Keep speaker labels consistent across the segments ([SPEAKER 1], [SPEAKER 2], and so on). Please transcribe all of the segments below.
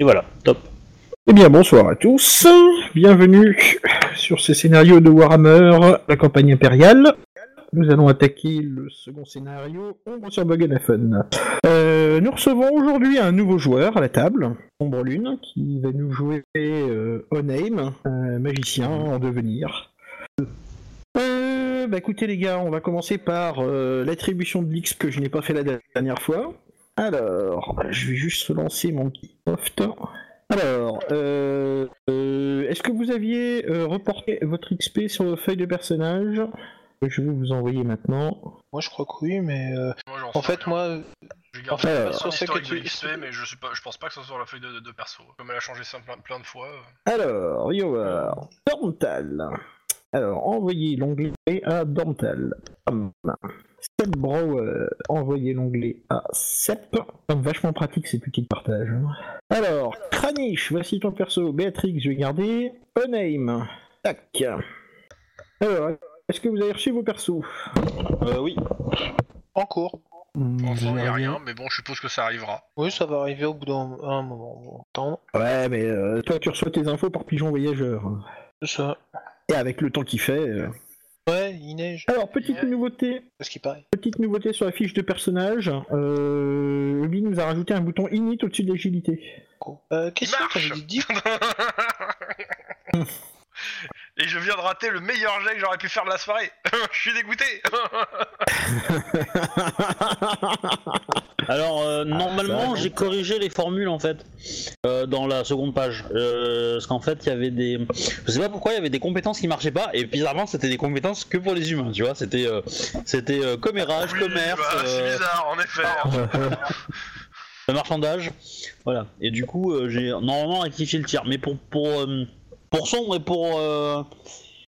[SPEAKER 1] Et voilà, top.
[SPEAKER 2] Eh bien, bonsoir à tous. Bienvenue sur ce scénario de Warhammer, la campagne impériale. Nous allons attaquer le second scénario, Ombre sur Buggenhafen. Euh, nous recevons aujourd'hui un nouveau joueur à la table, Ombre Lune, qui va nous jouer euh, Onaim, un magicien en devenir. Euh, bah écoutez les gars, on va commencer par euh, l'attribution de l'X que je n'ai pas fait la dernière fois. Alors, je vais juste lancer mon petit soft. Alors, euh, euh, est-ce que vous aviez euh, reporté votre XP sur vos feuilles de personnage Je vais vous envoyer maintenant.
[SPEAKER 3] Moi je crois que oui, mais euh,
[SPEAKER 4] Moi, j'en
[SPEAKER 3] en
[SPEAKER 4] sais
[SPEAKER 3] fait
[SPEAKER 4] rien.
[SPEAKER 3] moi,
[SPEAKER 4] je garde
[SPEAKER 3] en fait,
[SPEAKER 4] pas
[SPEAKER 3] sur
[SPEAKER 4] un
[SPEAKER 3] ce
[SPEAKER 4] historique
[SPEAKER 3] que
[SPEAKER 4] de
[SPEAKER 3] tu-
[SPEAKER 4] XP, mais je, sais pas, je pense pas que ce soit sur la feuille de, de- de perso. Comme elle a changé ça plein, plein de fois. euh.
[SPEAKER 2] Alors, Yoar, Dormtal. Alors, envoyez l'onglet à Dormtal. Hum. Sep Brower, envoyez l'onglet à Sep. Comme vachement pratique ces petits partages. hein. Alors, Kranich, voici ton perso. Béatrix, je vais garder. Uname. Tac. Alors, est-ce que vous avez reçu vos persos
[SPEAKER 3] euh, oui, en cours.
[SPEAKER 2] Mm,
[SPEAKER 4] Pour l'instant, il y a
[SPEAKER 3] j'aimerais
[SPEAKER 4] rien,
[SPEAKER 3] bien.
[SPEAKER 4] mais bon, je suppose que ça arrivera.
[SPEAKER 3] Oui, ça va arriver au bout d'un un moment. On va attendre.
[SPEAKER 2] Ouais, mais euh, toi, tu reçois tes infos par pigeon voyageur.
[SPEAKER 3] C'est ça.
[SPEAKER 2] Et avec le temps qu'il fait. euh.
[SPEAKER 3] Ouais, il neige.
[SPEAKER 2] Alors, petite
[SPEAKER 4] Ouais.
[SPEAKER 2] nouveauté.
[SPEAKER 3] Parce qu'il paraît.
[SPEAKER 2] Petite nouveauté sur la fiche de personnage. Euh, Obi nous a rajouté un bouton init au-dessus de l'agilité.
[SPEAKER 3] Cool. Euh,
[SPEAKER 4] Il
[SPEAKER 3] qu'est-ce que
[SPEAKER 4] marche
[SPEAKER 3] t'avais dit de dire
[SPEAKER 4] Et je viens de rater le meilleur jet que j'aurais pu faire de la soirée. je suis dégoûté. Bah,
[SPEAKER 1] Alors,
[SPEAKER 4] Ah,
[SPEAKER 1] euh, normalement, j'ai corrigé les formules en fait euh, dans la seconde page. Euh, parce qu'en fait, il y avait des. Je sais pas pourquoi, il y avait des compétences qui marchaient pas. Et bizarrement, c'était des compétences que pour les humains, tu vois. C'était euh, c'était euh, commérage,
[SPEAKER 4] Oui,
[SPEAKER 1] commerce,
[SPEAKER 4] bah, C'est
[SPEAKER 1] euh,
[SPEAKER 4] bizarre, en effet.
[SPEAKER 2] Ah.
[SPEAKER 1] marchandage. Voilà. Et du coup, euh, j'ai normalement rectifié le tir. Mais pour, pour, euh, pour sombre et pour. euh,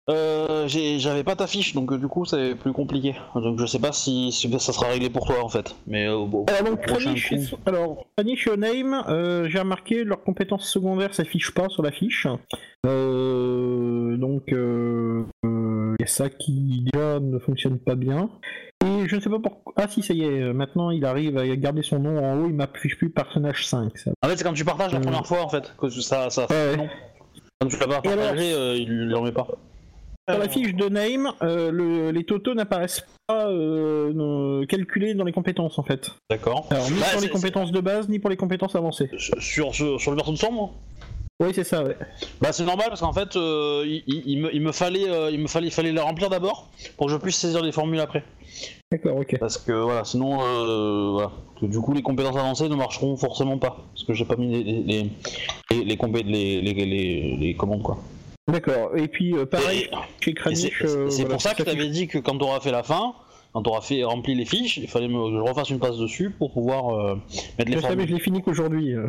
[SPEAKER 1] euh, j'ai- j'avais pas ta fiche, donc euh, du coup, c'est plus compliqué. Donc je sais pas si, si ça sera réglé pour toi en fait. Mais euh, bon.
[SPEAKER 2] Alors, donc,
[SPEAKER 1] au prochain
[SPEAKER 2] Kranich et
[SPEAKER 1] coup.
[SPEAKER 2] son- alors, Kranich et Onaim, euh, j'ai remarqué leurs compétences secondaires s'affichent pas sur la fiche. Euh, donc, il y a ça qui déjà ne fonctionne pas bien. Et je ne sais pas pourquoi. Ah, si, ça y est, euh, maintenant il arrive à garder son nom en haut, il m'affiche plus personnage 5. Ça.
[SPEAKER 1] En fait, c'est quand tu partages la
[SPEAKER 2] Euh.
[SPEAKER 1] première fois en fait que ça. ça... Non. Quand tu l'as pas
[SPEAKER 2] Et alors
[SPEAKER 1] partagé, euh, il le remet pas.
[SPEAKER 2] Sur la fiche de Naim, euh, le- les totaux n'apparaissent pas euh, non- calculés dans les compétences en fait.
[SPEAKER 1] D'accord.
[SPEAKER 2] Alors, ni
[SPEAKER 1] Bah,
[SPEAKER 2] pour les
[SPEAKER 1] c'est-
[SPEAKER 2] compétences de base, ni pour les compétences avancées.
[SPEAKER 1] Sur, sur, sur le verso de sombre
[SPEAKER 2] Oui, c'est ça, ouais.
[SPEAKER 1] Bah c'est normal parce qu'en fait euh, il, il- il me, il me fallait euh, il me fallait il fallait les remplir d'abord pour que je puisse saisir les formules après
[SPEAKER 2] D'accord, ok.
[SPEAKER 1] parce que voilà sinon euh, voilà. Parce que du coup les compétences avancées ne marcheront forcément pas parce que j'ai pas mis les les les les, les compé- les, les, les- les commandes quoi.
[SPEAKER 2] D'accord, et puis euh, pareil,
[SPEAKER 1] Et-
[SPEAKER 2] chez
[SPEAKER 1] et c'est
[SPEAKER 2] Kranich.
[SPEAKER 1] c'est-
[SPEAKER 2] euh,
[SPEAKER 1] c'est
[SPEAKER 2] voilà,
[SPEAKER 1] pour ça que
[SPEAKER 2] s'affiche.
[SPEAKER 1] t'avais dit que quand t'auras fait la fin quand t'auras fait rempli les fiches il fallait me, que je refasse une passe dessus pour pouvoir euh, mettre les
[SPEAKER 2] Je savais,
[SPEAKER 1] formules.
[SPEAKER 2] je l'ai fini qu'aujourd'hui. euh.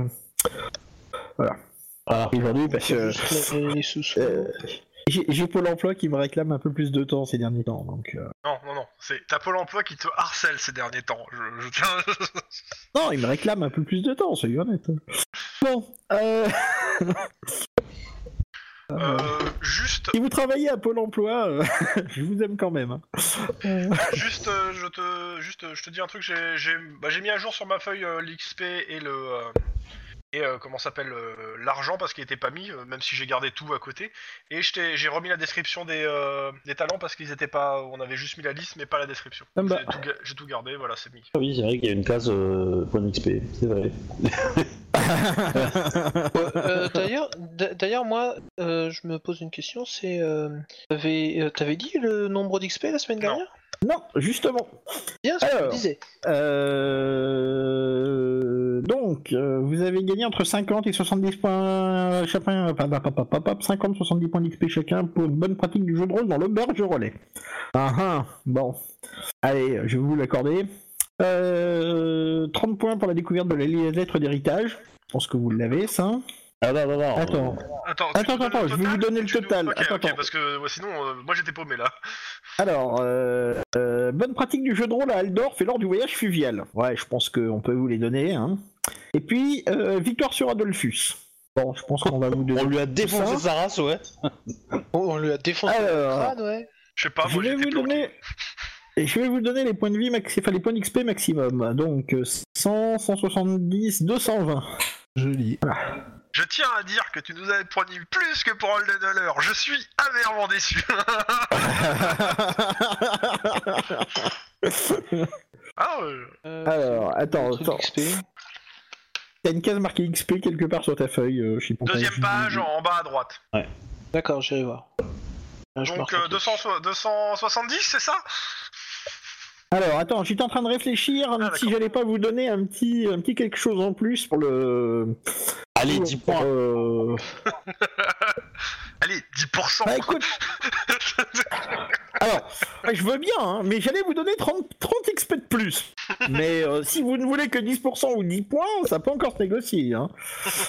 [SPEAKER 1] Voilà.
[SPEAKER 2] Aujourd'hui, parce
[SPEAKER 3] C'est
[SPEAKER 2] que
[SPEAKER 3] juste Euh, les, les sous
[SPEAKER 2] euh, j'ai j'ai Pôle emploi qui me réclame un peu plus de temps ces derniers temps. Donc, euh.
[SPEAKER 4] non, non, non. C'est ta Pôle emploi qui te harcèle ces derniers temps. Je, je tiens.
[SPEAKER 2] Non, il me réclame un peu plus de temps, soyez honnête. Bon, euh,
[SPEAKER 4] Euh, juste,
[SPEAKER 2] si vous travaillez à Pôle emploi, euh, je vous aime quand même. hein.
[SPEAKER 4] juste, euh, je te, juste, euh, je te dis un truc. J'ai, j'ai, bah, j'ai mis à jour sur ma feuille l'XP et le euh, et euh, comment s'appelle euh, l'argent parce qu'il était pas mis, euh, même si j'ai gardé tout à côté. Et je t'ai- j'ai remis la description des, euh, des talents parce qu'ils étaient pas. On avait juste mis la liste, mais pas la description.
[SPEAKER 2] Ah bah.
[SPEAKER 4] J'ai, tout, ga- j'ai tout gardé. Voilà, c'est mis.
[SPEAKER 1] Ah oui c'est vrai qu'il y a une case euh, point XP c'est vrai.
[SPEAKER 2] hein.
[SPEAKER 3] Euh, d'ailleurs, d'a- d'ailleurs, moi, euh, je me pose une question. C'est, euh, t'avais, euh, t'avais dit le nombre d'XP la semaine
[SPEAKER 4] Non.
[SPEAKER 3] dernière
[SPEAKER 2] Non, justement.
[SPEAKER 3] Bien, ce que
[SPEAKER 2] Alors.
[SPEAKER 3] je disais.
[SPEAKER 2] Euh, donc, euh, vous avez gagné entre 50 et 70 points chacun, bah, pa- pa- pa- pa- pa- pa- 50 70 points d'XP chacun pour une bonne pratique du jeu de rôle dans l'auberge relais. Ah ah, bon. Allez, je vais vous l'accorder. Euh, 30 points pour la découverte de la lettre d'héritage. Je pense que vous l'avez, ça.
[SPEAKER 1] Ah non non non.
[SPEAKER 2] Attends.
[SPEAKER 4] Attends,
[SPEAKER 2] Attends,
[SPEAKER 4] nous donnes
[SPEAKER 2] attends, je vais vous donner le
[SPEAKER 4] Tu nous-
[SPEAKER 2] total.
[SPEAKER 4] Ok,
[SPEAKER 2] Attends,
[SPEAKER 4] ok,
[SPEAKER 2] attends.
[SPEAKER 4] parce que ouais, sinon, euh, moi j'étais paumé là.
[SPEAKER 2] Alors, euh, euh, bonne pratique du jeu de rôle à Aldorf et lors du voyage fluvial. Ouais, je pense qu'on peut vous les donner. hein. Et puis, euh, victoire sur Adolphus. Bon, je pense qu'on va vous donner.
[SPEAKER 1] On lui a défoncé
[SPEAKER 2] Ça
[SPEAKER 1] sa race ouais.
[SPEAKER 4] Oh,
[SPEAKER 3] Bon, on lui a défoncé le
[SPEAKER 2] Alors,
[SPEAKER 3] crâne, Ah, ouais.
[SPEAKER 4] Je sais pas.
[SPEAKER 2] je
[SPEAKER 4] Ah, Moi,
[SPEAKER 2] vais
[SPEAKER 4] j'étais
[SPEAKER 2] vous
[SPEAKER 4] planqué.
[SPEAKER 2] donner. Et je vais vous donner les points de vie max... enfin, les points d'XP maximum. Donc euh, 100, 170, 220.
[SPEAKER 5] Joli.
[SPEAKER 4] Je tiens à dire que tu nous avais promis plus que parole de dollars. Je suis amèrement déçu. ah, euh,
[SPEAKER 3] Euh,
[SPEAKER 2] Alors, attends,
[SPEAKER 3] le truc
[SPEAKER 2] attends.
[SPEAKER 3] XP.
[SPEAKER 2] T'as une case marquée XP quelque part sur ta feuille, euh, je sais pas.
[SPEAKER 4] deuxième page en, en bas à droite.
[SPEAKER 3] D'accord, j'irai voir. Là, je
[SPEAKER 4] Donc
[SPEAKER 3] marque
[SPEAKER 4] euh,
[SPEAKER 3] un truc.
[SPEAKER 4] 200 so- 270, c'est ça
[SPEAKER 2] Alors, attends, j'étais en train de réfléchir
[SPEAKER 4] Ah,
[SPEAKER 2] si j'allais pas vous donner un petit, un petit quelque chose en plus pour le.
[SPEAKER 1] Allez, 10 points.
[SPEAKER 2] Euh,
[SPEAKER 4] Allez, 10%.
[SPEAKER 2] Bah écoute. Alors, bah, je veux bien, hein, mais j'allais vous donner 30, 30 XP de plus. Mais euh, si vous ne voulez que 10% ou 10 points, ça peut encore se négocier. Hein.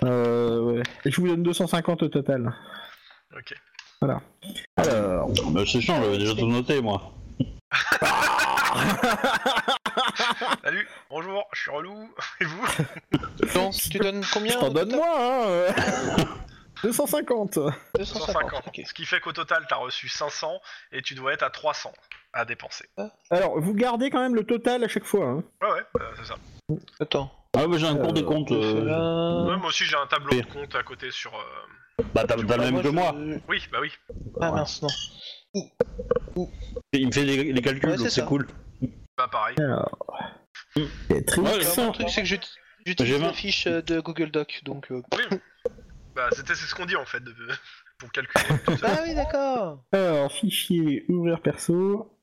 [SPEAKER 2] Euh, ouais. Et je vous donne 250 au total.
[SPEAKER 4] Ok.
[SPEAKER 2] Alors.
[SPEAKER 1] Bah, c'est chiant, j'avais déjà tout noté, moi.
[SPEAKER 4] Salut, bonjour, je suis relou. Et vous
[SPEAKER 3] Non, tu donnes combien
[SPEAKER 2] Je t'en
[SPEAKER 3] au
[SPEAKER 2] donne
[SPEAKER 3] total
[SPEAKER 2] moins, hein euh. 250
[SPEAKER 4] 150.
[SPEAKER 3] 250. ok.
[SPEAKER 4] Ce qui fait qu'au total, t'as reçu 500 et tu dois être à 300 à dépenser.
[SPEAKER 2] Alors, vous gardez quand même le total à chaque fois. Hein.
[SPEAKER 4] Ouais, ouais, euh, c'est ça.
[SPEAKER 3] Attends.
[SPEAKER 1] Ah, bah, j'ai un cours des
[SPEAKER 2] Euh,
[SPEAKER 1] comptes.
[SPEAKER 3] je fais
[SPEAKER 1] euh,
[SPEAKER 3] là.
[SPEAKER 4] Ouais, moi aussi, j'ai un tableau de compte à côté sur. euh,
[SPEAKER 1] Bah, t'as t'as le
[SPEAKER 3] Bah,
[SPEAKER 1] même que
[SPEAKER 3] je-
[SPEAKER 1] moi.
[SPEAKER 4] Oui, bah oui.
[SPEAKER 3] Ah mince, non.
[SPEAKER 1] Il me fait les, les calculs,
[SPEAKER 3] Ouais, c'est
[SPEAKER 1] donc c'est
[SPEAKER 3] ça.
[SPEAKER 1] cool.
[SPEAKER 4] Bah pareil.
[SPEAKER 2] Alors.
[SPEAKER 1] Ouais,
[SPEAKER 3] Alors,
[SPEAKER 1] ça.
[SPEAKER 3] Mon truc, c'est que j'ut- j'utilise
[SPEAKER 1] J'ai vingt.
[SPEAKER 3] la fiche euh, de Google Doc, donc. euh,
[SPEAKER 4] Oui. bah c'était c'est ce qu'on dit en fait de, pour calculer. tout ça.
[SPEAKER 3] Ah oui, d'accord
[SPEAKER 2] Alors, fichier, ouvrir perso.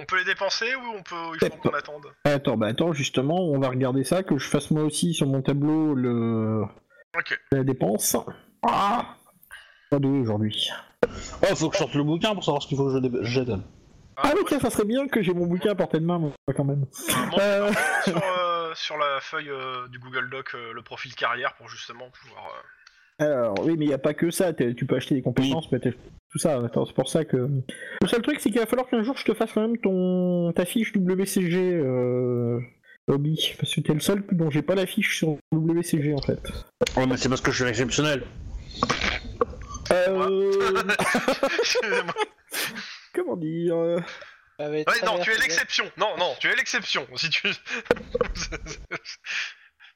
[SPEAKER 4] on peut les dépenser ou on peut il faut qu'on attende
[SPEAKER 2] Attends, bah attends, justement, on va regarder ça, que je fasse moi aussi sur mon tableau le...
[SPEAKER 4] Ok.
[SPEAKER 2] la dépense. Ah Pas doué aujourd'hui.
[SPEAKER 1] Oh, faut que je sorte le bouquin pour savoir ce qu'il faut que je dé- je jette.
[SPEAKER 2] Ah oui, tiens, ça serait bien que j'ai mon bouquin à portée de main, moi, quand même.
[SPEAKER 4] Bon,
[SPEAKER 2] Euh,
[SPEAKER 4] sur, euh, sur la feuille euh, du Google Doc euh, le profil carrière pour justement pouvoir. euh,
[SPEAKER 2] Alors, oui, mais il n'y a pas que ça, t'es- tu peux acheter des compétences, mais t'as- tout ça, attends, c'est pour ça que... Le seul truc, c'est qu'il va falloir qu'un jour je te fasse quand même ton... ta fiche WCG, euh... Hobby, parce que t'es le seul dont j'ai pas la fiche sur WCG, en fait.
[SPEAKER 1] Ouais, mais c'est parce que je suis exceptionnel.
[SPEAKER 2] Euh...
[SPEAKER 4] Excusez-moi.
[SPEAKER 2] Comment dire euh,
[SPEAKER 3] Ça va être
[SPEAKER 4] ouais, non, tu es
[SPEAKER 3] traversé.
[SPEAKER 4] l'exception. Non, non, tu es l'exception. Si tu.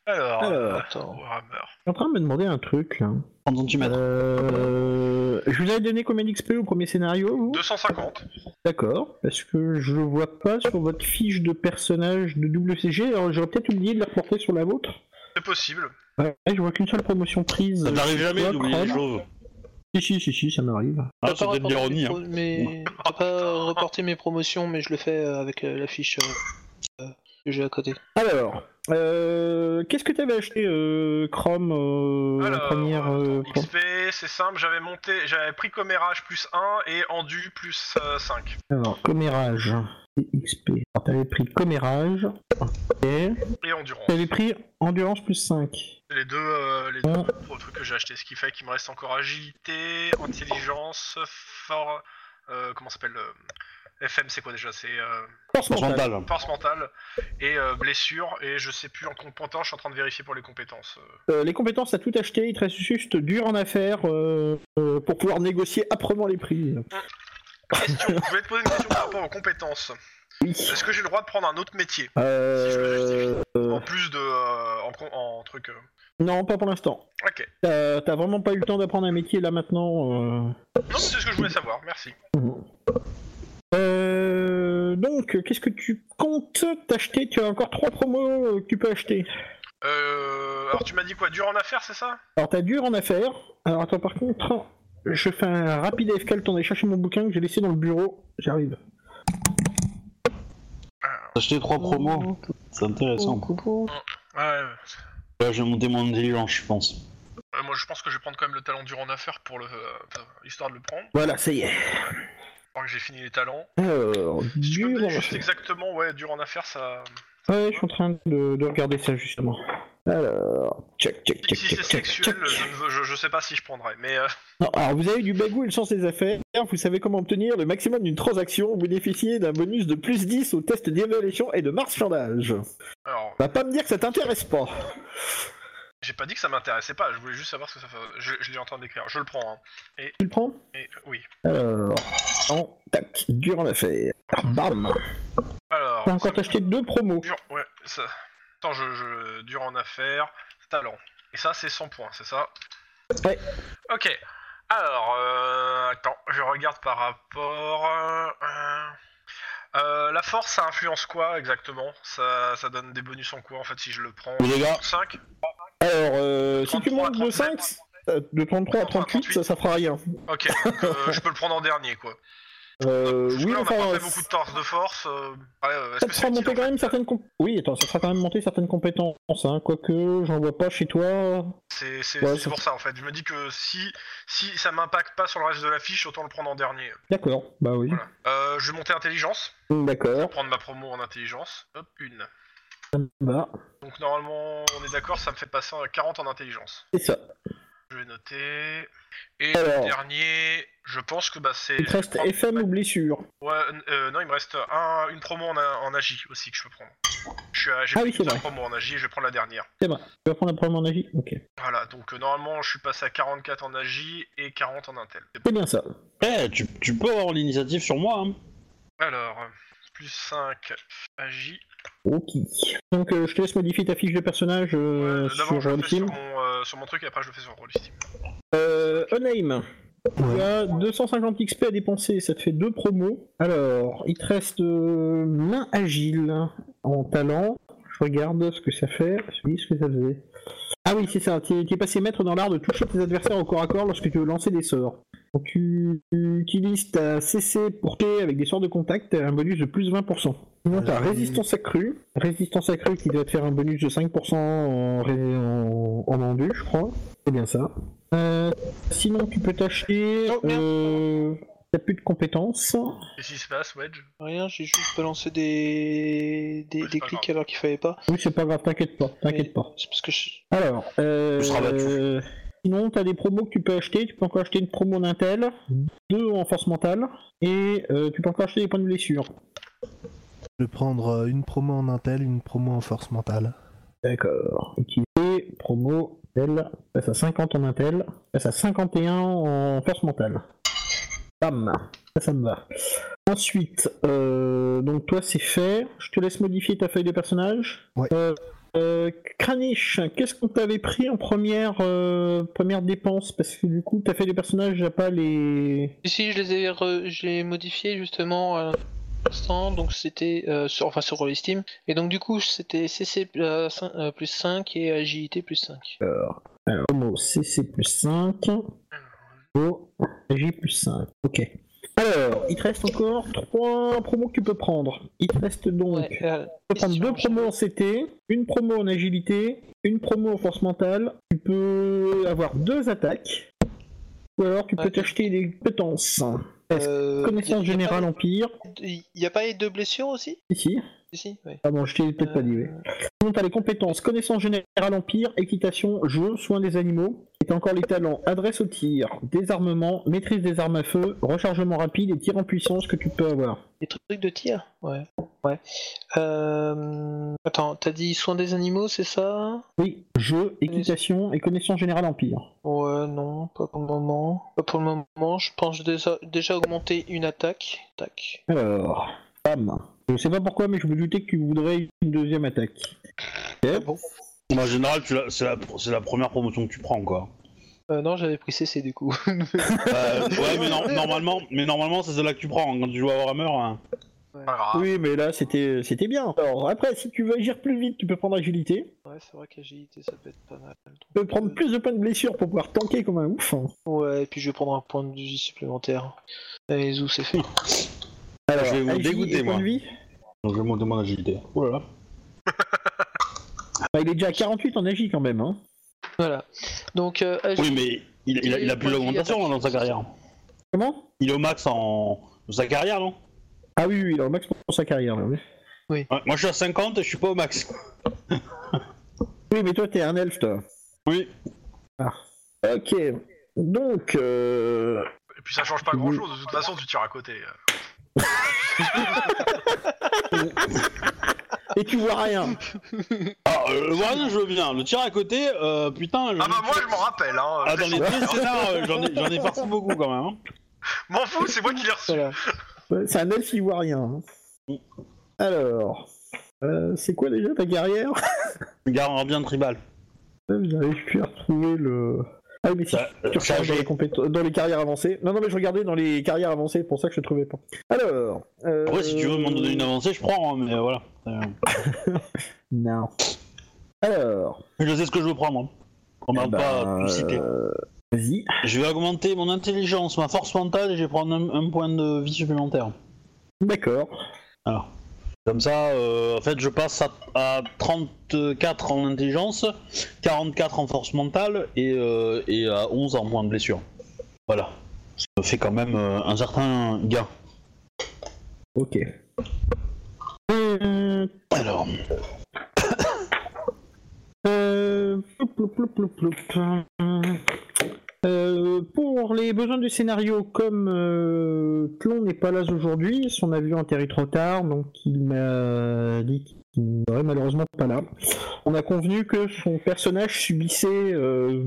[SPEAKER 4] Alors.
[SPEAKER 1] Ah,
[SPEAKER 2] Alors,
[SPEAKER 3] Attends.
[SPEAKER 4] Warhammer.
[SPEAKER 2] Je suis en train de me demander un truc, là.
[SPEAKER 1] 30 cm.
[SPEAKER 2] Euh, je vous avais donné combien d'XP au premier scénario vous
[SPEAKER 4] 250.
[SPEAKER 2] D'accord, parce que je le vois pas sur votre fiche de personnage de WCG, alors j'aurais peut-être oublié de la reporter sur la vôtre.
[SPEAKER 4] C'est possible.
[SPEAKER 2] Ouais, je vois qu'une seule promotion prise.
[SPEAKER 1] Ça t'arrive jamais
[SPEAKER 2] toi,
[SPEAKER 1] d'oublier les choses.
[SPEAKER 2] Chrome Si, si, si, si, ça m'arrive.
[SPEAKER 1] Ah,
[SPEAKER 3] T'as
[SPEAKER 1] c'est
[SPEAKER 3] pas
[SPEAKER 1] peut-être Ah, de
[SPEAKER 3] reporté
[SPEAKER 1] l'ironie.
[SPEAKER 3] mes
[SPEAKER 1] hein.
[SPEAKER 3] pro- mes- T'as pas reporté mes promotions, mais je le fais euh, avec euh, la fiche euh, euh, que j'ai à côté.
[SPEAKER 2] Alors, euh, qu'est-ce que t'avais acheté, euh, Chrome, euh, la
[SPEAKER 4] Alors,
[SPEAKER 2] première euh, pro-
[SPEAKER 4] XP, c'est simple, j'avais monté, j'avais pris commérage plus 1 et endu plus euh, 5.
[SPEAKER 2] Alors, commérage et XP. Alors, t'avais pris commérage, ok.
[SPEAKER 4] Et endurance.
[SPEAKER 2] T'avais pris endurance plus 5.
[SPEAKER 4] C'est les deux, euh, les
[SPEAKER 2] Ouais.
[SPEAKER 4] deux gros trucs que j'ai acheté. Ce qui fait qu'il me reste encore agilité, intelligence, fort. euh, comment ça s'appelle euh, FM, c'est quoi déjà C'est euh,
[SPEAKER 2] Force
[SPEAKER 1] Force
[SPEAKER 2] mentale.
[SPEAKER 1] mentale.
[SPEAKER 4] force mentale et euh, blessure. Et je sais plus en compétence, je suis en train de vérifier pour les compétences. euh.
[SPEAKER 2] Euh, les compétences, t'as tout acheté, il te reste juste dur en affaires euh, euh, pour pouvoir négocier âprement les prix.
[SPEAKER 4] Question Je voulais te poser une question par rapport aux compétences.
[SPEAKER 2] Oui.
[SPEAKER 4] Est-ce que j'ai le droit de prendre un autre métier
[SPEAKER 2] Euh, euh,
[SPEAKER 4] En plus de. euh, en, com- en truc. euh.
[SPEAKER 2] non, pas pour l'instant.
[SPEAKER 4] Ok.
[SPEAKER 2] T'as t'as vraiment pas eu le temps d'apprendre un métier là maintenant. euh.
[SPEAKER 4] Non, mais c'est ce que je voulais savoir, merci.
[SPEAKER 2] Euh, donc, qu'est-ce que tu comptes t'acheter Tu as encore trois promos euh, que tu peux acheter.
[SPEAKER 4] Euh, alors tu m'as dit quoi Dur en affaires, c'est ça
[SPEAKER 2] Alors, t'as dur en affaires. Alors, attends, par contre, je fais un rapide AFK le temps d'aller chercher mon bouquin que j'ai laissé dans le bureau. J'arrive.
[SPEAKER 4] Ah,
[SPEAKER 1] Acheter trois promos, c'est intéressant.
[SPEAKER 4] Ouais, ouais. Oh.
[SPEAKER 1] Là, je vais monter mon intelligence, je pense.
[SPEAKER 4] Euh, moi je pense que je vais prendre quand même le talent dur en affaires pour le. euh, enfin, histoire de le prendre.
[SPEAKER 2] Voilà, ça y est.
[SPEAKER 4] crois que j'ai fini les talents.
[SPEAKER 2] Alors,
[SPEAKER 4] Si tu
[SPEAKER 2] dur
[SPEAKER 4] peux me
[SPEAKER 2] en
[SPEAKER 4] donner juste
[SPEAKER 2] affaires.
[SPEAKER 4] exactement, ouais, dur en affaires, ça.
[SPEAKER 2] Ouais, je suis en train de, de regarder ça justement. Alors, check, check,
[SPEAKER 4] Si,
[SPEAKER 2] check,
[SPEAKER 4] si
[SPEAKER 2] check,
[SPEAKER 4] c'est
[SPEAKER 2] check,
[SPEAKER 4] sexuel,
[SPEAKER 2] check.
[SPEAKER 4] je, ne veux- je, je sais pas si je prendrais, mais euh,
[SPEAKER 2] Non, alors, vous avez du bagou et le sens des affaires, vous savez comment obtenir le maximum d'une transaction, vous bénéficiez d'un bonus de plus 10 au test d'évaluation et de marchandage.
[SPEAKER 4] alors,
[SPEAKER 2] Va pas me dire que ça t'intéresse pas.
[SPEAKER 4] j'ai pas dit que ça m'intéressait pas. Je voulais juste savoir ce que ça fait. Je, je l'ai en train d'écrire. Je le prends. hein.
[SPEAKER 2] Tu le prends
[SPEAKER 4] Et oui.
[SPEAKER 2] Alors, en tac, dur en affaires. Bam
[SPEAKER 4] Alors.
[SPEAKER 2] T'as encore
[SPEAKER 4] ça-
[SPEAKER 2] acheté deux promos.
[SPEAKER 4] Dur, ouais. Ça... Attends, je, je- dur en affaires, talent. Et ça, c'est 100 points, c'est ça
[SPEAKER 2] Ouais.
[SPEAKER 4] Ok. Alors, euh, attends, je regarde par rapport. euh, euh, euh, la force, ça influence quoi exactement ça, ça donne des bonus en quoi en fait si je le prends
[SPEAKER 1] Oui, les gars.
[SPEAKER 4] 5
[SPEAKER 2] Alors, euh, si tu
[SPEAKER 4] 33,
[SPEAKER 2] montes de 5,
[SPEAKER 4] 39,
[SPEAKER 2] euh, de 33 à 38, ça, ça fera rien.
[SPEAKER 4] Ok, donc, euh, je peux le prendre en dernier quoi.
[SPEAKER 2] Euh,
[SPEAKER 4] Parce que
[SPEAKER 2] oui,
[SPEAKER 4] là, on a
[SPEAKER 2] enfin,
[SPEAKER 4] pas
[SPEAKER 2] euh,
[SPEAKER 4] fait beaucoup de torse de force. euh, ouais, euh, est-ce
[SPEAKER 2] ça
[SPEAKER 4] que
[SPEAKER 2] te
[SPEAKER 4] c'est
[SPEAKER 2] fera
[SPEAKER 4] utile,
[SPEAKER 2] monter
[SPEAKER 4] en
[SPEAKER 2] quand
[SPEAKER 4] fait
[SPEAKER 2] même certaines compétences. Oui, attends, ça te fera quand même monter certaines compétences, hein, quoique j'en vois pas chez toi.
[SPEAKER 4] C'est c'est-
[SPEAKER 2] Ouais,
[SPEAKER 4] c'est
[SPEAKER 2] ça-
[SPEAKER 4] pour ça en fait. Je me dis que si, si ça m'impacte pas sur le reste de la fiche, autant le prendre en dernier.
[SPEAKER 2] D'accord, bah oui.
[SPEAKER 4] Voilà. Euh, je vais monter intelligence.
[SPEAKER 2] D'accord,
[SPEAKER 4] Prendre ma promo en intelligence. Hop, une.
[SPEAKER 2] bah,
[SPEAKER 4] Donc normalement, on est d'accord, ça me fait passer à 40 en intelligence.
[SPEAKER 2] c'est ça.
[SPEAKER 4] Je vais noter. Et
[SPEAKER 2] Alors.
[SPEAKER 4] le dernier, je pense que bah c'est.
[SPEAKER 2] Il te reste
[SPEAKER 4] je vais
[SPEAKER 2] FM
[SPEAKER 4] prendre-
[SPEAKER 2] ou blessure.
[SPEAKER 4] Ouais, euh, non, il me reste un, une promo en, en agi aussi que je peux prendre. Je suis à- J'ai
[SPEAKER 2] Ah oui,
[SPEAKER 4] pris
[SPEAKER 2] c'est
[SPEAKER 4] deux
[SPEAKER 2] vrai.
[SPEAKER 4] promos en agi et je vais prendre la dernière.
[SPEAKER 2] C'est vrai. Tu vas prendre la première en avis Ok.
[SPEAKER 4] Voilà, donc euh, normalement, je suis passé à 44 en agi et 40 en intel. C'est bon.
[SPEAKER 2] C'est bien ça.
[SPEAKER 1] Eh, tu, tu peux avoir l'initiative sur moi. Hein.
[SPEAKER 4] Alors, euh, plus 5 agi.
[SPEAKER 2] Ok. Donc euh, je te laisse modifier ta fiche de personnage euh,
[SPEAKER 4] Ouais,
[SPEAKER 2] sur
[SPEAKER 4] D'abord, je le fais sur
[SPEAKER 2] Rollistim.
[SPEAKER 4] mon, euh, sur mon truc et après, je le fais sur Rollistim.
[SPEAKER 2] Euh, Uname, tu as 250 XP à dépenser, ça te fait deux promos. Alors, il te reste euh, main agile en talent. Je regarde ce que ça fait, je dis ce que ça faisait. Ah oui, c'est ça, tu es, passé maître dans l'art de toucher tes adversaires au corps à corps lorsque tu veux lancer des sorts. Donc tu, tu utilises ta CC pour T avec des sorts de contact, t'as un bonus de plus 20%. Sinon t'as résistance accrue, résistance accrue qui doit te faire un bonus de 5% en, ré- en, en endu, je crois. C'est bien ça. Euh, sinon, tu peux t'acheter.
[SPEAKER 3] Oh, merde.
[SPEAKER 2] euh, T'as plus de compétences.
[SPEAKER 4] Qu'est-ce qui se passe, Wedge
[SPEAKER 3] Rien, j'ai juste balancé des, des,
[SPEAKER 4] Ouais, c'est
[SPEAKER 3] des
[SPEAKER 4] pas
[SPEAKER 3] clics
[SPEAKER 4] grave.
[SPEAKER 3] alors qu'il fallait pas.
[SPEAKER 2] Oui, c'est pas grave, t'inquiète pas, t'inquiète
[SPEAKER 3] Mais
[SPEAKER 2] pas.
[SPEAKER 3] C'est parce que je...
[SPEAKER 2] Alors, euh,
[SPEAKER 1] Tu seras battu.
[SPEAKER 2] euh, sinon, t'as des promos que tu peux acheter. Tu peux encore acheter une promo d'Intel,
[SPEAKER 1] Mhm.
[SPEAKER 2] deux en force mentale, et euh, tu peux encore acheter des points de blessure.
[SPEAKER 5] Je vais prendre euh, une promo en intel, une promo en force mentale.
[SPEAKER 2] D'accord. Utiliser, promo, Intel, passe à 50 en Intel, passe à 51 en force mentale. Bam Ça, ça me va. Ensuite, euh, donc toi c'est fait, je te laisse modifier ta feuille de personnage.
[SPEAKER 5] Ouais.
[SPEAKER 2] Euh, euh, Kranich, qu'est-ce qu'on t'avait pris en première, euh, première dépense Parce que du coup, ta feuille de personnage n'a pas les.
[SPEAKER 3] Ici, je les ai, re- je les ai modifiés justement à l'instant, donc c'était euh, sur, enfin sur Rollistim. Et donc du coup, c'était CC euh, cin- euh, plus 5 et agilité plus 5.
[SPEAKER 2] Alors, promo CC plus 5. Promo J plus 5. Ok. Alors, il te reste encore 3 promos que tu peux prendre. Il te reste donc.
[SPEAKER 3] Ouais, euh,
[SPEAKER 2] tu peux prendre
[SPEAKER 3] question,
[SPEAKER 2] deux promos en CT, une promo en agilité, une promo en force mentale. Tu peux avoir deux attaques. Ou alors tu peux
[SPEAKER 3] Ouais.
[SPEAKER 2] t'acheter des compétences.
[SPEAKER 3] euh,
[SPEAKER 2] Connaissance
[SPEAKER 3] y a- y a pas
[SPEAKER 2] générale empire.
[SPEAKER 3] les- y a pas les deux blessures aussi
[SPEAKER 2] Ici.
[SPEAKER 3] Ici, ouais.
[SPEAKER 2] Ah bon, je t'ai
[SPEAKER 3] Euh,
[SPEAKER 2] peut-être pas dit, oui. Sinon, t'as les compétences connaissance générale empire, équitation, jeu, soin des animaux. Et t'as encore les talents adresse au tir, désarmement, maîtrise des armes à feu, rechargement rapide et tir en puissance que tu peux avoir.
[SPEAKER 3] Les trucs de tir Ouais. Ouais. Euh, Attends, t'as dit soin des animaux, c'est ça
[SPEAKER 2] Oui, jeu, équitation et connaissance générale empire.
[SPEAKER 3] Ouais, non, pas pour le moment. Pas pour le moment, je pense déjà, déjà augmenter une attaque. Tac.
[SPEAKER 2] Alors, bam. Je sais pas pourquoi, mais je me doutais que tu voudrais une deuxième attaque.
[SPEAKER 3] Ah bon
[SPEAKER 1] En général, tu l'as- c'est la, c'est la première promotion que tu prends, quoi.
[SPEAKER 3] Euh, non, j'avais pris CC du coup.
[SPEAKER 1] Euh, ouais, mais non- normalement, mais normalement, c'est celle-là que tu prends hein, quand tu joues à Warhammer. hein.
[SPEAKER 4] Pas grave.
[SPEAKER 2] Oui, mais là, c'était c'était bien. Alors, après, si tu veux agir plus vite, tu peux prendre agilité.
[SPEAKER 3] Ouais, c'est vrai qu'agilité ça peut être pas mal.
[SPEAKER 2] Tu peux prendre plus de points de blessure pour pouvoir tanker comme un ouf. hein.
[SPEAKER 3] Ouais, et puis je vais prendre un point de vie supplémentaire. Allez, zou, c'est fait.
[SPEAKER 2] Alors,
[SPEAKER 1] Ah, Je vais vous
[SPEAKER 2] agi et
[SPEAKER 1] dégoûter,
[SPEAKER 2] points
[SPEAKER 1] moi.
[SPEAKER 2] de vie.
[SPEAKER 1] Donc je vais monter mon agilité. Oh là là.
[SPEAKER 2] Bah, il est déjà à 48 en agi quand même. Hein.
[SPEAKER 3] Voilà. Donc, euh, agi-
[SPEAKER 1] Oui, mais il, il a, il a plus l'augmentation hein, dans sa carrière.
[SPEAKER 2] Comment
[SPEAKER 1] Il est au max en dans sa carrière, non
[SPEAKER 2] Ah oui, oui, il est au max pour sa carrière. Là, oui.
[SPEAKER 1] Ouais, Moi, je suis à 50 et je suis pas au max.
[SPEAKER 2] oui, mais toi, t'es un elfe, toi. Ah.
[SPEAKER 1] Oui.
[SPEAKER 2] Ok. Donc, euh...
[SPEAKER 4] Et puis ça change pas grand chose, de toute façon, tu tires à côté.
[SPEAKER 2] et tu vois rien.
[SPEAKER 1] Ah, euh, le Warhammer, je veux bien. Le tir à côté, euh, putain. j'en
[SPEAKER 4] Ah bah
[SPEAKER 1] ai-
[SPEAKER 4] moi je m'en rappelle hein
[SPEAKER 1] Ah, dans
[SPEAKER 4] c'est
[SPEAKER 1] les
[SPEAKER 4] chaud.
[SPEAKER 1] deux scénars, euh, j'en ai, j'en ai farci beaucoup quand même. hein.
[SPEAKER 4] M'en fous, c'est moi qui l'ai reçu
[SPEAKER 3] voilà.
[SPEAKER 2] Ouais, C'est un elfe ivoirien. hein. Alors, euh, c'est quoi déjà ta carrière
[SPEAKER 1] Garde bien tribal.
[SPEAKER 2] Vous avez pu retrouver le. Ah, mais si,
[SPEAKER 1] Ça-
[SPEAKER 2] tu recherches
[SPEAKER 1] ça,
[SPEAKER 2] dans, les
[SPEAKER 1] j'ai-
[SPEAKER 2] compéten- dans les carrières avancées. Non, non, mais je regardais dans les carrières avancées, c'est pour ça que je trouvais pas. Alors. euh,
[SPEAKER 1] Après, si tu veux m'en donner une avancée, je prends, hein, mais euh, voilà. Euh,
[SPEAKER 2] Non. Alors.
[SPEAKER 1] je sais ce que je veux prendre. hein. On m'a
[SPEAKER 2] eh ben,
[SPEAKER 1] pas tout cité.
[SPEAKER 2] euh, Vas-y.
[SPEAKER 1] Je vais augmenter mon intelligence, ma force mentale et je vais prendre un, un point de vie supplémentaire.
[SPEAKER 2] D'accord.
[SPEAKER 1] Comme ça, euh, en fait, je passe à, à 34 en intelligence, 44 en force mentale et, euh, et à 11 en point de blessure. Voilà. Ça me fait quand même euh, un certain gain.
[SPEAKER 2] Ok.
[SPEAKER 1] Alors,
[SPEAKER 2] Euh, ploup, ploup, ploup, ploup, ploup. Euh, pour les besoins du scénario, comme euh, Tlon n'est pas là aujourd'hui, son avion atterrit trop tard, donc il m'a dit qu'il n'aurait malheureusement pas là. On a convenu que son personnage subissait euh,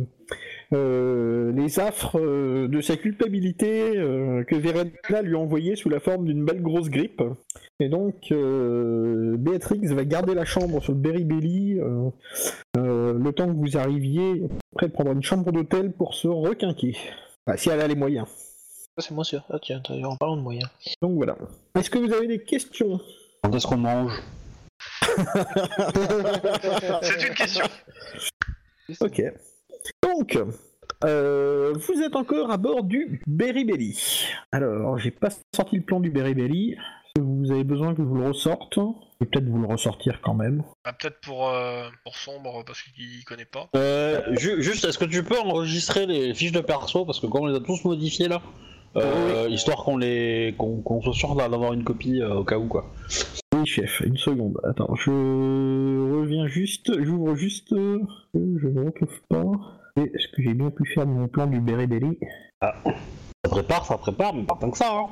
[SPEAKER 2] euh, les affres euh, de sa culpabilité euh, que Verena lui a envoyée sous la forme d'une belle grosse grippe. Et donc, euh, Béatrix va garder la chambre sur le Berry Belly euh, euh, le temps que vous arriviez, après prendre une chambre d'hôtel pour se requinquer. Enfin, si elle a les moyens.
[SPEAKER 3] Ça, c'est moins sûr. Ah, tiens, d'ailleurs, en parlant de moyens.
[SPEAKER 2] Donc voilà. Est-ce que vous avez des questions
[SPEAKER 1] quand est-ce qu'on mange
[SPEAKER 4] C'est une question.
[SPEAKER 2] Ok. Donc, euh, vous êtes encore à bord du Berry Belly. Alors, j'ai pas sorti le plan du Berry Belly. Si vous avez besoin que je vous le ressorte, je vais peut-être vous le ressortir quand même.
[SPEAKER 4] Ah, peut-être pour, euh, pour sombre parce qu'il connaît pas.
[SPEAKER 1] Euh, ju- Juste, est-ce que tu peux enregistrer les fiches de perso Parce que comme on les a tous modifiées là, euh, histoire qu'on les qu'on qu'on soit sûr d'avoir une copie euh, au cas où quoi.
[SPEAKER 2] Oui, chef, une seconde. Attends, je reviens juste, j'ouvre juste, euh, je ne retrouve pas. Et ce que j'ai bien pu faire de mon plan du Berry Belly.
[SPEAKER 1] Ça prépare, ça prépare, mais pas tant que ça. Hein.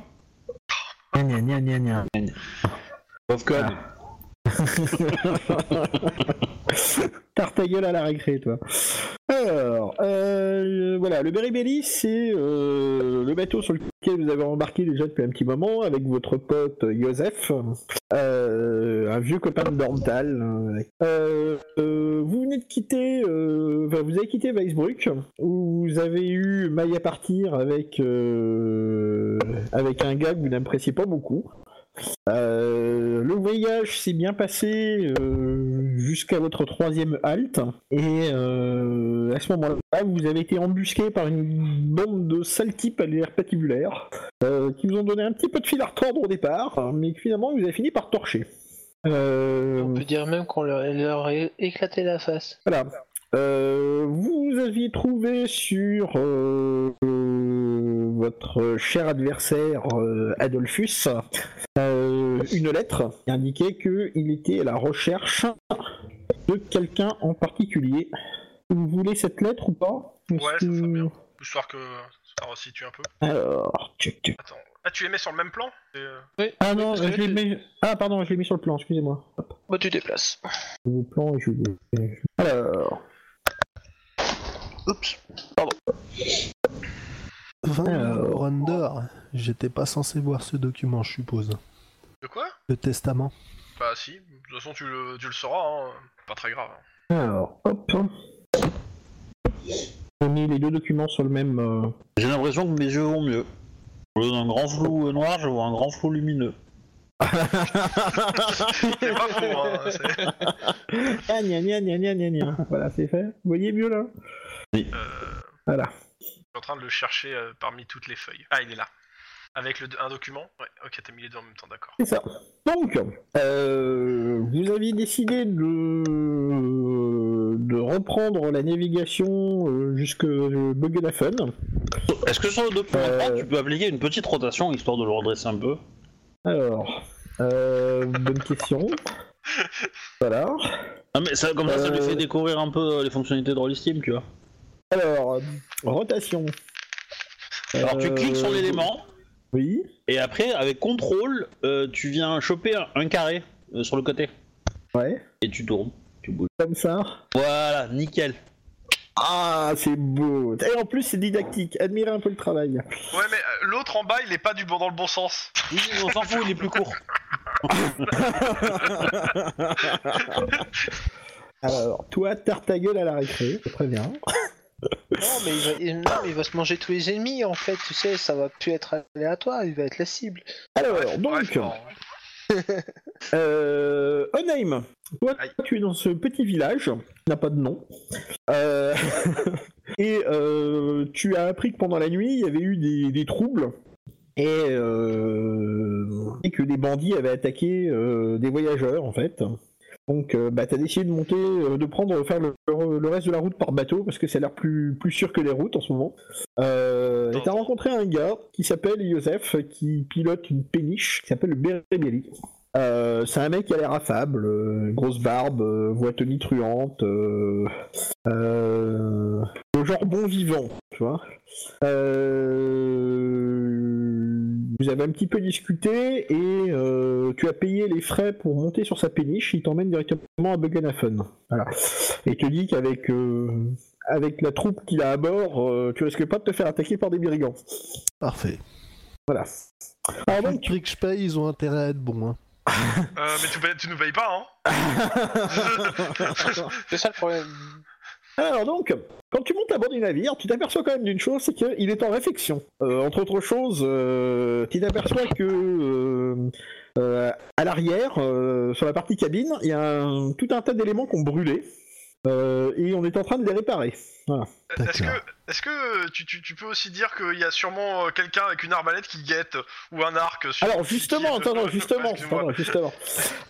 [SPEAKER 2] Gna, gna, gna, gna, gna. Ah.
[SPEAKER 1] Sauf que.
[SPEAKER 2] Tarte ta gueule à la récré, toi. Alors, euh, voilà, le Beribelli, c'est euh, le bateau sur lequel vous avez embarqué déjà depuis un petit moment avec votre pote Joseph, euh, un vieux copain de Dorntal. Euh, euh, vous venez de quitter, euh, enfin, vous avez quitté Weisbruck, où vous avez eu maille à partir avec, euh, avec un gars que vous n'appréciez pas beaucoup. Euh, le voyage s'est bien passé euh, jusqu'à votre troisième halte et euh, à ce moment-là vous avez été embusqué par une bande de sales types à l'air patibulaire euh, qui vous ont donné un petit peu de fil à retordre au départ mais que finalement vous avez fini par torcher. Euh,
[SPEAKER 3] On peut dire même qu'on leur, leur a éclaté la face.
[SPEAKER 2] voilà. Euh, vous aviez trouvé sur euh, euh, votre cher adversaire euh, Adolphus euh, une lettre qui indiquait qu'il était à la recherche de quelqu'un en particulier. Vous voulez cette lettre ou pas
[SPEAKER 4] Ouais, ça serait bien. Histoire que ça resitue un peu.
[SPEAKER 2] Alors, tchic, tchic.
[SPEAKER 4] Attends. Ah, tu les mets sur le même plan Et, euh,
[SPEAKER 2] Ah non,
[SPEAKER 3] Parce que
[SPEAKER 2] je l'ai
[SPEAKER 3] tu-
[SPEAKER 2] mis... ah, pardon, je l'ai mis sur le plan, excusez-moi.
[SPEAKER 3] Bah, tu déplaces.
[SPEAKER 2] Le plan, je l'ai- Alors,
[SPEAKER 3] Oups.
[SPEAKER 5] 20
[SPEAKER 2] Alors.
[SPEAKER 5] Ronder, j'étais pas censé voir ce document, je suppose.
[SPEAKER 4] De quoi
[SPEAKER 5] Le testament.
[SPEAKER 4] Bah, si. De toute façon, tu le, tu le sauras. Hein. Pas très grave. hein.
[SPEAKER 2] alors, hop. J'ai mis les deux documents sur le même. euh,
[SPEAKER 1] J'ai l'impression que mes yeux vont mieux. Au lieu d'un grand flou euh, noir, je vois un grand flou lumineux.
[SPEAKER 4] C'est pas faux. Hein. c'est-
[SPEAKER 2] Ah, gna, gna, gna, gna, gna, gna. Voilà, c'est fait. Vous voyez mieux là
[SPEAKER 4] Euh,
[SPEAKER 2] Voilà.
[SPEAKER 4] Je suis en train de le chercher euh, parmi toutes les feuilles. Ah, il est là. Avec le, un document Ouais, ok, t'as mis les deux en même temps, d'accord.
[SPEAKER 2] C'est ça. Donc, euh, vous aviez décidé de, de reprendre la navigation euh, jusque Buggelafen.
[SPEAKER 1] Est-ce que sur le 2.3
[SPEAKER 2] Euh.
[SPEAKER 1] tu peux appliquer une petite rotation histoire de le redresser un peu
[SPEAKER 2] Alors, euh, bonne question. Voilà.
[SPEAKER 1] Ah mais ça, comme ça, ça lui
[SPEAKER 2] Euh.
[SPEAKER 1] fait découvrir un peu euh, les fonctionnalités de Rollisteam, tu vois.
[SPEAKER 2] Alors, euh, rotation.
[SPEAKER 1] Alors tu
[SPEAKER 2] Euh,
[SPEAKER 1] cliques sur l'élément
[SPEAKER 2] Oui.
[SPEAKER 1] et après avec contrôle, euh, tu viens choper un, un carré euh, sur le côté
[SPEAKER 2] Ouais.
[SPEAKER 1] et tu tournes, tu bouges.
[SPEAKER 2] Comme ça.
[SPEAKER 1] Voilà, nickel.
[SPEAKER 2] Ah, c'est beau. Et en plus, c'est didactique. Admirez un peu le travail.
[SPEAKER 4] Ouais, mais euh, l'autre en bas, il est pas du bon dans le bon sens.
[SPEAKER 1] Oui, on s'en fout, il est plus court.
[SPEAKER 2] Alors, toi, tarte ta gueule à la récré, très bien.
[SPEAKER 3] Non mais, il va, il- non, mais il va se manger tous les ennemis en fait, tu sais, ça va plus être aléatoire, il va être la cible.
[SPEAKER 2] Alors,
[SPEAKER 4] Bref,
[SPEAKER 2] donc,
[SPEAKER 4] bref, non, ouais.
[SPEAKER 2] euh, Onheim, toi,
[SPEAKER 4] Aïe.
[SPEAKER 2] tu es dans ce petit village, qui n'a pas de nom, Euh, et euh, tu as appris que pendant la nuit, il y avait eu des, des troubles, et, euh, et que des bandits avaient attaqué euh, des voyageurs, en fait. Donc, euh, bah, t'as décidé de monter, euh, de prendre, faire le, le reste de la route par bateau, parce que ça a l'air plus, plus sûr que les routes en ce moment. Euh, et t'as rencontré un gars qui s'appelle Joseph, qui pilote une péniche qui s'appelle le Berébéli. Euh, c'est un mec qui a l'air affable, euh, grosse barbe, euh, voix tonitruante, euh, euh, le genre bon vivant, tu vois. Euh, vous avez un petit peu discuté et euh, tu as payé les frais pour monter sur sa péniche. Il t'emmène directement à Buggenhafen. Voilà. Et il te dit qu'avec euh, avec la troupe qu'il a à bord, euh, tu risques pas de te faire attaquer par des brigands.
[SPEAKER 5] Parfait.
[SPEAKER 2] Voilà. Alors
[SPEAKER 5] Tout le
[SPEAKER 2] donc,
[SPEAKER 5] prix que je paye, ils ont intérêt à être bons. Hein.
[SPEAKER 4] Euh, mais tu, payes- tu nous payes pas, hein
[SPEAKER 3] C'est ça le problème.
[SPEAKER 2] Alors donc, quand tu montes à bord du navire, tu t'aperçois quand même d'une chose, c'est qu'il est en réflexion. Euh, entre autres choses, euh, tu t'aperçois que euh, euh, à l'arrière, euh, sur la partie cabine, il y a un- tout un tas d'éléments qui ont brûlé. euh, et on est en train de les réparer.
[SPEAKER 4] Est-ce que,
[SPEAKER 5] D'accord.
[SPEAKER 4] est-ce que euh, tu, tu- tu peux aussi dire qu'il y a sûrement euh, quelqu'un avec une arbalète qui guette euh, ou un arc sur
[SPEAKER 2] Alors justement,
[SPEAKER 4] qui- qui-
[SPEAKER 2] attends, attends, justement,
[SPEAKER 4] Excuse-moi.
[SPEAKER 2] attends, justement.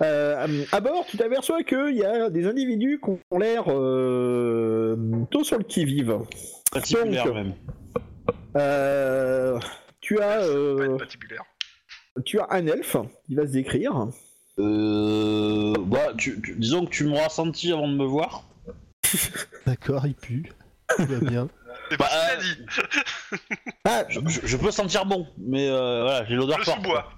[SPEAKER 2] Euh, à bord, tu t'aperçois qu'il y a des individus qui ont l'air euh, tôt sur le qui-vive.
[SPEAKER 1] Particulière, même.
[SPEAKER 2] Euh, tu as...
[SPEAKER 4] Ça peut
[SPEAKER 2] euh,
[SPEAKER 4] être patibulaire.
[SPEAKER 2] tu as un elfe qui va se décrire.
[SPEAKER 1] Euh, bah, tu- tu- disons que tu m'auras senti avant de me voir.
[SPEAKER 5] D'accord, il pue. Tout va bien.
[SPEAKER 4] C'est pas
[SPEAKER 1] Bah,
[SPEAKER 4] ce qu'il a
[SPEAKER 1] euh,
[SPEAKER 4] dit
[SPEAKER 2] Ah,
[SPEAKER 1] Je, je- je peux sentir bon, mais euh, voilà, j'ai l'odeur
[SPEAKER 4] Le
[SPEAKER 1] forte.
[SPEAKER 4] sous-bois.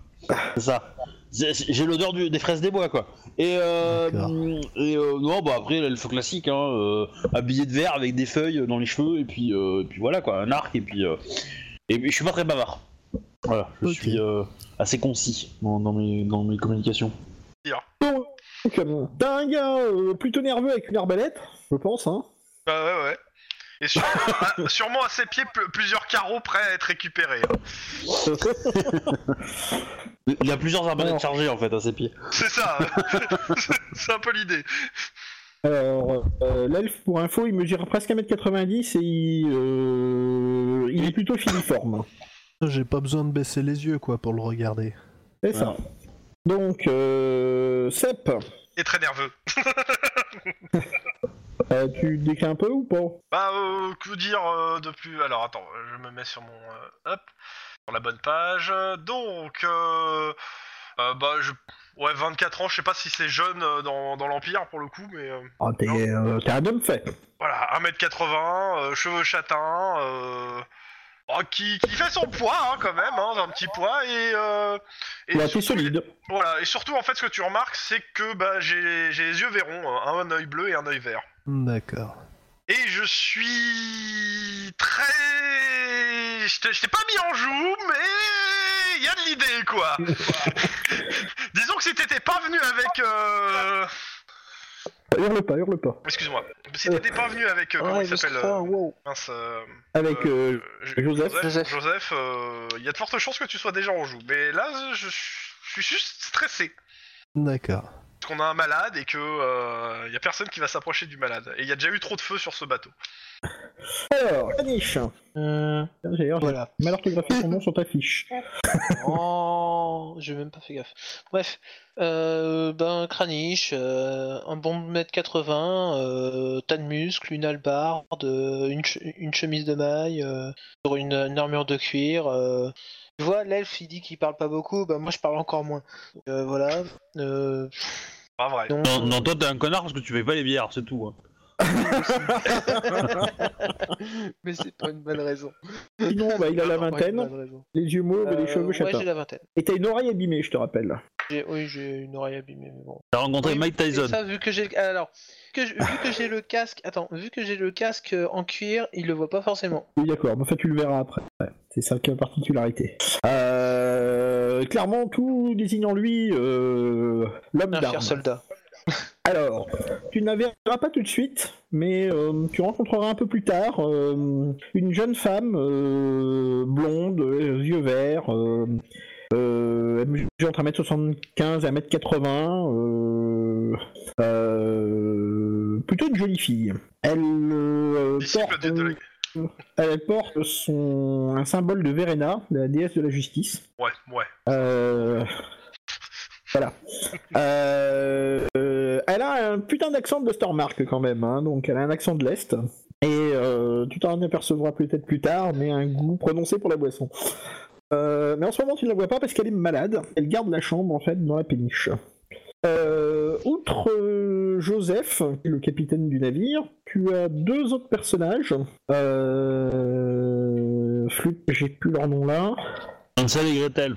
[SPEAKER 1] C'est ça. C'est- c'est- J'ai l'odeur du- des fraises des bois, quoi. Et, euh,
[SPEAKER 5] D'accord.
[SPEAKER 1] et euh, non, bah après, l'elfe classique, hein, euh, habillé de vert avec des feuilles dans les cheveux, et puis, euh, et puis voilà, quoi, un arc, et puis. euh, et puis, je suis pas très bavard. Voilà, je
[SPEAKER 5] Ok.
[SPEAKER 1] suis euh, assez concis dans, dans mes, dans mes communications.
[SPEAKER 2] donc, euh, t'as un gars euh, plutôt nerveux avec une arbalète, je pense. Hein.
[SPEAKER 4] Bah ouais, ouais. Et sûrement, à, sûrement à ses pieds pl- plusieurs carreaux prêts à être récupérés. hein.
[SPEAKER 1] Il y a plusieurs arbalètes
[SPEAKER 2] Alors.
[SPEAKER 1] chargées, en fait, à ses pieds.
[SPEAKER 4] C'est ça. hein. c'est un peu l'idée.
[SPEAKER 2] Alors, euh, l'elfe, pour info, il mesure presque 1m90 et il, euh, il est plutôt filiforme.
[SPEAKER 5] J'ai pas besoin de baisser les yeux, quoi, pour le regarder.
[SPEAKER 2] C'est ça. Donc, euh, Sep,
[SPEAKER 4] Et très nerveux.
[SPEAKER 2] euh, tu te décris un peu ou pas
[SPEAKER 4] Bah, euh, que dire euh, de plus Alors, attends, je me mets sur mon. euh, hop, sur la bonne page. Donc, euh, euh, bah, je. Ouais, 24 ans, je sais pas si c'est jeune euh, dans, dans l'Empire pour le coup, mais. euh,
[SPEAKER 2] Ah, t'es euh, t'es un homme fait.
[SPEAKER 4] voilà, 1m80, euh, cheveux châtains, euh, oh, qui, qui fait son poids hein, quand même, hein, un petit poids, et. euh, et
[SPEAKER 2] Ouais, t'es
[SPEAKER 4] surtout,
[SPEAKER 2] solide.
[SPEAKER 4] Voilà, et surtout, en fait, ce que tu remarques, c'est que bah, j'ai j'ai les yeux verrons, hein, un œil bleu et un œil vert.
[SPEAKER 5] D'accord.
[SPEAKER 4] Et je suis très. Je t'ai je t'ai pas mis en joue, mais il y a de l'idée, quoi. Disons que si t'étais pas venu avec. euh,
[SPEAKER 2] Hurle pas, hurle pas.
[SPEAKER 4] Excuse-moi. Si t'étais pas venu avec. euh, comment
[SPEAKER 3] Ouais,
[SPEAKER 4] il
[SPEAKER 3] je sais
[SPEAKER 4] s'appelle
[SPEAKER 3] pas,
[SPEAKER 4] euh,
[SPEAKER 3] wow.
[SPEAKER 4] mince, euh,
[SPEAKER 2] Avec euh,
[SPEAKER 4] J-
[SPEAKER 2] Joseph.
[SPEAKER 4] Joseph.
[SPEAKER 3] Joseph.
[SPEAKER 4] Joseph, euh, il y a de fortes chances que tu sois déjà en joue. Mais là, je, je suis juste stressé.
[SPEAKER 5] D'accord.
[SPEAKER 4] Parce qu'on a un malade et que. euh, Il y a personne qui va s'approcher du malade. Et il y a déjà eu trop de feu sur ce bateau.
[SPEAKER 2] alors, Anish.
[SPEAKER 3] Euh,
[SPEAKER 2] D'ailleurs, j'ai
[SPEAKER 3] voilà.
[SPEAKER 2] mal orthographié son nom sur ta fiche.
[SPEAKER 3] Oh, j'ai même pas fait gaffe. Bref, euh, ben Kranich, euh, un bon mètre 80, euh, tas de muscles, une albarde, euh, une, che- une chemise de maille, euh, sur une, une armure de cuir. euh. Tu vois, l'elfe il dit qu'il parle pas beaucoup, ben moi je parle encore moins. Euh, voilà. Euh,
[SPEAKER 4] Pas vrai.
[SPEAKER 3] donc,
[SPEAKER 1] Non, non, toi, t'es un connard parce que tu fais pas les bières, c'est tout. hein.
[SPEAKER 3] Mais c'est pas une bonne raison.
[SPEAKER 2] Sinon, bah, il a la
[SPEAKER 3] Non, pas une
[SPEAKER 2] vingtaine,
[SPEAKER 3] bonne raison.
[SPEAKER 2] les yeux mauves et
[SPEAKER 3] Euh,
[SPEAKER 2] les cheveux
[SPEAKER 3] ouais,
[SPEAKER 2] châtains.
[SPEAKER 3] j'ai la vingtaine.
[SPEAKER 2] Et t'as une oreille abîmée, je te rappelle.
[SPEAKER 3] J'ai- Oui, j'ai une oreille abîmée, mais bon.
[SPEAKER 1] T'as rencontré
[SPEAKER 3] Oui,
[SPEAKER 1] Mike
[SPEAKER 3] Et
[SPEAKER 1] Tyson.
[SPEAKER 3] ça, vu que j'ai alors que je- vu que j'ai le casque, attends, vu que j'ai le casque euh, en cuir, il le voit pas forcément.
[SPEAKER 2] Oui, d'accord, mais enfin, tu le verras après. Ouais, C'est ça qui est la particularité. Euh, clairement, tout désigne en lui euh, l'homme
[SPEAKER 3] Un
[SPEAKER 2] d'armes.
[SPEAKER 4] Bah,
[SPEAKER 3] fier soldat.
[SPEAKER 2] Alors, tu ne la verras pas tout de suite, mais euh, tu rencontreras un peu plus tard euh, une jeune femme euh, blonde, euh, yeux verts, euh, euh, elle mesure entre 1m75 et 1m80, euh, euh, plutôt une jolie fille. Elle, euh,
[SPEAKER 4] Disciple
[SPEAKER 2] porte-
[SPEAKER 4] de de la-
[SPEAKER 2] elle porte son, un symbole de Verena, la déesse de la justice.
[SPEAKER 4] Ouais, ouais.
[SPEAKER 2] Euh, Voilà. Euh, euh, Elle a un putain d'accent de Stormark quand même, hein, donc elle a un accent de l'Est. Et euh, tu t'en apercevras peut-être plus tard, mais un goût prononcé pour la boisson. Euh, mais en ce moment, tu ne la vois pas parce qu'elle est malade. Elle garde la chambre en fait dans la péniche. Euh, outre euh, Joseph, qui est le capitaine du navire, tu as deux autres personnages. Euh... flûte, j'ai plus leur nom là.
[SPEAKER 1] Hansel et Gretel.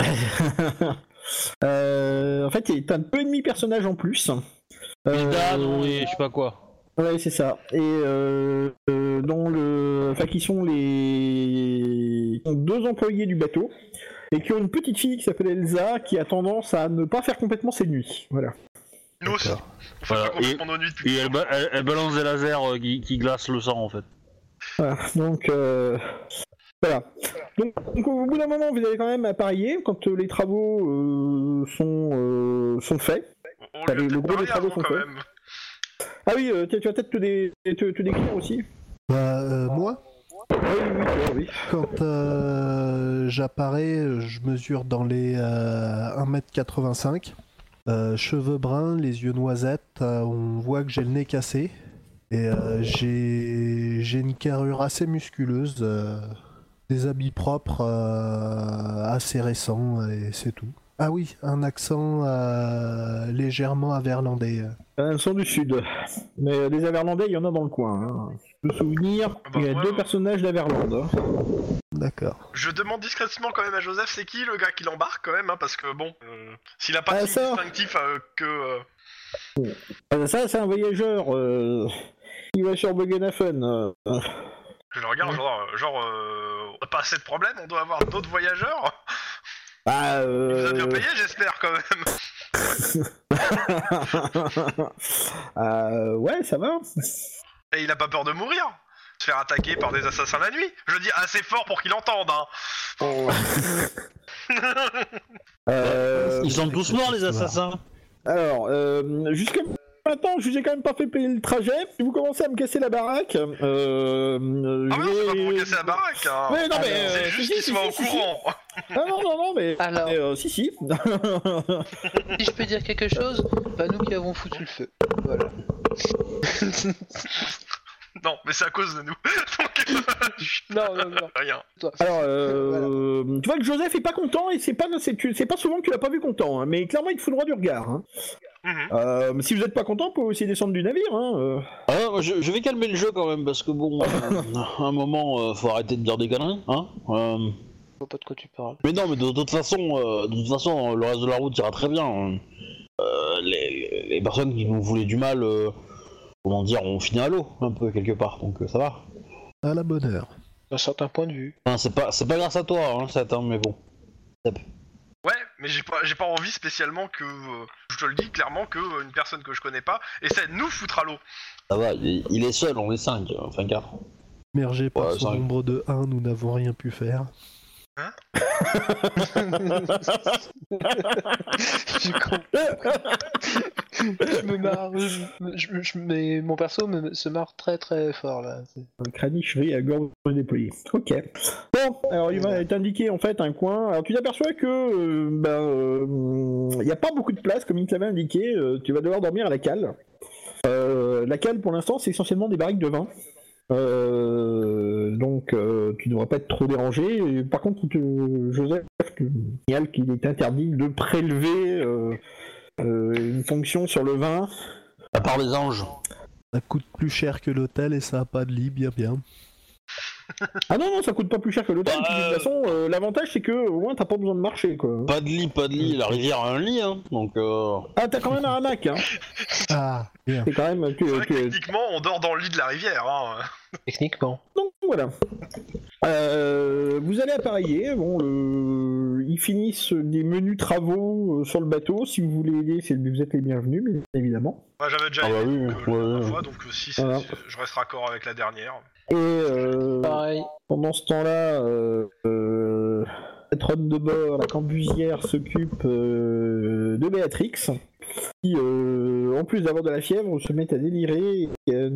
[SPEAKER 2] Euh, en fait, t'as un peu demi personnage en plus. Euh,
[SPEAKER 1] Ida, non, et je sais pas quoi.
[SPEAKER 2] Ouais, c'est ça. Et euh, euh, dans le, enfin, qui sont les qui sont deux employés du bateau et qui ont une petite fille qui s'appelle Elsa qui a tendance à ne pas faire complètement ses nuits. Voilà.
[SPEAKER 4] Nous aussi.
[SPEAKER 5] D'accord.
[SPEAKER 4] On fait
[SPEAKER 1] Voilà,
[SPEAKER 4] pas complètement
[SPEAKER 1] et-
[SPEAKER 4] nos nuits depuis
[SPEAKER 1] Et elle, ba- elle- elle balance des lasers euh, qui, qui glacent le sang en fait.
[SPEAKER 2] Voilà, donc euh, voilà. Donc, donc, au bout d'un moment, vous allez quand même à parier quand euh, les travaux euh, sont euh, sont faits.
[SPEAKER 4] On
[SPEAKER 2] Bah,
[SPEAKER 4] lui a
[SPEAKER 2] le- le
[SPEAKER 4] peut-être
[SPEAKER 2] gros
[SPEAKER 4] parlé
[SPEAKER 2] des travaux
[SPEAKER 4] avant,
[SPEAKER 2] sont
[SPEAKER 4] quand
[SPEAKER 2] faits.
[SPEAKER 4] même.
[SPEAKER 2] Ah oui, euh, tu tu vas peut-être te, dé- te, te décrire aussi.
[SPEAKER 5] Bah, euh, moi,
[SPEAKER 2] Ah oui, oui, oui, oui.
[SPEAKER 5] quand euh, j'apparais, je mesure dans les euh, 1m85. Euh, cheveux bruns, les yeux noisettes, euh, on voit que j'ai le nez cassé. Et euh, j'ai j'ai une carrure assez musculeuse, euh, des habits propres euh, assez récents, et c'est tout. Ah oui, un accent euh, légèrement averlandais.
[SPEAKER 2] Euh, Elles sont du sud. Mais euh, des Averlandais, il y en a dans le coin. Hein. De souvenir,
[SPEAKER 4] Ah bah,
[SPEAKER 2] il y a
[SPEAKER 4] ouais,
[SPEAKER 2] deux
[SPEAKER 4] ouais.
[SPEAKER 2] personnages d'Averland. hein.
[SPEAKER 5] D'accord.
[SPEAKER 4] Je demande discrètement quand même à Joseph, c'est qui le gars qui l'embarque quand même, hein, parce que bon, euh, s'il a pas
[SPEAKER 2] Ah,
[SPEAKER 4] de signe
[SPEAKER 2] ça.
[SPEAKER 4] distinctif euh, que. euh,
[SPEAKER 2] Ah, Ça, c'est un voyageur. euh, Il va sur Buggenhafen. euh, euh,
[SPEAKER 4] je le regarde, genre, euh, genre euh, on n'a pas assez de problèmes, on doit avoir d'autres voyageurs.
[SPEAKER 2] Bah,
[SPEAKER 4] Il vous a bien
[SPEAKER 2] euh,
[SPEAKER 4] payé, j'espère quand même.
[SPEAKER 2] euh, ouais, ça va.
[SPEAKER 4] Et il a pas peur de mourir. Se faire attaquer par des assassins la nuit. Je dis assez fort pour qu'il entende, hein.
[SPEAKER 2] Euh,
[SPEAKER 1] Ils sont tous morts les assassins.
[SPEAKER 2] alors, euh, jusqu'à maintenant, je vous ai quand même pas fait payer le trajet. Si vous commencez à me casser la baraque, euh, euh,
[SPEAKER 4] Ah, mais non, c'est
[SPEAKER 2] je
[SPEAKER 4] pas
[SPEAKER 2] vais-
[SPEAKER 4] pour casser la baraque, hein.
[SPEAKER 2] Ouais, non, mais,
[SPEAKER 4] C'est
[SPEAKER 2] euh, si,
[SPEAKER 4] juste
[SPEAKER 2] si,
[SPEAKER 4] qu'il
[SPEAKER 2] si,
[SPEAKER 4] soit au
[SPEAKER 2] si, si, si.
[SPEAKER 4] courant.
[SPEAKER 2] Ah, non, non, non, mais.
[SPEAKER 3] Alors,
[SPEAKER 2] mais, euh, si, si.
[SPEAKER 3] si je peux dire quelque chose, bah nous qui avons foutu le feu. Voilà.
[SPEAKER 4] Non, mais c'est à cause de nous. Donc, euh,
[SPEAKER 3] non, non, non.
[SPEAKER 4] rien.
[SPEAKER 3] Toi.
[SPEAKER 2] Alors, euh, tu vois que Joseph est pas content et c'est pas, c'est, tu- c'est pas souvent que tu l'as pas vu content, hein, mais clairement il te fout droit du regard. hein.
[SPEAKER 4] Mhm.
[SPEAKER 2] Euh, mais si vous êtes pas content, vous pouvez aussi descendre du navire. Hein, euh.
[SPEAKER 1] Ah, moi, je, je vais calmer le jeu quand même parce que bon, euh, à un moment, euh, faut arrêter de dire des conneries, hein. Euh,
[SPEAKER 3] Je vois pas de quoi tu parles.
[SPEAKER 1] mais non, mais de, toute façon, euh, de toute façon, euh, le reste de la route ira très bien. hein. Euh, les, les personnes qui nous voulaient du mal, euh, comment dire, on finit à l'eau un peu quelque part, donc euh, ça va.
[SPEAKER 5] À la bonne heure.
[SPEAKER 3] D'un certain point de vue.
[SPEAKER 1] Enfin, c'est pas, c'est pas grâce à toi, hein, Seth, hein, mais bon.
[SPEAKER 4] Ouais, mais j'ai pas, j'ai pas envie spécialement que. euh, je te le dis clairement que euh, une personne que je connais pas essaie de nous foutre à l'eau.
[SPEAKER 1] Ça va, il, il est seul, on est cinq, euh, enfin quatre.
[SPEAKER 5] Mergé par
[SPEAKER 1] Ouais,
[SPEAKER 5] son
[SPEAKER 1] ça arrive.
[SPEAKER 5] nombre de 1, nous n'avons rien pu faire.
[SPEAKER 3] Je comprends. je me marre. je- je- je- mais mon perso me- se marre très très fort là. C'est-
[SPEAKER 2] Kranich rit à gorge déployée. Ok. Bon, alors il va t'indiquer en fait un coin. Alors tu t'aperçois que euh, ben euh, il n'y a pas beaucoup de place comme il te l'avait indiqué. euh, tu vas devoir dormir à la cale. Euh, la cale pour l'instant c'est essentiellement des barriques de vin. Euh, donc euh, tu ne devras pas être trop dérangé. Et par contre, il te- Joseph te signale qu'il est interdit de prélever euh, euh, une fonction sur le vin.
[SPEAKER 1] À part les anges.
[SPEAKER 5] Ça coûte plus cher que l'hôtel et ça a pas de lit, bien bien.
[SPEAKER 2] Ah non, non, ça coûte pas plus cher que l'hôtel.
[SPEAKER 1] Bah,
[SPEAKER 2] puis de
[SPEAKER 1] euh,
[SPEAKER 2] toute façon, euh, l'avantage c'est que au moins t'as pas besoin de marcher quoi.
[SPEAKER 1] Pas de lit, pas de lit, la rivière a un lit, hein, donc euh...
[SPEAKER 2] Ah, t'as quand même un hamac, hein.
[SPEAKER 5] Ah, bien.
[SPEAKER 2] C'est quand même. tu-
[SPEAKER 4] C'est vrai que
[SPEAKER 2] tu-
[SPEAKER 4] techniquement, on dort dans le lit de la rivière. Hein.
[SPEAKER 3] Techniquement.
[SPEAKER 2] Donc voilà. Euh, vous allez appareiller. Bon, le... il ils finissent des menus travaux euh, sur le bateau. Si vous voulez aider, c'est- vous êtes les bienvenus, bien évidemment.
[SPEAKER 4] Bah, J'avais déjà
[SPEAKER 1] Ah bah oui,
[SPEAKER 4] aimé, donc, euh,
[SPEAKER 1] ouais,
[SPEAKER 4] la dernière
[SPEAKER 1] ouais.
[SPEAKER 4] fois, donc euh, si, c'est-
[SPEAKER 2] Voilà.
[SPEAKER 4] je reste raccord avec la dernière.
[SPEAKER 2] Et euh,
[SPEAKER 3] Pareil.
[SPEAKER 2] pendant ce temps-là, euh, euh, cette ronde de bord, la cambusière, s'occupe euh, de Béatrix, qui, euh, en plus d'avoir de la fièvre, se met à délirer, et, euh,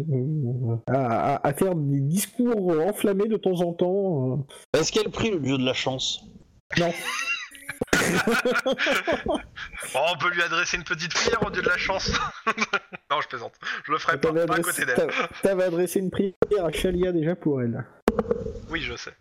[SPEAKER 2] à, à- à faire des discours enflammés de temps en temps. euh,
[SPEAKER 1] Est-ce qu'elle prie le dieu de la chance
[SPEAKER 4] Oh, on peut lui adresser une petite prière au dieu de la chance. non, je plaisante. Je le ferai pas,
[SPEAKER 2] T'avais
[SPEAKER 4] pas à
[SPEAKER 2] adressé-
[SPEAKER 4] côté d'elle.
[SPEAKER 2] t'a- t'avais adressé une prière à Chalia déjà pour elle.
[SPEAKER 4] Oui, je sais.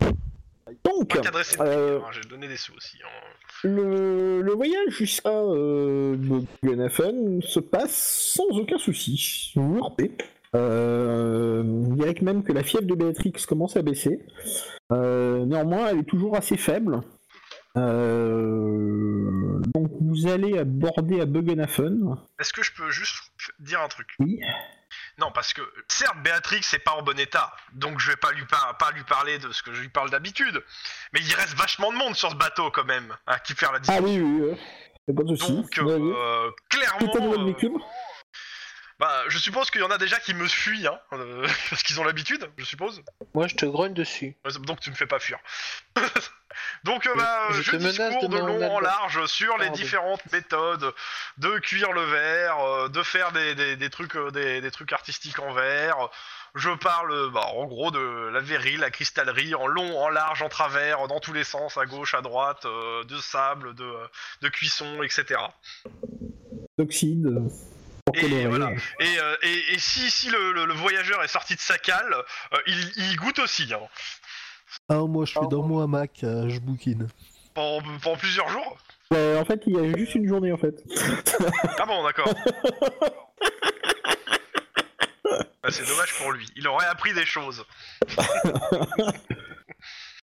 [SPEAKER 2] Donc,
[SPEAKER 4] Pas qu'adresser une
[SPEAKER 2] euh,
[SPEAKER 4] prière, hein, j'ai donné des sous aussi. hein.
[SPEAKER 2] le, le voyage jusqu'à euh, Glenhafen se passe sans aucun souci. Vous vous repérez. Euh, on dirait que même que la fièvre de Béatrix commence à baisser. Euh, néanmoins, elle est toujours assez faible. Euh, donc vous allez aborder à Buggenhafen.
[SPEAKER 4] Est-ce que je peux juste f- dire un truc
[SPEAKER 2] Oui.
[SPEAKER 4] Non, parce que certes, Béatrix n'est pas en bon état, donc je vais pas lui, par- pas lui parler de ce que je lui parle d'habitude, mais il reste vachement de monde sur ce bateau quand même, à qui faire la
[SPEAKER 2] Ah
[SPEAKER 4] discussion.
[SPEAKER 2] oui, oui, oui. C'est pas de souci.
[SPEAKER 4] donc,
[SPEAKER 2] Vous allez.
[SPEAKER 4] euh,
[SPEAKER 2] Tout est de
[SPEAKER 4] clairement,
[SPEAKER 2] votre
[SPEAKER 4] euh,
[SPEAKER 2] véhicule.
[SPEAKER 4] bah, je suppose qu'il y en a déjà qui me fuient, hein, euh, parce qu'ils ont l'habitude, je suppose.
[SPEAKER 3] Moi, je te grogne dessus.
[SPEAKER 4] Donc tu me fais pas fuir. Donc euh,
[SPEAKER 3] Je-
[SPEAKER 4] bah,
[SPEAKER 3] je
[SPEAKER 4] je,
[SPEAKER 3] te menace
[SPEAKER 4] discours
[SPEAKER 3] de
[SPEAKER 4] de
[SPEAKER 3] me
[SPEAKER 4] long
[SPEAKER 3] remettre
[SPEAKER 4] en
[SPEAKER 3] dans-
[SPEAKER 4] large sur les
[SPEAKER 3] Pardon.
[SPEAKER 4] différentes méthodes de cuire le verre, euh, de faire des, des- des trucs euh, des, des trucs artistiques en verre. Je parle euh, bah, en gros de la verrerie, la cristallerie, en long, en large, en travers, dans tous les sens, à gauche, à droite, euh, de sable, de, de cuisson, etc.
[SPEAKER 2] D'oxyde. Pour
[SPEAKER 4] Et
[SPEAKER 2] colorer.
[SPEAKER 4] voilà. Et, euh, et- et si, si le, le- le voyageur est sorti de sa cale, euh, il, il goûte aussi, hein,
[SPEAKER 5] Ah, moi, je suis
[SPEAKER 3] Ah,
[SPEAKER 5] dans mon hamac, euh, je bouquine.
[SPEAKER 4] pendant- pendant plusieurs jours.
[SPEAKER 2] Euh, en fait, il y a juste une journée en fait.
[SPEAKER 4] Ah bon, d'accord. Bah, c'est dommage pour lui. Il aurait appris des choses.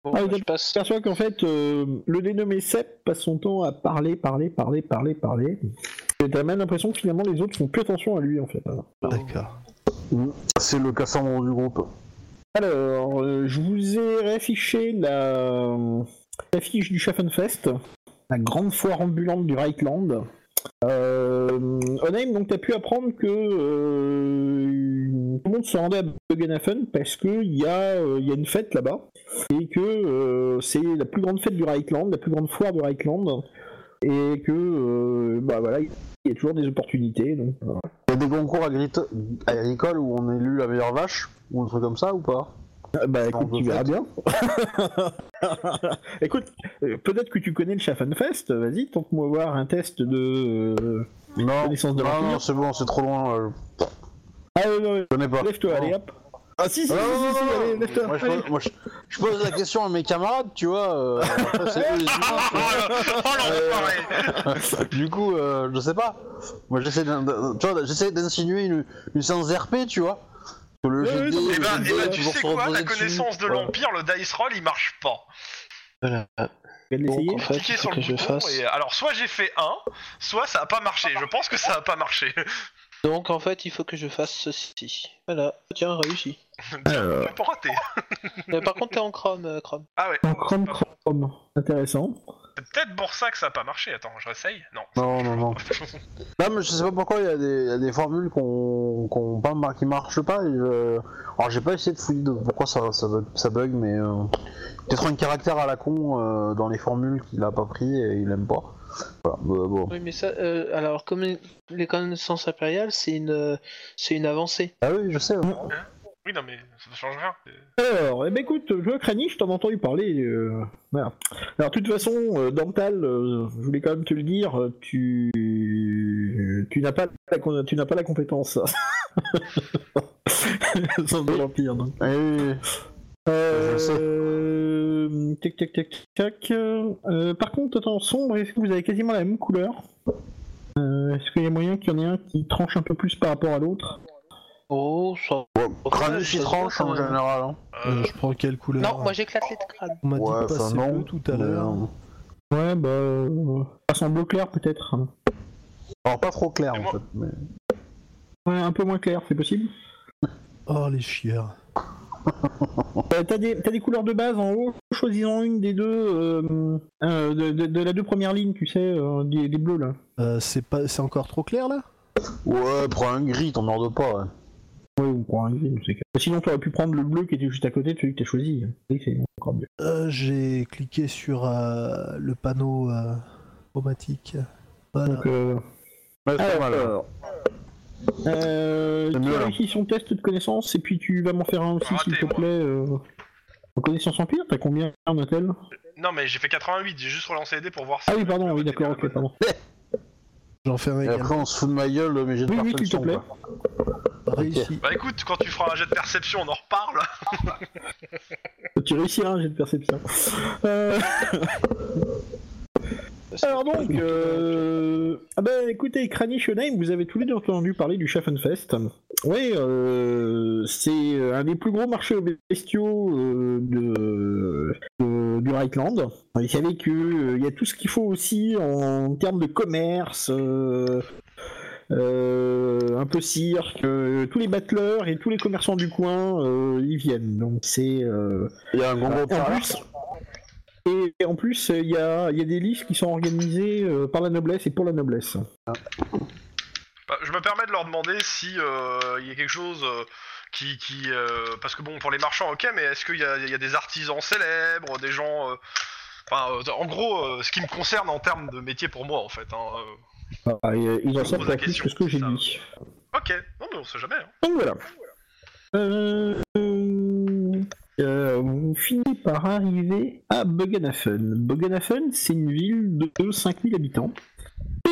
[SPEAKER 3] Bon,
[SPEAKER 2] Ah,
[SPEAKER 3] bah,
[SPEAKER 2] il a-
[SPEAKER 3] je passe.
[SPEAKER 2] s'aperçoit qu'en fait, euh, le dénommé Sepp passe son temps à parler, parler, parler, parler, parler. Et t'as même l'impression que finalement les autres font plus attention à lui en fait.
[SPEAKER 5] D'accord.
[SPEAKER 1] C'est le cassandre du groupe.
[SPEAKER 2] Alors, euh, je vous ai réaffiché la euh, l'affiche du Schaffenfest, la grande foire ambulante du Reichland. Euh, Onaim, donc t'as pu apprendre que euh, tout le monde se rendait à Buggenhafen parce qu'il y, a, euh, il y a une fête là-bas et que euh, c'est la plus grande fête du Reichland, la plus grande foire du Reichland et que euh, bah voilà, il y a toujours des opportunités donc euh,
[SPEAKER 1] Il y a des concours agrito- agricoles où on élu la meilleure vache ou un truc comme ça ou pas
[SPEAKER 2] Bah
[SPEAKER 1] On
[SPEAKER 2] écoute,
[SPEAKER 1] peut
[SPEAKER 2] tu verras
[SPEAKER 1] faire.
[SPEAKER 2] bien. écoute, euh, peut-être que tu connais le Schaffenfest, vas-y, tente-moi voir un test de... euh,
[SPEAKER 1] Non,
[SPEAKER 2] Connaissance de
[SPEAKER 1] non,
[SPEAKER 2] l'empire.
[SPEAKER 1] non, c'est bon, c'est trop loin, euh,
[SPEAKER 2] Ah ouais, non,
[SPEAKER 1] je connais pas.
[SPEAKER 2] lève-toi,
[SPEAKER 1] Non.
[SPEAKER 2] allez hop. Ah si, si, si,
[SPEAKER 1] Ah,
[SPEAKER 2] si,
[SPEAKER 1] non, non,
[SPEAKER 2] si,
[SPEAKER 1] non,
[SPEAKER 2] allez,
[SPEAKER 1] non.
[SPEAKER 2] lève-toi.
[SPEAKER 1] Moi, je
[SPEAKER 2] allez.
[SPEAKER 1] pose, moi, je- je pose la question à mes camarades, tu vois. euh, après, c'est eux les
[SPEAKER 4] Oh,
[SPEAKER 1] humains,
[SPEAKER 4] le- oh, l'enfoiré
[SPEAKER 1] quoi. du coup, euh, je sais pas. Moi, j'essaie d'in- d'in- tu vois, j'essaie d'insinuer une, une séance RP, tu vois. Que le
[SPEAKER 2] Ouais,
[SPEAKER 1] jet
[SPEAKER 2] ouais,
[SPEAKER 1] de
[SPEAKER 2] non,
[SPEAKER 1] dés,
[SPEAKER 2] mais-
[SPEAKER 4] Eh
[SPEAKER 1] le
[SPEAKER 4] ben,
[SPEAKER 1] jet
[SPEAKER 4] eh
[SPEAKER 1] de
[SPEAKER 4] ben,
[SPEAKER 1] dés,
[SPEAKER 4] tu
[SPEAKER 1] vont se
[SPEAKER 4] sais quoi
[SPEAKER 1] reposer
[SPEAKER 4] La connaissance
[SPEAKER 1] dessus.
[SPEAKER 4] de l'Empire, le dice roll, il marche pas.
[SPEAKER 3] Voilà.
[SPEAKER 2] Je vais l'essayer.
[SPEAKER 3] Bon, En fait,
[SPEAKER 4] Cliquez
[SPEAKER 3] faut
[SPEAKER 4] sur le
[SPEAKER 3] que je
[SPEAKER 4] bouton
[SPEAKER 3] fasse.
[SPEAKER 4] et... Alors, soit j'ai fait 1, soit ça a pas marché. Je pense que ça a pas marché.
[SPEAKER 3] Donc, en fait, il faut que je fasse ceci. Voilà. Tiens, réussi.
[SPEAKER 2] Alors.
[SPEAKER 4] Pas raté.
[SPEAKER 3] Mais par contre, t'es en Chrome, euh, Chrome.
[SPEAKER 4] Ah ouais.
[SPEAKER 2] En chrome, chrome. Intéressant.
[SPEAKER 4] C'est peut-être pour ça que ça a pas marché. Attends, je réessaye. Non.
[SPEAKER 1] Non, non, non. Non, mais je sais pas pourquoi il y, a des- il y a des formules qu'on, qu'on, pas mar- qui marchent pas. et je- Alors, j'ai pas essayé de fouiller de pourquoi ça, ça, bug- ça bug, mais euh, peut-être un caractère à la con euh, dans les formules qu'il a pas pris et il aime pas. Voilà, bah, bon.
[SPEAKER 3] Oui, mais ça, euh, alors, comme les connaissances impériales, c'est une, euh, c'est une avancée.
[SPEAKER 1] Ah oui, je sais. ouais.
[SPEAKER 4] Oui, non, mais ça change rien.
[SPEAKER 2] Alors, eh ben écoute, je vois Kranich, je t'en ai entendu parler. euh, voilà. Alors, de toute façon, euh, Dental, euh, je voulais quand même te le dire, euh, tu, tu n'as pas, la con- tu n'as pas la compétence. Sans de l'Empire, donc.
[SPEAKER 1] Eh oui,
[SPEAKER 2] Euh,
[SPEAKER 1] Je sais.
[SPEAKER 2] Tac, tac, tac, tac. Euh, par contre, temps sombre, est-ce que vous avez quasiment la même couleur Euh, Est-ce qu'il y a moyen qu'il y en ait un qui tranche un peu plus par rapport à l'autre
[SPEAKER 3] Oh, ça.
[SPEAKER 1] oui. Kranich, il
[SPEAKER 3] Ça se
[SPEAKER 1] tranche
[SPEAKER 3] voit
[SPEAKER 1] en
[SPEAKER 3] quand même.
[SPEAKER 1] général. hein.
[SPEAKER 5] Euh,
[SPEAKER 4] Euh,
[SPEAKER 5] je prends quelle couleur
[SPEAKER 3] Non, moi j'éclate les crânes.
[SPEAKER 5] On m'a dit
[SPEAKER 1] Ouais,
[SPEAKER 5] de
[SPEAKER 1] enfin,
[SPEAKER 5] passer
[SPEAKER 1] non.
[SPEAKER 5] bleu tout à
[SPEAKER 1] Mais,
[SPEAKER 5] l'heure.
[SPEAKER 1] euh,
[SPEAKER 2] Ouais, bah. Euh, passe en bleu clair peut-être.
[SPEAKER 1] Alors, pas trop clair
[SPEAKER 4] Mais
[SPEAKER 1] en
[SPEAKER 4] moi-
[SPEAKER 1] fait. Mais...
[SPEAKER 2] Ouais, un peu moins clair, c'est possible
[SPEAKER 5] Oh, les chieurs.
[SPEAKER 2] Euh, T'as des, t'as des couleurs de base en haut, choisissant une des deux, euh, euh, de, de- de la deux premières lignes, tu sais, euh, des, des bleus là.
[SPEAKER 5] Euh, c'est pas, c'est encore trop clair là
[SPEAKER 1] Ouais, prends un gris, t'en mordes pas. hein. ouais.
[SPEAKER 2] Ouais, ou pour un gris, c'est clair. Sinon, t'aurais pu prendre le bleu qui était juste à côté de celui que t'as choisi. Oui, C'est encore mieux.
[SPEAKER 5] Euh, J'ai cliqué sur euh, le panneau euh, chromatique. Voilà.
[SPEAKER 2] Donc, euh,
[SPEAKER 1] Ouais, c'est pas mal. hein.
[SPEAKER 2] alors. Euh,
[SPEAKER 1] C'est
[SPEAKER 2] tu
[SPEAKER 1] mieux, là.
[SPEAKER 2] réussis son test de connaissance et puis tu vas m'en faire un aussi,
[SPEAKER 4] Raté,
[SPEAKER 2] s'il te
[SPEAKER 4] moi.
[SPEAKER 2] plaît. euh, En connaissance empire, t'as combien en hôtel
[SPEAKER 4] Non, mais j'ai fait 88, j'ai juste relancé les dés pour voir si.
[SPEAKER 2] Ah oui, pardon,
[SPEAKER 4] le
[SPEAKER 2] oui,
[SPEAKER 4] vote
[SPEAKER 2] d'accord,
[SPEAKER 4] était
[SPEAKER 2] ok, pardon.
[SPEAKER 5] J'en fais un
[SPEAKER 1] Et
[SPEAKER 5] également.
[SPEAKER 1] après, on se fout de ma gueule, mais j'ai de
[SPEAKER 2] Oui, oui, s'il te
[SPEAKER 1] perfection,
[SPEAKER 2] plaît.
[SPEAKER 1] quoi.
[SPEAKER 5] Réussi.
[SPEAKER 4] Bah écoute, quand tu feras un jet de perception, on en reparle.
[SPEAKER 2] Tu réussiras, j'ai de perception. Euh, Alors donc, euh... ah ben, écoutez, Kranich Name, vous avez tous les deux entendu parler du Schaffenfest. Ouais, euh, c'est euh, un des plus gros marchés aux bestiaux euh, de, de- du Reichland. Vous savez qu'il y a tout ce qu'il faut aussi en termes de commerce, euh, euh, un peu cirque, euh, tous les battleurs et tous les commerçants du coin, euh, ils viennent. Donc c'est... euh,
[SPEAKER 1] Il y a un gros gros
[SPEAKER 2] et en
[SPEAKER 1] tarif.
[SPEAKER 2] plus- et, et en plus, euh, il y a, il y a des listes qui sont organisées euh, par la noblesse et pour la noblesse.
[SPEAKER 4] Bah, je me permets de leur demander si euh, il y a quelque chose euh, qui, qui euh, parce que bon pour les marchands ok mais est-ce qu'il y, a- il y a des artisans célèbres, des gens, euh, enfin euh, en gros euh, ce qui me concerne en termes de métier pour moi en fait. hein, euh.
[SPEAKER 2] Ah, et, euh, ils en
[SPEAKER 4] Je
[SPEAKER 2] savent
[SPEAKER 4] pose la
[SPEAKER 2] pas plus
[SPEAKER 4] question,
[SPEAKER 2] que ce que
[SPEAKER 4] c'est
[SPEAKER 2] j'ai
[SPEAKER 4] ça.
[SPEAKER 2] dit.
[SPEAKER 4] Ok, non mais on sait jamais. hein.
[SPEAKER 2] Donc voilà. Euh, euh, euh, vous finissez par arriver à Boganafen. Boganafen, c'est une ville de 5000 habitants,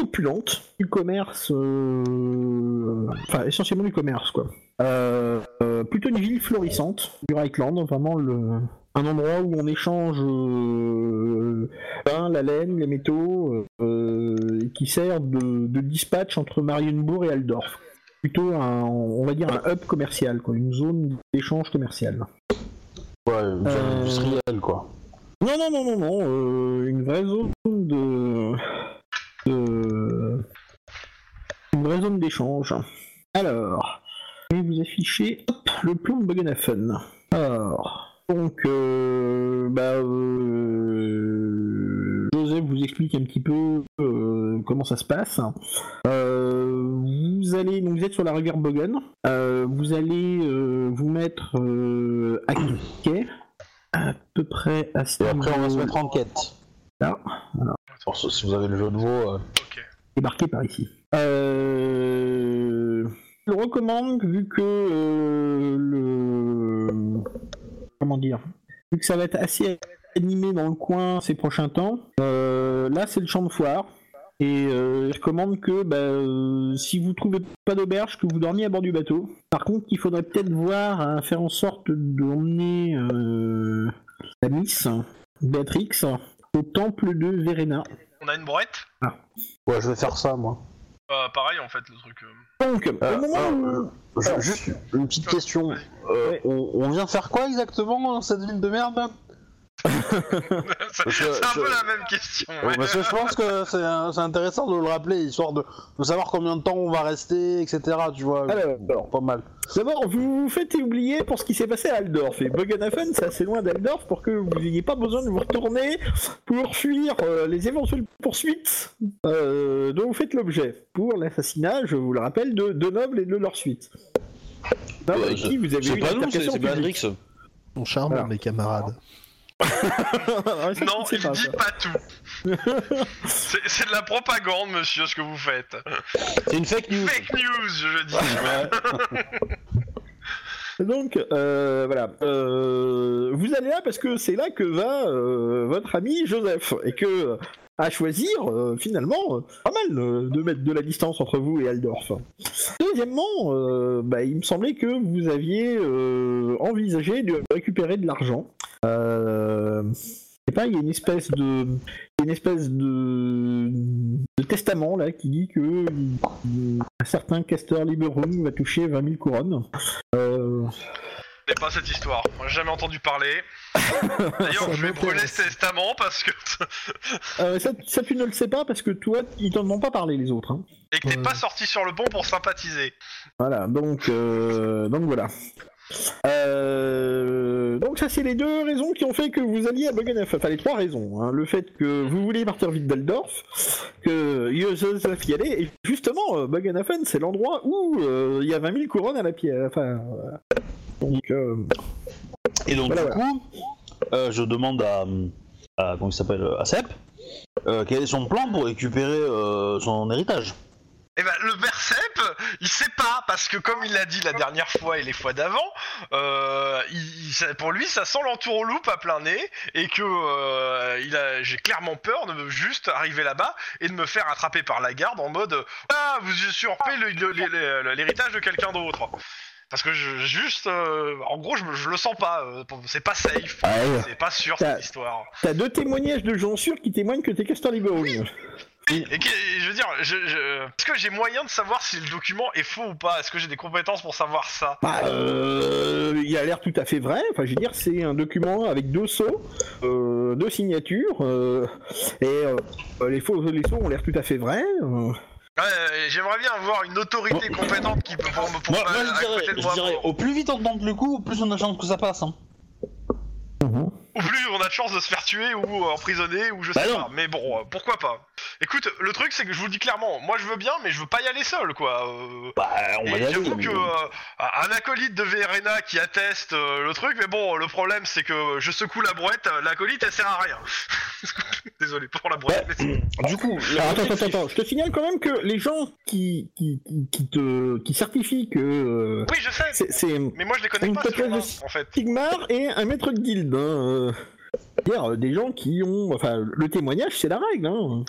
[SPEAKER 2] opulente, du commerce, euh, enfin essentiellement du commerce quoi. Euh, euh, plutôt une ville florissante du Reichland, vraiment le, un endroit où on échange euh, le pain, la laine, les métaux, euh, et qui sert de, de dispatch entre Marienbourg et Aldorf plutôt un, on va dire un hub commercial, quoi, une zone d'échange commercial.
[SPEAKER 1] Ouais, une zone
[SPEAKER 2] Euh,
[SPEAKER 1] industrielle, quoi.
[SPEAKER 2] Non, non, non, non, non, euh, une vraie zone de, de- Euh, une vraie zone d'échange. Alors, je vais vous afficher hop, le plan de Boganafen. Alors, donc, euh, bah, euh, Joseph vous explique un petit peu euh, comment ça se passe. Euh, vous allez, donc vous êtes sur la rivière Bogan. Euh, vous allez euh, vous mettre euh, à quai, à peu près à ce
[SPEAKER 1] Et après, on va se
[SPEAKER 2] niveau-
[SPEAKER 1] mettre en quête.
[SPEAKER 2] Là,
[SPEAKER 1] Pour ce- si vous avez le jeu de mots. euh,
[SPEAKER 4] Ok.
[SPEAKER 2] débarquer par ici. Euh, Je le recommande vu que euh, le comment dire, vu que ça va être assez animé dans le coin ces prochains temps. euh, là, c'est le champ de foire. Et euh, je recommande que bah, euh, si vous trouvez pas d'auberge, que vous dormiez à bord du bateau. Par contre, il faudrait peut-être voir à faire en sorte d'emmener euh, la Miss Béatrix au temple de Verena.
[SPEAKER 4] On a une brouette.
[SPEAKER 1] Ouais, je vais faire ça, moi.
[SPEAKER 4] Bah, pareil en fait le truc. euh.
[SPEAKER 2] Donc,
[SPEAKER 1] Euh,
[SPEAKER 2] au moment où...
[SPEAKER 1] alors, euh, je- juste une petite question. Euh,
[SPEAKER 2] Ouais.
[SPEAKER 1] on, on vient faire quoi exactement dans cette ville de merde là Parce
[SPEAKER 4] c'est
[SPEAKER 1] que-
[SPEAKER 4] c'est un peu
[SPEAKER 1] je-
[SPEAKER 4] la même question. ouais.
[SPEAKER 1] Ouais, Parce que je pense que c'est un- c'est intéressant de le rappeler, histoire de, de savoir combien de temps on va rester, etc. Tu vois,
[SPEAKER 2] Alors, Ah alors.
[SPEAKER 1] pas mal.
[SPEAKER 2] D'abord, vous vous faites oublier pour ce qui s'est passé à Aldorf. Et Boganafen, c'est assez loin d'Aldorf pour que vous n'ayez pas besoin de vous retourner pour fuir euh, les éventuelles poursuites euh, dont vous faites l'objet. Pour l'assassinat, je vous le rappelle, de deux nobles et de leur suite. Non,
[SPEAKER 1] Euh,
[SPEAKER 2] mais qui vous avez eu une altercation publique.
[SPEAKER 5] Ils sont charmants,
[SPEAKER 2] Voilà.
[SPEAKER 5] mes camarades.
[SPEAKER 2] Ah, ça, je
[SPEAKER 4] Non,
[SPEAKER 2] ne sais
[SPEAKER 4] il
[SPEAKER 2] pas,
[SPEAKER 4] dit
[SPEAKER 2] ça.
[SPEAKER 4] pas tout. C'est c'est de la propagande, monsieur, ce que vous faites.
[SPEAKER 1] C'est une fake news.
[SPEAKER 4] Fake news, je dis.
[SPEAKER 2] Donc, euh, voilà. Euh, vous allez là parce que c'est là que va euh, votre ami Joseph. Et que, euh, à choisir, euh, finalement, euh, pas mal euh, de mettre de la distance entre vous et Aldorf. Deuxièmement, euh, bah, il me semblait que vous aviez euh, envisagé de récupérer de l'argent. Euh, je sais pas, il y a une espèce de, il y a une espèce de, de testament là qui dit que euh, un certain Caster Liberum va toucher 20 000 couronnes. Euh,
[SPEAKER 4] Mais pas cette histoire. Moi, j'ai jamais entendu parler. D'ailleurs,
[SPEAKER 5] Ça
[SPEAKER 4] je vais brûler
[SPEAKER 5] m'intéresse.
[SPEAKER 4] ce testament parce que.
[SPEAKER 2] Euh, ça, ça, tu ne le sais pas parce que toi, ils t'en ont pas parlé les autres. hein.
[SPEAKER 4] Et que t'es
[SPEAKER 5] Ouais.
[SPEAKER 4] pas sorti sur le pont pour sympathiser.
[SPEAKER 2] Voilà, donc, euh, donc voilà. Euh, donc ça, c'est les deux raisons qui ont fait que vous alliez à Bogenhafen. Enfin, les trois raisons. hein. Le fait que vous vouliez partir vite d'Aldorf, que Joseph y allait, et justement, euh, Bogenhafen, c'est l'endroit où euh, il y a 20 000 couronnes à la pierre. Enfin, voilà. donc, euh,
[SPEAKER 1] Et donc,
[SPEAKER 2] Voilà,
[SPEAKER 1] du coup, euh, je demande à. à- comment il s'appelle À Sep. euh, quel est son plan pour récupérer euh, son héritage
[SPEAKER 4] Eh ben, le Bercep, il sait pas, parce que comme il l'a dit la dernière fois et les fois d'avant, euh, il- il- ça- pour lui, ça sent l'entourloupe à plein nez, et que euh, il a, j'ai clairement peur de juste arriver là-bas et de me faire attraper par la garde en mode « Ah, vous usurpez le- le- le- le- l'héritage de quelqu'un d'autre !» Parce que je, juste, euh, en gros, je, me- je le sens pas, euh, pour- c'est pas safe,
[SPEAKER 2] ouais,
[SPEAKER 4] c'est pas sûr
[SPEAKER 2] Ça-
[SPEAKER 4] cette histoire.
[SPEAKER 2] t'as deux témoignages de gens sûrs qui témoignent que t'es Castor Libero.
[SPEAKER 4] Et que- et je veux dire, je, je- est-ce que j'ai moyen de savoir si le document est faux ou pas Est-ce que j'ai des compétences pour savoir ça
[SPEAKER 2] Bah, euh, il a l'air tout à fait vrai. Enfin, je veux dire, c'est un document avec deux sceaux, euh, deux signatures, euh, et euh, les, faux, les sceaux ont l'air tout à fait vrais. euh.
[SPEAKER 4] Ouais, euh, J'aimerais bien avoir une autorité compétente qui peut pour, me- pour
[SPEAKER 1] Moi,
[SPEAKER 4] me-
[SPEAKER 1] moi,
[SPEAKER 4] à
[SPEAKER 1] je dirais,
[SPEAKER 4] côté de
[SPEAKER 1] je
[SPEAKER 4] moi.
[SPEAKER 1] dirais, au plus vite on tente le coup, au plus on a chance que ça passe. hein.
[SPEAKER 4] Ou plus on a de chances de se faire tuer ou euh, emprisonner ou je
[SPEAKER 1] Bah
[SPEAKER 4] sais
[SPEAKER 1] non.
[SPEAKER 4] pas. Mais bon, euh, pourquoi pas Écoute, le truc c'est que je vous le dis clairement, moi je veux bien, mais je veux pas y aller seul, quoi. euh.
[SPEAKER 1] Bah, on va
[SPEAKER 4] Et
[SPEAKER 1] y aller.
[SPEAKER 4] J'avoue
[SPEAKER 1] mais-
[SPEAKER 4] que euh, un acolyte de Verena qui atteste euh, le truc, mais bon, le problème c'est que je secoue la brouette, euh, l'acolyte elle sert à rien. Désolé pour la brouette.
[SPEAKER 1] Bah,
[SPEAKER 4] mais c'est-
[SPEAKER 1] Du coup, le-
[SPEAKER 2] Alors, Ah, attends, attends, attends, je te signale quand même que les gens qui, qui, qui, qui te, qui certifient que euh,
[SPEAKER 4] Oui, je sais.
[SPEAKER 2] c'est- c'est
[SPEAKER 4] Mais moi je les connais
[SPEAKER 2] Une
[SPEAKER 4] pas ces
[SPEAKER 2] peuplade
[SPEAKER 4] gens-là,
[SPEAKER 2] de-
[SPEAKER 4] en fait.
[SPEAKER 2] Sigmar et un maître de guilde. hein, euh. C'est-à-dire, euh, des gens qui ont. Enfin, le témoignage, c'est la règle. Hein.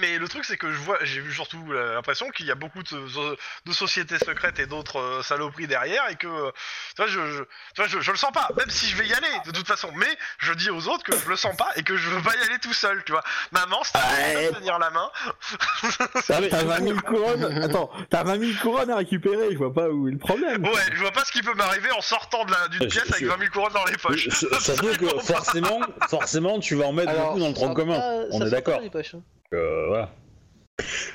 [SPEAKER 4] Mais le truc c'est que je vois, j'ai eu surtout euh, l'impression qu'il y a beaucoup de, de sociétés secrètes et d'autres euh, saloperies derrière et que, euh, tu vois, je, je, tu vois, je, je le sens pas, même si je vais y aller de toute façon. Mais je dis aux autres que je le sens pas et que je veux pas y aller tout seul, tu vois. Maman, si tu veux
[SPEAKER 2] Ouais.
[SPEAKER 4] pas tenir la main,
[SPEAKER 2] T'as t'as 20 000 couronnes. Attends, t'as 20 000 couronnes à récupérer, je vois pas où est le problème.
[SPEAKER 4] ouais, je vois pas ce qui peut m'arriver en sortant de la- d'une
[SPEAKER 1] Euh, je-
[SPEAKER 4] pièce avec
[SPEAKER 1] je-
[SPEAKER 4] 20 000 couronnes dans les poches.
[SPEAKER 1] S- Surtout que forcément, forcément, tu vas en mettre beaucoup dans le tronc commun. On est d'accord.
[SPEAKER 3] hein.
[SPEAKER 1] Euh, voilà.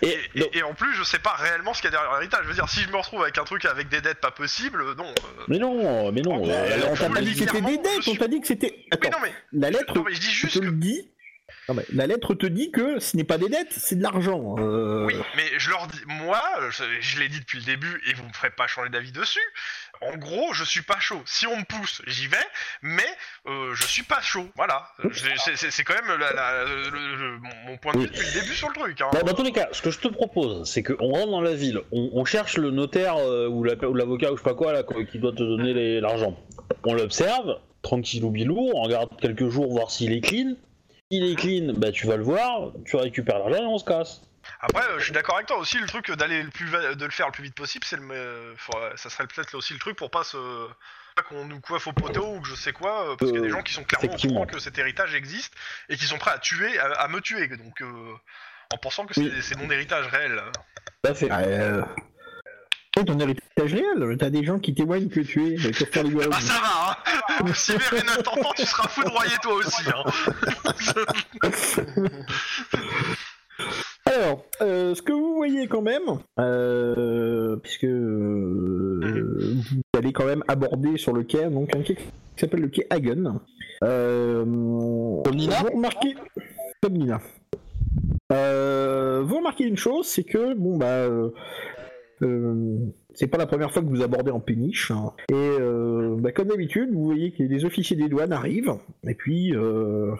[SPEAKER 1] Et,
[SPEAKER 4] Et, et- et en plus, je sais pas réellement ce qu'il y a derrière l'héritage. Je veux dire, si je me retrouve avec un truc avec des dettes pas possibles, euh, non. euh,
[SPEAKER 1] Mais non, mais non.
[SPEAKER 4] Oh, mais
[SPEAKER 1] euh,
[SPEAKER 4] alors,
[SPEAKER 2] on t'a
[SPEAKER 4] je
[SPEAKER 2] pas
[SPEAKER 4] vous
[SPEAKER 2] dit que
[SPEAKER 4] le dis
[SPEAKER 2] c'était des
[SPEAKER 4] clairement,
[SPEAKER 2] dettes,
[SPEAKER 4] je
[SPEAKER 2] on
[SPEAKER 4] suis-
[SPEAKER 2] t'a dit que c'était.
[SPEAKER 4] Oui,
[SPEAKER 2] Attends,
[SPEAKER 4] non mais,
[SPEAKER 2] la lettre
[SPEAKER 4] non mais je dis juste
[SPEAKER 2] te
[SPEAKER 4] que
[SPEAKER 2] le dit. Non, mais la lettre te dit que ce n'est pas des dettes, c'est de l'argent. euh.
[SPEAKER 4] Oui, mais je leur dis, moi, je, je l'ai dit depuis le début et vous me ferez pas changer d'avis dessus. En gros, je suis pas chaud. Si on me pousse, j'y vais, mais euh, je suis pas chaud. Voilà. Je- c'est- C'est c'est quand même la- la- le- le- mon, mon point de vue
[SPEAKER 1] Oui.
[SPEAKER 4] depuis le début sur le truc. Hein.
[SPEAKER 1] Bon, Bah, dans tous les cas, ce que je te propose, c'est qu'on rentre dans la ville, on, on cherche le notaire euh, ou la- ou l'avocat ou, je sais pas quoi là, quoi, qui doit te donner les- l'argent. On l'observe, tranquille ou bilou, on regarde quelques jours voir s'il est clean. S'il est clean, bah tu vas le voir, tu récupères l'argent et on se casse.
[SPEAKER 4] Après, euh, je suis d'accord avec toi aussi, le truc d'aller le plus va- de le faire le plus vite possible, c'est le, me- faudrait- ça serait peut-être aussi le truc pour pas se pas qu'on nous coiffe au poteau ou que je sais quoi, euh, parce qu'il y a des
[SPEAKER 1] Euh,
[SPEAKER 4] gens qui sont clairement au
[SPEAKER 1] effectivement.
[SPEAKER 4] courant que cet héritage existe et qui sont prêts à tuer, à, à me tuer, donc euh, en pensant que c'est
[SPEAKER 1] Oui.
[SPEAKER 4] c'est mon héritage réel.
[SPEAKER 1] Tout à fait.
[SPEAKER 2] Ah, euh, c'est ton héritage réel, t'as des gens qui témoignent que tu es euh, Castor Libero.
[SPEAKER 4] Ah ça va, hein Si Verena t'entend, tu seras foudroyé toi aussi, hein
[SPEAKER 2] Alors, euh, ce que vous voyez quand même, euh, puisque euh, vous allez quand même aborder sur le quai, donc un quai qui s'appelle le quai Hagen. Euh,
[SPEAKER 1] Nina
[SPEAKER 2] vous remarquez, comme Nina. Euh, vous remarquez une chose, c'est que bon bah, euh, euh, c'est pas la première fois que vous abordez en péniche. hein. Et euh, bah, comme d'habitude, vous voyez que les officiers des douanes arrivent, et puis euh,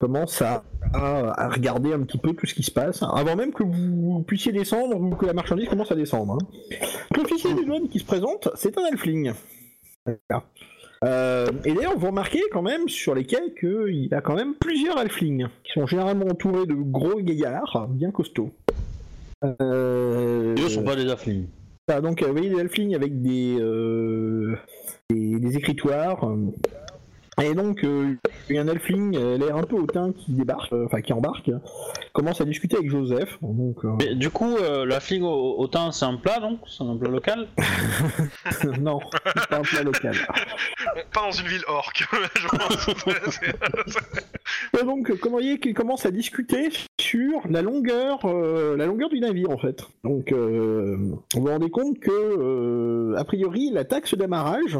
[SPEAKER 2] commencent à à, à regarder un petit peu tout ce qui se passe, hein, avant même que vous puissiez descendre ou que la marchandise commence à descendre. hein. L'officier des douanes qui se présente, c'est un elfling. Voilà. Euh, et d'ailleurs, vous remarquez quand même sur les quais qu'il y a quand même plusieurs elflings, qui sont généralement entourés de gros gaillards, bien costauds. Euh,
[SPEAKER 1] Eux sont pas des afflings.
[SPEAKER 2] ah, donc, euh, vous voyez des halflings avec des, euh, des, des écritoires. euh. Et donc, euh, il y a un halfling, euh, l'air un peu hautain, qui débarque, euh, enfin qui embarque, commence à discuter avec Joseph. Donc, euh,
[SPEAKER 1] Mais du coup, euh, l'affling au, au thym, c'est un plat donc C'est un plat local
[SPEAKER 2] euh, non, c'est pas un plat local.
[SPEAKER 4] Pas dans une ville orque, je pense.
[SPEAKER 2] Et donc, euh, comment voyez qu'il commence à discuter sur la longueur, euh, la longueur du navire en fait. Donc, euh, vous vous rendez compte que, euh, a priori, la taxe d'amarrage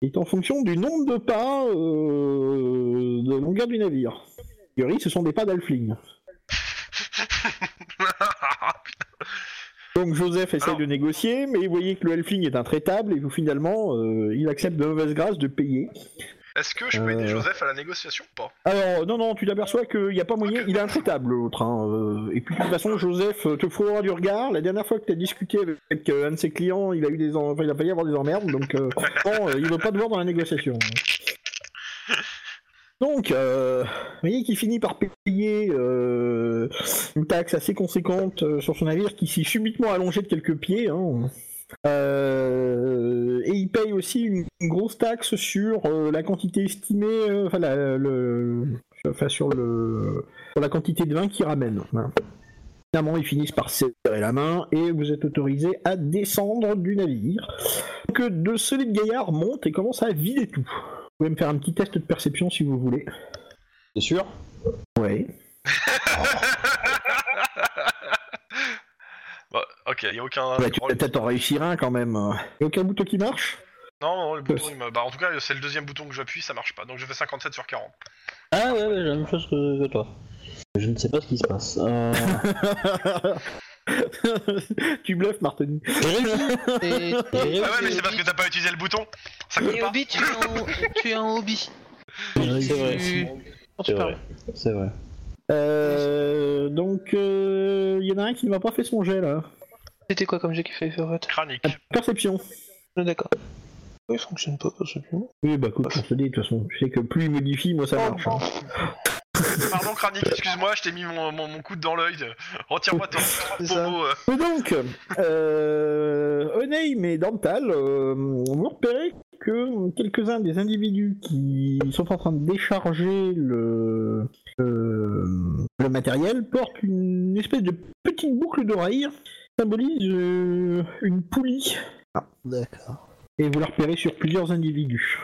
[SPEAKER 2] est en fonction du nombre de pas euh, de longueur du navire. A priori, ce sont des pas d'Alfling. Donc Joseph essaie
[SPEAKER 4] Alors-
[SPEAKER 2] de négocier, mais vous voyez que le Elfling est intraitable et vous, finalement, euh, il accepte de mauvaise grâce de payer.
[SPEAKER 4] Est-ce que je peux aider
[SPEAKER 2] Euh.
[SPEAKER 4] Joseph à la négociation ou pas
[SPEAKER 2] Alors, non, non, tu t'aperçois qu'il n'y a pas moyen, il est intraitable l'autre. hein, euh, et puis, de toute façon, Joseph euh, te fourra du regard. La dernière fois que tu as discuté avec, euh, un de ses clients, il a eu des en- enfin, il a failli avoir des emmerdes, donc euh, non, euh, il veut pas te voir dans la négociation. Donc, euh, vous voyez qu'il finit par payer euh, une taxe assez conséquente euh, sur son navire qui s'est subitement allongé de quelques pieds. hein. Euh, et il paye aussi une, une grosse taxe sur euh, la quantité estimée, euh, enfin, la- le, enfin, sur, le, sur la quantité de vin qu'il ramène. Voilà. Finalement, ils finissent par se serrer la main et vous êtes autorisé à descendre du navire. Que de solides gaillards montent et commencent à vider tout. Vous pouvez me faire un petit test de perception si vous voulez.
[SPEAKER 1] C'est sûr
[SPEAKER 2] Ouais.
[SPEAKER 4] Bah, ok, il y a aucun.
[SPEAKER 2] Bah, tu vas peut-être en réussir un quand même. Y a aucun bouton qui marche
[SPEAKER 4] Non, non, le bouton, il me- bah, en tout cas, c'est le deuxième bouton que j'appuie, ça marche pas. Donc je fais 57 sur 40.
[SPEAKER 1] Ah ouais, ouais, j'ai la même chose que, que toi. Je ne sais pas ce qui se passe. Euh,
[SPEAKER 2] Tu bluffes, Martoni.
[SPEAKER 1] j'ai réussi.
[SPEAKER 3] Et-
[SPEAKER 1] ouais,
[SPEAKER 4] Ah ouais, mais c'est parce que t'as pas utilisé le bouton Ça compte
[SPEAKER 3] Et
[SPEAKER 4] pas
[SPEAKER 3] Obi, tu es un, tu es un hobby.
[SPEAKER 1] C'est vrai.
[SPEAKER 3] Tu- quand tu
[SPEAKER 1] C'est
[SPEAKER 3] parles.
[SPEAKER 1] vrai. C'est vrai.
[SPEAKER 2] Euh, donc, euh, y en a un qui ne m'a pas fait son jet là.
[SPEAKER 3] C'était quoi comme j'ai kiffé faire en fait
[SPEAKER 4] Cranique.
[SPEAKER 2] La perception.
[SPEAKER 3] Ah, D'accord. Pourquoi Il fonctionne pas parce que
[SPEAKER 2] Oui, bah écoute, je te dis, de toute façon, je sais que plus il modifie, moi ça marche. hein.
[SPEAKER 4] Pardon, Cranique, excuse-moi, je t'ai mis mon, mon, mon coude dans l'œil. de- Retire-moi ton
[SPEAKER 3] C'est ça.
[SPEAKER 4] pommeau. euh.
[SPEAKER 2] Et donc, euh, Oneim et Dental, euh, vous repérez que quelques-uns des individus qui sont en train de décharger le, euh, le matériel portent une espèce de petite boucle d'oreille qui symbolise euh, une poulie.
[SPEAKER 5] D'accord.
[SPEAKER 2] Et vous la repérez sur plusieurs individus.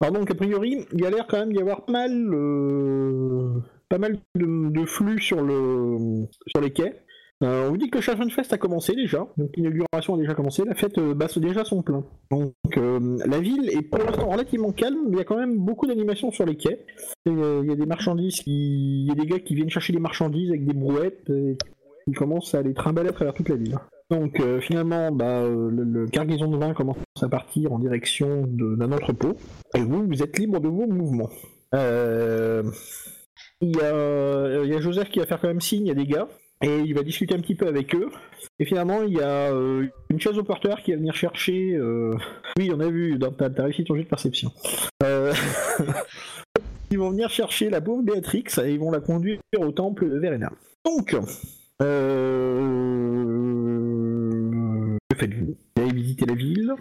[SPEAKER 2] Alors donc, a priori, il y a l'air quand même d'y avoir pas mal, euh, pas mal de, de flux sur, le, sur les quais. Euh, on vous dit que le Chagrin Fest a commencé déjà, donc l'inauguration a déjà commencé, la fête euh, basse déjà son plein. Donc euh, la ville est pour l'instant relativement calme, mais il y a quand même beaucoup d'animation sur les quais. Et, euh, Il y a des marchandises, qui... il y a des gars qui viennent chercher des marchandises avec des brouettes, et qui commencent à les trimballer à travers toute la ville. Donc euh, finalement, bah, euh, le, le cargaison de vin commence à partir en direction de- d'un entrepôt, et vous, vous êtes libre de vos mouvements. Euh, Il y, a, euh, il y a Joseph qui va faire quand même signe à des gars, et il va discuter un petit peu avec eux. Et finalement, il y a euh, une chaise au porteur qui va venir chercher. euh, Oui, on a vu, dans- t'as t'as réussi ton jeu de perception. Euh, ils vont venir chercher la pauvre Béatrix et ils vont la conduire au temple de Verena. Donc, euh... que faites-vous Vous allez visiter la ville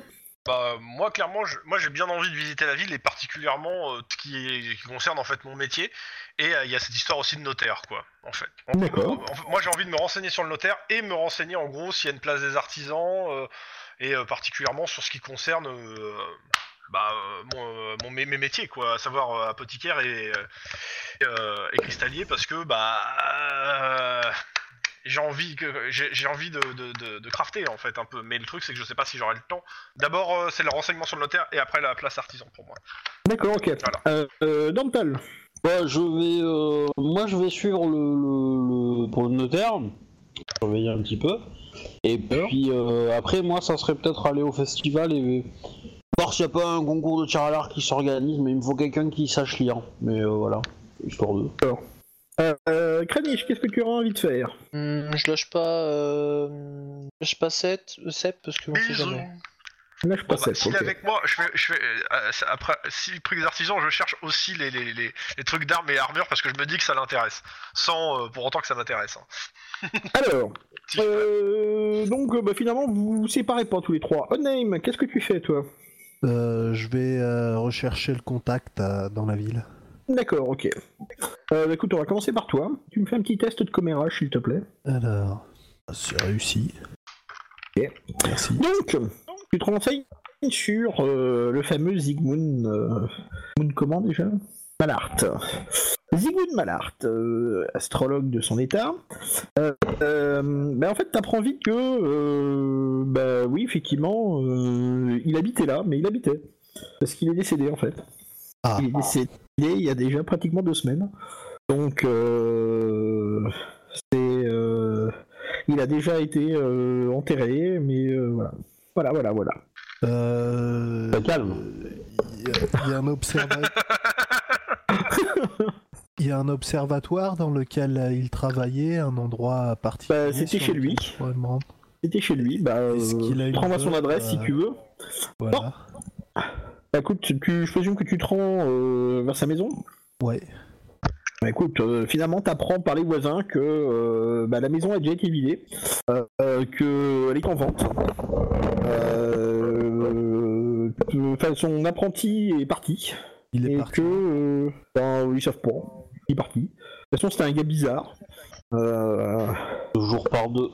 [SPEAKER 4] Bah, moi, clairement, je- moi j'ai bien envie de visiter la ville et particulièrement euh, ce qui, est- qui concerne en fait mon métier. Et euh, il y a cette histoire aussi de notaire, quoi, en fait. En-
[SPEAKER 2] D'accord.
[SPEAKER 4] en- moi j'ai envie de me renseigner sur le notaire et me renseigner en gros s'il y a une place des artisans euh, et euh, particulièrement sur ce qui concerne euh, bah, euh, mon, euh, mon- mes, mes métiers, quoi, à savoir euh, apothicaire et, euh, et, euh, et cristallier parce que bah. euh, j'ai envie que j'ai j'ai envie de, de, de- de crafter en fait un peu mais le truc c'est que je sais pas si j'aurai le temps D'abord, euh, c'est le renseignement sur le notaire et après la place artisan pour moi.
[SPEAKER 2] Bah, D'accord, ok.
[SPEAKER 4] Voilà.
[SPEAKER 2] Euh, euh, Dental,
[SPEAKER 1] Bah, je vais, euh, moi, je vais suivre le, le, le- pour le notaire, surveiller un petit peu. Et puis euh, après, moi, ça serait peut-être aller au festival et voir s'il n'y a pas un concours de tir à l'arc qui s'organise, mais il me faut quelqu'un qui sache lire. Mais euh, voilà, histoire de.
[SPEAKER 2] euh, euh, Kranich, qu'est-ce que tu auras envie de faire
[SPEAKER 3] Hmm, je lâche pas. Euh, je lâche pas 7, Sep parce que on sait jamais.
[SPEAKER 2] Là, je
[SPEAKER 4] Bon,
[SPEAKER 2] passe
[SPEAKER 4] bah,
[SPEAKER 2] à-
[SPEAKER 4] S'il
[SPEAKER 2] ok.
[SPEAKER 4] est avec moi, je fais, je fais, euh, euh, ça- après, si le truc des artisans, je cherche aussi les, les, les, les trucs d'armes et armures parce que je me dis que ça l'intéresse. Sans euh, pour autant que ça m'intéresse. hein.
[SPEAKER 2] Alors,
[SPEAKER 4] Si-
[SPEAKER 2] euh, donc euh, bah, finalement, vous vous séparez pas tous les trois. Oname, qu'est-ce que tu fais toi
[SPEAKER 5] Euh, je vais euh, rechercher le contact euh, dans la ville.
[SPEAKER 2] D'accord, ok. Euh, bah, écoute, on va commencer par toi. Tu me fais un petit test de commérage, s'il te plaît.
[SPEAKER 5] Alors, c'est réussi.
[SPEAKER 2] Ok.
[SPEAKER 5] Merci.
[SPEAKER 2] Donc, tu te renseignes sur euh, le fameux Zygmunt. euh, Zygmunt comment déjà Malart. Zygmunt Malart, euh, astrologue de son état. Euh, euh, ben en fait, t'apprends ben, vite que, euh, bah oui, effectivement, euh, il habitait là, mais il habitait. Parce qu'il est décédé en fait.
[SPEAKER 5] Ah.
[SPEAKER 2] Il est décédé il y a déjà pratiquement deux semaines. Donc euh, c'est euh, il a déjà été euh, enterré, mais euh, voilà. Voilà, voilà, voilà.
[SPEAKER 5] Euh,
[SPEAKER 1] Pas calme.
[SPEAKER 5] Il y, a- il y a un observatoire. Il y a un observatoire dans lequel euh, il travaillait, un endroit particulier.
[SPEAKER 2] Bah, c'était
[SPEAKER 5] sur
[SPEAKER 2] chez
[SPEAKER 5] lequel
[SPEAKER 2] lui.
[SPEAKER 5] je pourrais me rendre.
[SPEAKER 2] C'était chez lui, bah
[SPEAKER 5] Est-ce qu'il a
[SPEAKER 2] euh,
[SPEAKER 5] une
[SPEAKER 2] prends-moi son
[SPEAKER 5] meuf,
[SPEAKER 2] adresse si
[SPEAKER 5] euh,
[SPEAKER 2] tu veux.
[SPEAKER 5] Voilà.
[SPEAKER 2] Bah, écoute, tu, je présume que tu te rends euh, vers sa maison.
[SPEAKER 5] Ouais.
[SPEAKER 2] Bah, écoute, euh, finalement, t'apprends par les voisins que euh, bah, la maison a déjà été vidée, euh, euh, que elle est en vente. Euh, euh, Enfin, son apprenti est parti
[SPEAKER 5] Il est
[SPEAKER 2] et que
[SPEAKER 5] parti.
[SPEAKER 2] euh, ben, ils savent pas. Il est parti. De toute façon, c'était un gars bizarre. Euh,
[SPEAKER 1] Deux jours par deux.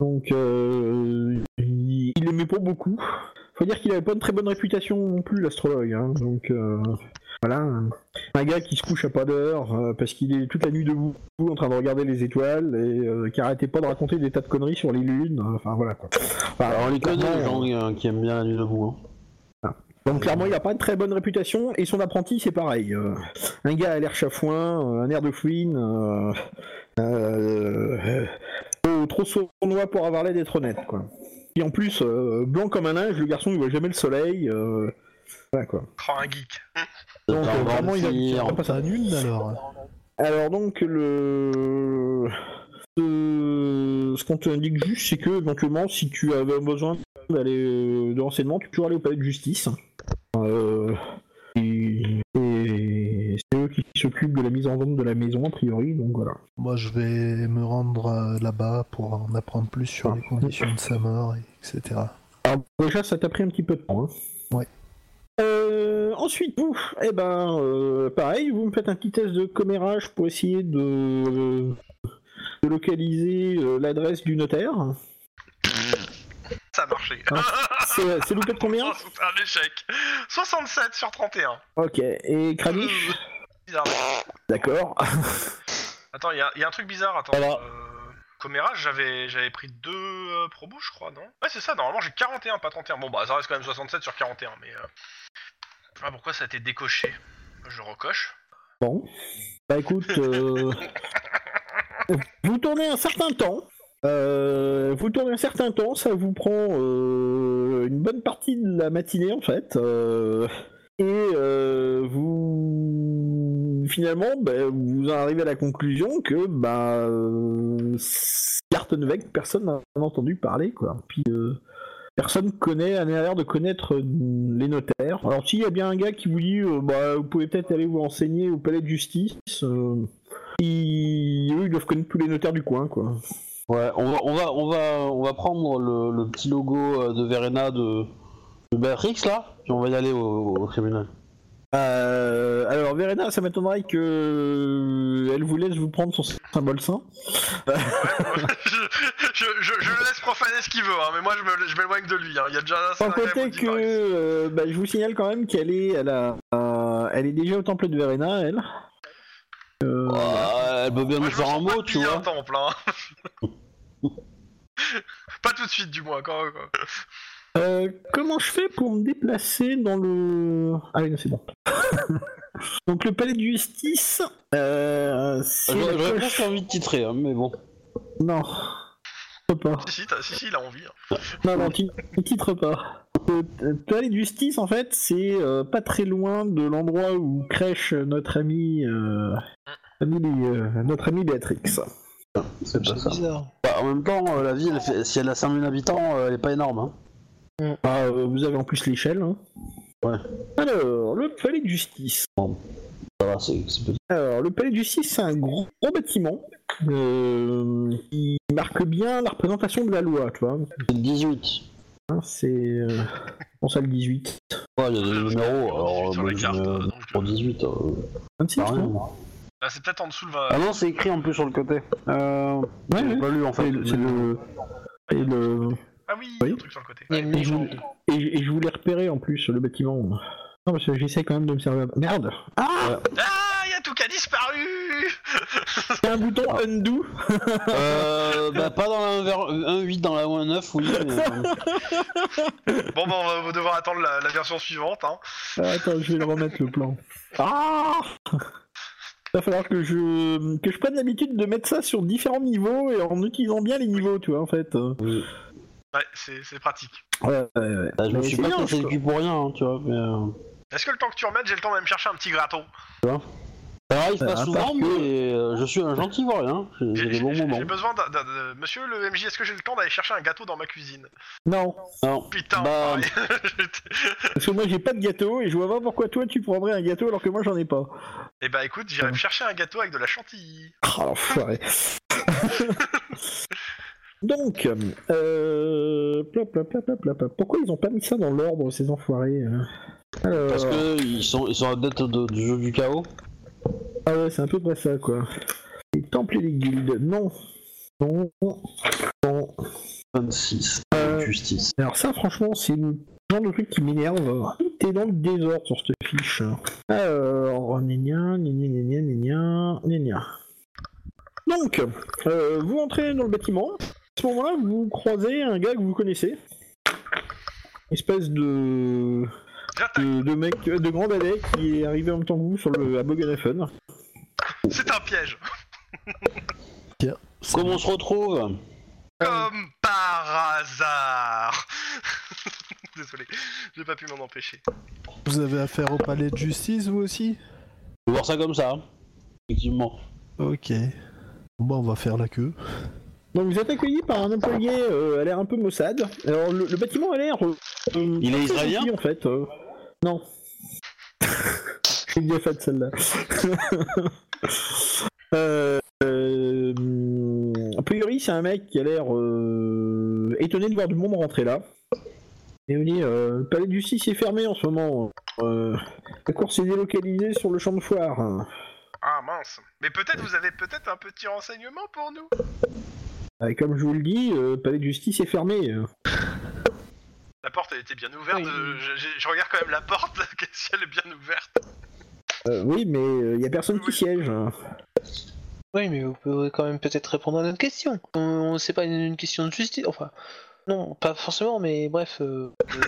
[SPEAKER 2] donc, euh, il, il aimait pas beaucoup. Faut dire qu'il avait pas une très bonne réputation non plus, l'astrologue. hein. Donc, euh, voilà. Un gars qui se couche à pas d'heure euh, parce qu'il est toute la nuit debout en train de regarder les étoiles et euh, qui arrêtait pas de raconter des tas de conneries sur les lunes. Enfin, voilà quoi. Enfin,
[SPEAKER 1] Alors, les connaît, les gens
[SPEAKER 2] clairement,
[SPEAKER 1] euh, qui aiment bien la nuit debout. Hein.
[SPEAKER 2] donc, clairement, il a pas une très bonne réputation et son apprenti, c'est pareil. Euh, un gars à l'air chafouin, euh, un air de fouine. euh, euh, euh, trop- trop sournois pour avoir l'air d'être honnête, quoi. Et en plus, euh, blanc comme un linge, le garçon il voit jamais le soleil. euh, voilà, quoi.
[SPEAKER 4] Oh, un geek.
[SPEAKER 2] Donc,
[SPEAKER 1] T'as
[SPEAKER 2] euh,
[SPEAKER 1] un
[SPEAKER 2] vraiment, il a-
[SPEAKER 1] vampire.
[SPEAKER 2] il a pas
[SPEAKER 5] T'as une alors.
[SPEAKER 2] Alors donc le ce ce qu'on te indique juste, c'est que éventuellement, si tu avais besoin d'aller euh, de renseignements, tu peux toujours aller au palais de justice. Euh, et et c'est eux qui s'occupent de la mise en vente de la maison a priori, donc voilà.
[SPEAKER 5] Moi, je vais me rendre euh, là-bas pour en apprendre plus sur les conditions de sa mort, et etc.
[SPEAKER 2] Alors déjà, ça t'a pris un petit peu de temps. hein.
[SPEAKER 5] Ouais.
[SPEAKER 2] Euh, ensuite, vous, eh ben, euh, pareil, vous me faites un petit test de commérage pour essayer de, euh, de localiser euh, l'adresse du notaire.
[SPEAKER 4] Ça a marché.
[SPEAKER 2] Ah, C'est c'est loupé de combien
[SPEAKER 4] un échec. 67 sur 31.
[SPEAKER 2] Ok, et
[SPEAKER 4] Hmm.
[SPEAKER 2] Kranich
[SPEAKER 4] Bizarre.
[SPEAKER 2] D'accord.
[SPEAKER 4] Attends, il y, a- il y a un truc bizarre. Attends.
[SPEAKER 1] Alors.
[SPEAKER 4] euh, Commérage, j'avais j'avais pris deux euh, promos, je crois, non Ouais, c'est ça, normalement j'ai 41, pas 31. Bon, bah ça reste quand même 67 sur 41, mais. euh, Je sais pas pourquoi ça a été décoché. Je recoche.
[SPEAKER 2] Bon. Bah écoute, euh, vous tournez un certain temps. euh, vous tournez un certain temps, ça vous prend euh, une bonne partie de la matinée en fait. euh, et euh, vous finalement bah, vous en arrivez à la conclusion que bah euh, Gartenweg, personne n'a entendu parler quoi. Puis euh, personne connaît, a l'air de connaître euh, les notaires. Alors s'il y a bien un gars qui vous dit, euh, bah, vous pouvez peut-être aller vous renseigner au palais de justice, euh, ils, eux, ils doivent connaître tous les notaires du coin, quoi.
[SPEAKER 1] Ouais, on va, on va, on va, on va prendre le, le petit logo euh, de Verena de, de Berrix là, puis on va y aller au, au tribunal.
[SPEAKER 2] Euh, alors Verena, ça m'étonnerait que elle vous laisse vous prendre son symbole saint.
[SPEAKER 4] je, je- je- je le laisse profaner ce qu'il veut, hein, mais moi je me- je m'éloigne de lui. hein. Il y a déjà un
[SPEAKER 2] Sans
[SPEAKER 4] scénario
[SPEAKER 2] côté
[SPEAKER 4] qui
[SPEAKER 2] que,
[SPEAKER 4] paraît.
[SPEAKER 2] euh, bah, je vous signale quand même qu'elle est, elle a, euh, elle est déjà au temple de Verena, elle. Euh,
[SPEAKER 1] Ah, elle peut bien
[SPEAKER 4] Moi,
[SPEAKER 1] nous
[SPEAKER 4] je me
[SPEAKER 1] faire
[SPEAKER 4] sens
[SPEAKER 1] un
[SPEAKER 4] pas
[SPEAKER 1] mot,
[SPEAKER 4] depuis
[SPEAKER 1] tu
[SPEAKER 4] un
[SPEAKER 1] vois.
[SPEAKER 4] temple, hein. pas tout de suite, du moins. Quand, quand-
[SPEAKER 2] Euh, comment je fais pour me déplacer dans le... Ah oui, non, c'est bon. Donc le palais de justice... Euh, c'est la
[SPEAKER 1] J'aurais j'aurais
[SPEAKER 2] cloche-
[SPEAKER 1] presque envie de titrer, hein, mais bon.
[SPEAKER 2] Non. Titre pas.
[SPEAKER 4] Si, si, t'as- si, si, il a envie. hein.
[SPEAKER 2] Non, non, ti- titre pas. Le le palais de justice, en fait, c'est euh, pas très loin de l'endroit où crèche notre ami... euh, ami, euh, notre ami Béatrix.
[SPEAKER 1] C'est pas
[SPEAKER 3] C'est
[SPEAKER 1] ça.
[SPEAKER 3] bizarre.
[SPEAKER 1] Bah, en même temps, euh, la ville, elle fait- si elle a 5000 habitants, euh, elle est pas énorme. Hein.
[SPEAKER 2] Ah, euh, vous avez en plus l'échelle. hein.
[SPEAKER 1] Ouais.
[SPEAKER 2] Alors, le palais de justice.
[SPEAKER 1] Ça va, c'est c'est petit.
[SPEAKER 2] Alors, le palais du 6, c'est un gros, gros bâtiment euh, qui marque bien la représentation de la loi, tu vois.
[SPEAKER 1] C'est le 18.
[SPEAKER 2] Hein, c'est. Euh, bon, ça, le 18.
[SPEAKER 1] Ouais, il y a des
[SPEAKER 4] Le
[SPEAKER 1] numéros, alors.
[SPEAKER 4] 18 sur
[SPEAKER 1] euh,
[SPEAKER 4] la
[SPEAKER 1] bah,
[SPEAKER 4] carte,
[SPEAKER 1] je mets, euh,
[SPEAKER 4] donc,
[SPEAKER 1] pour
[SPEAKER 4] euh,
[SPEAKER 1] 18, euh,
[SPEAKER 2] Vingt-six,
[SPEAKER 1] pas rien.
[SPEAKER 2] non
[SPEAKER 4] Ah, c'est peut-être en dessous le 20.
[SPEAKER 1] Ah non, c'est écrit en plus sur le côté. Euh.
[SPEAKER 2] Ouais,
[SPEAKER 1] j'ai
[SPEAKER 2] ouais.
[SPEAKER 1] pas lu en
[SPEAKER 2] C'est
[SPEAKER 1] fait.
[SPEAKER 2] le. c'est le- et le-
[SPEAKER 4] Ah oui,
[SPEAKER 2] Oui.
[SPEAKER 4] un truc sur le côté.
[SPEAKER 3] Il y a une
[SPEAKER 2] Et je,
[SPEAKER 3] légende.
[SPEAKER 2] et je- et je voulais repérer en plus le bâtiment. Non, parce que j'essaie quand même de me servir. Merde
[SPEAKER 4] Ah, il y a Touka disparu
[SPEAKER 2] Il y a un bouton undo.
[SPEAKER 1] Euh, bah, pas dans la 1.8, dans la 1.9, oui. mais, euh,
[SPEAKER 4] Bon, bah, on va- on va devoir attendre la, la version suivante. Hein.
[SPEAKER 2] Ah, attends, je vais le remettre le plan. Ah Il va falloir que je que je prenne l'habitude de mettre ça sur différents niveaux et en utilisant bien les niveaux, tu vois, en fait.
[SPEAKER 4] Ouais, c'est c'est pratique.
[SPEAKER 2] Ouais, ouais, ouais.
[SPEAKER 1] bah, je me
[SPEAKER 2] Mais
[SPEAKER 1] suis
[SPEAKER 2] c'est
[SPEAKER 1] pas
[SPEAKER 2] bien,
[SPEAKER 1] cassé le
[SPEAKER 2] quoi.
[SPEAKER 1] cul pour rien, hein, tu vois. Mais, euh,
[SPEAKER 4] Est-ce que le temps que tu remettes, j'ai le temps d'aller me chercher un petit graton
[SPEAKER 1] Ça arrive
[SPEAKER 2] Euh, à
[SPEAKER 1] pas
[SPEAKER 2] part
[SPEAKER 1] souvent,
[SPEAKER 2] que-
[SPEAKER 1] mais euh, je suis un gentil voyant. hein. J'ai j'ai
[SPEAKER 4] J'ai
[SPEAKER 1] des bons
[SPEAKER 4] j'ai-
[SPEAKER 1] moments.
[SPEAKER 4] j'ai besoin d'un... d'un- de- Monsieur le MJ, est-ce que j'ai le temps d'aller chercher un gâteau dans ma cuisine
[SPEAKER 2] Non,
[SPEAKER 1] Non.
[SPEAKER 4] Putain,
[SPEAKER 1] Bah,
[SPEAKER 4] pareil.
[SPEAKER 2] parce que moi j'ai pas de gâteau et je vois pas pourquoi toi tu prendrais un gâteau alors que moi j'en ai pas.
[SPEAKER 4] Eh bah écoute, j'irai me chercher un gâteau avec de la chantilly.
[SPEAKER 2] Ah, l'enfoiré. Donc, euh, plop, plop, plop, plop, plop, plop. pourquoi ils ont pas mis ça dans l'ordre ces enfoirés euh Alors-
[SPEAKER 1] parce que ils sont, ils sont adeptes de- du jeu du chaos.
[SPEAKER 2] Ah ouais, c'est un peu pas ça, quoi. Les temples et les guildes, non. Non, non.
[SPEAKER 1] 26.
[SPEAKER 2] Euh,
[SPEAKER 1] Justice.
[SPEAKER 2] Alors ça, franchement, c'est le genre de truc qui m'énerve. T'es dans le désordre sur cette fiche. Alors, gna gna, gna gna gna gna, gna gna. Donc, euh, vous entrez dans le bâtiment. À ce moment-là, vous croisez un gars que vous connaissez. Espèce de...
[SPEAKER 4] J'attaque.
[SPEAKER 2] de, de mec, de grand dadais qui est arrivé en même temps que vous sur le, à Boganafon.
[SPEAKER 4] C'est un piège.
[SPEAKER 1] Comme on se retrouve
[SPEAKER 4] Comme par hasard. Désolé, j'ai pas pu m'en empêcher.
[SPEAKER 5] Vous avez affaire au palais de justice, vous aussi
[SPEAKER 1] Faut voir ça comme ça. hein. Effectivement.
[SPEAKER 5] Ok. Bon, bah, on va faire la queue.
[SPEAKER 2] Donc vous êtes accueilli par un employé euh, à l'air un peu maussade. Alors le, le bâtiment a l'air. euh, euh,
[SPEAKER 1] Il est
[SPEAKER 2] très
[SPEAKER 1] israélien
[SPEAKER 2] gentil, En fait. euh. Non. J'ai bien fait de celle-là. euh, euh, a priori, c'est un mec qui a l'air euh, étonné de voir du monde rentrer là. Et il dit euh, Le palais de justice est fermé en ce moment. Euh, la course est délocalisée sur le champ de foire.
[SPEAKER 4] Ah mince. Mais peut-être vous avez peut-être un petit renseignement pour nous.
[SPEAKER 2] Et comme je vous le dis, euh, le palais de justice est fermé.
[SPEAKER 4] La porte elle était bien ouverte.
[SPEAKER 3] Oui.
[SPEAKER 4] euh, je- je- je regarde quand même la porte, qu'est-ce si elle est bien ouverte.
[SPEAKER 2] Euh, oui, mais il n'y a personne qui siège. hein.
[SPEAKER 3] Oui, mais vous pouvez quand même peut-être répondre à notre question. On c'est pas une, une question de justice, enfin. Non, pas forcément, mais bref, euh, euh,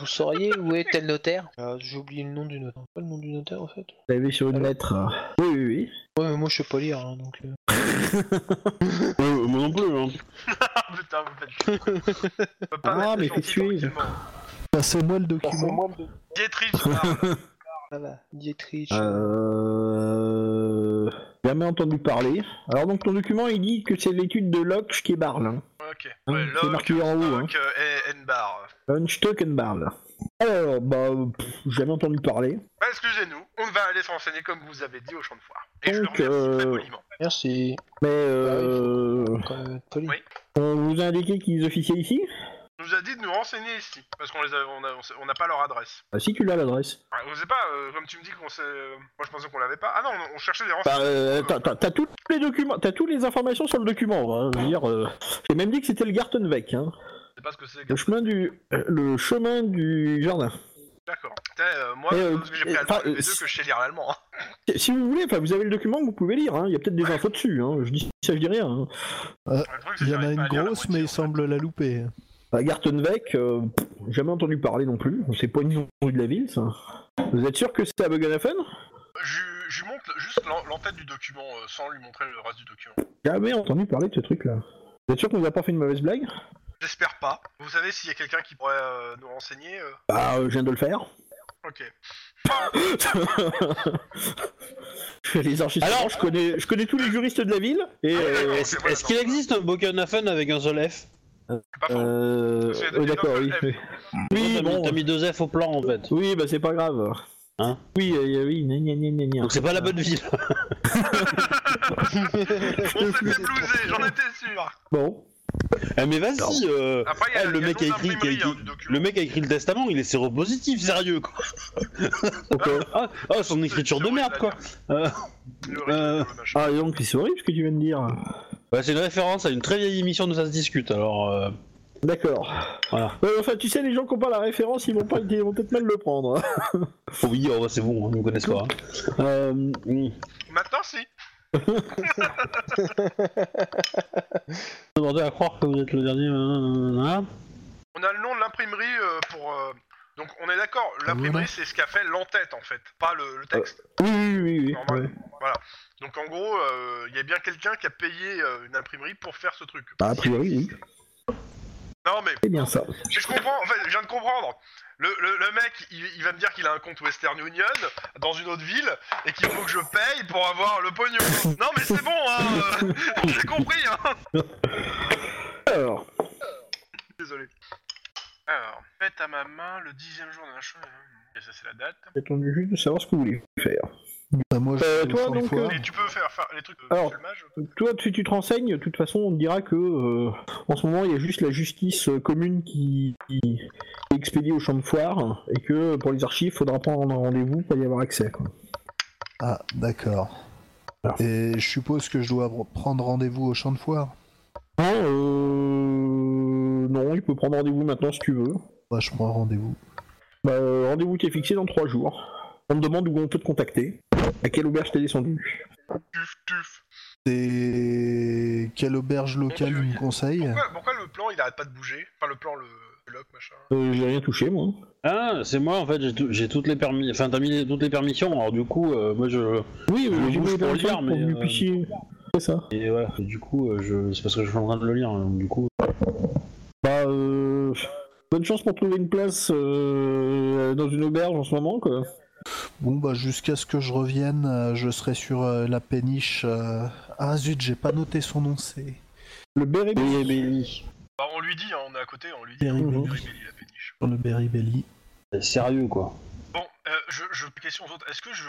[SPEAKER 3] vous sauriez où est tel notaire Euh, J'ai oublié le nom du notaire. Pas le nom du notaire en fait.
[SPEAKER 2] T'avais sur une lettre. euh. Oui, oui, oui.
[SPEAKER 3] Ouais, mais moi je sais pas lire, hein, donc. euh.
[SPEAKER 1] Euh, moi non plus. Hein.
[SPEAKER 4] Ah putain, vous faites. On peut pas
[SPEAKER 2] Ah,
[SPEAKER 4] mettre
[SPEAKER 2] mais
[SPEAKER 4] les
[SPEAKER 2] fais
[SPEAKER 4] gentils
[SPEAKER 2] tuer.
[SPEAKER 4] tranquillement.
[SPEAKER 5] Passez-moi Bah, le document.
[SPEAKER 4] Dietrich, parle.
[SPEAKER 3] Voilà, Ah bah, Dietrich.
[SPEAKER 2] Euh... Jamais entendu parler. Alors donc ton document il dit que c'est l'étude de Locke qui barle. Hein.
[SPEAKER 4] Ok.
[SPEAKER 2] Hein,
[SPEAKER 4] Ouais,
[SPEAKER 2] c'est
[SPEAKER 4] Locke,
[SPEAKER 2] marqué en haut. Hein.
[SPEAKER 4] Locke, euh, et N-Bar.
[SPEAKER 2] Unstockenbarl. Alors bah pff, jamais entendu parler.
[SPEAKER 4] Excusez-nous, on va aller se renseigner comme vous avez dit au champ de foire. Et je le
[SPEAKER 2] Donc,
[SPEAKER 4] remercie très
[SPEAKER 2] euh,
[SPEAKER 4] poliment.
[SPEAKER 3] Merci.
[SPEAKER 2] Mais euh...
[SPEAKER 3] Quand même être poli.
[SPEAKER 4] Ah Oui.
[SPEAKER 2] on vous a indiqué qu'ils officiaient ici.
[SPEAKER 4] On nous a dit de nous renseigner ici, parce qu'on les a, on a- on sait- on n'a pas leur adresse.
[SPEAKER 2] Ah, si tu l'as l'adresse.
[SPEAKER 4] Ah, on sait pas, euh, comme tu me dis qu'on sait... euh, moi je pensais qu'on l'avait pas. Ah non, on, on cherchait des renseignements.
[SPEAKER 2] Bah, euh, t'as- t'as t'as tous les documents, t'as toutes les informations sur le document. hein. Je veux dire, euh, j'ai même dit que c'était le Gartenweg, hein.
[SPEAKER 4] Je sais pas ce que c'est.
[SPEAKER 2] le chemin du, euh, le chemin du jardin.
[SPEAKER 4] D'accord. Putain, euh, moi,
[SPEAKER 2] Et, euh,
[SPEAKER 4] parce que j'ai
[SPEAKER 2] et,
[SPEAKER 4] pris allemand,
[SPEAKER 2] enfin,
[SPEAKER 4] le
[SPEAKER 2] euh,
[SPEAKER 4] B2 que je sais lire l'allemand. hein.
[SPEAKER 2] Si vous voulez, enfin, vous avez le document, vous pouvez lire. hein. Il y a peut-être des infos dessus. hein. Je dis ça, je dis rien. hein.
[SPEAKER 4] Le truc, c'est que
[SPEAKER 5] Il y
[SPEAKER 4] j'arrive
[SPEAKER 5] en a
[SPEAKER 4] pas
[SPEAKER 5] une
[SPEAKER 4] à lire la moitié,
[SPEAKER 5] grosse, mais il
[SPEAKER 4] en fait.
[SPEAKER 5] semble la louper.
[SPEAKER 2] À Gartenweg, Bah, euh, pff, jamais entendu parler non plus. C'est pas une rue de la ville, ça. Vous êtes sûr que c'est à Buganafen
[SPEAKER 4] Je, je lui montre juste l'en- l'entête du document, euh, sans lui montrer le reste du document.
[SPEAKER 2] Jamais entendu parler de ce truc-là. Vous êtes sûr qu'on vous a pas fait une mauvaise blague
[SPEAKER 4] J'espère pas. Vous savez, s'il y a quelqu'un qui pourrait euh, nous renseigner... euh,
[SPEAKER 2] Bah, euh, je viens de le faire.
[SPEAKER 4] Ok.
[SPEAKER 2] Je fais les enregistrements.
[SPEAKER 1] Alors Ah,
[SPEAKER 2] je connais, je connais tous les juristes de la ville. Et euh,
[SPEAKER 4] Ouais,
[SPEAKER 1] Est-ce
[SPEAKER 4] c'est vrai,
[SPEAKER 1] est-ce qu'il
[SPEAKER 4] non.
[SPEAKER 1] existe un Bokanafen avec un seul F
[SPEAKER 4] C'est pas faux.
[SPEAKER 2] euh,
[SPEAKER 4] C'est-
[SPEAKER 2] oui, d'accord, oui.
[SPEAKER 4] c'est-
[SPEAKER 2] Oui,
[SPEAKER 1] T'as mis-
[SPEAKER 2] bon.
[SPEAKER 1] T'as mis deux F au plan en fait.
[SPEAKER 2] Oui, bah c'est pas grave.
[SPEAKER 1] Hein
[SPEAKER 2] Oui, euh, oui, gna gna gna gna gna.
[SPEAKER 1] Donc c'est pas la bonne ville.
[SPEAKER 4] on s'est fait blouser, j'en étais sûr.
[SPEAKER 2] Bon.
[SPEAKER 1] Eh, mais vas-y. euh,
[SPEAKER 4] Après, il y a,
[SPEAKER 1] eh, le
[SPEAKER 4] il y a
[SPEAKER 1] mec a écrit,
[SPEAKER 4] l'imprimerie,
[SPEAKER 1] qui a
[SPEAKER 4] hein,
[SPEAKER 1] écrit-
[SPEAKER 4] du document.
[SPEAKER 1] Le mec a écrit le testament, il est séropositif, sérieux quoi.
[SPEAKER 2] Pourquoi
[SPEAKER 1] Ah, ah, son écriture de merde quoi. Euh,
[SPEAKER 4] Le rythme,
[SPEAKER 1] Euh,
[SPEAKER 4] le machin.
[SPEAKER 2] Ah, et donc c'est horrible ce que tu viens de dire.
[SPEAKER 1] bah, c'est une référence à une très vieille émission de ça se discute. Alors euh,
[SPEAKER 2] D'accord.
[SPEAKER 1] voilà.
[SPEAKER 2] Euh, enfin, tu sais, les gens qui n'ont pas la référence, ils vont, pas, ils vont peut-être mal le prendre.
[SPEAKER 1] hein. Oh oui, oh, bah, c'est bon, on ne connaissent pas. hein. Euh, mm.
[SPEAKER 4] merci.
[SPEAKER 1] Vous demandez à croire que vous êtes le dernier. nanana.
[SPEAKER 4] On a le nom de l'imprimerie euh, pour. euh, Donc on est d'accord, l'imprimerie c'est ce qu'a fait l'entête en fait, pas le, le texte.
[SPEAKER 2] Oui, oui, oui,
[SPEAKER 1] Euh,
[SPEAKER 2] oui.
[SPEAKER 4] Normal.
[SPEAKER 2] ouais.
[SPEAKER 4] Donc en gros, euh, il y a bien quelqu'un qui a payé euh, une imprimerie pour faire ce truc.
[SPEAKER 2] Bah, a priori, oui.
[SPEAKER 4] Non mais
[SPEAKER 2] C'est bien ça.
[SPEAKER 4] je comprends, en fait, je viens de comprendre. Le, le- le mec, il, il va me dire qu'il a un compte Western Union dans une autre ville et qu'il faut que je paye pour avoir le pognon. Non mais c'est bon, hein, euh, j'ai compris, hein.
[SPEAKER 2] Alors,
[SPEAKER 4] Désolé. Alors, faites à ma main le dixième jour de la chose. Et ça c'est la date.
[SPEAKER 2] j'attends juste de savoir ce que vous voulez faire.
[SPEAKER 5] Bah, moi, je
[SPEAKER 2] Euh,
[SPEAKER 5] fais
[SPEAKER 2] toi,
[SPEAKER 5] sans le
[SPEAKER 2] donc,
[SPEAKER 5] foire.
[SPEAKER 4] Et tu peux faire, faire les trucs de
[SPEAKER 2] Alors,
[SPEAKER 4] le mage
[SPEAKER 2] Toi, si tu te renseignes, de toute façon, on te dira que euh, en ce moment, il y a juste la justice euh, commune qui, qui est expédiée au champ de foire et que pour les archives, faudra prendre un rendez-vous pour y avoir accès. quoi.
[SPEAKER 5] Ah, d'accord.
[SPEAKER 2] Alors.
[SPEAKER 5] Et je suppose que je dois prendre rendez-vous au champ de foire.
[SPEAKER 2] Hein, euh, Non, il peut prendre rendez-vous maintenant si tu veux.
[SPEAKER 5] Bah, je prends rendez-vous.
[SPEAKER 2] Bah, euh, rendez-vous qui est fixé dans trois jours. On te demande où on peut te contacter. À quelle auberge t'es descendu
[SPEAKER 4] Tuf, tuf.
[SPEAKER 5] C'est quelle auberge locale
[SPEAKER 4] Mon Dieu.
[SPEAKER 5] me conseille
[SPEAKER 4] Pourquoi, pourquoi le plan il arrête pas de bouger Enfin le plan, le, le lock machin.
[SPEAKER 2] euh, J'ai rien touché, moi.
[SPEAKER 1] Ah, c'est moi en fait, j'ai tout- j'ai toutes les permis, enfin t'as mis les- toutes les permissions, alors du coup, euh, moi je.
[SPEAKER 2] Oui,
[SPEAKER 1] euh, j'ai
[SPEAKER 2] j'ai
[SPEAKER 1] mis les
[SPEAKER 2] pour
[SPEAKER 1] permissions
[SPEAKER 2] lire,
[SPEAKER 1] pour
[SPEAKER 2] mais. euh,
[SPEAKER 1] que vous puissiez-
[SPEAKER 2] C'est ça.
[SPEAKER 1] Et voilà, et du coup, euh, je... c'est parce que je suis en train de le lire, hein, donc du coup.
[SPEAKER 2] Bah, euh, Bonne chance pour trouver une place euh, dans une auberge en ce moment, quoi.
[SPEAKER 5] Bon, bah, jusqu'à ce que je revienne, euh, je serai sur euh, la péniche. euh, Ah zut, j'ai pas noté son nom, c'est.
[SPEAKER 2] Le béret
[SPEAKER 4] Bah on lui dit, hein, on est à côté, on lui dit.
[SPEAKER 5] Terrible.
[SPEAKER 4] on lui dit, la péniche.
[SPEAKER 5] Sur le Beribelli.
[SPEAKER 1] C'est Sérieux quoi.
[SPEAKER 4] Bon, euh, je, je question aux autres. Est-ce que je,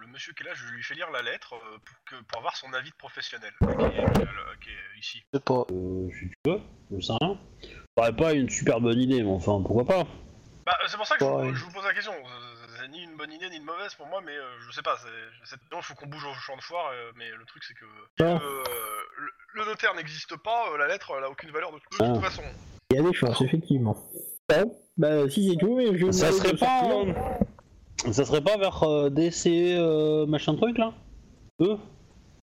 [SPEAKER 4] le monsieur qui est là, je lui fais lire la lettre euh, pour, que, pour avoir son avis de professionnel qui est, euh, qui est ici
[SPEAKER 3] Je sais pas.
[SPEAKER 1] Euh, si tu veux, je sais rien. Ça paraît pas une super bonne idée, mais enfin, pourquoi pas
[SPEAKER 4] Bah euh, c'est pour ça que je, vous-
[SPEAKER 3] Ouais.
[SPEAKER 4] je vous pose la question. Euh, C'est- C'est ni une bonne idée ni une mauvaise pour moi, mais euh, je sais pas. c'est- c'est- Non, faut qu'on bouge au champ de foire, euh, mais le truc c'est que
[SPEAKER 2] Ah.
[SPEAKER 4] euh, le, le notaire n'existe pas, euh, la lettre elle a aucune valeur de, de toute
[SPEAKER 1] Ah.
[SPEAKER 4] façon.
[SPEAKER 2] Il y a des chances, effectivement. Bon, bah si c'est tout, mais je...
[SPEAKER 1] Ça serait
[SPEAKER 2] je-
[SPEAKER 1] pas. euh, Ça serait pas vers euh, DCE euh, machin truc là Eux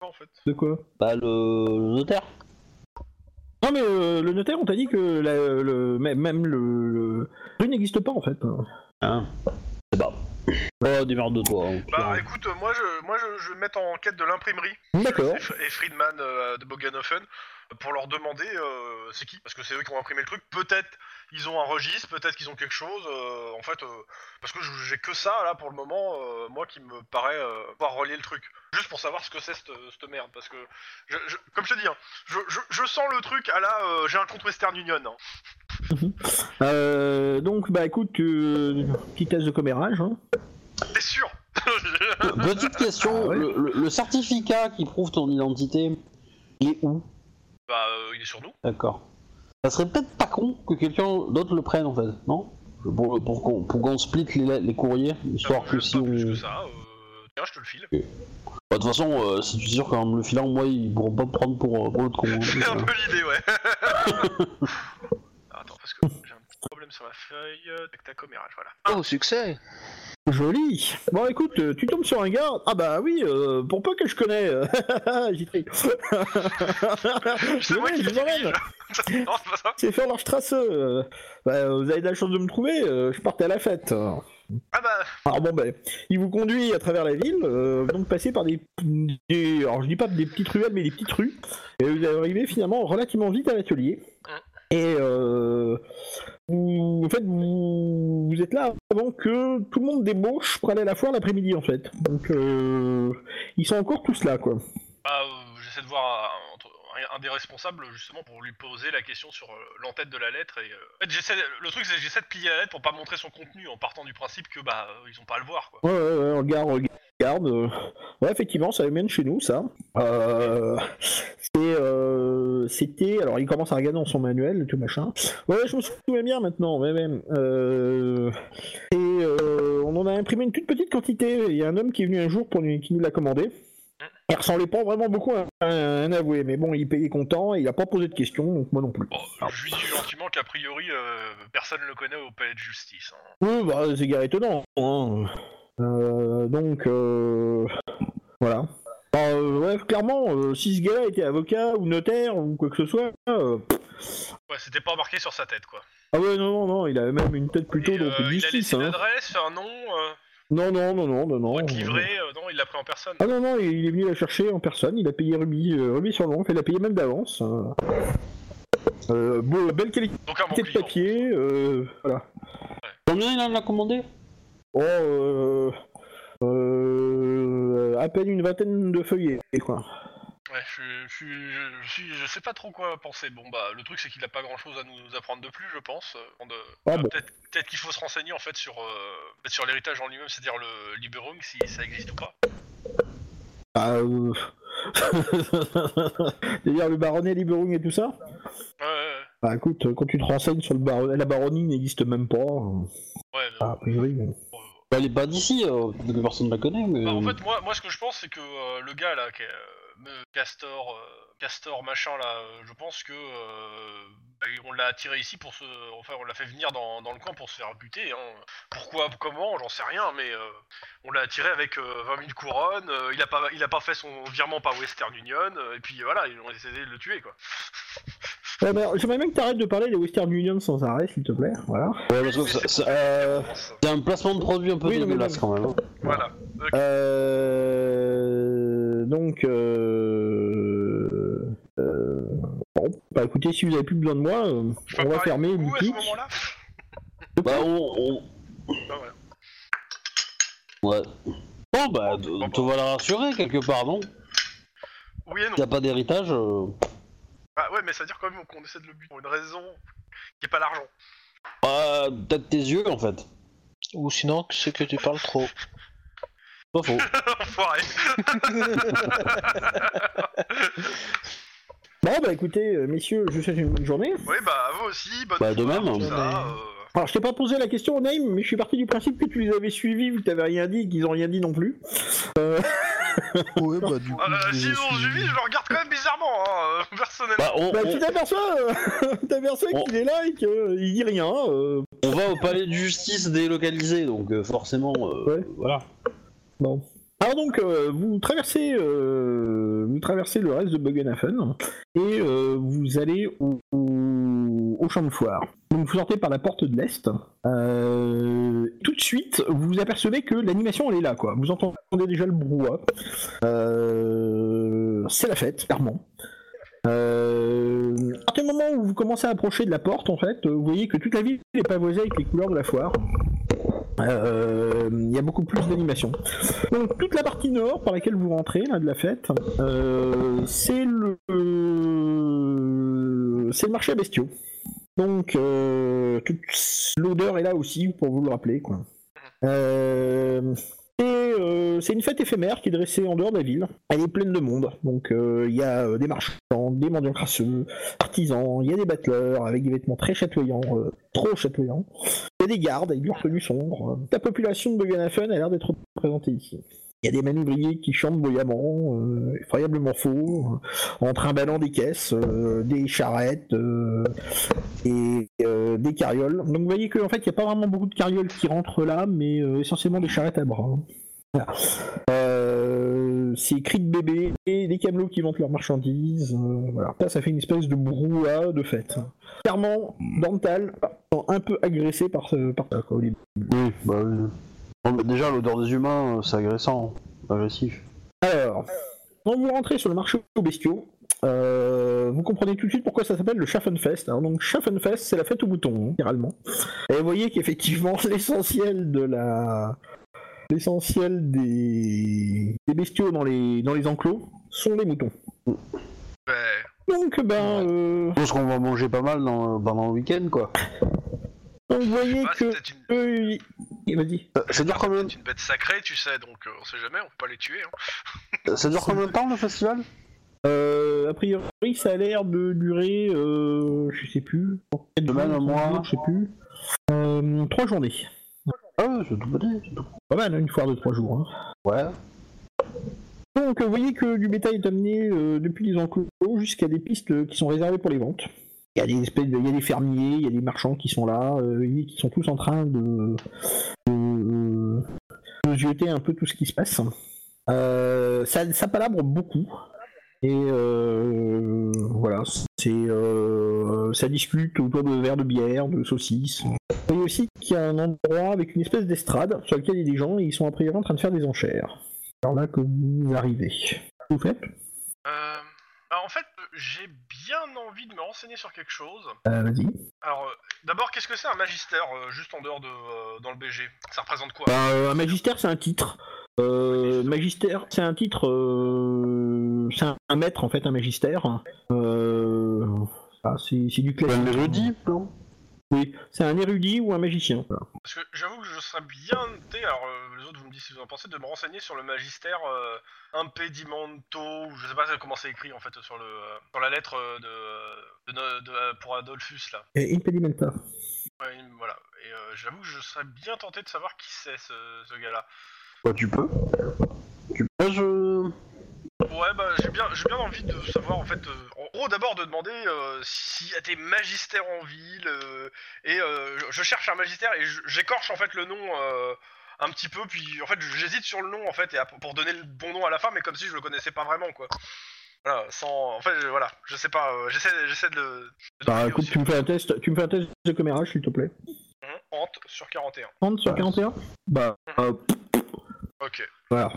[SPEAKER 4] En fait.
[SPEAKER 2] De quoi
[SPEAKER 1] Bah le, le notaire.
[SPEAKER 2] Non mais euh, le notaire, on t'a dit que la- le, même, même le... le... rue n'existe pas, en fait.
[SPEAKER 1] Hein Je sais pas. Oh, démerde-toi. hein, putain.
[SPEAKER 4] Bah écoute, euh, moi je, moi je, je vais me mettre en quête de l'imprimerie.
[SPEAKER 2] D'accord.
[SPEAKER 4] et F- et Friedman euh, de Bogenhofen euh, pour leur demander euh, c'est qui parce que c'est eux qui ont imprimé le truc peut-être ils ont un registre peut-être qu'ils ont quelque chose euh, en fait euh, parce que je- j'ai que ça là pour le moment euh, moi qui me paraît euh, pouvoir relier le truc juste pour savoir ce que c'est cette, cette merde parce que je, je- comme je te dis hein, je, je- je sens le truc à la euh, j'ai un compte Western Union hein.
[SPEAKER 2] Euh, donc, bah écoute, euh, petit test de commérage. Hein.
[SPEAKER 4] t'es sûr
[SPEAKER 1] Petite question,
[SPEAKER 2] Ah ouais.
[SPEAKER 1] le, le- le certificat qui prouve ton identité, il est où
[SPEAKER 4] bah euh, il est sur nous
[SPEAKER 1] D'accord. Ça serait peut-être pas con que quelqu'un d'autre le prenne en fait, non Pour, pour qu'on pour qu'on split les, les courriers, histoire
[SPEAKER 4] Ça
[SPEAKER 1] que
[SPEAKER 4] me
[SPEAKER 1] si
[SPEAKER 4] gêne
[SPEAKER 1] on.
[SPEAKER 4] pas plus que ça euh, tiens je te le file
[SPEAKER 1] Bah, de toute façon, euh, si tu es sûr qu'en me le filant, moi, ils pourront pas me prendre pour, euh, pour l'autre con. hein,
[SPEAKER 4] C'est un
[SPEAKER 1] donc,
[SPEAKER 4] peu l'idée, ouais. Attends, parce que j'ai un petit problème sur ma feuille. euh, Tac, tac, commérage, voilà.
[SPEAKER 3] Oh, succès
[SPEAKER 2] Joli. Bon, écoute, euh, tu tombes sur un gars. Ah bah oui, euh, pour peu que je connais. euh, J'y trie.
[SPEAKER 4] C'est
[SPEAKER 2] Le
[SPEAKER 4] moi
[SPEAKER 2] mec,
[SPEAKER 4] qui
[SPEAKER 2] je vous emmène.
[SPEAKER 4] dirige. non, c'est pas ça.
[SPEAKER 2] C'est faire leur strasse. euh, bah, vous avez de la chance de me trouver. euh, je partais à la fête.
[SPEAKER 4] Ah bah,
[SPEAKER 2] Alors bon, ben, il vous conduit à travers la ville, euh, donc passez par des, des- Alors je dis pas des petites ruelles, mais des petites rues. Et vous arrivez finalement relativement vite à l'atelier. Et euh, vous, en fait, vous, vous êtes là avant que tout le monde débauche pour aller à la foire l'après-midi, en fait. Donc euh, ils sont encore tous là, quoi.
[SPEAKER 4] bah, euh, j'essaie de voir un, entre- un- un des responsables, justement, pour lui poser la question sur euh, l'entête de la lettre. Et, euh, En fait, j'essaie, le truc, c'est que j'essaie de plier la lettre pour pas montrer son contenu, en partant du principe que, bah, euh, ils ont pas à le voir, quoi.
[SPEAKER 2] Ouais, ouais, ouais, regarde, regarde. euh. Ouais, effectivement, ça vient de chez nous, ça. Euh, c'est, euh, C'était. alors, il commence à regarder dans son manuel, tout machin. Ouais, je me souviens bien maintenant, ouais, ouais. Euh, et euh, on en a imprimé une toute petite quantité. Il y a un homme qui est venu un jour pour nous, qui nous l'a commandé. Il ressemblait pas vraiment beaucoup à un, à un avoué, mais bon, il payait content, et il a pas posé de questions, donc moi non plus.
[SPEAKER 4] Bon, je lui dis gentiment qu'a priori, euh, personne le connaît au palais de justice. hein.
[SPEAKER 2] Oui, bah, c'est guère étonnant. hein. Euh, donc, euh, voilà. Bah, euh, ouais, clairement, euh, si ce gars-là était avocat ou notaire ou quoi que ce soit, euh,
[SPEAKER 4] Ouais, c'était pas marqué sur sa tête, quoi.
[SPEAKER 2] ah ouais, non, non, non, il avait même une tête plutôt
[SPEAKER 4] Et,
[SPEAKER 2] donc
[SPEAKER 4] euh, il a
[SPEAKER 2] justice,
[SPEAKER 4] laissé une
[SPEAKER 2] hein.
[SPEAKER 4] adresse, un nom, euh,
[SPEAKER 2] Non, non, non, non, non, non.
[SPEAKER 4] pour être livré. euh, non, il l'a pris en personne.
[SPEAKER 2] Ah non, non, il il est venu la chercher en personne, il a payé Ruby, euh, Ruby sur l'oncle, il a payé même d'avance. hein. Euh, beau- belle qualité
[SPEAKER 4] Donc un bon
[SPEAKER 2] de
[SPEAKER 4] client.
[SPEAKER 2] papier, euh, voilà.
[SPEAKER 1] Combien il en a commandé
[SPEAKER 2] Oh, euh, euh, à peine une vingtaine de feuillets, quoi.
[SPEAKER 4] Ouais, je, je, je, je suis, je sais pas trop quoi penser. Bon bah, le truc c'est qu'il a pas grand chose à nous apprendre de plus, je pense. euh, avant de-
[SPEAKER 2] Ah
[SPEAKER 4] euh,
[SPEAKER 2] bon.
[SPEAKER 4] Peut-être peut-être qu'il faut se renseigner en fait sur, euh, peut-être sur l'héritage en lui-même, c'est-à-dire le liberung, si ça existe ou pas.
[SPEAKER 2] Ah, euh... C'est-à-dire le baronnet, Liberung et tout ça
[SPEAKER 4] Ouais, ouais,
[SPEAKER 2] Bah écoute, euh, quand tu te renseignes sur le baron... la baronnie n'existe même pas, euh,
[SPEAKER 4] ouais. ouais,
[SPEAKER 2] a priori. euh.
[SPEAKER 4] bon, euh,
[SPEAKER 1] Bah, Elle est pas d'ici, euh, peut-être que personne ne la connaît, mais. euh,
[SPEAKER 4] Bah, en fait, moi, moi, ce que je pense, c'est que euh, le gars là, qui est, euh, me- Castor, euh, Castor machin là, euh, je pense que euh, bah, on l'a attiré ici pour se, enfin, on l'a fait venir dans, dans le camp pour se faire buter. hein. Pourquoi, comment, j'en sais rien, mais euh, on l'a attiré avec euh, 20 000 couronnes. euh, il a pas, il a pas fait son virement par Western Union, euh, et puis euh, voilà, ils ont essayé de le tuer quoi.
[SPEAKER 2] Ouais, bah, J'aimerais bien que t'arrêtes de parler des Western Union sans arrêt, s'il te plaît, voilà.
[SPEAKER 1] Ouais, parce que ça- ça- euh, c'est un placement de produit un peu
[SPEAKER 2] Oui, non, mais
[SPEAKER 1] dégueulasse
[SPEAKER 2] bon.
[SPEAKER 1] quand même. hein.
[SPEAKER 4] Voilà.
[SPEAKER 2] Euh... Donc, euh... euh, Bon, bah écoutez, si vous avez plus besoin de moi, euh,
[SPEAKER 4] Je peux
[SPEAKER 2] on va
[SPEAKER 4] parler
[SPEAKER 2] fermer
[SPEAKER 4] beaucoup à ce
[SPEAKER 2] boutique.
[SPEAKER 4] moment-là.
[SPEAKER 1] Bah, on.
[SPEAKER 4] Ah, ouais.
[SPEAKER 1] on- Ouais. Bon, bah, t-
[SPEAKER 4] Bon, bah.
[SPEAKER 1] te voilà rassuré quelque part, non
[SPEAKER 4] Oui et non.
[SPEAKER 1] T'as pas d'héritage euh,
[SPEAKER 4] Ah, ouais, mais ça veut dire quand même qu'on essaie de le buter pour une raison qui est pas l'argent.
[SPEAKER 1] Bah, t'as que tes yeux en fait.
[SPEAKER 3] Ou sinon, c'est que tu parles trop.
[SPEAKER 1] Pas faux.
[SPEAKER 4] Enfoiré.
[SPEAKER 3] Euh,
[SPEAKER 2] Bon, bah écoutez, euh, messieurs, je vous souhaite une bonne journée.
[SPEAKER 4] Oui, bah, à vous aussi. Bonne
[SPEAKER 1] Bah, de
[SPEAKER 4] soirée,
[SPEAKER 1] même.
[SPEAKER 4] tout ça,
[SPEAKER 3] Ouais.
[SPEAKER 4] euh,
[SPEAKER 2] Alors, je t'ai pas posé la question au name, mais je suis parti du principe que tu les avais suivis, vu que t'avais rien dit et qu'ils ont rien dit non plus.
[SPEAKER 5] Ouais, bah, du coup,
[SPEAKER 4] Ah, euh,
[SPEAKER 5] je les
[SPEAKER 4] sinon,
[SPEAKER 5] ai suivis.
[SPEAKER 4] Julie, je le regarde quand même bizarrement, hein, euh, personnellement.
[SPEAKER 1] Bah, on,
[SPEAKER 2] Bah,
[SPEAKER 1] on-
[SPEAKER 2] tu t'aperçois, euh, t'aperçois
[SPEAKER 1] Oh.
[SPEAKER 2] qu'il est là et qu'il dit rien. euh,
[SPEAKER 1] on va au palais de justice délocalisé, donc euh, forcément. euh,
[SPEAKER 2] Ouais.
[SPEAKER 1] Voilà.
[SPEAKER 2] Bon. Alors donc, euh, vous traversez, euh, vous traversez le reste de Buggenhafen et euh, vous allez au, au- au champ de foire. Donc vous sortez par la porte de l'est. Euh, tout de suite, vous vous apercevez que l'animation elle est là, quoi. Vous entendez déjà le brouhaha. Euh, c'est la fête, clairement. Euh, à partir du moment où vous commencez à approcher de la porte, en fait, euh, vous voyez que toute la ville est pavosée avec les couleurs de la foire. Euh, Il y a beaucoup plus d'animation. Donc toute la partie nord par laquelle vous rentrez là de la fête, euh, c'est le euh, c'est le marché à bestiaux. Donc euh, toute l'odeur est là aussi pour vous le rappeler quoi. Euh, et euh, c'est une fête éphémère qui est dressée en dehors de la ville. Elle est pleine de monde. Donc euh, il y a euh, des marchands, des mendiants crasseux, artisans, il y a des battleurs avec des vêtements très chatoyants, euh, trop chatoyants. Il y a des gardes avec du retenue sombre. La population de Boganafen a l'air d'être représentée ici. Il y a des manœuvriers qui chantent bruyamment, euh, effroyablement faux, euh, en trimballant des caisses, euh, des charrettes euh, et euh, des carrioles. Donc vous voyez qu'en fait, il n'y a pas vraiment beaucoup de carrioles qui rentrent là, mais euh, essentiellement des charrettes à bras. hein. Voilà. Euh, c'est cris de bébé, et des camelots qui vantent leurs marchandises. euh, voilà. Ça, ça fait une espèce de brouhaha de fête. Clairement, Dental, sont un peu agressé par ce par ça, quoi, au début.
[SPEAKER 1] Oui, bah oui. Bon, bah, déjà, l'odeur des humains, euh, c'est agressant, agressif.
[SPEAKER 2] Alors, quand vous rentrez sur le marché aux bestiaux, euh, vous comprenez tout de suite pourquoi ça s'appelle le Schaffenfest. hein. Donc Schaffenfest, c'est la fête aux boutons, hein, littéralement. Et vous voyez qu'effectivement, l'essentiel de la... L'essentiel des... des bestiaux dans les, dans les enclos sont des moutons.
[SPEAKER 1] Bah,
[SPEAKER 4] Ouais.
[SPEAKER 2] Donc, ben, euh,
[SPEAKER 1] Je pense qu'on va manger pas mal dans, euh, pendant le week-end, quoi.
[SPEAKER 2] donc, vous voyez
[SPEAKER 4] Ah, c'est
[SPEAKER 2] que...
[SPEAKER 4] peut-être une...
[SPEAKER 2] eux, ils- Vas-y.
[SPEAKER 1] Euh, Ça dure combien,
[SPEAKER 4] peut-être une bête sacrée, tu sais, donc euh, on sait jamais, on peut pas les tuer. Hein.
[SPEAKER 1] ça dure combien de temps le festival
[SPEAKER 2] Euh, a priori, ça a l'air de durer, euh, je sais plus, quatre
[SPEAKER 1] Semaine,
[SPEAKER 2] jours,
[SPEAKER 1] un
[SPEAKER 2] cinq
[SPEAKER 1] mois.
[SPEAKER 2] jours, je sais plus. Euh, trois journées.
[SPEAKER 1] Ah oui, c'est tout petit, c'est tout.
[SPEAKER 2] Pas mal, hein, une foire de trois jours. hein.
[SPEAKER 1] Ouais.
[SPEAKER 2] Donc, euh, vous voyez que du bétail est amené euh, depuis les enclos jusqu'à des pistes euh, qui sont réservées pour les ventes. Il y a des espèces de- il y a des fermiers, il y a des marchands qui sont là, euh, et qui sont tous en train de, de, de zioter un peu tout ce qui se passe. Euh, euh, ça, ça palabre beaucoup. Et euh, voilà, c'est euh, ça discute autour de verres de bière, de saucisses. Vous voyez aussi qu'il y a un endroit avec une espèce d'estrade sur lequel il y a des gens et ils sont a priori en train de faire des enchères. Alors là que vous arrivez. Vous faites
[SPEAKER 4] Euh, bah, en fait, j'ai bien envie de me renseigner sur quelque chose.
[SPEAKER 2] Euh, Vas-y.
[SPEAKER 4] Alors, euh, d'abord, qu'est-ce que c'est un magister, euh, juste en dehors de euh, dans le BG Ça représente quoi
[SPEAKER 2] Bah, euh, un magistère, c'est un titre. Euh, magistère, c'est un titre. euh, c'est un, un maître, en fait, un magistère. Euh, ah, c'est c'est du classique.
[SPEAKER 1] Un érudit,
[SPEAKER 2] non Oui, c'est un érudit ou un magicien. voilà.
[SPEAKER 4] Parce que j'avoue que je serais bien tenté, alors euh, les autres vous me dites si vous en pensez, de me renseigner sur le magistère euh, impedimento, ou je sais pas comment c'est écrit en fait sur le euh, sur la lettre euh, de, de, no- de- euh, pour Adolphus là.
[SPEAKER 2] Et impedimenta.
[SPEAKER 4] Ouais, il- voilà. Et euh, j'avoue que je serais bien tenté de savoir qui c'est ce, ce gars-là.
[SPEAKER 1] Bah, tu peux. Tu peux, je.
[SPEAKER 4] Ouais, bah j'ai bien j'ai bien envie de savoir en fait. euh, en gros, d'abord de demander euh, s'il y a des magistères en ville. euh, et euh, je- je cherche un magistère et je- j'écorche en fait le nom. euh, un petit peu, puis en fait j'hésite sur le nom en fait, et à- pour donner le bon nom à la fin, mais comme si je le connaissais pas vraiment quoi. Voilà, sans. En fait, je- voilà, je sais pas, euh, j'essaie j'essaie de le. de
[SPEAKER 2] Bah,
[SPEAKER 4] deviner
[SPEAKER 2] écoute,
[SPEAKER 4] aussi.
[SPEAKER 2] tu me fais un test, tu me fais un test de commérage, s'il te plaît.
[SPEAKER 4] Hum, Hante sur 41.
[SPEAKER 2] 30 sur 41 Bah, euh,
[SPEAKER 4] Ok.
[SPEAKER 2] voilà.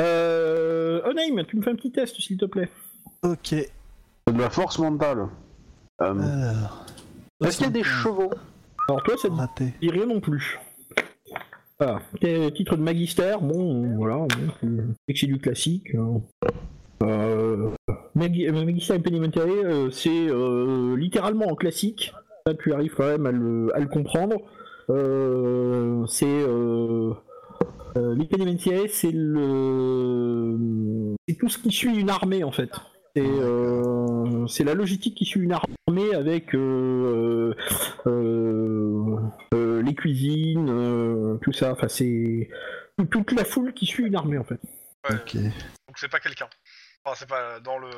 [SPEAKER 2] Euh, Onaim, tu me fais un petit test, s'il te plaît.
[SPEAKER 5] Ok.
[SPEAKER 1] C'est de la force mentale. Euh,
[SPEAKER 5] Alors.
[SPEAKER 1] Est-ce qu'il y a des chevaux
[SPEAKER 2] Alors, toi, ça te
[SPEAKER 5] Raté.
[SPEAKER 2] dis rien non plus. Ah, t'es- titre de magistère, bon, euh, voilà, bon, c'est- c'est que c'est du classique. hein. Euh, magi- euh, magistère impédimentaré, euh, c'est euh, littéralement en classique. Là, tu arrives quand même à le, à le comprendre. Euh, c'est euh, euh, l'impédimentiae, c'est le, c'est tout ce qui suit une armée en fait. C'est euh, c'est la logistique qui suit une armée avec euh, euh, euh, les cuisines, euh, tout ça. Enfin, c'est tout- toute la foule qui suit une armée en fait.
[SPEAKER 4] Ouais,
[SPEAKER 5] Ok.
[SPEAKER 4] Donc c'est pas quelqu'un. Enfin, c'est pas dans le.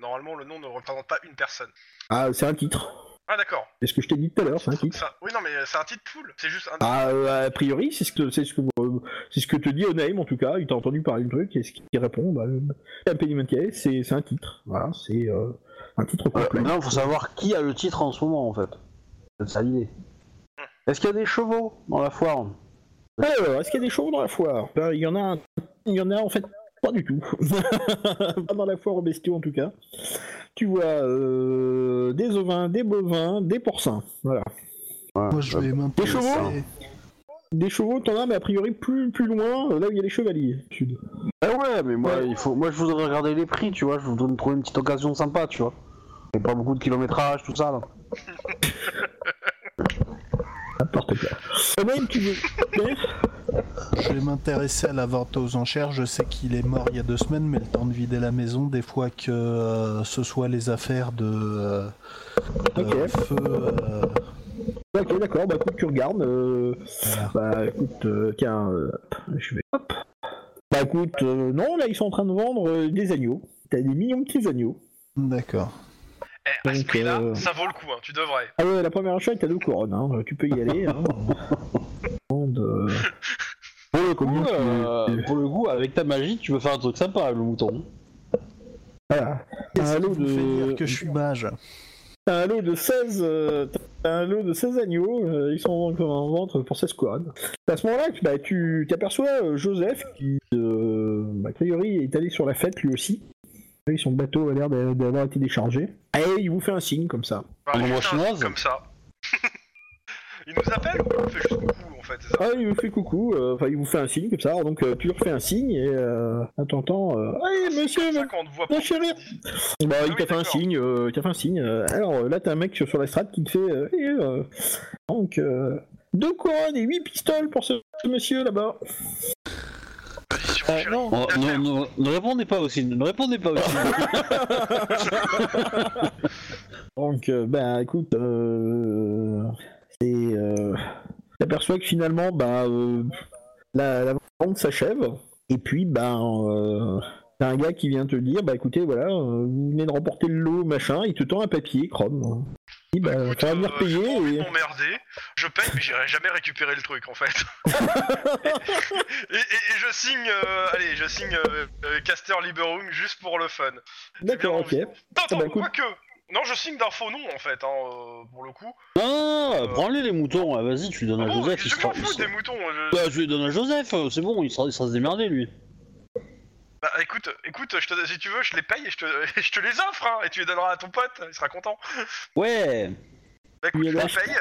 [SPEAKER 4] Normalement, le nom ne représente pas une personne.
[SPEAKER 2] Ah, c'est un titre.
[SPEAKER 4] Ah d'accord.
[SPEAKER 2] C'est ce que je t'ai dit tout à l'heure, c'est un titre.
[SPEAKER 4] Ça- Oui, non, mais c'est un titre pool. C'est juste un.
[SPEAKER 2] Ah, euh, a priori, c'est ce que c'est ce que euh, c'est ce que te dit Onaim en tout cas. Il t'a entendu parler du truc et ce qu'il répond, bah, euh, un pédimentier, c'est c'est un titre. Voilà, c'est euh, un titre
[SPEAKER 1] euh,
[SPEAKER 2] complet.
[SPEAKER 1] maintenant, faut savoir qui a le titre en ce moment en fait. C'est ça l'idée. Est-ce qu'il y a des chevaux dans la foire
[SPEAKER 2] Ah, Alors, est-ce qu'il y a des choses dans la foire Ben, Il y en a, un- il y en a en fait pas du tout. pas dans la foire aux bestiaux en tout cas. Tu vois euh, des ovins, des bovins, des porcins. Voilà.
[SPEAKER 1] Ouais,
[SPEAKER 5] Moi, je
[SPEAKER 1] euh,
[SPEAKER 5] vais
[SPEAKER 2] chevaux
[SPEAKER 5] m'intéresser.
[SPEAKER 2] Des chevaux, t'en as, mais a priori plus, plus loin, euh, là où il y a les chevaliers. Sud.
[SPEAKER 1] Eh ouais, mais moi,
[SPEAKER 2] Ouais.
[SPEAKER 1] il faut, moi je voudrais regarder les prix, tu vois. Je voudrais me trouver une petite occasion sympa, tu vois. Et pas beaucoup de kilométrage, tout ça là.
[SPEAKER 2] N'importe quoi. Euh, Même tu veux.
[SPEAKER 5] Je vais m'intéresser à la vente aux enchères. Je sais qu'il est mort il y a deux semaines, mais le temps de vider la maison, des fois que euh, ce soit les affaires de, euh, de
[SPEAKER 2] Ok.
[SPEAKER 5] feu. euh,
[SPEAKER 2] ok, d'accord, bah écoute, tu regardes. euh,
[SPEAKER 5] voilà.
[SPEAKER 2] Bah écoute, euh, tiens, euh, hop, je vais. Hop. Bah écoute, euh, non, là ils sont en train de vendre euh, des agneaux. T'as des millions de petits agneaux.
[SPEAKER 5] D'accord.
[SPEAKER 4] Eh, à ce
[SPEAKER 2] donc,
[SPEAKER 4] prix-là,
[SPEAKER 2] euh,
[SPEAKER 4] ça vaut le coup. Hein. Tu devrais.
[SPEAKER 2] Ah ouais, la première enchère, t'as deux couronnes, hein. tu peux y aller. Hein. Demande, euh,
[SPEAKER 1] Pour le, coup,
[SPEAKER 2] Combien tu-
[SPEAKER 1] euh, pour le coup, avec ta magie, tu peux faire un truc sympa, le mouton.
[SPEAKER 2] Voilà. T'as
[SPEAKER 5] Qu'est-ce
[SPEAKER 2] un
[SPEAKER 5] qui
[SPEAKER 2] lot
[SPEAKER 5] vous fait dire que
[SPEAKER 2] de.
[SPEAKER 5] je suis mage
[SPEAKER 2] T'as un lot de 16. euh, T'as un lot de 16 agneaux, euh, ils sont en vente- en vente pour 16 couronnes. À ce moment-là, bah, tu t'aperçois euh, Joseph qui, euh, a priori, est allé sur la fête lui aussi. Lui, Son bateau a l'air d'a- d'avoir été déchargé. Et il vous fait un signe comme ça.
[SPEAKER 4] Enfin,
[SPEAKER 1] une
[SPEAKER 4] juste
[SPEAKER 1] voix
[SPEAKER 4] un truc
[SPEAKER 1] chinoise
[SPEAKER 4] Comme ça. il nous appelle ou il nous fait juste coucou en fait c'est ça
[SPEAKER 2] Ah, il vous fait coucou, euh, enfin, il vous fait un signe comme ça. Alors, donc, euh, tu lui refais un signe et euh, t'entends. euh, Allez, monsieur,
[SPEAKER 4] Ah, C'est ça qu'on te voit pas.
[SPEAKER 2] mon chéri Bah, il
[SPEAKER 4] Ah oui,
[SPEAKER 2] t'a fait un
[SPEAKER 4] d'accord.
[SPEAKER 2] signe, euh, il t'a fait un signe. euh, alors euh, là, t'as un mec sur, sur la strade qui te fait. euh, Eh, euh, donc, euh, deux couronnes et huit pistoles pour ce, ce monsieur là-bas.
[SPEAKER 4] Vas-y, sur mon
[SPEAKER 3] Euh,
[SPEAKER 4] chéri.
[SPEAKER 3] non,
[SPEAKER 1] Oh,
[SPEAKER 4] Bien
[SPEAKER 1] ne,
[SPEAKER 4] sûr.
[SPEAKER 1] ne- ne répondez pas aussi, ne répondez pas aussi.
[SPEAKER 2] Donc, euh, bah, écoute, euh, c'est. euh, T'aperçois que finalement, bah, euh, la, la vente s'achève. Et puis, ben, euh, T'as un gars qui vient te dire, bah écoutez, voilà, euh, vous venez de remporter le lot, machin, il te tend un papier, Chrome. Il dit, bah,
[SPEAKER 4] Écoute,
[SPEAKER 2] faudra
[SPEAKER 4] euh,
[SPEAKER 2] venir
[SPEAKER 4] j'ai pas envie
[SPEAKER 2] payer
[SPEAKER 4] de
[SPEAKER 2] et...
[SPEAKER 4] m'emmerder, je paye, mais j'irai jamais récupérer le truc en fait. et, et- et je signe, euh, allez, je signe euh, euh, Caster Liberum juste pour le fun.
[SPEAKER 2] D'accord, ok.
[SPEAKER 4] bien Non,
[SPEAKER 2] Ah bah,
[SPEAKER 4] non,
[SPEAKER 2] écoute.
[SPEAKER 4] quoique. Non, je signe d'un faux nom en fait, hein, euh, pour le coup.
[SPEAKER 1] Non, non, non, prends-les les moutons, ah, vas-y, tu les donnes à
[SPEAKER 4] bon,
[SPEAKER 1] Joseph, il
[SPEAKER 4] je
[SPEAKER 1] sera.
[SPEAKER 4] m'en
[SPEAKER 1] il
[SPEAKER 4] fous
[SPEAKER 1] sera-
[SPEAKER 4] des moutons. je-
[SPEAKER 1] Bah, tu les donnes à Joseph, euh, c'est bon, il sera, il sera se démerder lui.
[SPEAKER 4] Bah écoute, écoute, je te- si tu veux, je les paye et je te, et je te les offre, hein, et tu les donneras à ton pote, il sera content.
[SPEAKER 1] Ouais,
[SPEAKER 4] Bah écoute,
[SPEAKER 2] Oui,
[SPEAKER 4] je les
[SPEAKER 2] alors
[SPEAKER 4] paye.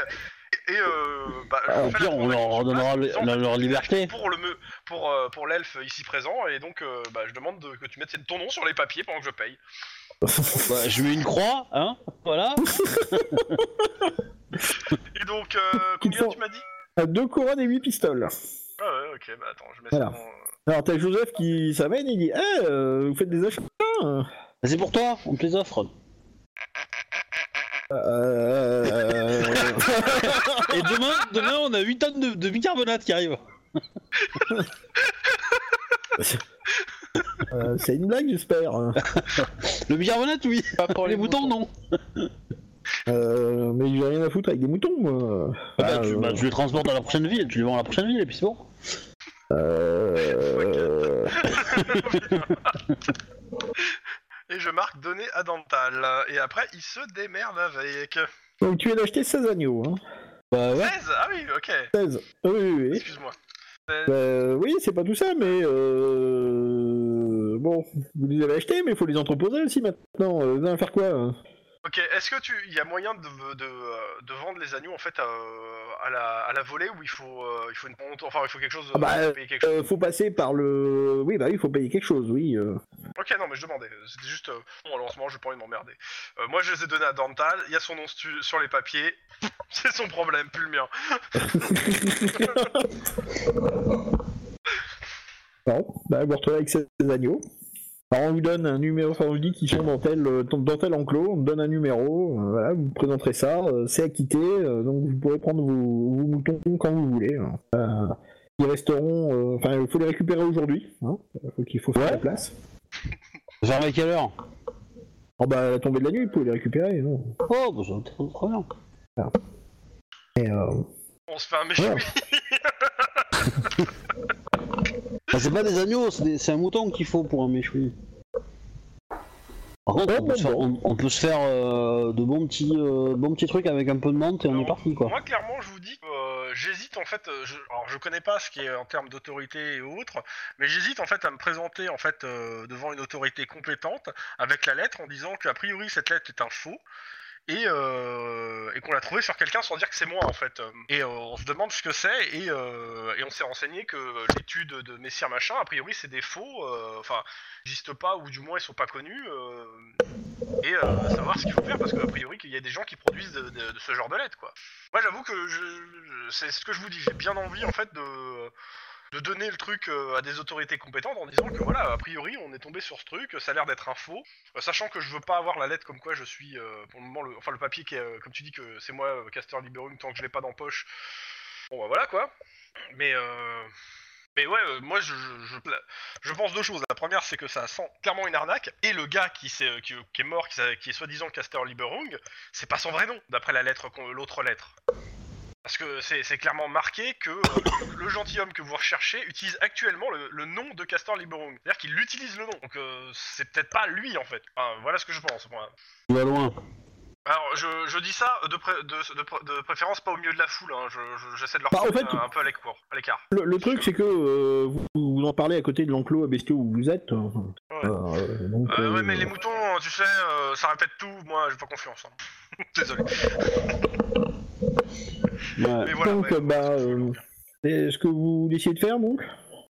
[SPEAKER 4] Et, et, euh, bah, je
[SPEAKER 1] Ah, au
[SPEAKER 4] fais la Hein,
[SPEAKER 1] pire, on leur
[SPEAKER 4] transaction sur
[SPEAKER 1] redonnera
[SPEAKER 4] place,
[SPEAKER 1] le-
[SPEAKER 4] en disant,
[SPEAKER 1] la- leur liberté.
[SPEAKER 4] pour le me- pour euh, pour l'elfe ici présent et donc euh, bah, je demande de- que tu mettes ton nom sur les papiers pendant que je paye.
[SPEAKER 1] Bah, je mets une croix, hein, voilà.
[SPEAKER 4] Et donc euh,
[SPEAKER 2] Qu'il
[SPEAKER 4] combien
[SPEAKER 2] faut-
[SPEAKER 4] tu m'as dit
[SPEAKER 2] à deux couronnes et huit pistoles.
[SPEAKER 4] Ah ouais, ok, bah attends, je mets
[SPEAKER 2] Voilà.
[SPEAKER 4] ça. dans-
[SPEAKER 2] Alors t'as Joseph qui s'amène, il dit, eh, euh, vous faites des achats hein
[SPEAKER 1] C'est pour toi, on te les offre.
[SPEAKER 2] Euh,
[SPEAKER 1] Et demain, demain on a 8 tonnes de, de bicarbonate qui arrivent.
[SPEAKER 2] euh, C'est une blague, j'espère.
[SPEAKER 1] Le bicarbonate, oui.
[SPEAKER 3] Pas pour
[SPEAKER 1] Les moutons, non.
[SPEAKER 2] Euh, mais j'ai rien à foutre avec des moutons, moi.
[SPEAKER 1] bah, tu,
[SPEAKER 2] euh,
[SPEAKER 1] bah, tu les transportes à la prochaine ville, tu les vends à la prochaine ville, et puis c'est bon.
[SPEAKER 2] euh,
[SPEAKER 4] Et je marque donner à Dental. Et après, il se démerde avec.
[SPEAKER 2] Donc tu viens d'acheter 16 agneaux, hein
[SPEAKER 1] Bah, ouais.
[SPEAKER 4] 16 Ah oui, ok.
[SPEAKER 2] 16. Oui, oui, oui.
[SPEAKER 4] Excuse-moi.
[SPEAKER 2] Bah, oui, c'est pas tout ça, mais euh... bon, vous les avez achetés, mais il faut les entreposer aussi maintenant. Euh, Vous allez faire quoi hein
[SPEAKER 4] Ok, est-ce que tu, il y a moyen de, de, euh, de vendre les agneaux en fait à, à la, à la volée où il faut euh, il faut une honte, enfin il faut quelque chose.
[SPEAKER 2] Ah bah,
[SPEAKER 4] euh, payer quelque chose.
[SPEAKER 2] euh, Faut passer par le. Oui, bah oui, faut payer quelque chose, oui. euh.
[SPEAKER 4] Ok, non mais je demandais. C'était juste euh, bon alors en ce moment j'ai pas envie de m'emmerder. Euh, moi je les ai donnés à Dental. Il y a son nom stu- sur les papiers. C'est son problème, plus le mien.
[SPEAKER 2] Bon, bah vous retrouvez avec 16 agneaux. Alors on vous donne un numéro, enfin on vous dit qu'ils sont dans tel, euh, dans tel enclos, on vous donne un numéro, euh, voilà, vous présenterez ça, euh, c'est acquitté, euh, donc vous pourrez prendre vos, vos moutons quand vous voulez. hein. Euh, ils resteront, euh, enfin il faut les récupérer aujourd'hui, hein, faut qu'il faut faire la place.
[SPEAKER 1] Ferme à quelle heure
[SPEAKER 2] Oh bah à la tombée de la nuit, vous pouvez les récupérer, non
[SPEAKER 1] Oh, bah, ça va être trop bien.
[SPEAKER 2] Mais, euh,
[SPEAKER 4] On se fait un méchoui.
[SPEAKER 2] voilà.
[SPEAKER 1] Bah, c'est pas des agneaux, c'est, des- c'est un mouton qu'il faut pour un méchoui. Par contre,
[SPEAKER 2] Ouais,
[SPEAKER 1] on peut se
[SPEAKER 2] bon,
[SPEAKER 1] faire, on- on peut se faire, euh, de bons petits, euh, bons petits trucs avec un peu de menthe et
[SPEAKER 4] Ah
[SPEAKER 1] on est parti quoi.
[SPEAKER 4] Moi, clairement, je vous dis, que, euh, j'hésite en fait. euh, Je, alors, je connais pas ce qui est euh, en termes d'autorité et autres, mais j'hésite en fait à me présenter en fait euh, devant une autorité compétente avec la lettre en disant qu'a priori cette lettre est un faux. Et, euh, et qu'on l'a trouvée sur quelqu'un sans dire que c'est moi en fait. Et euh, on se demande ce que c'est et, euh, et on s'est renseigné que l'étude de Messire Machin, a priori c'est des faux, euh, enfin n'existent pas ou du moins ils sont pas connus. euh, et euh, savoir ce qu'il faut faire parce qu'a priori qu'il y a des gens qui produisent de- de- de ce genre de lettres quoi. Moi, j'avoue que je, je- c'est ce que je vous dis. J'ai bien envie, en fait, de, de donner le truc euh, à des autorités compétentes en disant que, voilà, a priori, on est tombé sur ce truc, ça a l'air d'être un faux. Euh, sachant que je veux pas avoir la lettre comme quoi je suis, euh, pour le moment, le, enfin, le papier qui est, euh, comme tu dis que c'est moi, euh, Caster Liberum, tant que je l'ai pas dans poche. Bon, bah voilà, quoi. Mais, euh, mais ouais, euh, moi, je, je, je, la- je pense deux choses. La première, c'est que ça sent clairement une arnaque. Et le gars qui, s'est- euh, qui, qui est mort, qui, s'est- qui est soi-disant Caster Liberum, c'est pas son vrai nom, d'après la lettre qu'on- l'autre lettre. Parce que c'est c'est clairement marqué que euh, le gentilhomme que vous recherchez utilise actuellement le, le nom de Castor Liberung. C'est-à-dire qu'il utilise le nom. Donc euh, c'est peut-être pas lui en fait. Enfin, voilà ce que je pense. moi.
[SPEAKER 1] Tu vas loin.
[SPEAKER 4] Alors je, je dis ça de, pré- de, de pr- de préférence pas au milieu de la foule. hein. Je- je- J'essaie de leur
[SPEAKER 2] Bah, en
[SPEAKER 4] parler
[SPEAKER 2] fait-
[SPEAKER 4] euh, un peu à l'écart. à l'écart.
[SPEAKER 2] le, le truc c'est que euh, vous, vous en parlez à côté de l'enclos à bestiaux où vous êtes. euh,
[SPEAKER 4] Ouais.
[SPEAKER 2] euh, donc,
[SPEAKER 4] Euh, ouais
[SPEAKER 2] euh,
[SPEAKER 4] mais les moutons, tu sais, euh, ça répète tout. Moi j'ai pas confiance. hein. Désolé.
[SPEAKER 1] Ouais.
[SPEAKER 4] Mais voilà.
[SPEAKER 2] donc,
[SPEAKER 4] ouais.
[SPEAKER 2] bah, euh, c'est ce que vous décidez de faire donc euh,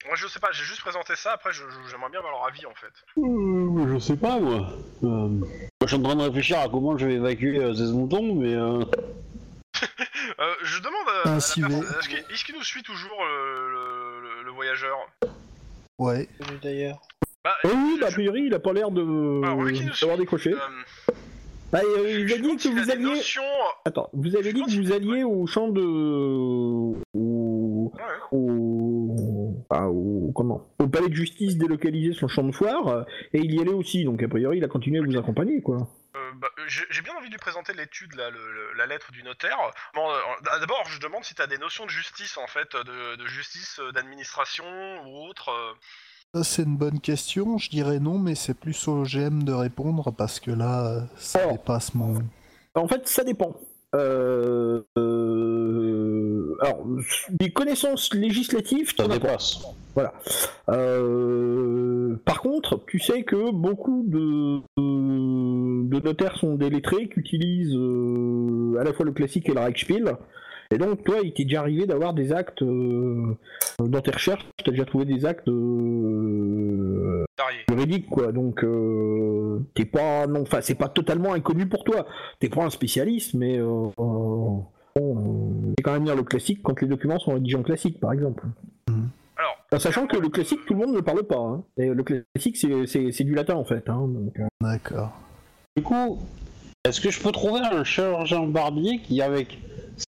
[SPEAKER 4] Moi je sais pas. J'ai juste présenté ça. Après je- je- j'aimerais bien avoir leur avis en fait.
[SPEAKER 1] Euh, je sais pas moi. Euh, moi, Je suis en train de réfléchir à comment je vais évacuer euh, ces moutons, mais euh,
[SPEAKER 4] Euh, je demande à, à la
[SPEAKER 5] Ainsi
[SPEAKER 4] personne,
[SPEAKER 5] vaut.
[SPEAKER 4] est-ce qu'il est-ce qu'il nous suit toujours euh, le, le- le voyageur
[SPEAKER 5] Ouais.
[SPEAKER 3] Venu euh, d'ailleurs.
[SPEAKER 4] Bah,
[SPEAKER 2] Eh oui,
[SPEAKER 4] je-
[SPEAKER 2] bah, a priori, il a pas l'air de
[SPEAKER 4] Alors, oui, qui nous
[SPEAKER 2] d'avoir
[SPEAKER 4] suit,
[SPEAKER 2] décroché.
[SPEAKER 4] euh,
[SPEAKER 2] Bah, euh, il
[SPEAKER 4] je
[SPEAKER 2] a dit
[SPEAKER 4] pense
[SPEAKER 2] que
[SPEAKER 4] qu'il a
[SPEAKER 2] vous
[SPEAKER 4] des
[SPEAKER 2] alliez.
[SPEAKER 4] notions- euh,
[SPEAKER 2] Attends, vous avez
[SPEAKER 4] Je
[SPEAKER 2] dit
[SPEAKER 4] pense
[SPEAKER 2] que vous
[SPEAKER 4] qu'il-
[SPEAKER 2] alliez au champ de. au.
[SPEAKER 4] Ouais, ouais.
[SPEAKER 2] au. ah, au, comment au palais de justice délocaliser son champ de foire, euh, et il y allait aussi, donc a priori il a continué à vous accompagner, quoi.
[SPEAKER 4] Euh, bah, euh, j'ai j'ai bien envie de lui présenter l'étude, là, le- le- la lettre du notaire. Bon, euh, euh, D'abord, je demande si t'as des notions de justice, en fait, de, de justice, euh, d'administration ou autre. euh.
[SPEAKER 5] Ça, c'est une bonne question. Je dirais non, mais c'est plus au GM de répondre parce que là, euh, ça
[SPEAKER 2] Alors.
[SPEAKER 5] dépasse mon.
[SPEAKER 2] En fait, ça dépend. Euh, euh, alors, des connaissances législatives,
[SPEAKER 1] Ça
[SPEAKER 2] t'en as pas.
[SPEAKER 1] dépasse.
[SPEAKER 2] Voilà. Euh, par contre, tu sais que beaucoup de, euh, de notaires sont des lettrés qui utilisent euh, à la fois le classique et le Reichspiel. Et donc, toi, il t'est déjà arrivé d'avoir des actes euh, dans tes recherches, t'as déjà trouvé des actes euh,
[SPEAKER 4] Tarier.
[SPEAKER 2] juridiques, quoi. Donc, euh, t'es pas, non, enfin, c'est pas totalement inconnu pour toi. T'es pas un spécialiste, mais euh, euh, bon, euh, c'est quand même lire le classique quand les documents sont rédigés en classique, par exemple.
[SPEAKER 4] Alors,
[SPEAKER 2] En sachant que le classique, tout le monde ne parle pas. hein. Et le classique, c'est- c'est c'est du latin en fait. hein, donc, euh.
[SPEAKER 5] D'accord.
[SPEAKER 1] Du coup, est-ce que je peux trouver un chirurgien barbier qui, avec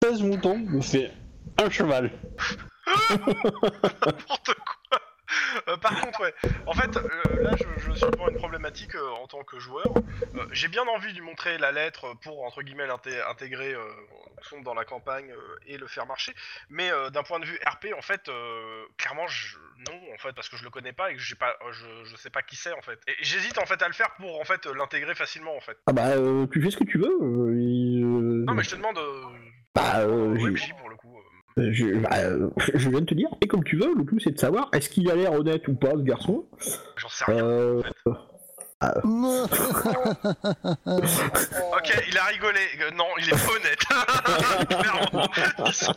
[SPEAKER 1] 16 moutons, me fait un cheval
[SPEAKER 4] n'importe quoi. Euh, par contre, ouais. En fait, euh, là, je, je surprends une problématique euh, en tant que joueur. Euh, J'ai bien envie de lui montrer la lettre pour, entre guillemets, l'inté- intégrer euh, son dans la campagne euh, et le faire marcher. Mais euh, d'un point de vue RP, en fait, euh, clairement, je... non, en fait, parce que je le connais pas et que j'ai pas, euh, je, je sais pas qui c'est, en fait. Et j'hésite, en fait, à le faire pour, en fait, l'intégrer facilement, en fait.
[SPEAKER 2] Ah bah, euh, tu fais ce que tu veux. euh, il- euh,
[SPEAKER 4] Non, mais je te demande... Euh...
[SPEAKER 2] Bah, euh, j'ai-
[SPEAKER 4] OMJ, pour le coup. euh.
[SPEAKER 2] je, bah, euh, je viens de te dire. Et comme tu veux, le tout, c'est de savoir est-ce qu'il a l'air honnête ou pas, ce garçon.
[SPEAKER 4] J'en sais rien.
[SPEAKER 2] Euh,
[SPEAKER 5] Non.
[SPEAKER 4] Ok, il a rigolé. Euh, non, il est pas honnête. Clairement. Il sent-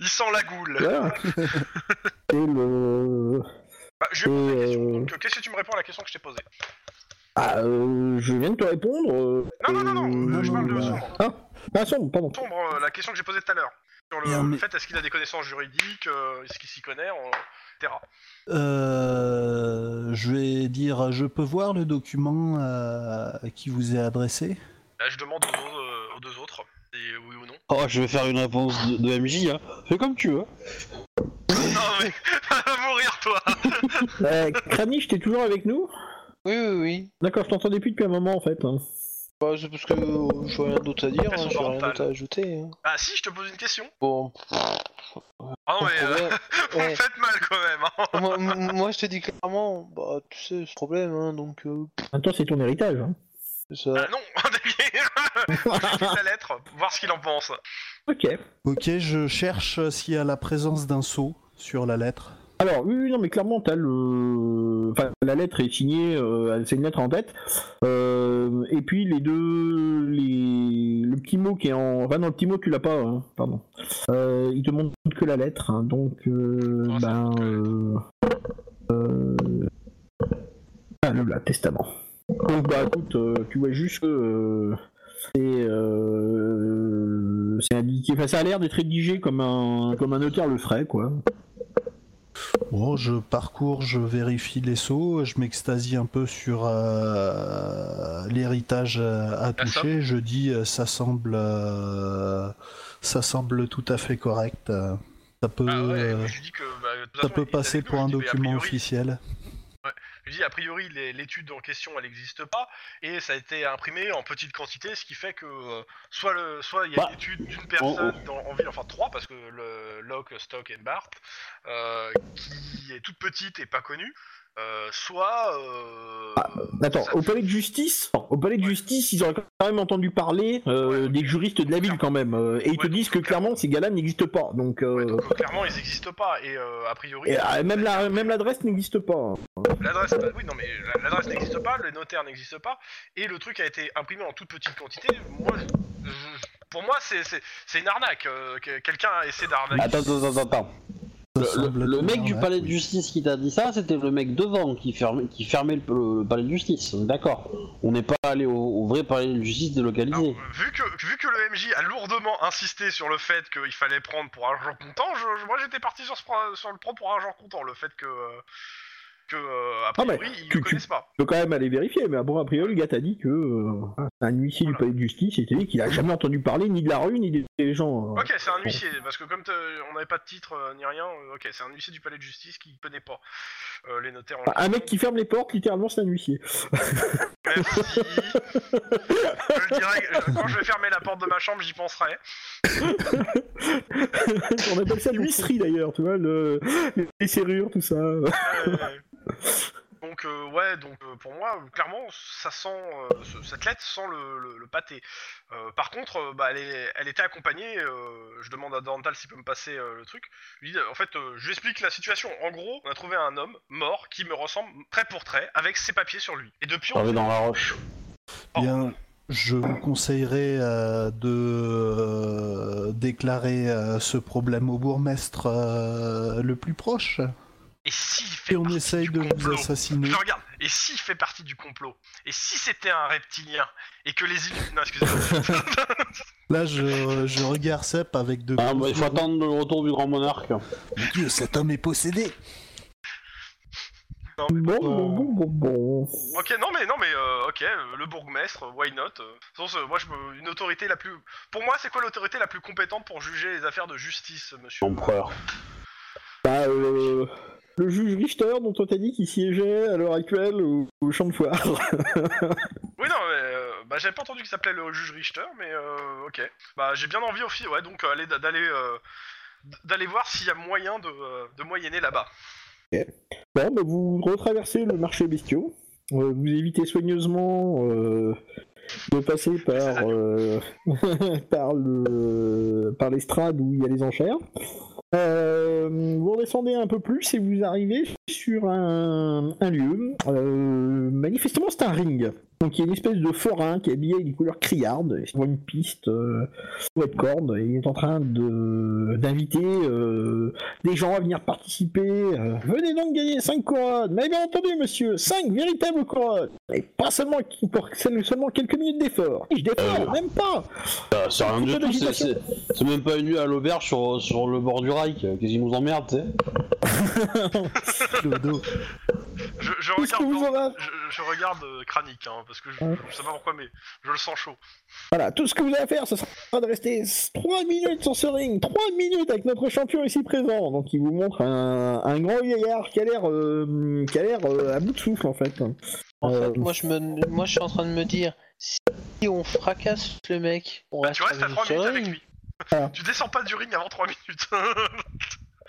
[SPEAKER 4] Il sent la goule.
[SPEAKER 2] voilà. Et le.
[SPEAKER 4] Bah, je
[SPEAKER 2] et,
[SPEAKER 4] vais poser la question.
[SPEAKER 2] euh,
[SPEAKER 4] Donc, euh, qu'est-ce que tu me réponds à la question que je t'ai posée
[SPEAKER 2] ah, euh, je viens de te répondre. euh,
[SPEAKER 4] Non, non, non, non, euh, je parle de
[SPEAKER 5] euh,
[SPEAKER 4] sombre.
[SPEAKER 2] Ah, sombre, pardon.
[SPEAKER 4] Sombre, euh, la question que j'ai posée tout à l'heure. Sur le,
[SPEAKER 5] Bien,
[SPEAKER 4] le
[SPEAKER 5] mais-
[SPEAKER 4] fait, est-ce qu'il a des connaissances juridiques euh, Est-ce qu'il s'y connaît euh, etc.
[SPEAKER 5] Euh, je vais dire, je peux voir le document euh, qui vous est adressé.
[SPEAKER 4] Là, je demande aux deux, euh, aux deux autres. Et oui ou non
[SPEAKER 1] Oh, je vais faire une réponse de, de MJ, hein. fais comme tu veux.
[SPEAKER 4] Non, mais va mourir, toi
[SPEAKER 2] Euh, Kranich, t'es toujours avec nous
[SPEAKER 3] Oui, oui, oui.
[SPEAKER 2] D'accord, je t'entendais plus depuis un moment en fait. hein.
[SPEAKER 3] Bah, c'est parce que euh, je vois rien d'autre à dire, hein, je vois rien
[SPEAKER 4] Mentale.
[SPEAKER 3] d'autre à ajouter. hein.
[SPEAKER 4] Ah, si, je te pose une question.
[SPEAKER 3] Bon,
[SPEAKER 4] Ah non,
[SPEAKER 3] Ton
[SPEAKER 4] mais euh,
[SPEAKER 3] problème-
[SPEAKER 4] vous me
[SPEAKER 3] ouais.
[SPEAKER 4] faites mal quand même. hein.
[SPEAKER 3] moi, m- moi, je te dis clairement, bah tu sais, ce problème, hein, donc euh,
[SPEAKER 2] Attends, c'est ton héritage. hein.
[SPEAKER 3] pff, ça.
[SPEAKER 4] Ah non, Écoute la lettre, voir ce qu'il en pense.
[SPEAKER 2] Ok.
[SPEAKER 5] Ok, je cherche s'il y a la présence d'un sceau sur la lettre.
[SPEAKER 2] Alors oui, oui, non, mais clairement, t'as le, enfin, la lettre est signée, euh, c'est une lettre en tête, Euh, et puis les deux, les... le petit mot qui est en, enfin non, le petit mot tu l'as pas, hein, pardon. Euh, il te montre que la lettre, hein, donc euh,
[SPEAKER 4] Oh, ça
[SPEAKER 2] ben,
[SPEAKER 4] montre que la
[SPEAKER 2] euh... euh, ah le là, testament. Donc bah écoute, euh, tu vois juste que euh, c'est, euh, c'est indiqué, enfin ça a l'air d'être rédigé comme un, comme un notaire le ferait, quoi.
[SPEAKER 5] Bon, je parcours, je vérifie les sceaux, je m'extasie un peu sur euh, l'héritage euh, à
[SPEAKER 4] somme.
[SPEAKER 5] toucher. Je dis, euh, ça semble, euh, ça semble tout à fait correct. euh, Ça peut,
[SPEAKER 4] Ah ouais,
[SPEAKER 5] euh,
[SPEAKER 4] moi, je lui dis que. bah, de toute
[SPEAKER 5] ça
[SPEAKER 4] façon,
[SPEAKER 5] peut
[SPEAKER 4] il est
[SPEAKER 5] passer
[SPEAKER 4] avec nous,
[SPEAKER 5] pour
[SPEAKER 4] je
[SPEAKER 5] un
[SPEAKER 4] lui dis, mais a
[SPEAKER 5] document
[SPEAKER 4] priori,
[SPEAKER 5] officiel.
[SPEAKER 4] Je lui dis, a priori, les- l'étude en question, elle n'existe pas, et ça a été imprimé en petite quantité, ce qui fait que euh, soit le, soit il y a
[SPEAKER 1] Bah,
[SPEAKER 4] une étude d'une personne dans- en ville, enfin trois, parce que le Locke, Stock et Bart, euh, qui est toute petite et pas connue, euh, soit. euh,
[SPEAKER 5] Bah,
[SPEAKER 2] Attends,
[SPEAKER 4] ça-
[SPEAKER 2] au palais de justice, non, au palais de
[SPEAKER 4] Ouais.
[SPEAKER 2] justice, ils auraient quand même entendu parler euh,
[SPEAKER 4] Ouais, ok.
[SPEAKER 2] des juristes de la ville quand même, euh, et ils te
[SPEAKER 4] Ouais,
[SPEAKER 2] disent que
[SPEAKER 4] donc, clairement.
[SPEAKER 2] clairement ces gars-là n'existent pas. Donc, euh,
[SPEAKER 4] ouais, donc, euh, clairement, ils n'existent pas, et euh, a priori.
[SPEAKER 2] et, ah, même la même l'adresse n'existe pas.
[SPEAKER 4] L'adresse, oui, non, mais la- l'adresse n'existe pas, le notaire n'existe pas, et le truc a été imprimé en toute petite quantité. Moi, je- je- pour moi, c'est- c'est c'est une arnaque. euh, que- Quelqu'un a essayé d'arnaquer.
[SPEAKER 1] Attends, attends, attends, attends.
[SPEAKER 5] Ça
[SPEAKER 1] Le,
[SPEAKER 5] semble
[SPEAKER 1] le- le
[SPEAKER 5] être
[SPEAKER 1] mec
[SPEAKER 5] une
[SPEAKER 1] du
[SPEAKER 5] arnaque,
[SPEAKER 1] palais de
[SPEAKER 5] oui.
[SPEAKER 1] justice qui t'a dit ça, c'était le mec devant qui fermait, qui fermait le, le- le palais de justice. On est D'accord. On n'est pas allé au, au vrai palais de justice
[SPEAKER 2] Ah,
[SPEAKER 4] Alors,
[SPEAKER 1] délocalisé.
[SPEAKER 4] euh, vu, que, vu que le MJ a lourdement insisté sur le fait qu'il fallait prendre pour argent comptant, je- je- moi j'étais parti sur, ce pro- sur le prendre pour argent comptant, le fait que, euh, que euh, a
[SPEAKER 2] Ah, mais
[SPEAKER 4] priori ils
[SPEAKER 2] tu-
[SPEAKER 4] ne
[SPEAKER 2] tu-
[SPEAKER 4] connaissent pas.
[SPEAKER 2] Je peux quand même aller vérifier, mais ah, bon, a priori, le gars t'a dit que euh, c'est un huissier du palais de justice et t'as dit qu'il a jamais entendu parler ni de la rue, ni des, des gens. euh.
[SPEAKER 4] Ok, c'est un huissier, parce que comme t'as- on n'avait pas de titre euh, ni rien, euh, ok, c'est un huissier du palais de justice qui connaît pas euh, les notaires en
[SPEAKER 2] Bah, Un mec qui ferme les portes, littéralement, c'est un huissier.
[SPEAKER 4] Même si. je dirais, que- quand je vais fermer la porte de ma chambre, j'y penserai.
[SPEAKER 2] On appelle ça l'huisserie d'ailleurs, tu vois, le... les- les serrures, tout ça.
[SPEAKER 4] Euh, donc, euh, ouais, donc euh, pour moi, euh, clairement, ça sent. euh, ce- cette lettre sent le, le- le pâté. Euh, par contre, euh, bah, elle, est- elle était accompagnée. euh, je demande à Dental s'il peut me passer euh, le truc. Je lui dis, euh, en fait, euh, je lui explique la situation. En gros, on a trouvé un homme mort qui me ressemble trait pour trait avec ses papiers sur lui. Et depuis,
[SPEAKER 5] Ah,
[SPEAKER 4] on.
[SPEAKER 1] Gravé dans la roche.
[SPEAKER 5] Eh Bien, je vous conseillerais euh, de euh, déclarer euh, ce problème au bourgmestre euh, le plus proche.
[SPEAKER 4] Et s'il fait
[SPEAKER 5] Et on
[SPEAKER 4] partie
[SPEAKER 5] essaye
[SPEAKER 4] du
[SPEAKER 5] de vous
[SPEAKER 4] complot
[SPEAKER 5] assassiner.
[SPEAKER 2] Mm.
[SPEAKER 4] Je regarde. Et s'il fait partie du complot Et si c'était un reptilien Et que les îles... Non, excusez-moi.
[SPEAKER 5] Là, je, je regarde Sep avec de.
[SPEAKER 1] Ah, bah, il faut attendre le retour du grand monarque.
[SPEAKER 5] Mon Dieu, cet homme est possédé.
[SPEAKER 2] Bon, bon, bon, bon, bon.
[SPEAKER 4] ok, non mais non mais euh, ok, euh, le bourgmestre, euh, why not euh. Sans, euh, moi, je me- une autorité la plus. Pour moi, c'est quoi l'autorité la plus compétente pour juger les affaires de justice, monsieur
[SPEAKER 1] L'empereur.
[SPEAKER 2] Bah, euh, le juge Richter, dont on t'a dit qu'il siégeait à l'heure actuelle au, au champ de foire.
[SPEAKER 4] Oui, non, mais euh, bah, j'avais pas entendu qu'il s'appelait le juge Richter, mais euh, ok. Bah, j'ai bien envie aussi, ouais, donc euh, aller- d'aller euh, d'aller voir s'il y a moyen de, euh, de moyenner là-bas.
[SPEAKER 2] Bon, bah, vous retraversez le marché bestiaux. Euh, vous évitez soigneusement euh, de passer par, euh, par le par l'estrade où il y a les enchères. Euh, vous redescendez un peu plus et vous arrivez sur un, un lieu. Euh, manifestement, c'est un ring. Donc, il y a une espèce de forain qui est habillé avec des couleurs criardes. Il voit une piste euh, sous la corde et il est en train de- d'inviter euh, des gens à venir participer. euh, venez donc gagner 5 couronnes. Mais bien entendu, monsieur, 5 véritables couronnes. Et pas seulement qui- pour seulement seulement quelques minutes d'effort. Je d'effort,
[SPEAKER 1] Euh.
[SPEAKER 2] même pas.
[SPEAKER 1] Bah, c'est rien du
[SPEAKER 2] Faut pas
[SPEAKER 1] tout, c'est-
[SPEAKER 2] d'agitation.
[SPEAKER 1] c'est c'est même pas une nuit à l'auberge sur, sur le bord du rail. Qu'est-ce qui nous emmerde, tu sais
[SPEAKER 5] Clodo.
[SPEAKER 4] Je, je
[SPEAKER 2] Qu'est-ce
[SPEAKER 4] regarde,
[SPEAKER 2] que vous
[SPEAKER 4] dans-
[SPEAKER 2] aurez
[SPEAKER 4] je, je regarde euh, Kranik, hein, parce que je, je sais pas pourquoi, mais je le sens chaud.
[SPEAKER 2] Voilà, tout ce que vous avez à faire, ce sera de rester 3 minutes sur ce ring, 3 minutes avec notre champion ici présent. Donc il vous montre un, un grand vieillard qui a l'air euh, qui a l'air euh, à bout de souffle en fait.
[SPEAKER 3] En
[SPEAKER 2] Euh,
[SPEAKER 3] fait, moi je, me, moi je suis en train de me dire, si on fracasse le mec, on
[SPEAKER 4] Bah,
[SPEAKER 3] reste
[SPEAKER 4] tu restes à 3 minutes avec lui.
[SPEAKER 2] Ah.
[SPEAKER 4] tu descends pas du ring avant 3 minutes.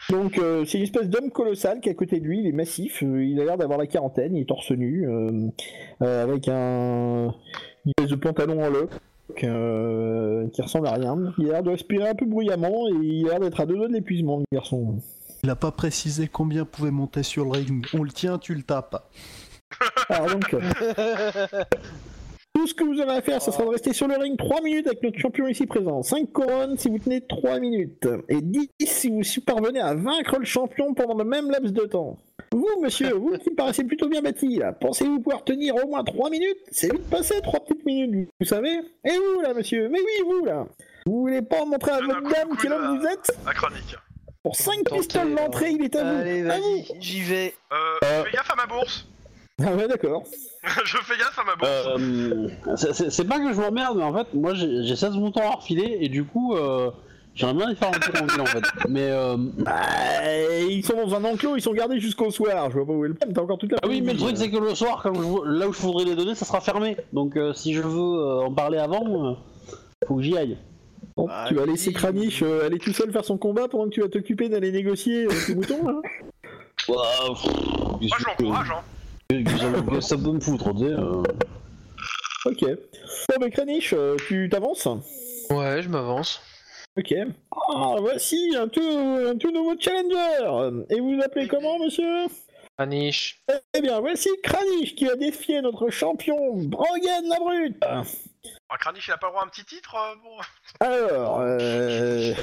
[SPEAKER 2] Donc euh, c'est une espèce d'homme colossal qui est à côté de lui, il est massif, euh, il a l'air d'avoir la quarantaine, il est torse nu, euh, euh, avec un une espèce de pantalon en loc euh, qui ressemble à rien. Il a l'air de respirer un peu bruyamment et il a l'air d'être à deux doigts de l'épuisement, le garçon.
[SPEAKER 5] Il a pas précisé combien pouvait monter sur le ring. On le tient, tu le tapes.
[SPEAKER 2] Alors donc, euh, tout ce que vous avez à faire, ce
[SPEAKER 3] Oh.
[SPEAKER 2] sera de rester sur le ring 3 minutes avec notre champion ici présent. 5 couronnes si vous tenez 3 minutes. Et 10 si vous parvenez à vaincre le champion pendant le même laps de temps. Vous, monsieur, vous qui me paraissez plutôt bien bâti, là, pensez-vous pouvoir tenir au moins 3 minutes C'est vite passé, 3 petites minutes, vous savez Et vous, là, monsieur Mais oui, vous, là Vous voulez pas montrer à
[SPEAKER 4] Je
[SPEAKER 2] votre
[SPEAKER 4] n'accorde
[SPEAKER 2] dame
[SPEAKER 4] coup
[SPEAKER 2] quel
[SPEAKER 4] de
[SPEAKER 2] homme
[SPEAKER 4] la-
[SPEAKER 2] vous êtes
[SPEAKER 4] à Kranik.
[SPEAKER 2] Pour 5
[SPEAKER 3] Tentez,
[SPEAKER 2] pistoles l'entrée,
[SPEAKER 3] alors.
[SPEAKER 2] il est à vous
[SPEAKER 3] Allez,
[SPEAKER 2] À vous
[SPEAKER 3] vas-y, j'y vais.
[SPEAKER 4] Euh,
[SPEAKER 1] Euh.
[SPEAKER 4] Je fais gaffe à ma bourse.
[SPEAKER 2] Ah ouais, d'accord.
[SPEAKER 4] je fais gaffe à ma bourse.
[SPEAKER 1] Euh, c'est- c'est c'est pas que je m'emmerde, mais en fait, moi j'ai j'ai 16 montants à refiler et du coup, euh, j'aimerais bien les faire un peu en ville en fait. Mais euh,
[SPEAKER 2] Bah, ils sont dans un enclos, ils sont gardés jusqu'au soir. Je vois pas où est le problème. T'as encore toute la. euh.
[SPEAKER 1] ah oui, mais le truc c'est que le soir, quand je vou- là où je voudrais les donner, ça sera fermé. Donc euh, si je veux euh, en parler avant, euh, faut que j'y aille.
[SPEAKER 2] Bon,
[SPEAKER 3] Ah,
[SPEAKER 2] tu vas laisser
[SPEAKER 3] oui.
[SPEAKER 2] Kranich euh, aller tout seul faire son combat pendant que tu vas t'occuper d'aller négocier euh, tes moutons. Là.
[SPEAKER 1] Ouah, pff,
[SPEAKER 4] Moi, je l'encourage. Hein.
[SPEAKER 1] que- que ça peut- ça peut me foutre, tu sais. euh.
[SPEAKER 2] Ok. Bon, mais Kranich, euh, tu t'avances.
[SPEAKER 3] Ouais, je m'avance.
[SPEAKER 2] Ok. Ah, voici un tout, un tout nouveau challenger. Et vous vous appelez comment, monsieur
[SPEAKER 3] Anish.
[SPEAKER 2] Eh bien, voici Kranich qui a défié notre champion Brogan la Brute.
[SPEAKER 4] Ah, Kranich, il a pas le droit à un petit titre euh, bon.
[SPEAKER 2] Alors, euh,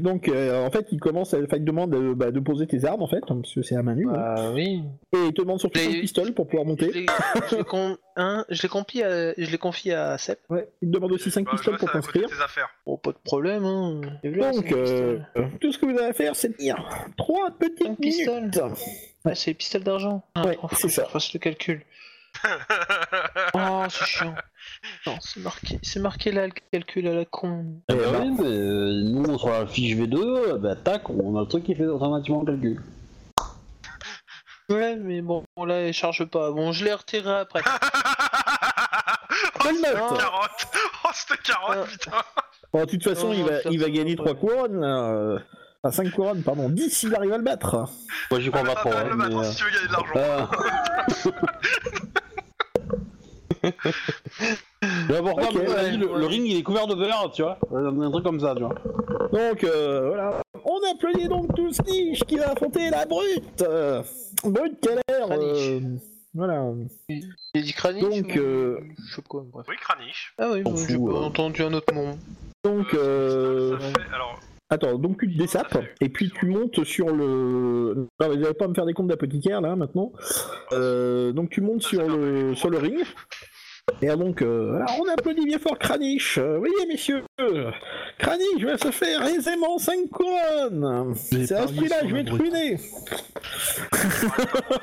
[SPEAKER 2] donc euh, en fait, il commence, à, enfin, il demande euh, bah, de poser tes armes en fait, hein, parce que c'est à main nue. hein.
[SPEAKER 3] Bah oui.
[SPEAKER 2] Et il te demande surtout
[SPEAKER 3] les-
[SPEAKER 2] une pistole pour pouvoir
[SPEAKER 3] Je
[SPEAKER 2] monter.
[SPEAKER 3] l'ai- je l'ai con- hein, je l'ai confie à- je l'ai confié à Sep.
[SPEAKER 2] Ouais, Il te demande aussi 5
[SPEAKER 4] Bah, je
[SPEAKER 2] pistoles
[SPEAKER 4] vois
[SPEAKER 2] pour
[SPEAKER 4] ça à côté de
[SPEAKER 2] t'inscrire.
[SPEAKER 4] tes affaires.
[SPEAKER 3] Bon, pas de problème. Hein. J'ai vu la
[SPEAKER 2] Donc,
[SPEAKER 3] scène
[SPEAKER 2] euh,
[SPEAKER 3] pistole.
[SPEAKER 2] euh, tout ce que vous avez à faire, c'est tenir. Trois petites
[SPEAKER 3] Cinq pistoles.
[SPEAKER 2] minutes.
[SPEAKER 3] Ah, c'est les pistoles d'argent. Ah,
[SPEAKER 2] Ouais,
[SPEAKER 3] faut que
[SPEAKER 2] c'est
[SPEAKER 3] je
[SPEAKER 2] ça.
[SPEAKER 3] fasse le calcul. Oh, c'est chiant. Non, c'est marqué, c'est marqué là le calcul à la con.
[SPEAKER 2] Eh
[SPEAKER 1] Eh ben
[SPEAKER 2] ben.
[SPEAKER 1] oui, mais, euh, nous, sur la fiche V2, bah, tac, on a le truc qui fait automatiquement le calcul.
[SPEAKER 3] Ouais, mais bon, bon, là, elle charge pas. Bon, je l'ai retiré après.
[SPEAKER 4] oh, cette
[SPEAKER 2] Ah.
[SPEAKER 3] note.
[SPEAKER 4] carotte Oh, cette carotte,
[SPEAKER 3] Euh,
[SPEAKER 4] putain
[SPEAKER 2] Bon, de toute façon,
[SPEAKER 3] Non,
[SPEAKER 2] il
[SPEAKER 3] non,
[SPEAKER 2] va,
[SPEAKER 3] ça,
[SPEAKER 2] il va
[SPEAKER 3] ça,
[SPEAKER 2] gagner 3
[SPEAKER 3] ouais.
[SPEAKER 2] couronnes. là, euh, Enfin, 5 couronnes, pardon. 10 s'il arrive à le battre.
[SPEAKER 1] Moi, j'y crois
[SPEAKER 4] Ah,
[SPEAKER 1] pas trop.
[SPEAKER 4] t'as
[SPEAKER 1] hein,
[SPEAKER 4] le
[SPEAKER 1] mais,
[SPEAKER 4] battre si tu veux gagner de l'argent.
[SPEAKER 1] euh, Ah. D'abord,
[SPEAKER 2] Ok,
[SPEAKER 3] ouais,
[SPEAKER 1] le,
[SPEAKER 3] ouais.
[SPEAKER 1] le ring il est couvert de beurre, tu vois. Euh, Un, un truc comme ça, tu vois.
[SPEAKER 2] Donc, euh, voilà. On applaudit donc tous Niche qui va affronter la brute. euh, brute Keller. euh, voilà.
[SPEAKER 3] J'ai dit Kranich
[SPEAKER 2] Donc,
[SPEAKER 3] ou-
[SPEAKER 2] euh,
[SPEAKER 3] Je sais pas, bref.
[SPEAKER 4] Oui, Kranich.
[SPEAKER 3] Ah oui,
[SPEAKER 1] On
[SPEAKER 3] bon,
[SPEAKER 1] fout,
[SPEAKER 3] j'ai pas
[SPEAKER 1] euh.
[SPEAKER 3] entendu un autre nom.
[SPEAKER 2] Donc, euh,
[SPEAKER 4] Euh, ça fait- Alors,
[SPEAKER 2] attends, donc tu te dessapes et puis tu montes sur le. Non, mais vous allez pas à me faire des comptes d'apothicaire là maintenant. Euh, donc tu montes sur le sur le ring. Et ah, donc, euh, voilà, on applaudit bien fort Kranich. Euh, voyez, messieurs, Kranich va se faire aisément 5 couronnes.
[SPEAKER 5] J'ai
[SPEAKER 2] C'est à ce
[SPEAKER 5] parié
[SPEAKER 2] prix-là,
[SPEAKER 5] sur
[SPEAKER 2] je vais
[SPEAKER 5] la
[SPEAKER 2] être
[SPEAKER 5] brute.
[SPEAKER 2] ruiné.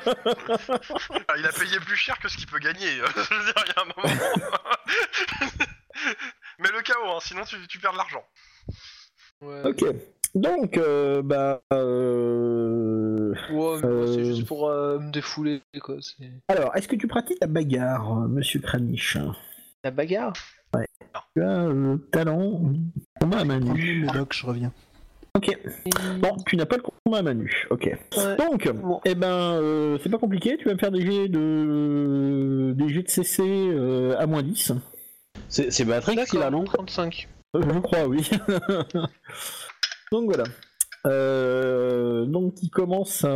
[SPEAKER 4] ah, il a payé plus cher que ce qu'il peut gagner. Je veux dire, il y a un moment. Mais le chaos, hein, sinon tu, tu perds de l'argent.
[SPEAKER 3] Ouais,
[SPEAKER 2] Ok. Donc, euh, bah. euh,
[SPEAKER 3] ouais, mais moi, c'est
[SPEAKER 2] Euh.
[SPEAKER 3] juste pour euh, me défouler, quoi. c'est-
[SPEAKER 2] Alors, est-ce que tu pratiques la bagarre, euh, monsieur Kranich
[SPEAKER 3] La bagarre
[SPEAKER 2] Tu as le talent combat à main nue.
[SPEAKER 5] Prenez mes docs, je reviens.
[SPEAKER 2] Ok. Bon, tu n'as pas le combat à main nue. Ok.
[SPEAKER 3] Ouais.
[SPEAKER 2] Donc,
[SPEAKER 3] Bon.
[SPEAKER 2] eh ben, euh, c'est pas compliqué. Tu vas me faire des jets de des jets de CC euh, à moins 10.
[SPEAKER 1] C'est c'est Matrix
[SPEAKER 3] D'accord,
[SPEAKER 1] qu'il a, non
[SPEAKER 3] 35.
[SPEAKER 2] Euh, Je crois, oui. donc voilà. Euh, donc il commence à,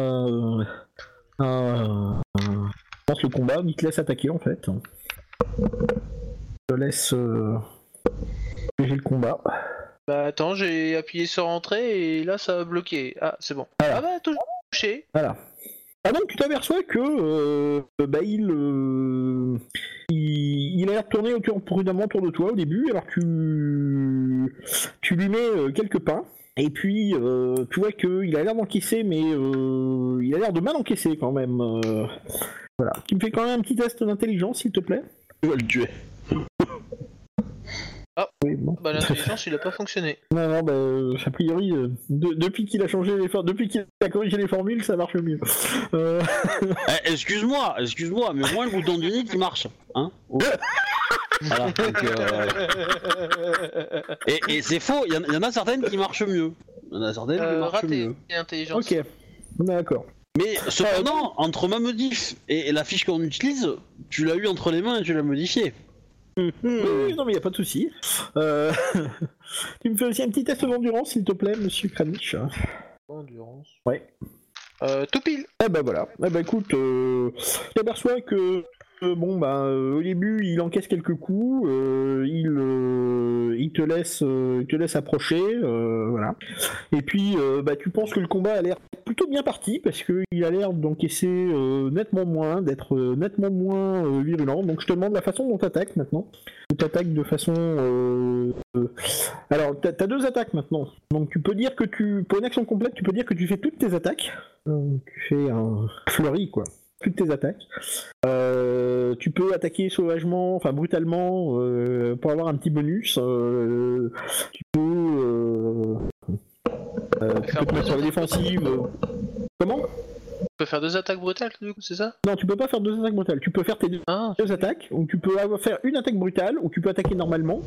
[SPEAKER 2] à- il commence le combat. Il te laisse attaquer en fait. Je te laisse euh, j'ai le combat.
[SPEAKER 3] Bah attends, j'ai appuyé sur entrée et là ça a bloqué. Ah, c'est bon.
[SPEAKER 2] Voilà.
[SPEAKER 3] Ah bah, toujours touché.
[SPEAKER 2] Voilà. Ah donc tu t'aperçois que euh, bah, il, euh, il il a l'air de tourner autour, prudemment autour de toi au début, alors tu tu lui mets euh, quelques pains et puis euh, tu vois que il a l'air d'encaisser mais euh, il a l'air de mal encaisser quand même. euh. voilà. Tu me fais quand même un petit test d'intelligence s'il te plaît.
[SPEAKER 1] Tu vas le tuer.
[SPEAKER 2] Oui bon.
[SPEAKER 3] Bah l'intelligence, il a pas fonctionné.
[SPEAKER 2] Non non bah euh, a priori euh, de- depuis qu'il a changé les for- depuis qu'il a corrigé les formules ça marche mieux. Euh,
[SPEAKER 1] Eh, excuse-moi, excuse-moi, mais moi, le bouton du nid qui marche. Hein Oh. Voilà, donc, euh, Et, et c'est faux, il y, en- il y en a certaines qui marchent mieux. Il y en a certaines qui
[SPEAKER 3] Euh,
[SPEAKER 1] marchent
[SPEAKER 3] raté,
[SPEAKER 1] mieux.
[SPEAKER 3] intelligence.
[SPEAKER 2] ok. D'accord.
[SPEAKER 1] Mais cependant, entre ma modif et, et la fiche qu'on utilise, tu l'as eu entre les mains et tu l'as modifiée. Hum, hum.
[SPEAKER 2] Oui, oui, non, mais il a pas de souci. Euh, tu me fais aussi un petit test d'endurance, s'il te plaît, monsieur Kranich.
[SPEAKER 3] Endurance.
[SPEAKER 2] Ouais.
[SPEAKER 3] Euh, tout pile.
[SPEAKER 2] Eh ben voilà. Eh ben écoute, euh, tu t'aperçois que, euh, bon, ben, euh, au début, il encaisse quelques coups, euh, il, euh, il, te laisse, euh, il te laisse approcher, euh, voilà. Et puis, euh, bah, tu penses que le combat a l'air plutôt bien parti, parce qu'il a l'air d'encaisser euh, nettement moins, d'être euh, nettement moins euh, virulent. Donc, je te demande la façon dont t'attaques maintenant. Tu t'attaques de façon. euh, euh, Alors, t'as as deux attaques maintenant. Donc, tu peux dire que tu. Pour une action complète, tu peux dire que tu fais toutes tes attaques. Donc, tu fais un fleuri, quoi. Toutes tes attaques. Euh, tu peux attaquer sauvagement, enfin brutalement, euh, pour avoir un petit bonus. Euh, tu peux. euh, euh, tu
[SPEAKER 3] Faire
[SPEAKER 2] peux te mettre sur la
[SPEAKER 3] deux attaques
[SPEAKER 2] défensive. Comment
[SPEAKER 3] On peut faire deux attaques brutales du coup, c'est ça
[SPEAKER 2] Non, tu peux pas faire deux attaques brutales. Tu peux faire tes deux
[SPEAKER 3] Ah,
[SPEAKER 2] deux attaques, donc tu peux avoir- faire une attaque brutale, ou tu peux attaquer normalement,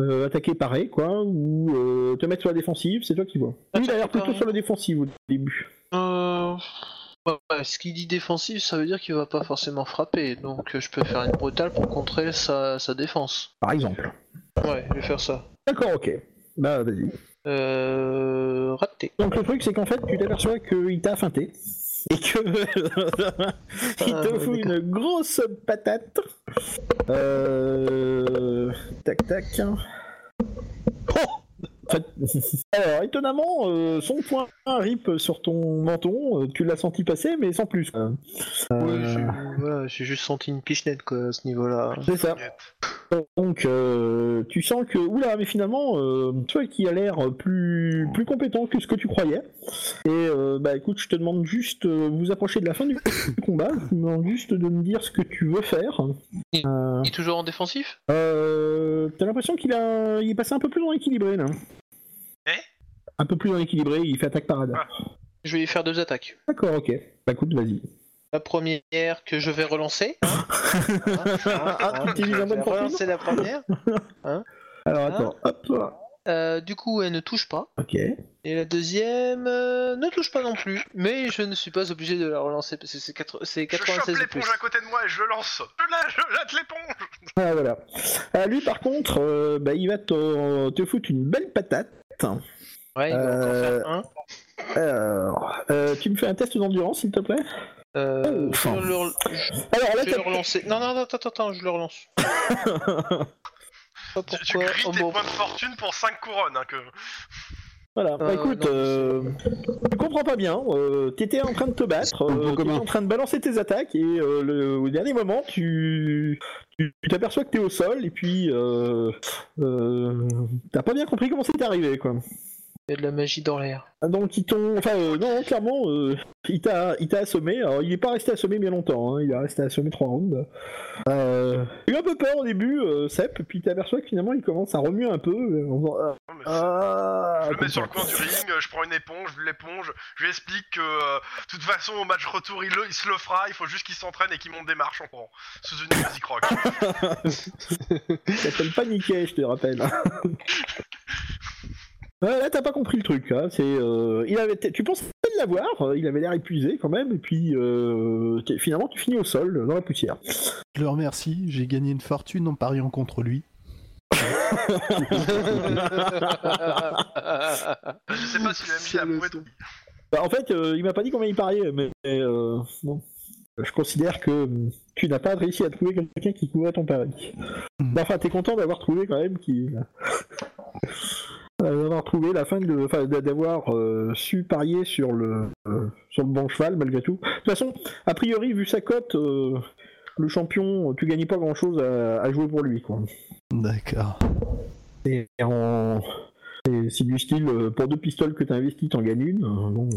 [SPEAKER 2] euh, attaquer pareil, quoi, ou euh, te mettre sur la défensive, c'est toi qui vois. Lui, il a l'air plutôt sur la défensive au début.
[SPEAKER 3] euh... ouais, ouais, ce qu'il dit défensif, ça veut dire qu'il va pas forcément frapper. Donc euh, je peux faire une brutale pour contrer sa, sa défense.
[SPEAKER 2] Par exemple.
[SPEAKER 3] Ouais, je vais faire ça.
[SPEAKER 2] D'accord, ok. Bah, vas-y.
[SPEAKER 3] Euh... Raté.
[SPEAKER 2] Donc le truc, c'est qu'en fait, tu t'aperçois qu'il t'a feinté. et que il te
[SPEAKER 3] ouais,
[SPEAKER 2] fout une grosse patate. Euh... Tac tac. Fait- Alors étonnamment, euh, son point rip sur ton menton, euh, tu l'as senti passer mais sans plus. quoi.
[SPEAKER 3] Oui,
[SPEAKER 2] Euh,
[SPEAKER 3] j'ai voilà, j'ai juste senti une pichenette quoi, à ce niveau-là.
[SPEAKER 2] c'est ça. Donc, euh, tu sens que, oula, mais finalement, euh, toi qui as l'air plus, plus compétent que ce que tu croyais, et euh, bah écoute, je te demande juste, euh, vous approchez de la fin du combat, je te demande juste de me dire ce que tu veux faire. Euh,
[SPEAKER 3] Il est toujours en défensif
[SPEAKER 2] euh, T'as l'impression qu'il a, il est passé un peu plus en équilibré là.
[SPEAKER 4] Eh
[SPEAKER 2] un peu plus en équilibré, il fait attaque parade.
[SPEAKER 4] Ah.
[SPEAKER 3] Je vais lui faire deux attaques.
[SPEAKER 2] D'accord, ok. Bah écoute, vas-y.
[SPEAKER 3] La première que je vais relancer. hein, hein, hein,
[SPEAKER 2] Ah,
[SPEAKER 3] hein,
[SPEAKER 2] tu
[SPEAKER 3] je
[SPEAKER 2] utilises un
[SPEAKER 3] vais
[SPEAKER 2] bonne fortune
[SPEAKER 3] relancer la première.
[SPEAKER 2] Alors attends, hop,
[SPEAKER 3] Euh, du coup, elle ne touche pas.
[SPEAKER 2] ok.
[SPEAKER 3] Et la deuxième euh, ne touche pas non plus. Mais je ne suis pas obligé de la relancer parce que c'est quatre- c'est
[SPEAKER 4] Je chope
[SPEAKER 3] 96 de plus.
[SPEAKER 4] l'éponge à côté de moi et je le lance. Je la, je jette l'éponge.
[SPEAKER 2] Ah voilà. Ah, lui par contre, euh, bah, il va te, te foutre une belle patate.
[SPEAKER 3] Ouais, il va encore
[SPEAKER 2] Euh,
[SPEAKER 3] faire un.
[SPEAKER 2] Alors, euh, tu me fais un test d'endurance, s'il te plaît
[SPEAKER 3] Euh,
[SPEAKER 2] oh,
[SPEAKER 3] je
[SPEAKER 2] enfin. Ah,
[SPEAKER 3] le rel-
[SPEAKER 2] Alors là,
[SPEAKER 3] je vais le relancer. Non, non, non, attends, attends, attends, je le relance.
[SPEAKER 2] t'as...
[SPEAKER 3] Pas
[SPEAKER 4] Tu, tu
[SPEAKER 3] pourquoi.
[SPEAKER 4] grilles
[SPEAKER 3] oh,
[SPEAKER 4] tes
[SPEAKER 3] bon.
[SPEAKER 4] points de fortune pour 5 couronnes. Hein, que...
[SPEAKER 2] voilà. bah,
[SPEAKER 3] Euh,
[SPEAKER 2] écoute,
[SPEAKER 3] non,
[SPEAKER 2] euh, tu comprends pas bien. euh, t'étais en train de te battre,
[SPEAKER 1] Un peu
[SPEAKER 2] euh, t'étais
[SPEAKER 1] commun.
[SPEAKER 2] en train de balancer tes attaques, et euh, le, au dernier moment, tu, tu, tu t'aperçois que t'es au sol, et puis euh, euh, t'as pas bien compris comment c'est arrivé, quoi.
[SPEAKER 3] Il y a de la magie dans l'air.
[SPEAKER 2] Ah, Donc ils t'ont, enfin euh, non clairement, euh, il t'a, il t'a assommé. Alors il est pas resté assommé bien longtemps. hein. Il a resté assommé trois rounds. Euh... Il a eu un peu peur au début, euh, Sep, puis t'aperçois que finalement il commence à remuer un peu. euh, en faisant, ah,
[SPEAKER 4] Non, mais
[SPEAKER 2] ah,
[SPEAKER 4] Je le
[SPEAKER 2] comme
[SPEAKER 4] mets sur
[SPEAKER 2] ça.
[SPEAKER 4] le coin du ring, euh, je prends une éponge, je l'éponge, je lui explique que euh, de toute façon au match retour il, le- il se le fera, il faut juste qu'il s'entraîne et qu'il monte des marches en courant. Sous une musique rock.
[SPEAKER 2] Ça s'appelle paniquer, je te rappelle. Ouais, là t'as pas compris le truc. hein. C'est, euh, il avait, tu pensais de l'avoir. euh, Il avait l'air épuisé quand même, et puis euh, t'es- finalement tu finis au sol euh, dans la poussière.
[SPEAKER 5] Je le remercie, j'ai gagné une fortune en pariant contre lui.
[SPEAKER 4] je sais pas si le MJ a prouvé ton
[SPEAKER 2] Bah, en fait, euh, il m'a pas dit combien il pariait, mais euh, bon. je considère que euh, tu n'as pas réussi à trouver quelqu'un qui couvrait ton pari. Bah,
[SPEAKER 5] Mm.
[SPEAKER 2] Enfin, t'es content d'avoir trouvé quand même qui. euh, d'avoir trouvé la fin de. Enfin, d'a- d'avoir euh, su parier sur le, euh, sur le bon cheval, malgré tout. De toute façon, a priori, vu sa cote, euh, le champion, tu gagnais pas grand chose à, à jouer pour lui, quoi.
[SPEAKER 5] D'accord.
[SPEAKER 2] Et en. et C'est du style, euh, pour deux pistoles que t'as investies, t'en gagnes une. euh, bon.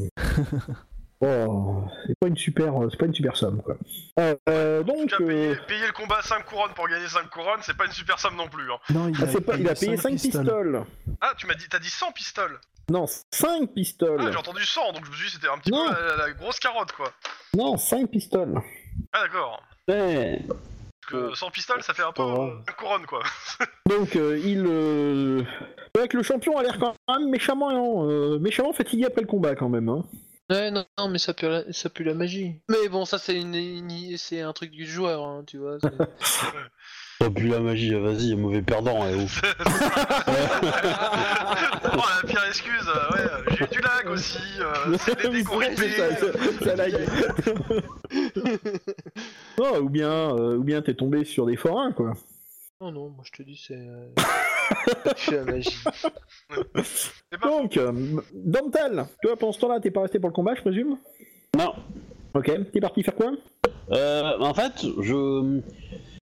[SPEAKER 2] Oh, c'est pas une super, c'est pas une super somme quoi. Euh, euh, donc,
[SPEAKER 4] Tu as
[SPEAKER 2] euh,
[SPEAKER 4] payé, payé le combat 5 couronnes pour gagner 5 couronnes, c'est pas une super somme non plus. Hein.
[SPEAKER 5] Non, il,
[SPEAKER 2] ah, c'est pas- il a payé 5 pistoles.
[SPEAKER 4] Ah, tu m'as dit, t'as dit 100 pistoles.
[SPEAKER 2] Non, 5 pistoles.
[SPEAKER 4] Ah, j'ai entendu 100, donc je me suis dit c'était un petit
[SPEAKER 2] Non.
[SPEAKER 4] peu la, la- la grosse carotte quoi.
[SPEAKER 2] Non, 5 pistoles.
[SPEAKER 4] Ah, d'accord.
[SPEAKER 1] Ouais.
[SPEAKER 4] Parce que 100 pistoles ça fait un peu
[SPEAKER 1] Pas grave.
[SPEAKER 4] euh, une couronne quoi.
[SPEAKER 2] Donc, euh, il. Euh... c'est vrai que le champion a l'air quand même méchamment, euh, méchamment fatigué après le combat quand même. Hein.
[SPEAKER 3] Ouais, non, non, mais ça pue, la, ça pue la magie. Mais bon, ça, c'est une, une- c'est un truc du joueur, hein, tu vois. c'est-
[SPEAKER 1] T'as plus la magie, vas-y, mauvais perdant, et ouf.
[SPEAKER 4] oh, la pire excuse, euh, ouais, euh, j'ai eu du lag aussi, euh, c'est des
[SPEAKER 2] Ouais, c'est
[SPEAKER 4] dégourrités.
[SPEAKER 2] ça, ça- ça lag. Oh, ou bien, euh, ou bien t'es tombé sur des forains quoi.
[SPEAKER 3] Non, non, moi, je te dis, c'est. euh, ça pue la magie.
[SPEAKER 4] C'est pas
[SPEAKER 2] Donc, euh, Dantal, toi pendant ce temps-là, t'es pas resté pour le combat, je présume
[SPEAKER 1] Non.
[SPEAKER 2] Ok, t'es parti faire quoi
[SPEAKER 1] Euh, en fait, je...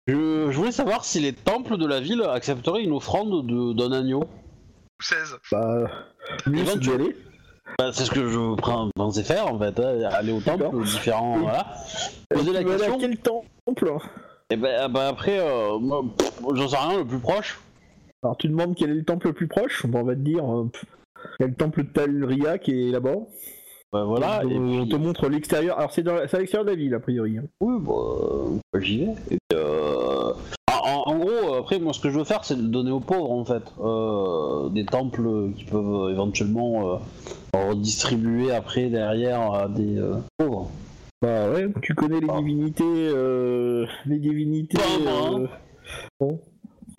[SPEAKER 1] je. je voulais savoir si les temples de la ville accepteraient une offrande de- d'un agneau.
[SPEAKER 4] ou 16.
[SPEAKER 2] Bah, lui,
[SPEAKER 1] Éventuellement.
[SPEAKER 2] c'est d'y aller.
[SPEAKER 1] Bah, c'est ce que je pr- pensais faire en fait, hein, aller au temple,
[SPEAKER 2] D'accord.
[SPEAKER 1] aux différents.
[SPEAKER 2] Oui.
[SPEAKER 1] Voilà. Poser la
[SPEAKER 2] Tu vas aller à
[SPEAKER 1] question.
[SPEAKER 2] quel temple
[SPEAKER 1] Et bah, bah, après, euh, moi, pff, j'en sais rien, le plus proche.
[SPEAKER 2] Alors, tu demandes quel est le temple le plus proche Bon, on va te dire, euh, pff, il y a le temple de Talria qui est là-bas.
[SPEAKER 1] Bah, voilà.
[SPEAKER 2] Donc,
[SPEAKER 1] et
[SPEAKER 2] on
[SPEAKER 1] puis-
[SPEAKER 2] te montre l'extérieur. Alors, c'est dans la- c'est à l'extérieur de la ville, a priori. hein.
[SPEAKER 1] Oui, bah, euh, bah, j'y vais. Et puis, euh, En, en- en gros, euh, après, moi, ce que je veux faire, c'est de donner aux pauvres, en fait, euh, des temples qui peuvent euh, éventuellement euh, redistribuer après derrière à des euh, pauvres.
[SPEAKER 2] Bah ouais, tu connais les
[SPEAKER 1] Ah.
[SPEAKER 2] divinités. euh, les divinités.
[SPEAKER 1] Pas moi, hein.
[SPEAKER 2] euh, bon.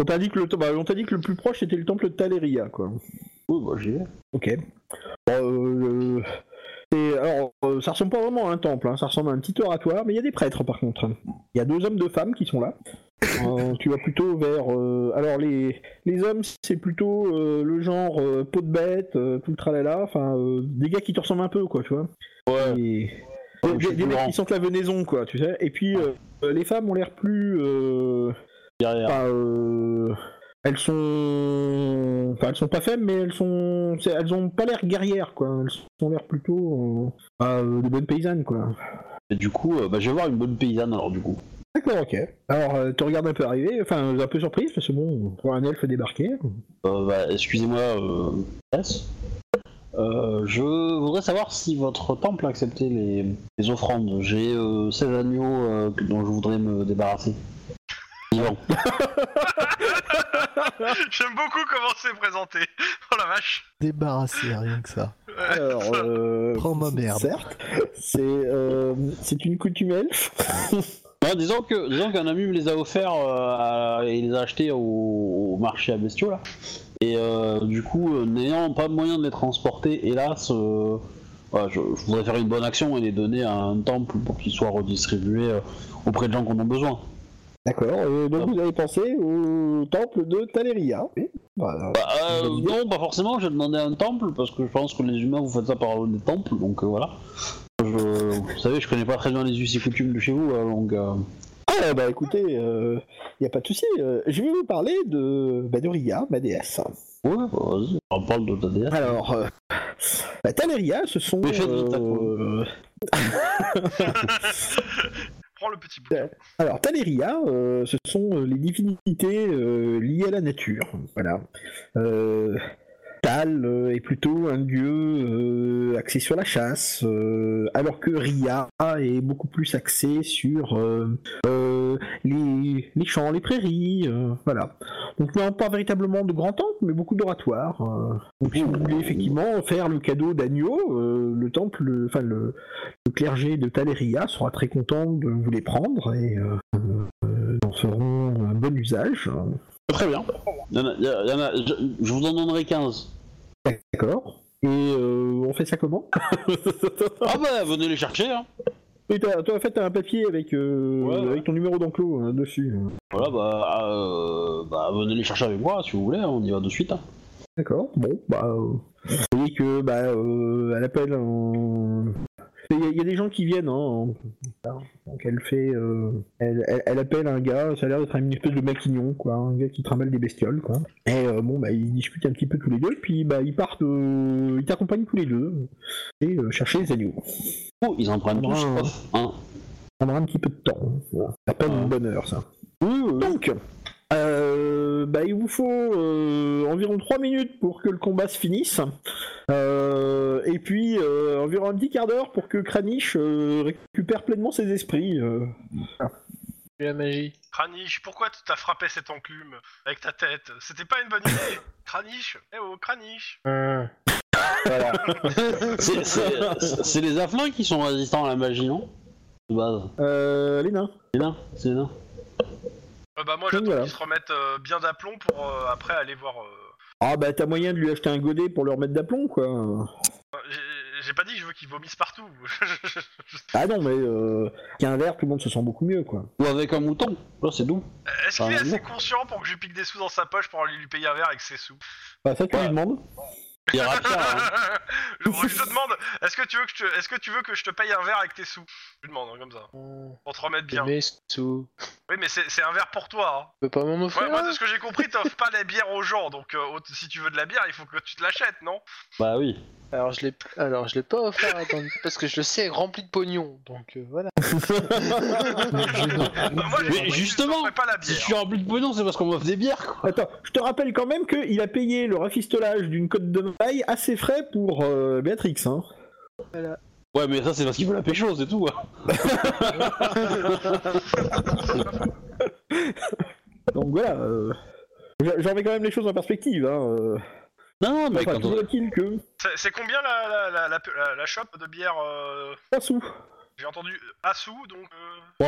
[SPEAKER 2] On t'a dit, que le... te- bah, on t'a dit que le plus proche était le temple de Taleria, quoi.
[SPEAKER 1] Oui, bah, j'y vais.
[SPEAKER 2] Ok. Bon, euh, C'est- alors, euh, ça ressemble pas vraiment à un temple, hein, ça ressemble à un petit oratoire, mais il y a des prêtres par contre. Il y a deux hommes, deux femmes qui sont là. Euh, tu vas plutôt vers. euh, alors, les, les hommes, c'est plutôt euh, le genre euh, peau de bête, euh, tout le tralala, enfin, euh, des gars qui te ressemblent un peu, quoi, tu vois.
[SPEAKER 1] Ouais.
[SPEAKER 2] Et-
[SPEAKER 1] Ouais,
[SPEAKER 2] Des,
[SPEAKER 1] je suis
[SPEAKER 2] des- des
[SPEAKER 1] plus
[SPEAKER 2] mecs
[SPEAKER 1] grand.
[SPEAKER 2] qui sentent la venaison, quoi, tu sais. Et puis, euh, euh, les femmes ont l'air plus. euh,
[SPEAKER 1] Derrière.
[SPEAKER 2] pas, euh, elles sont. Enfin, elles sont pas faibles, mais elles sont. c'est- Elles ont pas l'air guerrières, quoi. Elles ont l'air plutôt. euh, bah, euh, des bonnes paysannes, quoi.
[SPEAKER 1] Et du coup, euh, bah, je vais voir une bonne paysanne alors du coup.
[SPEAKER 2] D'accord, ok. Alors, euh, tu regardes un peu arriver, enfin, un peu surprise, mais c'est bon, on voit un elfe débarquer.
[SPEAKER 1] Euh, bah, excusez-moi, euh, maîtresse. Euh, je voudrais savoir si votre temple acceptait les, les offrandes. J'ai euh, 16 agneaux euh, que- dont je voudrais me débarrasser. Vivants.
[SPEAKER 4] J'aime beaucoup comment c'est présenté. Oh la vache.
[SPEAKER 5] Débarrassé, rien que ça.
[SPEAKER 2] Alors, euh,
[SPEAKER 5] Prends ma merde.
[SPEAKER 2] Certes, c'est euh, c'est une coutume elfe.
[SPEAKER 1] Non, Bah, disons que disons qu'un ami me les a offerts euh, à- et les a achetés au, au marché à bestiaux là. Et euh, du coup, euh, n'ayant pas moyen de les transporter, hélas, euh, voilà, je, je voudrais faire une bonne action et les donner à un temple pour qu'ils soient redistribués euh, auprès de gens qui en ont besoin.
[SPEAKER 2] D'accord, euh, donc vous avez pensé au temple de Taleria. Oui. Bah,
[SPEAKER 1] Bah, euh,
[SPEAKER 2] Bonne idée.
[SPEAKER 1] non, pas forcément, j'ai demandé un temple parce que je pense que les humains vous faites ça par des temples, donc euh, voilà. Je- vous savez, je connais pas très bien les us et coutumes de chez vous, hein, donc. euh,
[SPEAKER 2] Ah, bah écoutez, il n'y a pas de souci. euh, je vais vous parler de, bah, de Ria, ma déesse.
[SPEAKER 1] ouais, bah, vas-y, on parle de ta déesse.
[SPEAKER 2] Alors, euh, bah, Taleria, ce sont...
[SPEAKER 1] Mais faites votre taco.
[SPEAKER 2] euh,
[SPEAKER 4] Prends le petit bout.
[SPEAKER 2] Alors, Taleria, euh, ce sont euh, les divinités euh, liées à la nature. Voilà. Euh, Tal euh, est plutôt un dieu euh, axé sur la chasse, euh, alors que Ria est beaucoup plus axé sur euh, euh, les, les champs, les prairies. euh, voilà. Donc, non, pas véritablement de grands temples, mais beaucoup d'oratoires. euh. Donc, si vous voulez effectivement faire le cadeau d'agneau, euh, le temple, enfin, le, le clergé de Taleria sera très content de vous les prendre et euh, euh, en feront un bon usage.
[SPEAKER 1] Très bien. Y en a- y en a- je, je vous en donnerai 15.
[SPEAKER 2] D'accord Et euh, on fait ça comment
[SPEAKER 1] Ah bah, venez les chercher, hein.
[SPEAKER 2] Oui, t'as- toi, en fait, t'as un papier avec, euh,
[SPEAKER 1] Ouais, ouais.
[SPEAKER 2] avec ton numéro d'enclos hein, dessus.
[SPEAKER 1] Voilà, bah, euh, bah, venez les chercher avec moi si vous voulez, on y va de suite. hein.
[SPEAKER 2] D'accord. Bon, bah, euh, vous voyez que bah, euh, elle appelle. en- Il y, a- il y a des gens qui viennent. Hein, en- Donc elle fait, euh, elle, elle- elle appelle un gars. Ça a l'air d'être une espèce de maquignon, quoi. Un gars qui trimballe des bestioles, quoi. Et euh, bon, bah, ils discutent un petit peu tous les deux. Puis bah, ils partent, euh, ils t'accompagnent tous les deux et euh, chercher les agneaux.
[SPEAKER 1] Oh, ils en prennent tous
[SPEAKER 2] Ouais.
[SPEAKER 1] off, hein.
[SPEAKER 2] Ça prendra un petit peu de temps. hein. Voilà. Ça peine
[SPEAKER 1] Ouais.
[SPEAKER 2] une bonne heure, ça.
[SPEAKER 1] Ah. Oui, oui.
[SPEAKER 2] Donc, euh, bah, il vous faut euh, environ 3 minutes pour que le combat se finisse. Euh, et puis, euh, environ un petit quart d'heure pour que Kranich euh, récupère pleinement ses esprits. euh.
[SPEAKER 3] de la magie.
[SPEAKER 4] Kranich, pourquoi tu t'as frappé cette enclume avec ta tête C'était pas une bonne idée. Kranich, eh oh, Kranich.
[SPEAKER 1] Ah.
[SPEAKER 2] Voilà.
[SPEAKER 1] C'est- c'est c'est les afflins qui sont résistants à la magie, non De base.
[SPEAKER 2] Euh, les nains.
[SPEAKER 1] C'est là, c'est là.
[SPEAKER 4] Euh, bah moi j'attends
[SPEAKER 2] Voilà.
[SPEAKER 4] qu'ils se remettent euh, bien d'aplomb pour euh, après aller voir. euh,
[SPEAKER 2] Ah, bah, t'as moyen de lui acheter un godet pour le remettre d'aplomb, quoi.
[SPEAKER 4] euh, j'ai- J'ai pas dit que je veux qu'ils vomissent partout.
[SPEAKER 2] Ah non, mais euh, qu'un verre, tout le monde se sent beaucoup mieux, quoi.
[SPEAKER 1] Ou avec un mouton, là c'est doux.
[SPEAKER 4] Est-ce qu'il est
[SPEAKER 1] Ah, non.
[SPEAKER 4] assez conscient pour que je lui pique des sous dans sa poche pour aller lui payer un verre avec ses sous
[SPEAKER 2] Bah, ça, tu lui demandes
[SPEAKER 1] Il ira bien, hein.
[SPEAKER 4] je, moi, je te demande, est-ce que tu veux que je, te- est-ce que tu veux que je te paye un verre avec tes sous Je lui demande hein, comme ça,
[SPEAKER 3] Mmh.
[SPEAKER 4] pour te remettre bien.
[SPEAKER 3] Mais sous.
[SPEAKER 4] Oui, mais c'est c'est un verre pour toi.
[SPEAKER 3] Tu peux pas m'en
[SPEAKER 4] hein. Ouais,
[SPEAKER 3] offrir
[SPEAKER 4] moi
[SPEAKER 3] un
[SPEAKER 4] de ce que j'ai compris, t'offres pas la bière aux gens, donc euh, autre- si tu veux de la bière, il faut que tu te l'achètes, non
[SPEAKER 1] Bah oui.
[SPEAKER 3] Alors je l'ai, alors je l'ai pas offert à Dan- parce que je le sais rempli de pognon, donc euh, voilà.
[SPEAKER 4] Bah,
[SPEAKER 1] Mais
[SPEAKER 4] Moi, j'ai compris que tu
[SPEAKER 1] justement,
[SPEAKER 4] t'offrais pas la
[SPEAKER 1] Si je
[SPEAKER 4] bière.
[SPEAKER 1] suis rempli de pognon, c'est parce qu'on m'offre des bières, quoi.
[SPEAKER 2] Attends, je te rappelle quand même qu'il a payé le rafistolage d'une côte de maille assez frais pour euh, Béatrix, hein.
[SPEAKER 1] Ouais, mais ça c'est parce qu'il veut la pécho, c'est tout. hein.
[SPEAKER 2] Donc voilà, euh, j'a- j'en mets quand même les choses en perspective. Hein, euh.
[SPEAKER 1] Non, mais
[SPEAKER 2] Enfin,
[SPEAKER 1] quand on-
[SPEAKER 2] toujours est-il que
[SPEAKER 4] C'est- C'est combien la la la la, la- la chope de bière euh,
[SPEAKER 2] 3 sous.
[SPEAKER 4] J'ai entendu à sous, donc. euh,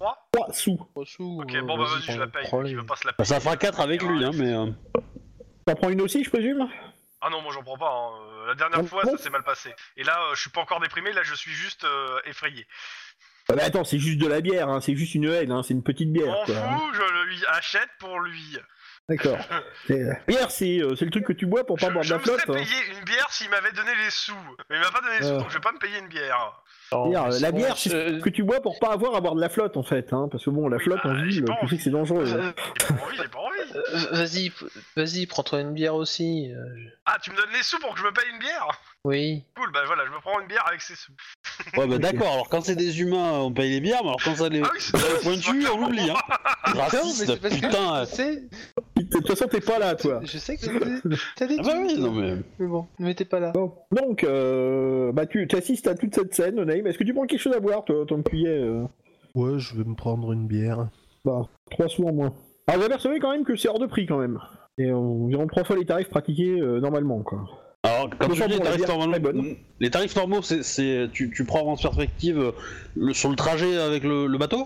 [SPEAKER 1] Trois.
[SPEAKER 2] 3 sous.
[SPEAKER 3] Trois sous,
[SPEAKER 4] Ok,
[SPEAKER 3] euh,
[SPEAKER 4] bon bah vas-y, je la
[SPEAKER 3] prends-
[SPEAKER 4] paye.
[SPEAKER 3] prends-les.
[SPEAKER 4] Je veux pas se la
[SPEAKER 1] Bah,
[SPEAKER 4] payer.
[SPEAKER 1] ça fera 4 avec lui, hein, mais. euh,
[SPEAKER 2] T'en prends une aussi, je présume
[SPEAKER 4] Ah non, moi j'en prends pas. hein. Euh, La dernière
[SPEAKER 2] Oh,
[SPEAKER 4] fois,
[SPEAKER 2] oh.
[SPEAKER 4] ça s'est mal passé. Et là, euh, je suis pas encore déprimé, là, je suis juste euh, effrayé.
[SPEAKER 2] Ah bah attends, c'est juste de la bière, hein, c'est juste une haine, hein, c'est une petite
[SPEAKER 4] Je
[SPEAKER 2] bière.
[SPEAKER 4] M'en
[SPEAKER 2] quoi, hein.
[SPEAKER 4] fous, je le lui achète pour lui.
[SPEAKER 2] D'accord. C'est- La bière, c'est euh, c'est le truc que tu bois pour pas
[SPEAKER 4] Je,
[SPEAKER 2] boire de
[SPEAKER 4] je
[SPEAKER 2] la
[SPEAKER 4] me serais
[SPEAKER 2] flotte. hein.
[SPEAKER 4] payé une bière s'il m'avait donné les sous. Mais il m'a pas donné les sous,
[SPEAKER 2] Euh.
[SPEAKER 4] donc je vais pas me payer une bière.
[SPEAKER 2] C'est-à-dire, euh, la bière, c'est
[SPEAKER 3] je-
[SPEAKER 2] ce que tu bois pour pas avoir à boire de la flotte en fait, hein, parce que bon, la
[SPEAKER 4] Oui,
[SPEAKER 2] flotte
[SPEAKER 4] bah,
[SPEAKER 2] en
[SPEAKER 4] j'ai
[SPEAKER 2] ville,
[SPEAKER 4] pas
[SPEAKER 2] tu sais
[SPEAKER 4] envie.
[SPEAKER 2] que c'est dangereux. hein.
[SPEAKER 3] Euh,
[SPEAKER 4] J'ai pas envie, j'ai pas envie.
[SPEAKER 3] euh, Vas-y, p- vas-y, prends-toi une bière aussi. euh, je-
[SPEAKER 4] Ah, tu me donnes les sous pour que je me paye une bière
[SPEAKER 3] Oui.
[SPEAKER 4] Cool, bah voilà, je me prends une bière avec ses sous.
[SPEAKER 1] Ouais, bah d'accord, alors quand c'est des humains, on paye les bières, mais alors quand ça les.
[SPEAKER 4] Ah oui, c'est
[SPEAKER 2] euh,
[SPEAKER 1] les pointus, on l'oublie, hein. Raciste, putain. euh.
[SPEAKER 3] je sais,
[SPEAKER 2] De toute façon, t'es pas là, toi.
[SPEAKER 3] je sais que t'as- t'as des
[SPEAKER 1] Ah bah oui,
[SPEAKER 3] trucs,
[SPEAKER 1] non mais.
[SPEAKER 3] mais bon, ne mettez pas là.
[SPEAKER 2] Bon. Donc, euh, bah, tu assistes à toute cette scène, Naïm. Est-ce que tu prends quelque chose à boire, toi, ton cuillet euh,
[SPEAKER 5] Ouais, je vais me prendre une bière.
[SPEAKER 2] Bah, 3 sous en moins. Alors, vous apercevez quand même que c'est hors de prix, quand même. Et environ 3 fois les tarifs pratiqués euh, normalement, quoi.
[SPEAKER 1] Alors, quand
[SPEAKER 2] Mais
[SPEAKER 1] tu
[SPEAKER 2] enfin,
[SPEAKER 1] dis les
[SPEAKER 2] bon, la
[SPEAKER 1] tarifs
[SPEAKER 2] bière est
[SPEAKER 1] normaux, Mm.
[SPEAKER 2] très bonne.
[SPEAKER 1] les tarifs normaux, c'est, c'est- tu, tu prends en perspective euh, le, sur le trajet avec le, le bateau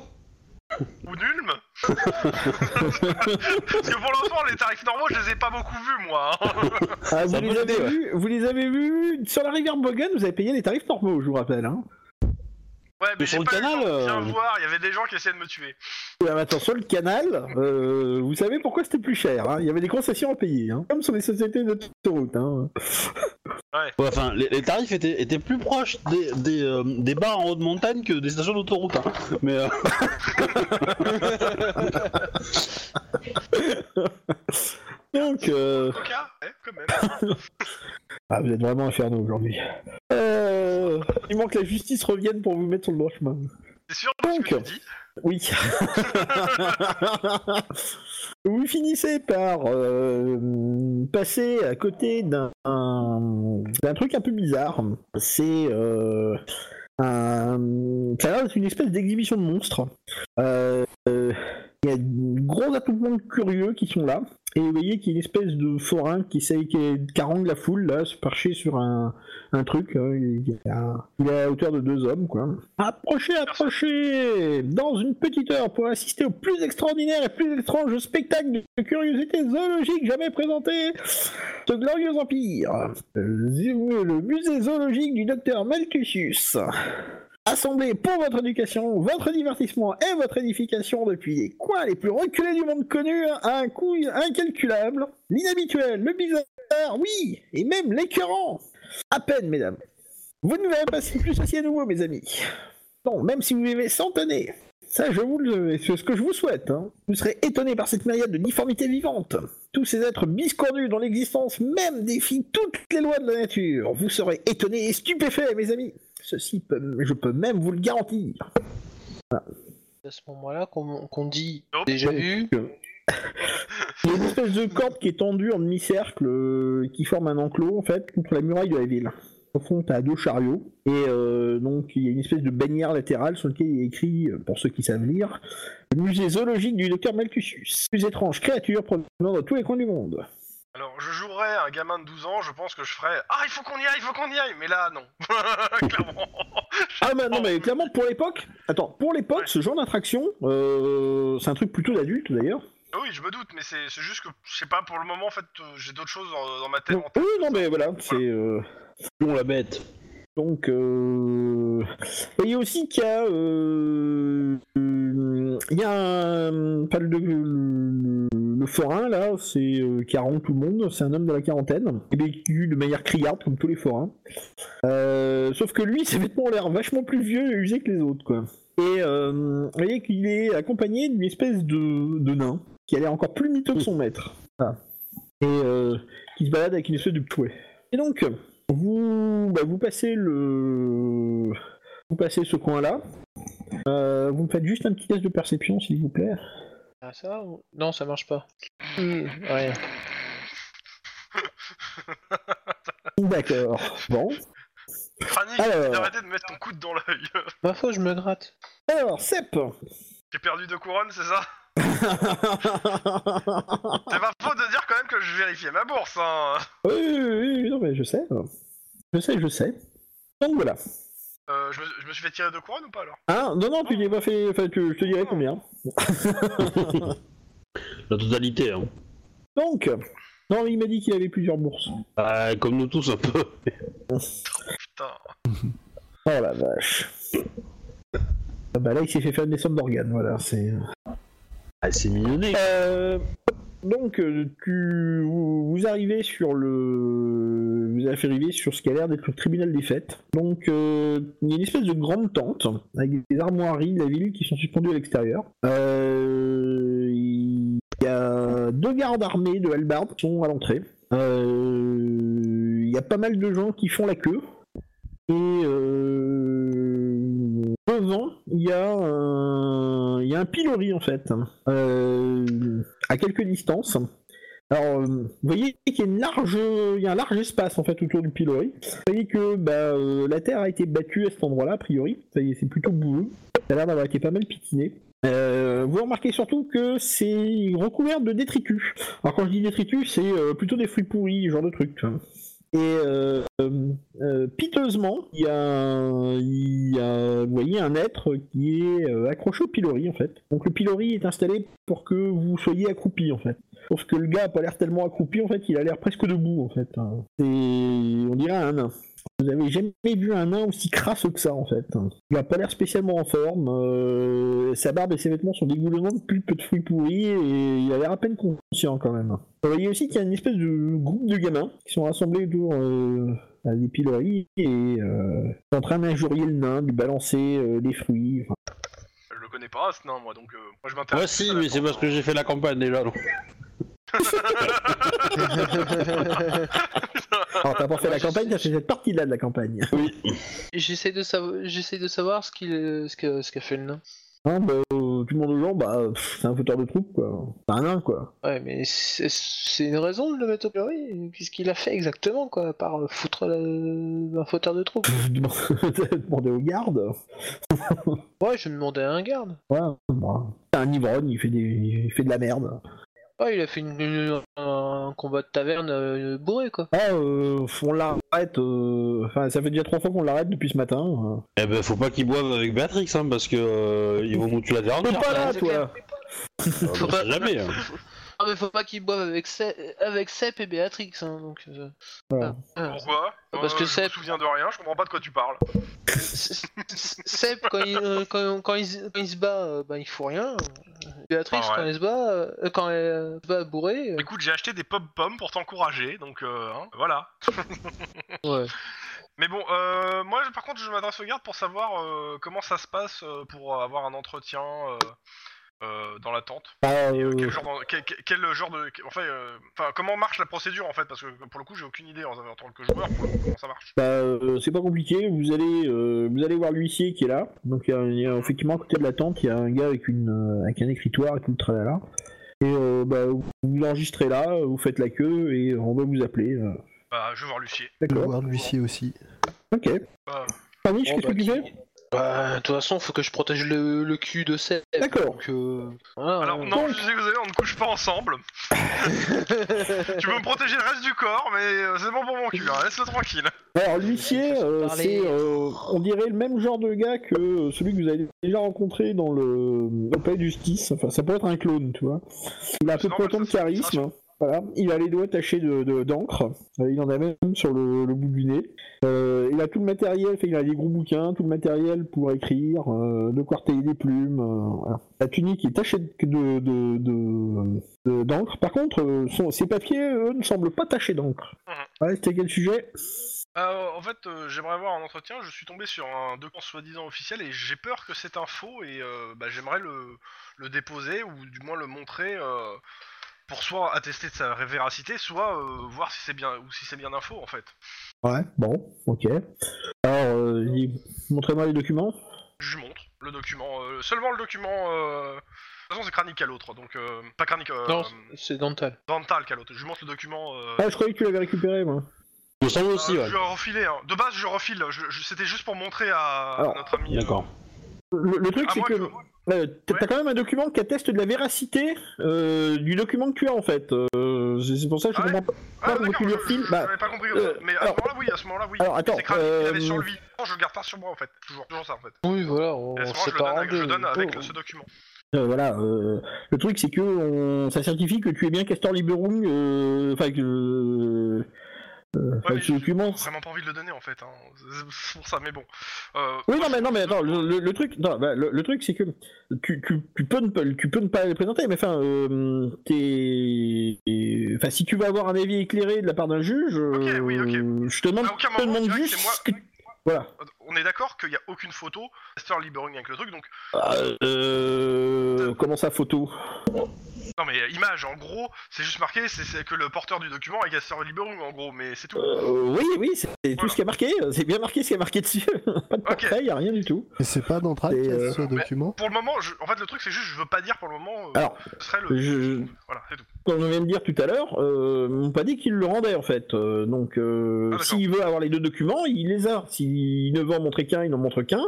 [SPEAKER 2] hein.
[SPEAKER 4] Ou nul mais- Parce que pour l'instant, les tarifs normaux, je les ai pas beaucoup vus, moi. hein.
[SPEAKER 2] Ah,
[SPEAKER 1] Ça
[SPEAKER 2] vous,
[SPEAKER 1] peut
[SPEAKER 2] les avez
[SPEAKER 1] l'aider, ouais.
[SPEAKER 2] vus, vous les avez vus sur la rivière Bogan, vous avez payé les tarifs normaux, je vous rappelle. Hein.
[SPEAKER 4] Ouais, mais
[SPEAKER 1] sur
[SPEAKER 4] j'ai
[SPEAKER 1] le
[SPEAKER 4] pas eu le
[SPEAKER 1] canal,
[SPEAKER 4] temps de bien
[SPEAKER 1] euh,
[SPEAKER 4] voir, il y avait des gens qui essayaient de me tuer.
[SPEAKER 2] Et maintenant, sur le canal, euh, vous savez pourquoi c'était plus cher. hein. Il y avait des concessions à payer, hein. comme sur les sociétés d'autoroute. Hein.
[SPEAKER 1] Ouais, enfin, les, les tarifs étaient, étaient plus proches des, des, euh, des bars en haute montagne que des stations d'autoroute. hein. Mais euh,
[SPEAKER 2] Donc, euh,
[SPEAKER 4] Coca Ouais, quand même.
[SPEAKER 2] Ah, vous êtes vraiment infernaux aujourd'hui. Euh... Il manque la justice revienne pour vous mettre sur le droit chemin.
[SPEAKER 4] C'est sûr de ce que tu
[SPEAKER 2] Donc.
[SPEAKER 4] dis
[SPEAKER 2] Oui. vous finissez par euh, passer à côté d'un un- d'un truc un peu bizarre. C'est euh, un... ça a l'air d'être une espèce d'exhibition de monstres. Euh, euh, Il y a de gros attroupements de curieux qui sont là. Et vous voyez qu'il y a une espèce de forain qui, essaye- qui carangue la foule, là, se percher sur un, un truc. hein. Il est à- il est à la hauteur de deux hommes, quoi. Approchez, approchez Dans une petite heure pour assister au plus extraordinaire et plus étrange spectacle de curiosité zoologique jamais présenté ce glorieux empire. Euh, zoo- Le musée zoologique du docteur Malthusius. Assemblé pour votre éducation, votre divertissement et votre édification depuis les coins les plus reculés du monde connu à un coût incalculable, l'inhabituel, le bizarre, oui, et même l'écœurant. À peine, mesdames. Vous ne verrez pas si plus ceci à nouveau, mes amis. Non, même si vous vivez cent années. Ça, je vous le, c'est ce que je vous souhaite. hein. Vous serez étonné par cette myriade de difformités vivantes. Tous ces êtres biscornus dont l'existence même défie toutes les lois de la nature. Vous serez étonné et stupéfait, mes amis. Ceci, peut- je peux même vous le garantir.
[SPEAKER 3] C'est à ce moment-là qu'on qu'on dit
[SPEAKER 4] Nope.
[SPEAKER 3] déjà
[SPEAKER 2] Ouais.
[SPEAKER 3] vu.
[SPEAKER 2] Il y a une espèce de corde qui est tendue en demi-cercle, euh, qui forme un enclos, en fait, contre la muraille de la ville. Au fond, t'as deux chariots, et euh, donc il y a une espèce de bannière latérale sur laquelle il est écrit, euh, pour ceux qui savent lire, le musée zoologique du docteur Malthusius. Plus étranges créatures provenant de tous les coins du monde.
[SPEAKER 4] Alors, je jouerais un gamin de 12 ans, je pense que je ferais Ah, il faut qu'on y aille, il faut qu'on y aille Mais là, non. Clairement.
[SPEAKER 2] Ah bah non, mais clairement, pour l'époque, attends, pour l'époque, ce genre d'attraction, euh, c'est un truc plutôt d'adulte d'ailleurs.
[SPEAKER 4] Ah Oui, je me doute, mais c'est c'est juste que, je sais pas, pour le moment, en fait, euh, j'ai d'autres choses dans, dans ma tête. en tête.
[SPEAKER 2] Oui, non, mais voilà, c'est. euh,
[SPEAKER 1] on la bête.
[SPEAKER 2] Donc, euh... et il y a aussi qu'il y a, euh, euh, il y a un, pas le, le- le forain là, c'est euh, qui arrange tout le monde, c'est un homme de la quarantaine, et vécu de manière criarde comme tous les forains. Euh, sauf que lui, ses vêtements ont l'air vachement plus vieux et usés que les autres, quoi. Et euh, vous voyez qu'il est accompagné d'une espèce de, de nain qui a l'air encore plus miteux que son maître, Ah. et euh, qui se balade avec une espèce de pouet. Et donc. Vous, bah, vous passez le, vous passez ce coin-là. Euh, vous me faites juste un petit test de perception, s'il vous plaît.
[SPEAKER 3] Ah, ça ou- Non, ça marche pas.
[SPEAKER 1] Mm.
[SPEAKER 3] Euh, ouais.
[SPEAKER 2] D'accord. Bon.
[SPEAKER 4] Cranny,
[SPEAKER 2] Alors. euh,
[SPEAKER 4] d'arrêter de mettre ton coude dans l'œil.
[SPEAKER 3] Ma foi, Bah, je me gratte.
[SPEAKER 2] Alors, Sep.
[SPEAKER 4] j'ai perdu deux couronnes, c'est ça C'est pas faux de dire quand même que je vérifiais ma bourse, hein
[SPEAKER 2] oui, oui, oui, non mais je sais. Je sais, je sais. Donc voilà.
[SPEAKER 4] euh, je, me, je me suis fait tirer deux couronnes ou pas, alors
[SPEAKER 2] Hein non, non, tu n'es pas fait. Enfin, tu- je te dirai combien.
[SPEAKER 1] La totalité, hein.
[SPEAKER 2] Donc, Non, il m'a dit qu'il avait plusieurs bourses.
[SPEAKER 6] Euh, comme nous tous un peu.
[SPEAKER 4] Putain.
[SPEAKER 2] Oh la vache. Ah bah là, il s'est fait faire une descente d'organes, voilà, c'est...
[SPEAKER 6] Ah, c'est mignonné.
[SPEAKER 2] Euh, donc, euh, tu, vous, vous arrivez sur le, vous arrivez sur ce qui a l'air d'être le tribunal des fêtes. Donc, euh, il y a une espèce de grande tente avec des armoiries de la ville qui sont suspendues à l'extérieur. Euh, Il y a deux gardes armés de halbardes qui sont à l'entrée. Euh, Il y a pas mal de gens qui font la queue. Et euh, devant, il y, a un... il y a un pilori en fait, euh, à quelques distances. Alors, euh, vous voyez qu'il y a une large, il y a un large espace en fait autour du pilori. Vous voyez que bah, euh, la terre a été battue à cet endroit-là a priori. Ça y est, c'est plutôt boueux. Ça a l'air d'avoir été pas mal piétiné. Euh, vous remarquez surtout que c'est recouvert de détritus. Alors quand je dis détritus, c'est euh, plutôt des fruits pourris, ce genre de trucs. tu vois. Et euh, euh, piteusement, il y, a un- il y a, vous voyez, un être qui est euh, accroché au pilori en fait. Donc le pilori est installé pour que vous soyez accroupi en fait. Sauf que le gars a pas l'air tellement accroupi en fait, il a l'air presque debout en fait. hein. C'est, on dirait un nain. Vous avez jamais vu un nain aussi crasseux que ça en fait. hein. Il a pas l'air spécialement en forme. euh, sa barbe et ses vêtements sont dégoulants de pulpe de fruits pourris et il a l'air à peine conscient quand même. Vous voyez aussi qu'il y a une espèce de groupe de gamins qui sont rassemblés autour euh, à des pilories et euh, sont en train d'injurier le nain, de lui balancer euh, des fruits. enfin.
[SPEAKER 4] Je le connais pas, ce nain, moi, donc euh, moi je m'intéresse.
[SPEAKER 6] Ouais, Ah, si,
[SPEAKER 4] à la
[SPEAKER 6] mais c'est
[SPEAKER 4] tente,
[SPEAKER 6] parce que
[SPEAKER 4] hein.
[SPEAKER 6] j'ai fait la campagne déjà. donc.
[SPEAKER 2] Alors t'as pas fait la campagne, t'as fait cette partie-là de la campagne.
[SPEAKER 3] J'essaie de, savo- j'essaie de savoir ce qu'il, ce que- ce qu'a fait le nain.
[SPEAKER 2] Hein, bah, euh, tout le monde aux gens, bah, pff, c'est un fauteur de troupe, quoi. C'est un nain, quoi.
[SPEAKER 3] Ouais, mais c'est c'est une raison de le mettre au pilori. Qu'est-ce qu'il a fait exactement, quoi, à part euh, foutre la- un fauteur de troupe
[SPEAKER 2] Pff, demandez demandez aux gardes.
[SPEAKER 3] Ouais, je demandais à un garde.
[SPEAKER 2] Ouais, bah, c'est un ivrogne, il fait, des... il fait de la merde.
[SPEAKER 3] Ouais, il a fait une- une- un combat de taverne euh, bourré, quoi.
[SPEAKER 2] Ah, euh, on l'arrête, euh, enfin, ça fait déjà trois fois qu'on l'arrête depuis ce matin. euh.
[SPEAKER 6] Eh ben, faut pas qu'ils boivent avec Béatrix, hein, parce que euh, ils vont nous tuer la dernière.
[SPEAKER 2] T'es pas là,
[SPEAKER 3] c'est
[SPEAKER 2] toi
[SPEAKER 6] Ah, bah,
[SPEAKER 3] Faut pas-
[SPEAKER 6] Jamais. hein.
[SPEAKER 3] Ah, mais faut pas qu'il boive avec, Se- avec Sepp et Béatrix, hein, donc... euh,
[SPEAKER 2] Voilà.
[SPEAKER 3] ah.
[SPEAKER 4] Pourquoi
[SPEAKER 3] Parce
[SPEAKER 4] Euh,
[SPEAKER 3] que
[SPEAKER 4] Je
[SPEAKER 3] c'est-
[SPEAKER 4] me souviens de rien, je comprends pas de quoi tu parles.
[SPEAKER 3] Seb, quand il, euh, quand, quand il, se- quand il se bat, euh, bah, il fout rien. Béatrix,
[SPEAKER 4] Ah ouais.
[SPEAKER 3] quand elle se bat, euh, quand elle euh, se bat bourrée, euh,
[SPEAKER 4] Écoute, j'ai acheté des pop pommes pour t'encourager, donc euh, hein, voilà.
[SPEAKER 3] ouais.
[SPEAKER 4] Mais bon, euh, moi par contre, je m'adresse aux gardes pour savoir euh, comment ça se passe euh, pour avoir un entretien euh, euh, dans la tente.
[SPEAKER 2] Ah,
[SPEAKER 4] Et, euh,
[SPEAKER 2] euh,
[SPEAKER 4] quel, genre d'en- quel- quel- quel genre de. Enfin, euh, enfin, comment marche la procédure en fait Parce que pour le coup, j'ai aucune idée en, en tant que joueur pour le coup, comment ça marche.
[SPEAKER 2] Bah, euh, c'est pas compliqué, vous allez, euh, vous allez voir l'huissier qui est là. Donc, il y a- il y, a effectivement à côté de la tente, il y a un gars avec, une, euh, avec un écritoire et tout le tralala. Et euh, bah, vous l'enregistrez là, vous faites la queue et on va vous appeler. euh.
[SPEAKER 4] Bah, je vais voir l'huissier.
[SPEAKER 5] Je vais
[SPEAKER 2] D'accord,
[SPEAKER 5] voir l'huissier aussi.
[SPEAKER 2] ok.
[SPEAKER 4] Bah,
[SPEAKER 2] Parniche, qu'est-ce que tu fais
[SPEAKER 3] Bah, de toute façon, faut que je protège le, le cul de Seb.
[SPEAKER 2] D'accord.
[SPEAKER 3] Donc, euh, voilà,
[SPEAKER 4] alors,
[SPEAKER 3] hein.
[SPEAKER 4] non, je sais que vous savez, on ne couche pas ensemble. tu peux me protéger le reste du corps, mais euh, c'est bon pour mon cul, hein, laisse-le tranquille.
[SPEAKER 2] Alors, l'huissier, euh,
[SPEAKER 3] Parler.
[SPEAKER 2] c'est, euh, on dirait le même genre de gars que euh, celui que vous avez déjà rencontré dans le au palais de justice. Enfin, ça peut être un clone, tu vois. Il a à peu
[SPEAKER 4] C'est
[SPEAKER 2] près
[SPEAKER 4] normal,
[SPEAKER 2] autant de
[SPEAKER 4] ça, c'est
[SPEAKER 2] charisme. Voilà. Il a les doigts tachés de- de- d'encre. Euh, il en a même sur le, le bout du nez. Euh, il a tout le matériel. Enfin, il a des gros bouquins, tout le matériel pour écrire, euh, de quartier des plumes. euh, voilà. La tunique est tachée de de- de- de- de- d'encre. Par contre, euh, son- ses papiers, eux, ne semblent pas tachés d'encre.
[SPEAKER 4] Mhm.
[SPEAKER 2] Ouais, c'était quel sujet
[SPEAKER 4] Euh, en fait, euh, j'aimerais avoir un entretien. Je suis tombé sur un document soi-disant officiel et j'ai peur que c'est un faux et euh, bah, j'aimerais le, le déposer ou du moins le montrer euh, pour soit attester de sa véracité, soit euh, voir si c'est bien ou si c'est bien un faux en fait.
[SPEAKER 2] Ouais, bon, ok. Alors, euh, il- montrez-moi les documents.
[SPEAKER 4] Je lui montre le document, euh, seulement le document. euh, De toute façon, c'est crânique à l'autre, donc euh, pas crânique. Euh,
[SPEAKER 3] Non, c'est dental.
[SPEAKER 4] dental qu'à l'autre. Je lui montre le document. euh,
[SPEAKER 2] Ah, je croyais que tu l'avais récupéré, moi.
[SPEAKER 6] Il me semble aussi,
[SPEAKER 4] euh,
[SPEAKER 6] ouais.
[SPEAKER 4] Je lui ai refilé. hein. De base, je refile. Je- je- C'était juste pour montrer à,
[SPEAKER 2] Alors,
[SPEAKER 4] à notre ami. euh,
[SPEAKER 6] D'accord.
[SPEAKER 2] Le, le truc,
[SPEAKER 4] à
[SPEAKER 2] c'est
[SPEAKER 4] Ah, moi
[SPEAKER 2] que
[SPEAKER 4] que-
[SPEAKER 2] euh, t'as t'as quand même un document qui atteste de la véracité euh, du document que tu as, en fait. Euh, c'est c'est pour ça que je
[SPEAKER 4] Ah ouais.
[SPEAKER 2] comprends pas.
[SPEAKER 4] Ah,
[SPEAKER 2] Pas pour
[SPEAKER 4] d'accord,
[SPEAKER 2] que tu lui
[SPEAKER 4] je-
[SPEAKER 2] refiles,
[SPEAKER 4] je-
[SPEAKER 2] bah,
[SPEAKER 4] j'avais pas compris.
[SPEAKER 2] euh,
[SPEAKER 4] mais à
[SPEAKER 2] alors-
[SPEAKER 4] ce moment-là, oui, à ce moment-là, oui.
[SPEAKER 2] Alors, attends,
[SPEAKER 4] C'est crânique, il avait sur
[SPEAKER 2] euh,
[SPEAKER 4] lui. Non, je le garde pas sur moi en fait, toujours, toujours ça en fait.
[SPEAKER 3] Oui, voilà, on
[SPEAKER 4] Et à ce moment, je le
[SPEAKER 3] sépare
[SPEAKER 4] donne
[SPEAKER 3] en
[SPEAKER 4] avec, je
[SPEAKER 3] deux.
[SPEAKER 4] le donne avec
[SPEAKER 3] Oh.
[SPEAKER 4] ce document.
[SPEAKER 2] Euh, voilà, euh, le truc c'est que on- ça certifie que tu es bien Castor Liberum, euh, enfin que. euh, euh, enfin,
[SPEAKER 4] mais
[SPEAKER 2] que ce
[SPEAKER 4] j'ai
[SPEAKER 2] document.
[SPEAKER 4] vraiment pas envie de le donner en fait, hein. C'est- c'est pour ça, mais bon. Euh,
[SPEAKER 2] Oui, non, mais, non, mais attends, le, le- le truc, non, bah, le, le truc c'est que tu, tu, tu, peux ne pas, tu peux ne pas les présenter, mais enfin, euh, t'es. Enfin, si tu veux avoir un avis éclairé de la part d'un juge, euh,
[SPEAKER 4] oui, ok.
[SPEAKER 2] je te demande,
[SPEAKER 4] À aucun
[SPEAKER 2] je te
[SPEAKER 4] moment,
[SPEAKER 2] demande
[SPEAKER 4] tu vois que
[SPEAKER 2] juste.
[SPEAKER 4] c'est moi-
[SPEAKER 2] que- Voilà.
[SPEAKER 4] on est d'accord qu'il n'y a aucune photo, Star Libering avec le truc, donc.
[SPEAKER 2] Euh, comment ça, photo
[SPEAKER 4] Non mais euh, image, en gros, c'est juste marqué, c'est c'est que le porteur du document est Castor Liberum en gros, mais c'est tout.
[SPEAKER 2] Euh, Oui, oui, c'est c'est tout
[SPEAKER 4] Voilà.
[SPEAKER 2] ce qui est marqué, euh, c'est bien marqué ce qui est marqué dessus. pas de portrait, y a rien du tout.
[SPEAKER 5] Et c'est pas d'entrave
[SPEAKER 2] Et,
[SPEAKER 5] qu'il y a
[SPEAKER 2] euh,
[SPEAKER 5] ce
[SPEAKER 4] mais-
[SPEAKER 5] document
[SPEAKER 4] Pour le moment, je- en fait le truc c'est juste je veux pas dire pour le moment euh,
[SPEAKER 2] Alors,
[SPEAKER 4] ce serait le
[SPEAKER 2] je,
[SPEAKER 4] voilà, c'est tout.
[SPEAKER 2] comme on vient de dire tout à l'heure, euh, on m'a pas dit qu'il le rendait en fait. Euh, donc, euh,
[SPEAKER 4] Ah, d'accord.
[SPEAKER 2] s'il veut avoir les deux documents, il les a. S'il ne veut en montrer qu'un, il n'en montre qu'un.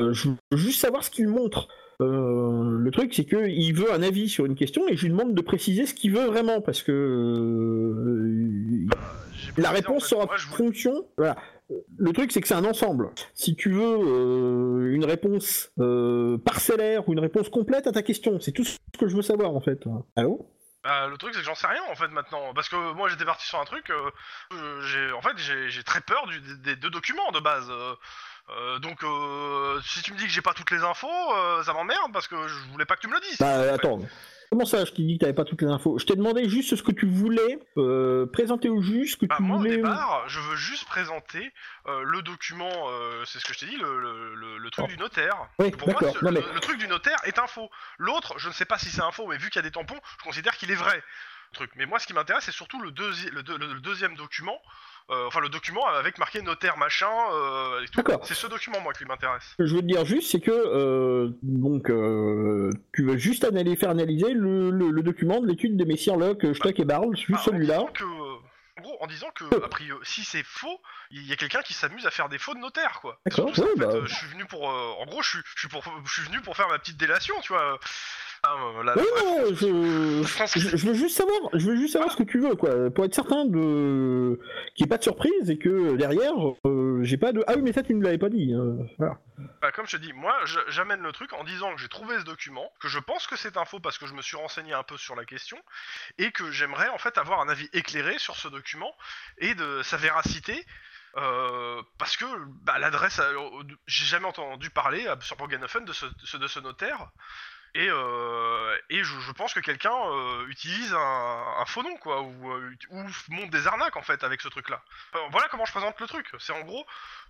[SPEAKER 2] Euh, je veux juste savoir ce qu'il montre. Euh, le truc, c'est que il veut un avis sur une question et je lui demande de préciser ce qu'il veut vraiment parce que euh,
[SPEAKER 4] J'ai pas
[SPEAKER 2] la
[SPEAKER 4] envie de dire, en
[SPEAKER 2] réponse
[SPEAKER 4] fait.
[SPEAKER 2] sera
[SPEAKER 4] Moi, je voulais-
[SPEAKER 2] fonction. Voilà. Le truc, c'est que c'est un ensemble. Si tu veux euh, une réponse euh, parcellaire ou une réponse complète à ta question, c'est tout ce que je veux savoir en fait. Allô
[SPEAKER 4] Bah, le truc c'est que j'en sais rien en fait maintenant parce que moi j'étais parti sur un truc euh, euh, j'ai en fait j'ai j'ai très peur du- des, des deux documents de base. euh, euh, donc euh, si tu me dis que j'ai pas toutes les infos, euh, ça m'emmerde parce que je voulais pas que tu me le dises.
[SPEAKER 2] Bah euh, attends. Comment ça, je t'ai dit que t'avais pas toutes les infos Je t'ai demandé juste ce que tu voulais euh, présenter au juge, ce que
[SPEAKER 4] Bah,
[SPEAKER 2] tu
[SPEAKER 4] moi, au
[SPEAKER 2] voulais.
[SPEAKER 4] départ, je veux juste présenter euh, le document, euh, c'est ce que je t'ai dit, le, le- le- le truc du notaire.
[SPEAKER 2] Oui,
[SPEAKER 4] Pour moi,
[SPEAKER 2] d'accord.
[SPEAKER 4] ce-
[SPEAKER 2] Non,
[SPEAKER 4] le,
[SPEAKER 2] mais-
[SPEAKER 4] le truc du notaire est un faux. L'autre, je ne sais pas si c'est un faux, mais vu qu'il y a des tampons, je considère qu'il est vrai. le Truc. Mais moi, ce qui m'intéresse, c'est surtout le, deuxi- le deux- le- le deuxième document, euh, enfin le document avec marqué notaire machin, euh, et tout.
[SPEAKER 2] D'accord.
[SPEAKER 4] C'est ce document, moi, qui m'intéresse.
[SPEAKER 2] Ce que je veux te dire juste, c'est que euh, donc euh, tu veux juste analyser, faire analyser le, le- le document de l'étude de Messire Locke, Stock et Barles, juste
[SPEAKER 4] Bah, en
[SPEAKER 2] celui-là.
[SPEAKER 4] disant que- En gros, en disant que, a priori, si c'est faux, il y a quelqu'un qui s'amuse à faire des faux de notaire, quoi. C'est
[SPEAKER 2] D'accord,
[SPEAKER 4] surtout ça,
[SPEAKER 2] ouais,
[SPEAKER 4] en fait,
[SPEAKER 2] bah.
[SPEAKER 4] euh, je suis venu pour, euh, en gros, je suis, je suis pour, je suis venu pour faire ma petite délation, tu vois. Ah, euh, la-
[SPEAKER 2] Oui, non, je...
[SPEAKER 4] Je pense que
[SPEAKER 2] je- je veux juste savoir, je veux juste savoir ce que tu veux, quoi, pour être certain de qu'il n'y ait pas de surprise et que derrière, euh, j'ai pas de ah oui mais ça tu ne l'avais pas dit, euh, voilà.
[SPEAKER 4] Bah, comme je te dis, moi je- j'amène le truc en disant que j'ai trouvé ce document, que je pense que c'est un faux parce que je me suis renseigné un peu sur la question, et que j'aimerais en fait avoir un avis éclairé sur ce document et de sa véracité. euh, parce que bah, l'adresse, à- au- de- j'ai jamais entendu parler à- sur Borgenhofen de ce, de ce- de ce notaire, et, euh, et je, je pense que quelqu'un euh, utilise un, un faux nom quoi, ou, euh, ut- ou monte des arnaques en fait avec ce truc-là. Enfin, voilà comment je présente le truc. C'est en gros.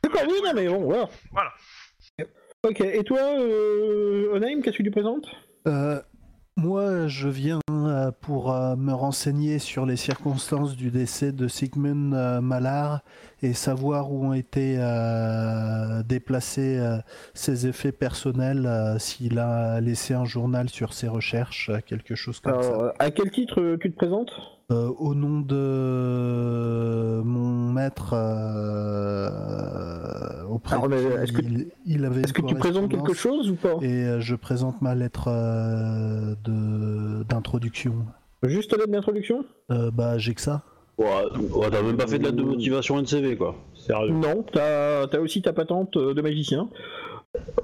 [SPEAKER 2] D'accord,
[SPEAKER 4] euh,
[SPEAKER 2] oui non mais bon voilà.
[SPEAKER 4] Voilà.
[SPEAKER 2] Ok, et toi, euh, Onaim, qu'est-ce que tu présentes
[SPEAKER 5] Euh, Moi, je viens euh, pour euh, me renseigner sur les circonstances du décès de Sigmund euh, Mallard et savoir où ont été euh, déplacés euh, ses effets personnels, euh, s'il a laissé un journal sur ses recherches, euh, quelque chose comme ça.
[SPEAKER 2] Alors, euh, à quel titre euh, tu te présentes
[SPEAKER 5] Euh, au nom de mon maître euh, auprès
[SPEAKER 2] Alors, mais
[SPEAKER 5] de qui
[SPEAKER 2] est-ce que-
[SPEAKER 5] il, il avait
[SPEAKER 2] Est-ce que
[SPEAKER 5] une
[SPEAKER 2] tu présentes quelque
[SPEAKER 5] correspondance
[SPEAKER 2] chose ou pas
[SPEAKER 5] et euh, je présente ma lettre euh, de d'introduction.
[SPEAKER 2] Juste l'aide d'introduction
[SPEAKER 5] Euh, bah j'ai que ça.
[SPEAKER 6] Ouais, ouais, t'as même pas fait de lettre de motivation et de CV, quoi.
[SPEAKER 1] Euh.
[SPEAKER 6] Sérieux.
[SPEAKER 2] Non, t'as as aussi ta patente euh, de magicien.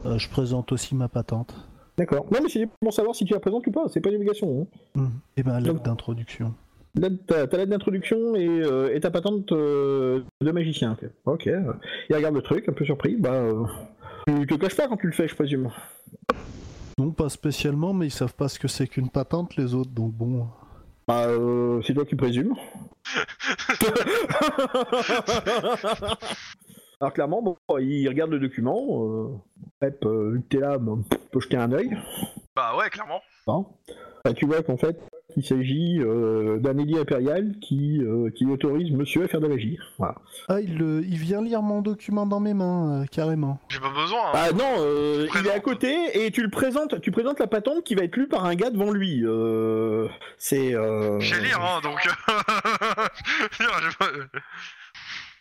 [SPEAKER 5] Euh, je présente aussi ma patente.
[SPEAKER 2] D'accord. Non mais c'est pour savoir si tu la présentes ou pas, c'est pas une obligation. hein.
[SPEAKER 5] Mhm. Et ben lettre
[SPEAKER 2] Donc-
[SPEAKER 5] d'introduction.
[SPEAKER 2] Là, T'as t'as l'aide d'introduction et, euh, et ta patente euh, de magicien. Ok. Ok. Il regarde le truc, un peu surpris. Bah, euh, tu te caches pas quand tu le fais, je présume.
[SPEAKER 5] Non pas spécialement, mais ils savent pas ce que c'est qu'une patente les autres, donc bon.
[SPEAKER 2] Bah, euh, c'est toi qui présumes. Alors clairement, bon, il regarde le document. Euh, Pep, euh, vu que t'es là, bon, tu peux jeter un œil.
[SPEAKER 4] Bah ouais, clairement.
[SPEAKER 2] Hein. Bah, tu vois qu'en fait, il s'agit euh, d'un édit impérial qui, euh, qui autorise monsieur à faire de la magie. Voilà.
[SPEAKER 5] Ah il, le- il vient lire mon document dans mes mains euh, carrément.
[SPEAKER 4] J'ai pas besoin. hein.
[SPEAKER 2] Ah non, euh, il est à
[SPEAKER 4] Présente.
[SPEAKER 2] côté et tu le présentes, tu présentes la patente qui va être lue par un gars devant lui. Euh, c'est. Euh,
[SPEAKER 4] J'ai lire, hein, donc. Lire, j'ai pas-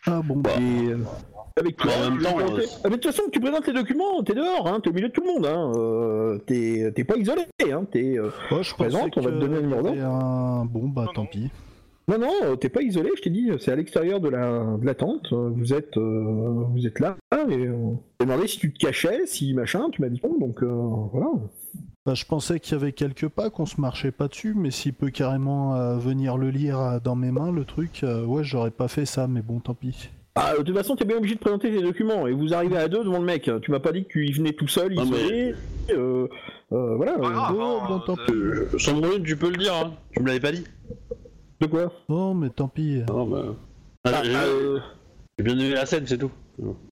[SPEAKER 5] Ah bon. bah,
[SPEAKER 2] et, euh, Avec toi.
[SPEAKER 6] en même
[SPEAKER 2] tu
[SPEAKER 6] temps,
[SPEAKER 2] présentes-
[SPEAKER 6] euh,
[SPEAKER 2] Ah, mais de toute façon, tu présentes les documents, t'es dehors, hein, t'es au milieu de tout le monde, hein, euh, t'es t'es pas isolé, hein, t'es. euh,
[SPEAKER 5] oh, je pensais
[SPEAKER 2] présente, on va te
[SPEAKER 5] que
[SPEAKER 2] donner le numéro.
[SPEAKER 5] c'était un- Bon bah
[SPEAKER 4] Non,
[SPEAKER 5] tant
[SPEAKER 4] non.
[SPEAKER 5] pis.
[SPEAKER 2] Non, non, euh, t'es pas isolé, je t'ai dit, c'est à l'extérieur de la, de la tente, euh, vous êtes, euh, vous êtes là, et on t'a demandé si tu te cachais, si machin, tu m'as dit non, donc euh, voilà.
[SPEAKER 5] Bah, je pensais qu'il y avait quelques pas, qu'on se marchait pas dessus, mais s'il peut carrément euh, venir le lire euh, dans mes mains, le truc, euh, ouais, j'aurais pas fait ça, mais bon, tant pis.
[SPEAKER 2] Ah, de toute façon, t'es bien obligé de présenter tes documents et vous arrivez à deux devant le mec. hein. Tu m'as pas dit que tu y venais tout seul, il
[SPEAKER 6] Ah, mais- Ah,
[SPEAKER 2] venait, euh, euh, voilà.
[SPEAKER 4] Pas grave,
[SPEAKER 5] oh,
[SPEAKER 4] hein,
[SPEAKER 5] bon, tant
[SPEAKER 4] euh,
[SPEAKER 5] pis.
[SPEAKER 1] Euh, sans bruit, tu peux le dire, hein. Tu me l'avais pas dit.
[SPEAKER 2] De quoi
[SPEAKER 5] Non, Oh, mais tant pis.
[SPEAKER 6] Non, bah... Ah, j'ai-
[SPEAKER 2] Euh,
[SPEAKER 6] J'ai bien aimé la scène, c'est tout.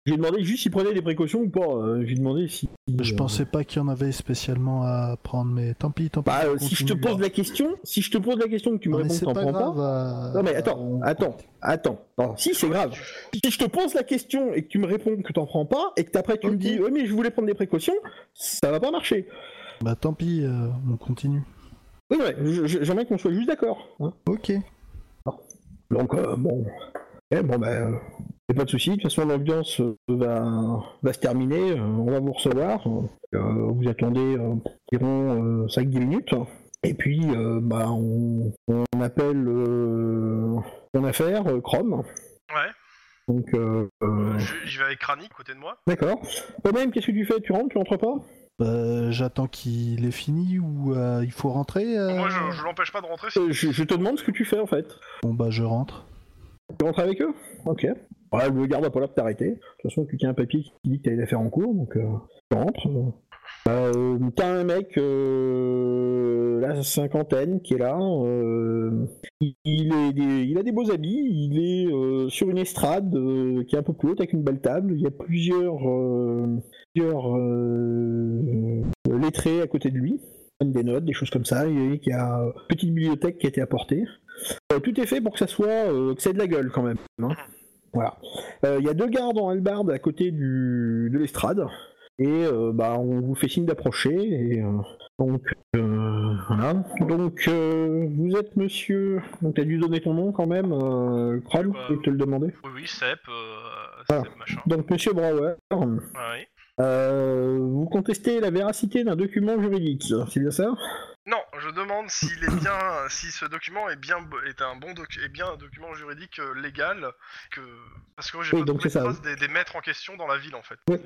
[SPEAKER 2] J'ai demandé juste s'il prenait des précautions ou pas. euh, J'ai demandé si.
[SPEAKER 5] Je
[SPEAKER 2] euh,
[SPEAKER 5] pensais pas qu'il y en avait spécialement à prendre, mais tant pis, tant pis.
[SPEAKER 2] Bah, euh,
[SPEAKER 5] on
[SPEAKER 2] si je te
[SPEAKER 5] continue,
[SPEAKER 2] pose
[SPEAKER 5] là.
[SPEAKER 2] la question, si je te pose la question que tu me
[SPEAKER 5] Non, mais
[SPEAKER 2] réponds, que
[SPEAKER 5] c'est
[SPEAKER 2] t'en
[SPEAKER 5] pas
[SPEAKER 2] prends
[SPEAKER 5] grave.
[SPEAKER 2] pas.
[SPEAKER 5] euh,
[SPEAKER 2] Non mais attends,
[SPEAKER 5] on-
[SPEAKER 2] attends, attends. Non, si c'est grave. Si je te pose la question et que tu me réponds que t'en prends pas et que après tu me
[SPEAKER 5] Ok.
[SPEAKER 2] dis oui mais je voulais prendre des précautions, ça va pas marcher.
[SPEAKER 5] Bah, tant pis, euh, on continue.
[SPEAKER 2] Oui ouais, je- je- j'aimerais qu'on soit juste d'accord. hein.
[SPEAKER 5] Ok.
[SPEAKER 2] Donc euh, bon, eh, bon ben, euh, y a pas de souci. De toute façon l'ambiance euh, va, va se terminer. euh, on va vous recevoir. euh, vous attendez euh, environ 5-10 minutes. Et puis euh, bah on, on appelle euh, ton affaire euh, Chrome.
[SPEAKER 4] Ouais,
[SPEAKER 2] Donc euh, euh,
[SPEAKER 4] euh, je- j'y vais avec Rani, côté de moi.
[SPEAKER 2] D'accord. Toi-même, qu'est-ce que tu fais Tu rentres, tu rentres pas
[SPEAKER 5] Bah, j'attends qu'il ait fini ou euh, il faut rentrer. euh
[SPEAKER 4] Moi, je, je l'empêche pas de rentrer. si-
[SPEAKER 2] Euh, je, je te demande ce que tu fais en fait.
[SPEAKER 5] Bon, bah, je rentre.
[SPEAKER 2] Tu rentres avec eux Ok. Ouais, le garde va pas l'air de t'arrêter. De toute façon, tu tiens un papier qui dit que t'as une affaire en cours, donc euh, tu rentres. Euh, t'as un mec, euh, la cinquantaine, qui est là. euh, il, il est des- il a des beaux habits. Il est euh, sur une estrade euh, qui est un peu plus haute avec une belle table. Il y a plusieurs, euh, plusieurs euh, euh, lettrés à côté de lui. Ils prennent Des notes, des choses comme ça. Il y a- il y a une petite bibliothèque qui a été apportée. Euh, tout est fait pour que ça soit euh, que ça ait de la gueule quand même. hein. Voilà. Euh, Il y a deux gardes en halbarde à côté du, de l'estrade et euh, bah on vous fait signe d'approcher et euh, donc euh, voilà. Donc euh, vous êtes Monsieur. Donc t'as dû donner ton nom quand même. Euh, Chrome,
[SPEAKER 4] Bah,
[SPEAKER 2] je peux te le demander.
[SPEAKER 4] Oui, oui, Sep, euh,
[SPEAKER 2] Ah.
[SPEAKER 4] Sep, machin.
[SPEAKER 2] Donc Monsieur Brouwer,
[SPEAKER 4] Ouais.
[SPEAKER 2] euh, vous contestez la véracité d'un document juridique. C'est bien ça
[SPEAKER 4] Non, je demande s'il est bien, si ce document est bien, est un bon doc, est bien un document juridique euh, légal, que parce que j'ai
[SPEAKER 2] Oui,
[SPEAKER 4] pas
[SPEAKER 2] donc
[SPEAKER 4] trouvé
[SPEAKER 2] c'est ça,
[SPEAKER 4] trace des, des maîtres en question dans la ville en fait.
[SPEAKER 2] Oui.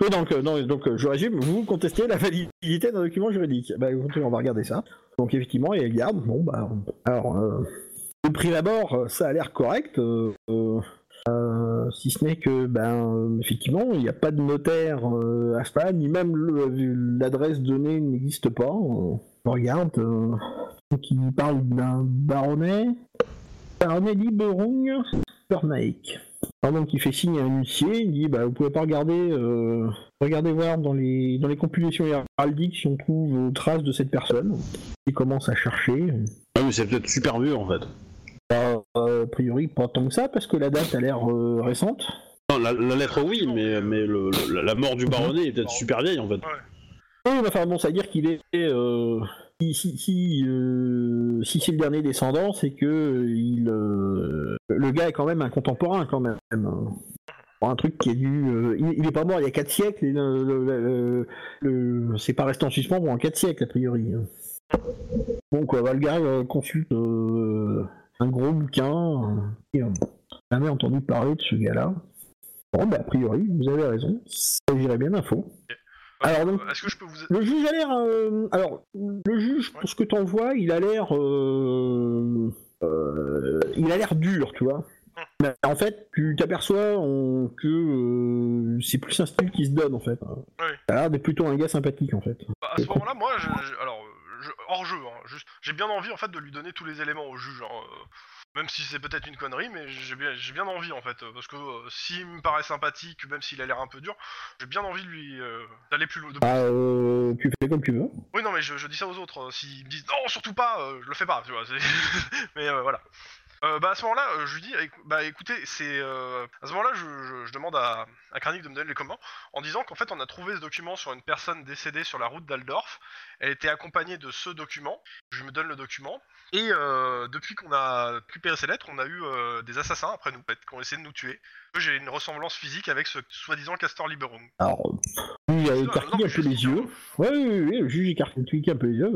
[SPEAKER 2] Oui, donc, euh, non, donc euh, je résume, vous contestez la validité d'un document juridique. Bah écoutez, on va regarder ça. Donc effectivement, il y a une garde. Bon, bah. on- Alors, euh, de prime abord, euh, ça a l'air correct. euh, euh, euh, si ce n'est que, ben, euh, effectivement, il n'y a pas de notaire euh, à Spa, ni même le- l'adresse donnée n'existe pas. On regarde. Euh, donc il nous parle d'un baronnet. Baronnet d'Iberung, Bernaic. Alors donc il fait signe à un huissier, il dit bah vous pouvez pas regarder euh, regardez voir dans les dans les compilations héraldiques si on trouve euh, trace de cette personne. Il commence à chercher.
[SPEAKER 6] Ah, mais c'est peut-être super vieux en fait.
[SPEAKER 2] Bah, euh, a priori pas tant que ça parce que la date a l'air euh, récente.
[SPEAKER 6] Non, la, la lettre oui, mais, mais le- le- la- la mort du baronnet est peut-être super vieille en fait.
[SPEAKER 2] Et on va faire bon ça veut dire qu'il est euh, si si si, euh, si c'est le dernier descendant c'est que euh, il euh, le gars est quand même un contemporain quand même. hein. Pour un truc qui est dû euh, il, il est pas mort il y a 4 siècles et le, le- le- le- le- c'est pas resté en suspens pendant 4 siècles a priori. hein. Donc euh, bah, le gars euh, consulte euh, un gros bouquin euh, et, euh, jamais entendu parler de ce gars-là. Bon bah a priori vous avez raison, il s'agirait bien d'un faux. Alors, donc-
[SPEAKER 4] Est-ce que je peux vous
[SPEAKER 2] Le juge a l'air. euh, alors, le juge, pour ce que t'en vois, il a l'air. euh, euh, il a l'air dur, tu vois. Mais en fait, tu t'aperçois en- que euh, c'est plus un style qui se donne, en fait. T'as l'air d'être plutôt un gars sympathique, en fait.
[SPEAKER 4] Bah, à ce moment-là, moi, je, je- alors, euh, je- hors jeu, hein, juste, j'ai bien envie en fait de lui donner tous les éléments au juge, hein, euh, même si c'est peut-être une connerie, mais j'ai bien, j'ai bien envie en fait, euh, parce que euh, s'il me paraît sympathique, même s'il a l'air un peu dur, j'ai bien envie de lui euh, d'aller plus loin. de-
[SPEAKER 2] Ah, euh, tu fais comme tu veux.
[SPEAKER 4] Oui, non, mais je, je dis ça aux autres. euh, S'ils me disent non, surtout pas, euh, je le fais pas, tu vois. c'est- mais euh, voilà. Euh, bah à ce moment-là, euh, je lui dis, écou- bah écoutez, c'est euh, à ce moment-là, je, je- je demande à, à Kranich de me donner les commandes en disant qu'en fait, on a trouvé ce document sur une personne décédée sur la route d'Aldorf. Elle était accompagnée de ce document. Je me donne le document et euh, depuis qu'on a récupéré ces lettres, on a eu euh, des assassins après nous, en fait, qui ont essayé de nous tuer. J'ai une ressemblance physique avec ce soi-disant Castor Liberum.
[SPEAKER 2] Alors, le juge a
[SPEAKER 4] Non, non,
[SPEAKER 2] écarquillé
[SPEAKER 4] mais
[SPEAKER 2] un peu
[SPEAKER 4] je-
[SPEAKER 2] les yeux. Ouais, oui, oui, oui, le juge écarquille un peu les yeux.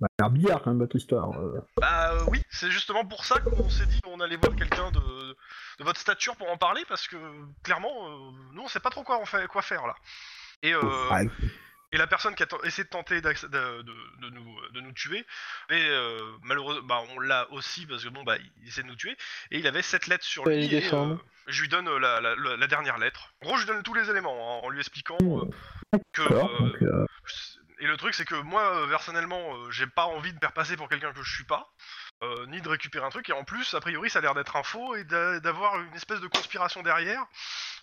[SPEAKER 2] Bah, a l'air bizarre, quand même, votre histoire. euh.
[SPEAKER 4] Bah euh, oui, c'est justement pour ça qu'on s'est dit qu'on allait voir quelqu'un de, de votre stature pour en parler, parce que clairement, euh, nous on sait pas trop quoi, en fait, quoi faire là. Et euh,
[SPEAKER 2] Ouais.
[SPEAKER 4] et la personne qui a ten- essayé de tenter d'acc- de, de- de nous, de nous tuer, mais euh, malheureusement, bah, on l'a aussi parce que bon, bah, il essaie de nous tuer, et il avait cette lettre sur
[SPEAKER 3] Ouais,
[SPEAKER 4] lui.
[SPEAKER 3] il
[SPEAKER 4] et,
[SPEAKER 3] défend.
[SPEAKER 4] euh, je lui donne euh, la, la- la- la dernière lettre. En gros, je lui donne tous les éléments hein, en lui expliquant euh, que.
[SPEAKER 2] Alors,
[SPEAKER 4] euh,
[SPEAKER 2] donc, euh,
[SPEAKER 4] et le truc, c'est que moi, euh, personnellement, euh, j'ai pas envie de me faire passer pour quelqu'un que je suis pas, euh, ni de récupérer un truc. Et en plus, a priori, ça a l'air d'être un faux et d'a- d'avoir une espèce de conspiration derrière.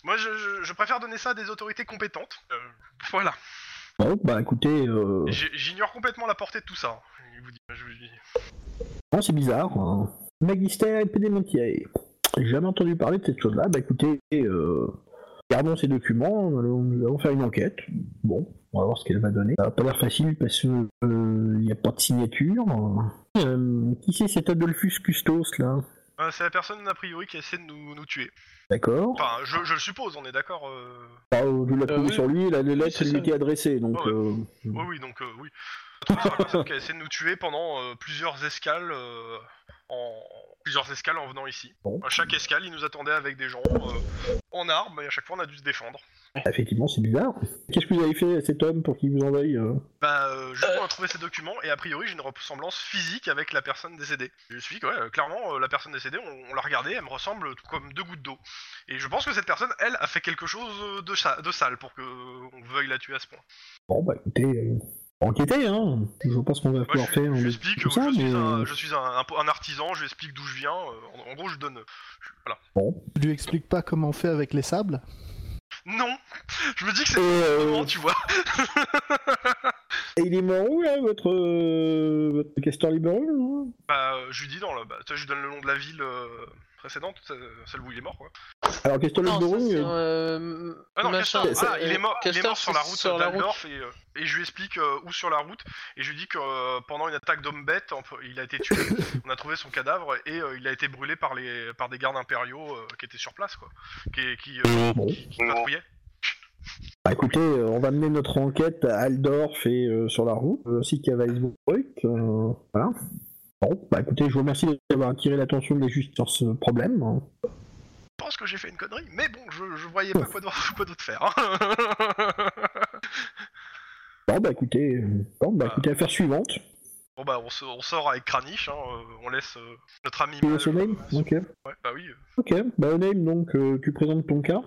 [SPEAKER 4] Moi, je, je- je préfère donner ça à des autorités compétentes. Euh, voilà.
[SPEAKER 2] bon, bah écoutez, euh,
[SPEAKER 4] J'ai- J'ignore complètement la portée de tout ça. hein. Je vous dis- je vous dis.
[SPEAKER 2] non, c'est bizarre. hein. Magister et Pédémentiae. J'ai jamais entendu parler de cette chose-là. Bah écoutez, euh, gardons ces documents, nous allons- nous allons faire une enquête. Bon, on va voir ce qu'elle va donner. Ça n'a pas l'air facile parce que il n'y a pas de signature. Euh, qui c'est cet Adolphus Custos là
[SPEAKER 4] Euh, c'est la personne, a priori, qui essaie de nous, nous tuer.
[SPEAKER 2] D'accord.
[SPEAKER 4] Enfin, je, je le suppose, on est d'accord. Ah. euh.
[SPEAKER 2] Bah, euh, vous la trouvez
[SPEAKER 3] oui.
[SPEAKER 2] sur lui, la la lettre
[SPEAKER 3] c'est
[SPEAKER 2] lui
[SPEAKER 3] ça.
[SPEAKER 2] était adressée, donc.
[SPEAKER 4] Ouais.
[SPEAKER 2] euh,
[SPEAKER 4] Oui, oui, donc euh, oui. Je trouve que c'est la personne qui a essayé de nous tuer pendant euh, plusieurs escales. euh, En plusieurs escales en venant ici.
[SPEAKER 2] Bon.
[SPEAKER 4] À chaque escale, ils nous attendaient avec des gens euh, en armes et à chaque fois on a dû se défendre.
[SPEAKER 2] Effectivement, c'est bizarre. Qu'est-ce que vous avez fait à cet homme pour qu'il vous envahisse euh
[SPEAKER 4] Bah, euh, juste on a trouvé ces documents et a priori j'ai une ressemblance physique avec la personne décédée. Je suis que, ouais, euh, clairement euh, la personne décédée, on, on l'a regardée, elle me ressemble tout comme deux gouttes d'eau. Et je pense que cette personne, elle, a fait quelque chose euh, de, sa- de sale pour que euh, on veuille la tuer à ce point.
[SPEAKER 2] Bon, bah écoutez, euh, enquêtez, hein. Je pense qu'on va
[SPEAKER 4] Moi,
[SPEAKER 2] pouvoir
[SPEAKER 4] je,
[SPEAKER 2] faire.
[SPEAKER 4] je
[SPEAKER 2] un-
[SPEAKER 4] lui explique,
[SPEAKER 2] tout
[SPEAKER 4] euh, je, suis
[SPEAKER 2] mais,
[SPEAKER 4] un,
[SPEAKER 2] euh,
[SPEAKER 4] je suis un, un- un artisan, je lui explique d'où je viens. euh, en, en gros, je donne. je- voilà.
[SPEAKER 5] Tu lui expliques pas comment on fait avec les sables
[SPEAKER 4] Non, je me dis que c'est
[SPEAKER 2] Et, euh,
[SPEAKER 4] vraiment, tu vois.
[SPEAKER 2] et il est mort où, là, votre, euh, votre castor libéral hein
[SPEAKER 4] Bah, euh, je lui dis non, là, bah, tu sais, je lui donne le nom de la ville euh, précédente, euh, celle où il est mort, quoi.
[SPEAKER 2] Alors, castor
[SPEAKER 3] Non, ça,
[SPEAKER 2] libéral,
[SPEAKER 3] c'est
[SPEAKER 2] euh,
[SPEAKER 3] un, euh,
[SPEAKER 4] Ah non,
[SPEAKER 3] machin,
[SPEAKER 4] Castor, ah,
[SPEAKER 3] euh,
[SPEAKER 4] il est mort, il est
[SPEAKER 3] Castor,
[SPEAKER 4] mort sur la
[SPEAKER 3] c'est
[SPEAKER 4] route
[SPEAKER 3] sur la route.
[SPEAKER 4] d'Aldorf et, euh, et je lui explique euh, où sur la route et je lui dis que euh, pendant une attaque d'hommes bêtes, on peut- il a été tué, on a trouvé son cadavre et euh, il a été brûlé par les par des gardes impériaux euh, qui étaient sur place quoi, qui qui, euh,
[SPEAKER 2] Ah Bon.
[SPEAKER 4] qui patrouillaient.
[SPEAKER 2] bah, écoutez, euh, on va mener notre enquête à Aldorf et euh, sur la route, euh, ainsi qu'à Weisbruck. euh, voilà. Bon, bah écoutez, je vous remercie d'avoir attiré l'attention des juges sur ce problème. hein.
[SPEAKER 4] Je pense que j'ai fait une connerie, mais bon, je, je voyais pas quoi d'autre quoi d'autre faire. hein.
[SPEAKER 2] Bon, bah écoutez, euh, bon, bah,
[SPEAKER 4] Ah.
[SPEAKER 2] écoutez affaire suivante.
[SPEAKER 4] bon bah on, se- on sort avec Kranich, hein, euh, on laisse euh, notre ami.
[SPEAKER 2] Tu veux
[SPEAKER 4] Mal-
[SPEAKER 2] son name Ok.
[SPEAKER 4] Ouais, bah oui. euh,
[SPEAKER 2] Ok, bah Onaim, donc euh, tu présentes ton cas.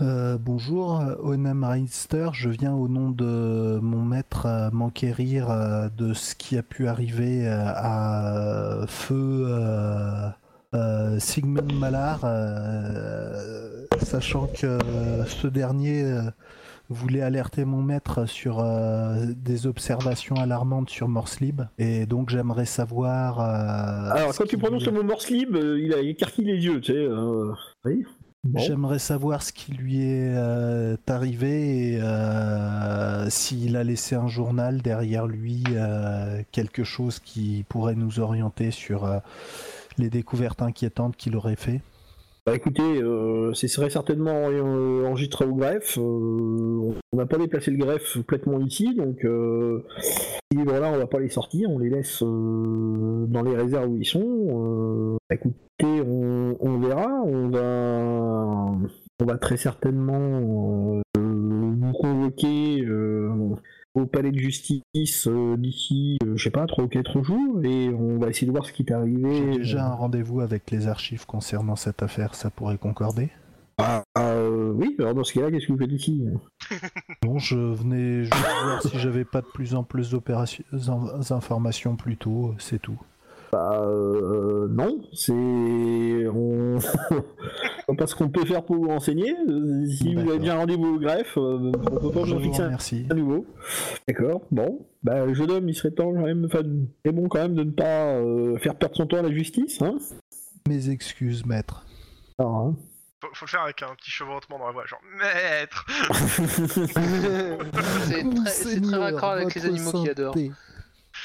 [SPEAKER 5] Euh, bonjour, euh, Onam Reister, je viens au nom de mon maître euh, m'enquérir euh, de ce qui a pu arriver euh, à feu euh, euh, Sigmund Malar, euh, sachant que euh, ce dernier euh, voulait alerter mon maître sur euh, des observations alarmantes sur Morse Lib, et donc j'aimerais savoir... euh,
[SPEAKER 2] Alors,
[SPEAKER 5] ce
[SPEAKER 2] quand tu
[SPEAKER 5] qu'il-
[SPEAKER 2] prononces le mot morse libre, euh, il a écarté les yeux, tu sais. euh, Oui. Bon.
[SPEAKER 5] J'aimerais savoir ce qui lui est euh, arrivé et euh, s'il a laissé un journal derrière lui, euh, quelque chose qui pourrait nous orienter sur euh, les découvertes inquiétantes qu'il aurait fait.
[SPEAKER 2] Bah écoutez, euh, ce serait certainement euh, enregistré au greffe. euh, on n'a pas déplacé le greffe complètement ici, donc euh, ces livres-là, on va pas les sortir, on les laisse euh, dans les réserves où ils sont. euh, bah écoutez, on, on verra, on va, on va très certainement euh, vous convoquer euh, au palais de justice euh, d'ici, euh, je sais pas, trois ou quatre jours, et on va essayer de voir ce qui euh, est arrivé.
[SPEAKER 5] J'ai déjà un rendez-vous avec les archives concernant cette affaire, ça pourrait concorder.
[SPEAKER 2] Ah, euh, oui, alors dans ce cas-là, qu'est-ce que vous faites ici
[SPEAKER 5] Bon, je venais juste voir si j'avais pas de plus en plus d'opération- informations plus tôt, euh, c'est tout.
[SPEAKER 2] Bah, euh, non, c'est. On... on pas ce qu'on peut faire pour vous renseigner. Euh, Si vous avez
[SPEAKER 5] D'accord.
[SPEAKER 2] bien rendez-vous au greffe, euh, on peut pas
[SPEAKER 5] Je
[SPEAKER 2] vous en
[SPEAKER 5] vous
[SPEAKER 2] fixer un
[SPEAKER 5] remercie.
[SPEAKER 2] à nouveau. D'accord, bon. Bah, jeune homme, il serait temps quand même, enfin, c'est bon quand même de ne pas euh, faire perdre son temps à la justice, hein.
[SPEAKER 5] Mes excuses, maître.
[SPEAKER 2] Alors, hein.
[SPEAKER 4] Faut, faut le faire avec un petit chevauchement dans la voix, genre maître.
[SPEAKER 3] C'est très, c'est très raccord avec les animaux qu'il adore.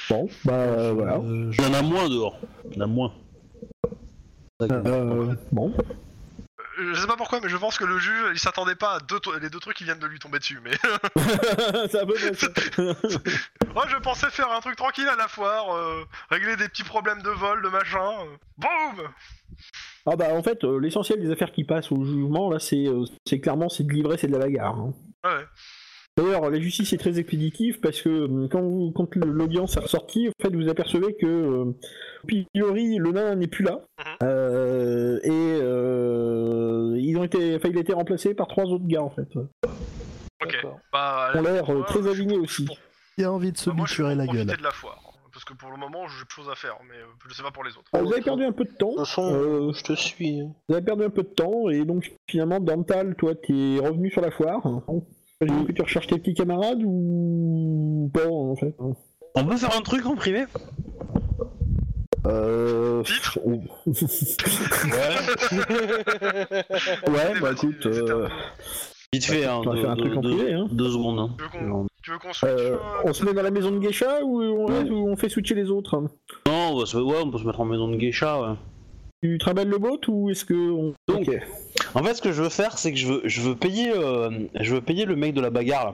[SPEAKER 2] bon, bah euh, voilà.
[SPEAKER 5] Euh, je-
[SPEAKER 6] Il y en a moins dehors. Il y en a moins.
[SPEAKER 2] Euh, bon,
[SPEAKER 4] Euh, Je sais pas pourquoi, mais je pense que le juge, il s'attendait pas à deux to- les deux trucs qui viennent de lui tomber dessus. Mais
[SPEAKER 2] c'est un peu mal, ça.
[SPEAKER 4] moi, je pensais faire un truc tranquille à la foire, euh, régler des petits problèmes de vol, de machin. euh, Boum
[SPEAKER 2] Ah bah en fait, euh, l'essentiel des affaires qui passent au jugement, là, c'est euh, c'est clairement c'est de l'ivraie, c'est de la bagarre. hein.
[SPEAKER 4] Ouais.
[SPEAKER 2] D'ailleurs, la justice est très expéditive parce que euh, quand, vous- quand le- l'audience est ressortie, en fait, vous apercevez que euh, a priori, le nain n'est plus là.
[SPEAKER 4] Mhm.
[SPEAKER 2] Euh, et euh, ils ont été, enfin, il a été remplacé par trois autres gars, en fait. Ils
[SPEAKER 4] Ok.
[SPEAKER 3] D'accord.
[SPEAKER 4] Bah,
[SPEAKER 2] ont l'air euh,
[SPEAKER 4] moi,
[SPEAKER 2] très
[SPEAKER 4] je-
[SPEAKER 2] alignés
[SPEAKER 4] je-
[SPEAKER 2] aussi.
[SPEAKER 4] pour-
[SPEAKER 5] Il a envie de se
[SPEAKER 4] bah, moi, je suis
[SPEAKER 5] biturer
[SPEAKER 4] pour
[SPEAKER 5] la
[SPEAKER 4] profiter
[SPEAKER 5] gueule.
[SPEAKER 4] de la foire. hein, Parce que pour le moment, j'ai peu de choses à faire, mais euh, je sais pas pour les autres.
[SPEAKER 2] Alors, vous avez perdu un peu de temps.
[SPEAKER 3] De toute façon,
[SPEAKER 2] euh,
[SPEAKER 3] je te suis. hein.
[SPEAKER 2] vous avez perdu un peu de temps et donc finalement, Dental, toi, t'es revenu sur la foire. Bon, j'imagine que tu recherches tes petits camarades ou pas en fait.
[SPEAKER 1] On peut faire un truc en privé
[SPEAKER 2] Euh...
[SPEAKER 4] Titre
[SPEAKER 2] ouais,
[SPEAKER 4] C'est
[SPEAKER 2] ouais, bah
[SPEAKER 4] parti,
[SPEAKER 2] écoute.
[SPEAKER 4] c'est
[SPEAKER 2] euh,
[SPEAKER 4] terminé.
[SPEAKER 1] Vite fait, hein,
[SPEAKER 2] On va
[SPEAKER 1] deux-
[SPEAKER 2] faire un truc
[SPEAKER 1] deux-
[SPEAKER 2] en
[SPEAKER 1] deux-
[SPEAKER 2] privé, hein.
[SPEAKER 1] deux secondes. hein.
[SPEAKER 4] Tu veux qu'on
[SPEAKER 1] Non,
[SPEAKER 4] tu veux qu'on switch
[SPEAKER 2] Euh,
[SPEAKER 4] euh,
[SPEAKER 2] on se met dans la maison de Geisha ou on, reste ou on fait switcher les autres hein
[SPEAKER 1] on va se- ouais, on peut se mettre en maison de geisha. ouais.
[SPEAKER 2] Tu travailles le bot ou est-ce que on...
[SPEAKER 1] Donc,
[SPEAKER 2] Ok.
[SPEAKER 1] En fait, ce que je veux faire, c'est que je veux, je veux payer, euh, je veux payer le mec de la bagarre là,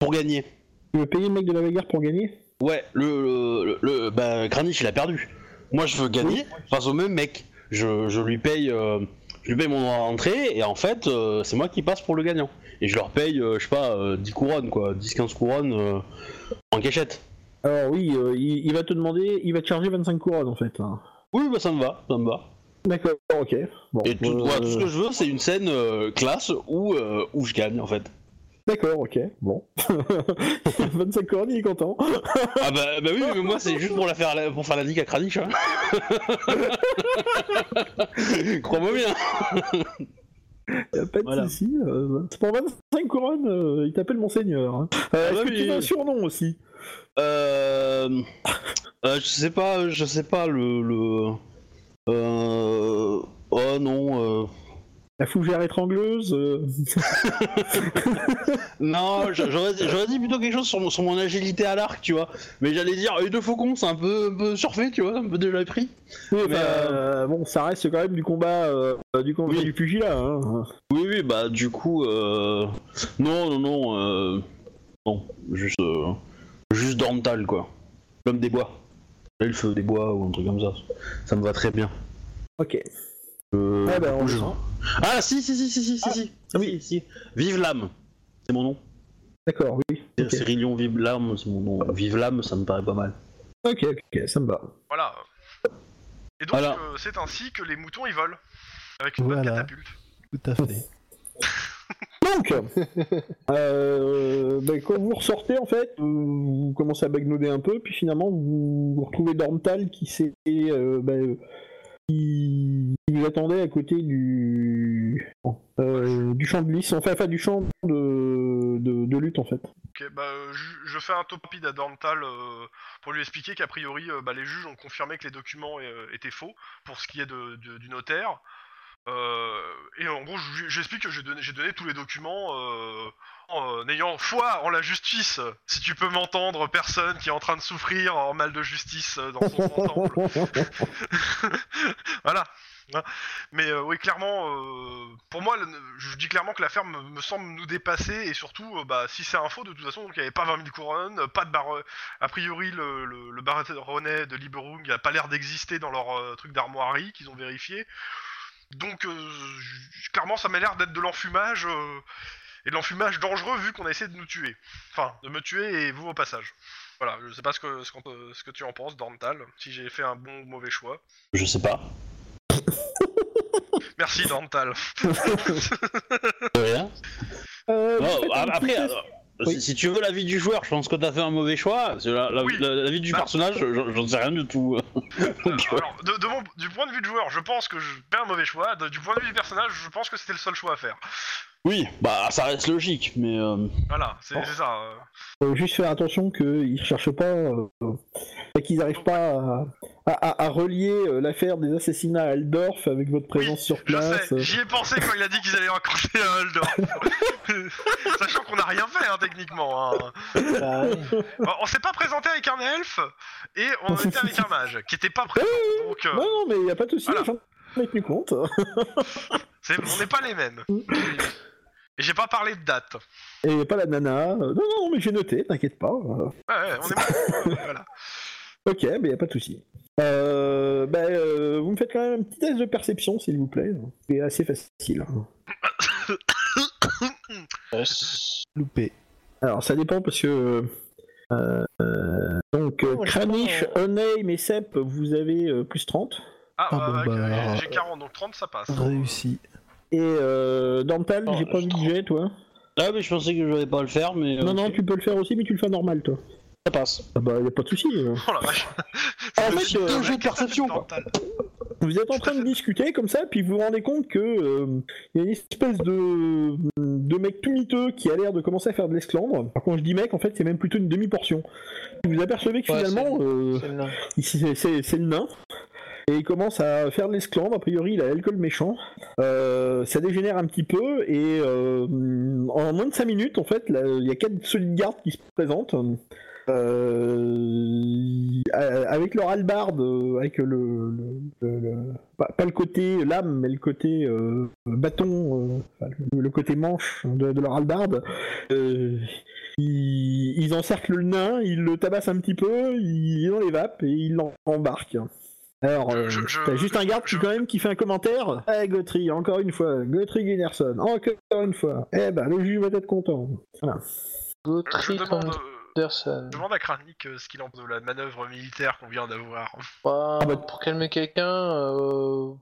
[SPEAKER 1] pour gagner.
[SPEAKER 2] tu veux payer le mec de la bagarre pour gagner
[SPEAKER 1] Ouais, le, le, le- bah, Kranich, il a perdu. Moi, je veux gagner face au même mec. Je, je lui paye, euh, je lui paye mon entrée et en fait, euh, c'est moi qui passe pour le gagnant. Et je leur paye, euh, je sais pas, euh, 10 couronnes quoi, 10-15 couronnes euh, en cachette.
[SPEAKER 2] Alors oui, euh, il, il va te demander, il va te charger 25 couronnes en fait. hein.
[SPEAKER 1] Oui, bah ça me va, ça me va.
[SPEAKER 2] D'accord, ok. Bon,
[SPEAKER 1] Et tout,
[SPEAKER 2] euh,
[SPEAKER 1] voilà, tout ce que je veux, c'est une scène euh, classe où, euh, où je gagne en fait.
[SPEAKER 2] D'accord, ok. Bon. 25 couronnes, il est content.
[SPEAKER 1] Ah bah, bah oui, mais moi c'est juste pour la faire la- pour faire la nique à Kranich. hein. Crois-moi bien.
[SPEAKER 2] Y a pas de
[SPEAKER 1] Voilà.
[SPEAKER 2] soucis. euh, c'est pour 25 couronnes, euh, il t'appelle Monseigneur. hein. Euh,
[SPEAKER 1] Ah
[SPEAKER 2] est-ce
[SPEAKER 1] bah
[SPEAKER 2] que
[SPEAKER 1] oui.
[SPEAKER 2] tu as un surnom aussi
[SPEAKER 1] Euh... euh, je sais pas, je sais pas le le. Euh... Oh non. euh,
[SPEAKER 2] La fougère étrangleuse euh,
[SPEAKER 1] Non, j'a- j'aurais j'aurais dit plutôt quelque chose sur mon, sur mon agilité à l'arc, tu vois. Mais j'allais dire œil de faucon, c'est un peu, un peu surfait, tu vois, un peu déjà pris.
[SPEAKER 2] oui,
[SPEAKER 1] Mais,
[SPEAKER 2] enfin, euh, Bon, ça reste quand même du combat, euh, du combat
[SPEAKER 1] Oui.
[SPEAKER 2] du pugilat. Hein.
[SPEAKER 1] Oui, oui, bah du coup, euh... non, non, non, euh... non, juste, euh... juste Dormtal quoi, l'homme des bois, l'elfe des bois ou un truc comme ça, ça me va très bien.
[SPEAKER 2] Ok.
[SPEAKER 1] Euh,
[SPEAKER 2] Ah bah, on
[SPEAKER 1] je-
[SPEAKER 2] le sent. Ah,
[SPEAKER 1] Ah si, si, si, si, si, si, si, oui, si, vive l'âme, c'est mon nom.
[SPEAKER 2] D'accord, oui.
[SPEAKER 1] C'est
[SPEAKER 2] Ok.
[SPEAKER 1] Cyrilion, vive l'âme, c'est mon nom. Vive l'âme, ça me paraît pas mal.
[SPEAKER 2] Ok, ok, ça me va.
[SPEAKER 4] Voilà. Et donc,
[SPEAKER 1] Voilà.
[SPEAKER 4] euh, c'est ainsi que les moutons ils volent. Avec une bonne
[SPEAKER 5] Voilà.
[SPEAKER 4] catapulte.
[SPEAKER 5] Tout à fait.
[SPEAKER 2] Donc, euh, ben, quand vous ressortez, en fait, euh, vous commencez à bagnoder un peu, puis finalement, vous, vous retrouvez Dormtal qui s'est. euh, ben, qui qui vous attendait à côté du. euh, du champ de lice, enfin, enfin, du champ de, de, de lutte, en fait.
[SPEAKER 4] Ok, bah, euh, je, je fais un top rapide à Dorntal euh, pour lui expliquer qu'a priori, euh, bah, les juges ont confirmé que les documents euh, étaient faux pour ce qui est de, de- du notaire. Euh, et en gros, je- j'explique que j'ai donné, j'ai donné tous les documents euh, en euh, ayant foi en la justice. Si tu peux m'entendre, personne qui est en train de souffrir en mal de justice euh, dans son ensemble. voilà. Hein. Mais euh, oui, clairement, euh, pour moi, le- je dis clairement que l'affaire me, me semble nous dépasser et surtout, euh, bah, si c'est un faux, de toute façon, donc il n'y avait pas 20 000 couronnes, euh, pas de bar. A priori, le, le, le baronnet de Liberung n'a pas l'air d'exister dans leur euh, truc d'armoirie qu'ils ont vérifié. Donc, euh, j- clairement, ça m'a l'air d'être de l'enfumage euh, et de l'enfumage dangereux vu qu'on a essayé de nous tuer. Enfin, de me tuer et vous au passage. Voilà, je sais pas ce que, ce, qu'on peut- ce que tu en penses, Dorntal, si j'ai fait un bon ou mauvais choix.
[SPEAKER 1] Je sais pas.
[SPEAKER 4] Merci Dental.
[SPEAKER 1] De rien.
[SPEAKER 2] Euh,
[SPEAKER 1] Non,
[SPEAKER 2] vous faites un
[SPEAKER 1] a-
[SPEAKER 2] petit
[SPEAKER 1] après,
[SPEAKER 2] test.
[SPEAKER 1] euh,
[SPEAKER 2] Oui.
[SPEAKER 1] si, si tu veux l'avis du joueur, je pense que t'as fait un mauvais choix. parce que La, la,
[SPEAKER 4] Oui.
[SPEAKER 1] la- la vie du
[SPEAKER 4] Bah.
[SPEAKER 1] personnage, j'en j'en sais rien du tout. Donc, euh,
[SPEAKER 4] Alors, de, de mon- du point de vue de joueur, je pense que je fais un mauvais choix. De- du point de vue du personnage, je pense que c'était le seul choix à faire.
[SPEAKER 1] oui, bah ça reste logique, mais euh,
[SPEAKER 4] Voilà, c'est c'est ça. euh.
[SPEAKER 2] Faut juste faire attention qu'ils cherchent pas, euh, euh, qu'ils n'arrivent pas à, à- à- à relier euh, l'affaire des assassinats à Aldorf avec votre présence sur
[SPEAKER 4] Je
[SPEAKER 2] place.
[SPEAKER 4] sais, j'y ai pensé quand il a dit qu'ils allaient rencontrer un Holdor. Sachant qu'on n'a rien fait, hein, techniquement. hein.
[SPEAKER 3] Bah, oui.
[SPEAKER 4] Bon, On s'est pas présenté avec un elfe et on était avec un mage qui était pas présent. Donc, euh,
[SPEAKER 2] Non, non, mais il n'y a pas de souci,
[SPEAKER 4] Voilà.
[SPEAKER 2] j'en ai tenu compte.
[SPEAKER 4] c'est- on n'est pas les mêmes. Et j'ai pas parlé de date.
[SPEAKER 2] Et pas la nana. euh, Non, non, non, mais j'ai noté, t'inquiète pas. euh.
[SPEAKER 4] Ouais, ouais, on est pas- voilà.
[SPEAKER 2] Ok, mais il n'y a pas de souci. Euh, bah, euh, vous me faites quand même un petit test de perception, s'il vous plaît. C'est assez facile.
[SPEAKER 3] Euh, c'est-
[SPEAKER 5] Loupé.
[SPEAKER 2] Alors, ça dépend parce que. euh, euh, donc, euh,
[SPEAKER 3] Oh, je
[SPEAKER 2] Kranich,
[SPEAKER 3] sais pas.
[SPEAKER 2] Oneim et Sep, vous avez euh, plus 30.
[SPEAKER 4] Ah,
[SPEAKER 5] Ah,
[SPEAKER 4] bah,
[SPEAKER 5] bon,
[SPEAKER 4] bah,
[SPEAKER 5] bah,
[SPEAKER 4] j'ai- j'ai 40, donc 30 ça passe.
[SPEAKER 5] Réussi.
[SPEAKER 2] Et euh, Dental,
[SPEAKER 1] Oh,
[SPEAKER 2] j'ai pas
[SPEAKER 1] je
[SPEAKER 2] vu de jet, toi.
[SPEAKER 1] Ah, mais je pensais que je vais pas le faire, mais. euh,
[SPEAKER 2] Non, non, tu peux le faire aussi, mais tu le fais normal, toi.
[SPEAKER 1] ça passe.
[SPEAKER 2] Ah bah, y a pas de souci. euh.
[SPEAKER 4] Oh la vache.
[SPEAKER 1] Ah,
[SPEAKER 4] C'est
[SPEAKER 1] en
[SPEAKER 4] le
[SPEAKER 1] fait,
[SPEAKER 4] super
[SPEAKER 1] euh,
[SPEAKER 4] mec
[SPEAKER 1] jeu de perception, quoi.
[SPEAKER 4] mental.
[SPEAKER 2] Vous êtes en train de discuter comme ça, puis vous vous rendez compte que euh, y a une espèce de, de mec tout miteux qui a l'air de commencer à faire de l'esclandre. Alors, quand je dis mec, en fait, c'est même plutôt une demi-portion. Vous apercevez que
[SPEAKER 3] Ouais,
[SPEAKER 2] finalement, euh,
[SPEAKER 3] C'est le nain.
[SPEAKER 2] il- c'est c'est- c'est le nain. Et il commence à faire de l'esclandre, a priori il a l'alcool méchant. Euh, ça dégénère un petit peu, et euh, en moins de 5 minutes, en fait, là, il y a 4 solides gardes qui se présentent. Euh, euh, avec leur halbarde, euh, avec le, le- le- le- pas, pas le côté lame, mais le côté euh, bâton, euh, enfin, le, le côté manche de, de leur halbarde, euh, ils, ils encerclent le nain, ils le tabassent un petit peu, ils l'envapent et ils l'embarquent. Alors, euh,
[SPEAKER 4] Je- je-
[SPEAKER 2] t'as juste un garde qui,
[SPEAKER 4] je-
[SPEAKER 2] quand même, qui fait un commentaire. Ah, Guthrie, encore une fois, Guthrie Gunnarsson, encore une fois. Eh ben, le juge va être content. Voilà.
[SPEAKER 4] Je
[SPEAKER 3] Gautry
[SPEAKER 4] demande,
[SPEAKER 3] Anderson.
[SPEAKER 4] euh, je demande à Kranik euh, ce qu'il en pense de la manœuvre militaire qu'on vient d'avoir.
[SPEAKER 3] Bah,
[SPEAKER 2] Ah bah-
[SPEAKER 3] Pour calmer quelqu'un, euh...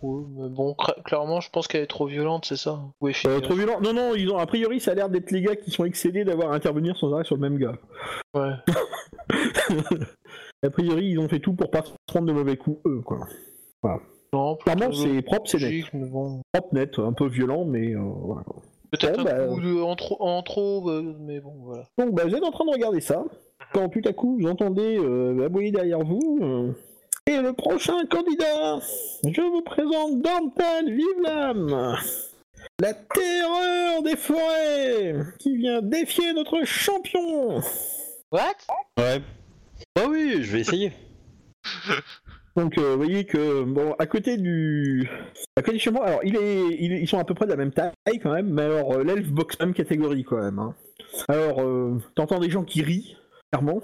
[SPEAKER 3] ouais, mais bon, cra- clairement, je pense qu'elle est trop violente, c'est ça. Ou
[SPEAKER 2] Euh,
[SPEAKER 3] efficace.
[SPEAKER 2] trop violent. Non, non, ils ont, a priori, ça a l'air d'être les gars qui sont excédés d'avoir à intervenir sans arrêt sur le même gars.
[SPEAKER 3] Ouais.
[SPEAKER 2] A priori, ils ont fait tout pour pas se prendre de mauvais coups, eux, quoi.
[SPEAKER 3] Non,
[SPEAKER 2] Clairement,
[SPEAKER 3] plutôt
[SPEAKER 2] c'est propre, c'est net.
[SPEAKER 3] logique, mais bon.
[SPEAKER 2] Propre, net, un peu violent, mais euh, voilà. quoi.
[SPEAKER 3] Peut-être
[SPEAKER 2] Bon, bah,
[SPEAKER 3] un coup de, en trop, en trop euh, mais bon, voilà.
[SPEAKER 2] Donc, bah, vous êtes en train de regarder ça,
[SPEAKER 3] Uh-huh.
[SPEAKER 2] quand tout à coup, vous entendez euh, aboyer derrière vous. euh, et le prochain candidat, je vous présente Dantan Vive l'âme La terreur des forêts qui vient défier notre champion
[SPEAKER 3] What
[SPEAKER 1] Ouais. Bah oui, je vais essayer.
[SPEAKER 2] Donc euh, vous voyez que bon à côté du à côté de chez moi alors il est, il est- ils sont à peu près de la même taille quand même mais alors euh, l'elfe boxe même catégorie quand même hein. alors euh, t'entends des gens qui rient clairement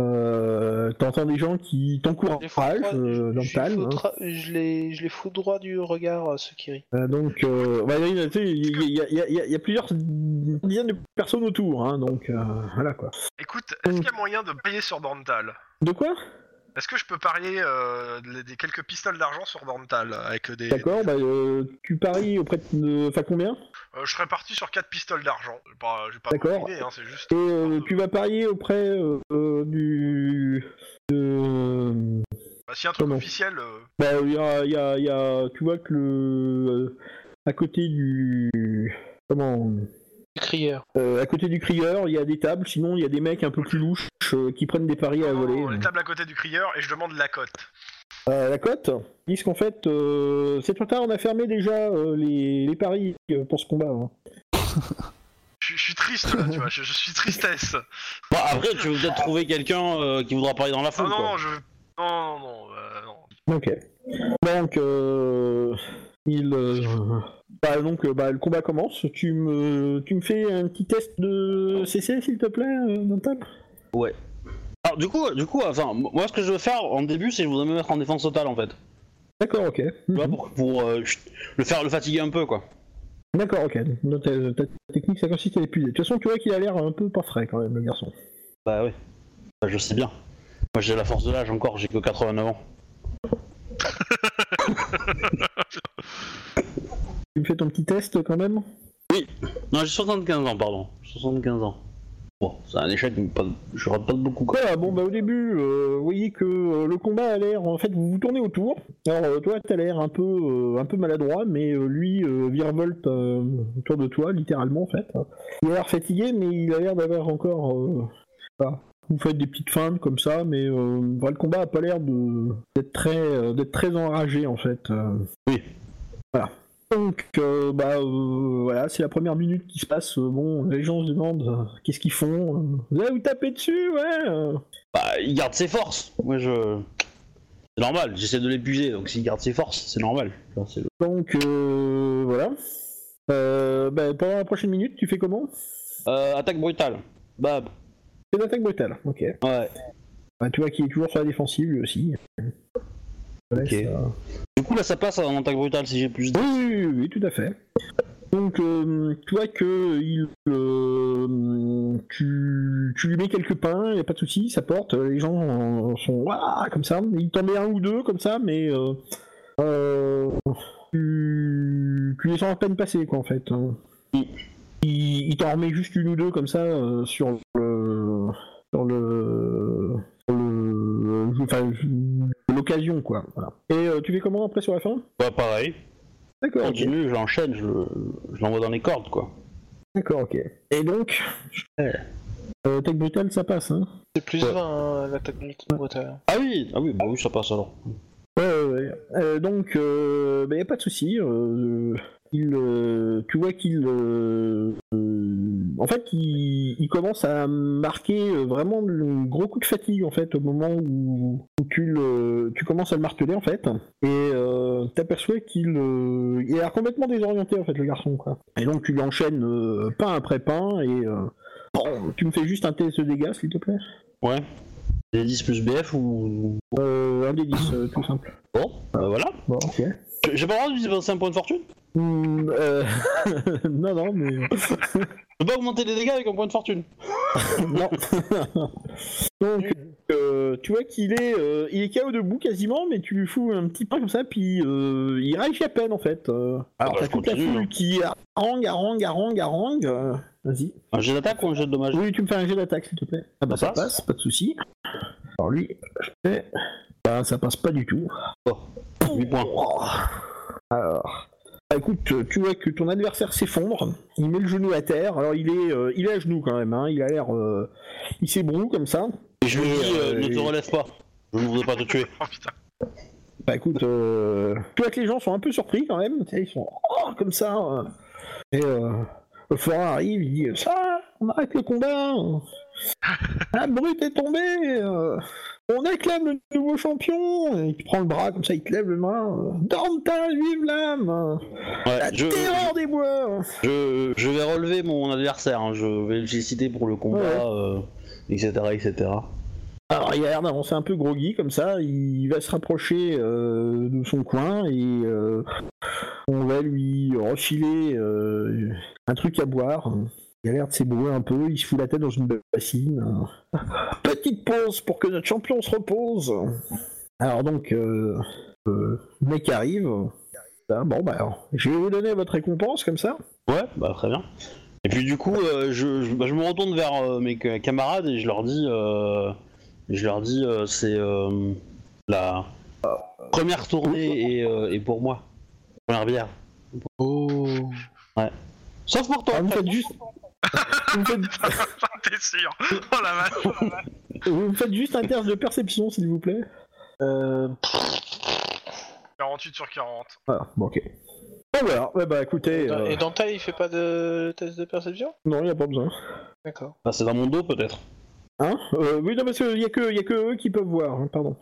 [SPEAKER 2] euh, t'entends des gens qui
[SPEAKER 3] Je les
[SPEAKER 2] t'encouragent
[SPEAKER 3] fous droit-
[SPEAKER 2] euh, dans le
[SPEAKER 3] je- je les
[SPEAKER 2] calme
[SPEAKER 3] fous
[SPEAKER 2] hein.
[SPEAKER 3] dra- Je les, je les fous droit du regard, euh, ceux qui rient.
[SPEAKER 2] Euh, donc euh, bah, il y a- tu sais, il y, a- il y a- il y a- il y a plusieurs dizaines de personnes autour hein, donc euh, voilà quoi
[SPEAKER 4] Écoute,
[SPEAKER 2] Mm.
[SPEAKER 4] est-ce qu'il y a moyen de parier sur Dantal
[SPEAKER 2] de quoi
[SPEAKER 4] Est-ce que je peux parier euh, des, des quelques pistoles d'argent sur Dantal avec des,
[SPEAKER 2] d'accord bah, euh, tu paries auprès de enfin combien
[SPEAKER 4] Euh, je serais parti sur 4 pistoles d'argent. J'ai pas, j'ai pas
[SPEAKER 2] D'accord.
[SPEAKER 4] beaucoup d'idées, hein, c'est juste.
[SPEAKER 2] Et euh, tu vas parier auprès euh, euh, du. de-
[SPEAKER 4] Bah, si y a un truc
[SPEAKER 2] Comment
[SPEAKER 4] officiel, euh,
[SPEAKER 2] Bah, il y a, il y a- il y a- Tu vois que le. euh, à côté du. Comment.
[SPEAKER 3] Les crieurs.
[SPEAKER 2] euh, à côté du crieur, il y a des tables, sinon il y a des mecs un peu plus louches euh, qui prennent des paris à
[SPEAKER 4] non,
[SPEAKER 2] voler.
[SPEAKER 4] non, les tables à côté du crieur et je demande la cote.
[SPEAKER 2] Euh, la cote Ils disent qu'en fait, euh, c'est trop tard, on a fermé déjà euh, les, les paris euh, pour ce combat. hein.
[SPEAKER 4] Je suis- je suis triste là, tu vois, je, je suis tristesse.
[SPEAKER 1] Bah après, tu veux peut-être trouver quelqu'un euh, qui voudra parler dans la
[SPEAKER 4] Ah
[SPEAKER 1] foule,
[SPEAKER 4] non,
[SPEAKER 1] quoi.
[SPEAKER 4] non, je. Non, non, non, euh, non.
[SPEAKER 2] Ok. Donc, euh, il, euh, bah, donc euh, bah, le combat commence. Tu me, tu me fais un petit test de CC, s'il te plaît, euh, Dantan
[SPEAKER 1] Alors, du coup, du coup, enfin, m- moi, ce que je veux faire en début, c'est que je voudrais me mettre en défense totale, en fait.
[SPEAKER 2] D'accord, ok. Mhm.
[SPEAKER 1] Tu vois, pour, pour, euh, chut, le faire, le fatiguer un peu, quoi.
[SPEAKER 2] D'accord, ok. Donc, ta, ta technique, ça consiste à l'épuiser. De toute façon, tu vois qu'il a l'air un peu pas frais quand même, le garçon.
[SPEAKER 1] Bah oui. Bah, je sais bien. Moi, j'ai la force de l'âge encore, j'ai que 89 ans.
[SPEAKER 2] Tu me fais ton petit test quand même
[SPEAKER 1] Non, j'ai 75 ans, pardon. 75 ans. Bon, c'est un échec, mais pas, je rate pas de beaucoup, quoi.
[SPEAKER 2] Voilà, bon, bah, au début, euh, vous voyez que euh, le combat a l'air. En fait, vous vous tournez autour. Alors, euh, toi, t'as l'air un peu, euh, un peu maladroit, mais euh, lui euh, virevolte euh, autour de toi, littéralement, en fait. Il a l'air fatigué, mais il a l'air d'avoir encore. euh, voilà. Vous faites des petites feintes comme ça, mais euh, bah, le combat a pas l'air de- d'être très, euh, d'être très enragé, en fait. euh.
[SPEAKER 1] Oui.
[SPEAKER 2] Voilà. Donc, euh, bah, euh, voilà, c'est la première minute qui se passe. euh, bon, les gens se demandent euh, qu'est-ce qu'ils font. euh, vous allez vous taper dessus, ouais. euh.
[SPEAKER 1] Bah, il garde ses forces. Moi, je. C'est normal, j'essaie de l'épuiser, donc s'il garde ses forces, c'est normal. Tu vois, c'est le-
[SPEAKER 2] Donc euh, voilà. Euh, bah, pendant la prochaine minute, tu fais comment
[SPEAKER 1] Euh, attaque brutale. Bah,
[SPEAKER 2] C'est l'attaque brutale. Ok.
[SPEAKER 1] ouais.
[SPEAKER 2] Bah, tu vois qu'il est toujours sur la défensive lui aussi. Ouais,
[SPEAKER 1] Ok.
[SPEAKER 2] ça-
[SPEAKER 1] Du coup, là, ça passe en hein, attaque brutale si j'ai plus de.
[SPEAKER 2] Oui, oui, oui, oui, tout à fait. Donc, euh, tu vois que il, euh, tu, tu lui mets quelques pains, y a pas de souci, ça porte. Les gens en- sont Ouah comme ça. Il t'en met un ou deux comme ça, mais euh, euh, tu, tu les sens à peine passer quoi en fait. hein. Il, il t'en remet juste une ou deux comme ça euh, sur le sur le sur le enfin, l'occasion quoi. Voilà. Et euh, tu fais comment après sur la fin
[SPEAKER 1] Bah pareil.
[SPEAKER 2] D'accord. ok.
[SPEAKER 1] Continue, je l'enchaîne, je, le- je l'envoie dans les cordes quoi.
[SPEAKER 2] D'accord, ok. Et donc,
[SPEAKER 1] Ouais.
[SPEAKER 2] euh, tech brutal, ça passe, hein
[SPEAKER 3] C'est plus
[SPEAKER 1] Ouais.
[SPEAKER 3] 20 hein, l'attaque de brutale.
[SPEAKER 1] Ah oui, ah oui, bah oui, ça passe alors.
[SPEAKER 2] Ouais, ouais, ouais. Euh, donc, euh, bah, y a pas de souci. euh, il, euh, tu vois qu'il, euh, euh, en fait, il, il commence à marquer euh, vraiment le gros coup de fatigue en fait au moment où, où tu, le, tu commences à le marteler en fait, et euh, t'aperçois qu'il euh, il a l'air complètement désorienté en fait le garçon quoi. Et donc tu l'enchaînes euh, pain après pain et euh, bon, tu me fais juste un test de dégâts s'il te plaît.
[SPEAKER 1] Ouais. Des 10 plus BF ou.
[SPEAKER 2] Euh, un des 10, euh, tout simple.
[SPEAKER 1] Bon, bah voilà.
[SPEAKER 2] Bon, ok.
[SPEAKER 1] J'ai- J'ai pas le droit de dépenser un point de fortune
[SPEAKER 2] Hmm, euh, non, non, mais.
[SPEAKER 1] Je peux pas augmenter les dégâts avec un point de fortune.
[SPEAKER 2] non. Donc, euh, tu vois qu'il est, euh, il est KO debout quasiment, mais tu lui fous un petit pain comme ça, puis euh, il réagit à peine en fait. Euh, alors,
[SPEAKER 1] bah,
[SPEAKER 2] t'as
[SPEAKER 1] je
[SPEAKER 2] toute la
[SPEAKER 1] continue,
[SPEAKER 2] foule
[SPEAKER 1] hein.
[SPEAKER 2] qui harangue, harangue, harangue, harangue. euh, Vas-y.
[SPEAKER 1] Un jet d'attaque hein. ou un jet de dommage
[SPEAKER 2] Oui, tu me fais un jet d'attaque, s'il te plaît. Ah bah, ça,
[SPEAKER 1] Ça
[SPEAKER 2] passe. pas de souci. Alors lui, je fais. Bah, ça passe pas du tout.
[SPEAKER 1] Oh. Huit points.
[SPEAKER 2] Oh. Alors. Bah, écoute, tu vois que ton adversaire s'effondre, il met le genou à terre, alors il est, euh, il est à genoux quand même, hein. il a l'air. euh, il s'ébroue comme ça.
[SPEAKER 1] Et je lui dis, euh,
[SPEAKER 2] euh,
[SPEAKER 1] ne te
[SPEAKER 2] et-
[SPEAKER 1] relève pas. Je ne voudrais pas te tuer.
[SPEAKER 4] Oh putain.
[SPEAKER 2] Bah écoute, euh, tu vois que les gens sont un peu surpris quand même, tu sais, ils sont oh, comme ça. euh. Et euh, le forain arrive, il dit ça, on arrête le combat. hein. La brute est tombée. euh, On acclame le nouveau champion. Et il te prend le bras comme ça, il te lève le bras. euh, Dormta, vive l'âme.
[SPEAKER 1] Ouais,
[SPEAKER 2] La
[SPEAKER 1] je,
[SPEAKER 2] terreur des bois.
[SPEAKER 1] je, je vais relever mon adversaire. hein. Je vais le féliciter pour le combat, euh, etc., etc.
[SPEAKER 2] Alors il a l'air d'avancer un peu groggy comme ça, il va se rapprocher euh, de son coin et euh, on va lui refiler euh, un truc à boire. Il a l'air de s'ébrouer un peu, il se fout la tête dans une bassine. Petite pause pour que notre champion se repose. Alors donc, euh, euh, le mec arrive. Ah, bon bah alors, je vais vous donner votre récompense comme ça.
[SPEAKER 1] Ouais, bah très bien. Et puis du coup, euh, je, je- bah, je me retourne vers euh, mes ca- camarades et je leur dis, euh, je leur dis, euh, c'est euh, la première tournée et, euh, et pour moi, première bière.
[SPEAKER 3] Oh.
[SPEAKER 1] Sauf pour toi.
[SPEAKER 2] Alors, Ah, vous
[SPEAKER 1] Fred.
[SPEAKER 2] faites juste- vous me faites-
[SPEAKER 4] T'es sûr Oh la vache
[SPEAKER 2] vous me faites juste un test de perception s'il vous plaît.
[SPEAKER 3] Euh,
[SPEAKER 4] 48 sur 40.
[SPEAKER 2] Ah, bon, ok. Bon, voilà, ouais, bah écoutez, euh,
[SPEAKER 3] Et Danta, il fait pas de test de perception
[SPEAKER 2] non, il a pas besoin.
[SPEAKER 3] D'accord.
[SPEAKER 1] Bah, c'est dans mon dos peut-être.
[SPEAKER 2] Hein Euh, Oui, non, parce qu'il y a, que- y a que eux qui peuvent voir, hein, pardon.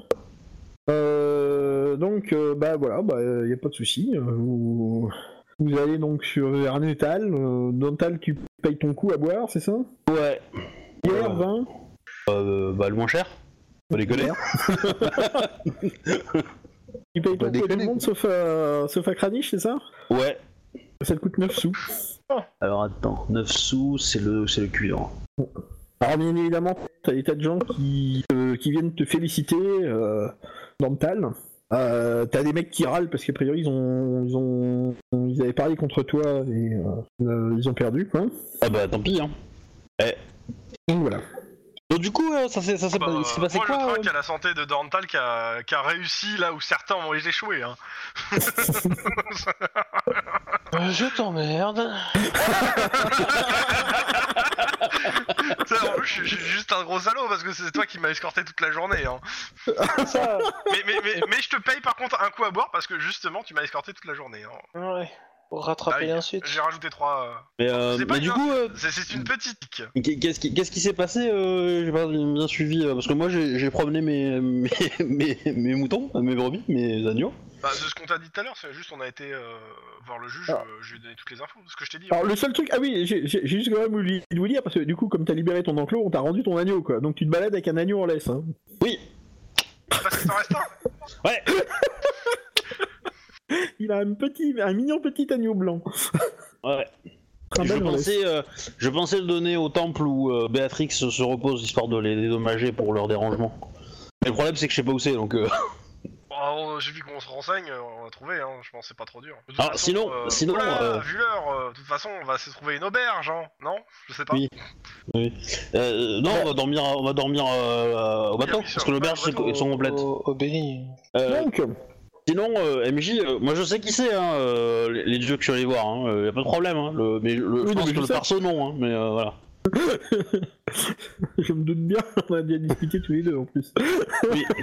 [SPEAKER 2] Euh, donc, euh, bah voilà, bah y a pas de souci. euh, Vous... vous allez donc sur vers un étal. Euh, Dental, tu payes ton coup à boire, c'est ça
[SPEAKER 1] Ouais.
[SPEAKER 2] Bière,
[SPEAKER 1] Ouais.
[SPEAKER 2] vin
[SPEAKER 1] Euh, bah le moins cher. Pas déconner.
[SPEAKER 2] Tu payes ton coup à
[SPEAKER 5] Bah,
[SPEAKER 2] tout le
[SPEAKER 5] déconner,
[SPEAKER 2] monde sauf à, sauf à Kranich, c'est ça
[SPEAKER 1] Ouais.
[SPEAKER 2] Ça te coûte 9 sous.
[SPEAKER 1] Alors attends, 9 sous, c'est le, c'est le cuivre.
[SPEAKER 2] Alors bien évidemment, t'as des tas de gens qui, euh, qui viennent te féliciter euh, dans le tal. Euh, t'as des mecs qui râlent parce qu'a priori ils ont, ils ont ils avaient parlé contre toi et euh, euh, ils ont perdu quoi.
[SPEAKER 1] Ah bah tant pis. Hein.
[SPEAKER 2] Donc voilà.
[SPEAKER 1] Donc du coup, euh, ça s'est, ça s'est
[SPEAKER 4] Bah,
[SPEAKER 1] pas- il s'est passé
[SPEAKER 4] moi,
[SPEAKER 1] quoi
[SPEAKER 4] le
[SPEAKER 1] euh
[SPEAKER 4] truc à la santé de Dorntal qui a, qui a réussi là où certains ont échoué. Hein.
[SPEAKER 3] Euh, je t'emmerde.
[SPEAKER 4] Ça, en plus, je, je suis juste un gros salaud parce que c'est toi qui m'as escorté toute la journée. Hein.
[SPEAKER 3] Ça.
[SPEAKER 4] Mais, mais, mais, mais je te paye par contre un coup à boire parce que justement tu m'as escorté toute la journée. hein.
[SPEAKER 3] Ouais. Pour rattraper
[SPEAKER 4] Aïe.
[SPEAKER 3] l'insulte.
[SPEAKER 4] J'ai rajouté trois. euh,
[SPEAKER 1] Mais, euh,
[SPEAKER 4] C'est pas
[SPEAKER 1] mais du
[SPEAKER 4] grave.
[SPEAKER 1] coup, euh,
[SPEAKER 4] C'est c'est une petite pique.
[SPEAKER 1] Qu'est- Qu'est-ce qui qu'est-ce qui s'est passé euh, J'ai pas bien suivi euh, parce que moi j'ai j'ai promené mes, mes, mes, mes moutons, euh, mes brebis, mes agneaux.
[SPEAKER 4] Bah, c'est ce qu'on t'a dit tout à l'heure, c'est juste on a été euh, voir le juge,
[SPEAKER 2] Ah.
[SPEAKER 4] euh, je lui ai donné toutes les infos. Ce que je t'ai dit. hein.
[SPEAKER 2] Alors le seul truc ah oui j'ai j'ai- j'ai juste quand même oublié de vous dire parce que du coup comme t'as libéré ton enclos on t'a rendu ton agneau quoi donc tu te balades avec un agneau en laisse. Hein.
[SPEAKER 4] Parce que t'en restes un.
[SPEAKER 2] Il a un petit un mignon petit agneau blanc.
[SPEAKER 1] Ouais.
[SPEAKER 2] Très
[SPEAKER 1] Je
[SPEAKER 2] belle relève.
[SPEAKER 1] pensais, euh, je pensais le donner au temple où euh, Béatrix se repose histoire de les dédommager pour leur dérangement. Mais le problème c'est que je sais pas où c'est donc. euh,
[SPEAKER 4] Bon, alors, Oh, j'ai vu qu'on se renseigne, euh, on va trouver, hein. je pense que c'est pas trop dur. De toute
[SPEAKER 1] Ah, sinon- sinon,
[SPEAKER 4] voilà,
[SPEAKER 1] euh,
[SPEAKER 4] vu l'heure, euh, de toute façon, on va se trouver une auberge, hein. non Je sais pas.
[SPEAKER 1] Oui. euh, non, on va dormir, on va dormir euh, au bateau
[SPEAKER 4] Oui, bien sûr.
[SPEAKER 1] parce que l'auberge c'est-
[SPEAKER 4] Au-
[SPEAKER 1] elles sont complètes.
[SPEAKER 3] Au, au Béni.
[SPEAKER 1] Euh,
[SPEAKER 2] Donc,
[SPEAKER 1] sinon, euh, MJ, euh, moi je sais qui c'est hein, euh, les, les dieux que je suis allé voir, hein, euh, y a pas de problème. Hein, le, mais le-
[SPEAKER 2] Oui,
[SPEAKER 1] je pense
[SPEAKER 2] non, mais je
[SPEAKER 1] que le
[SPEAKER 2] sais.
[SPEAKER 1] perso non, hein, mais euh, voilà.
[SPEAKER 2] je me doute bien, on a bien discuté tous les deux en plus.
[SPEAKER 1] Oui.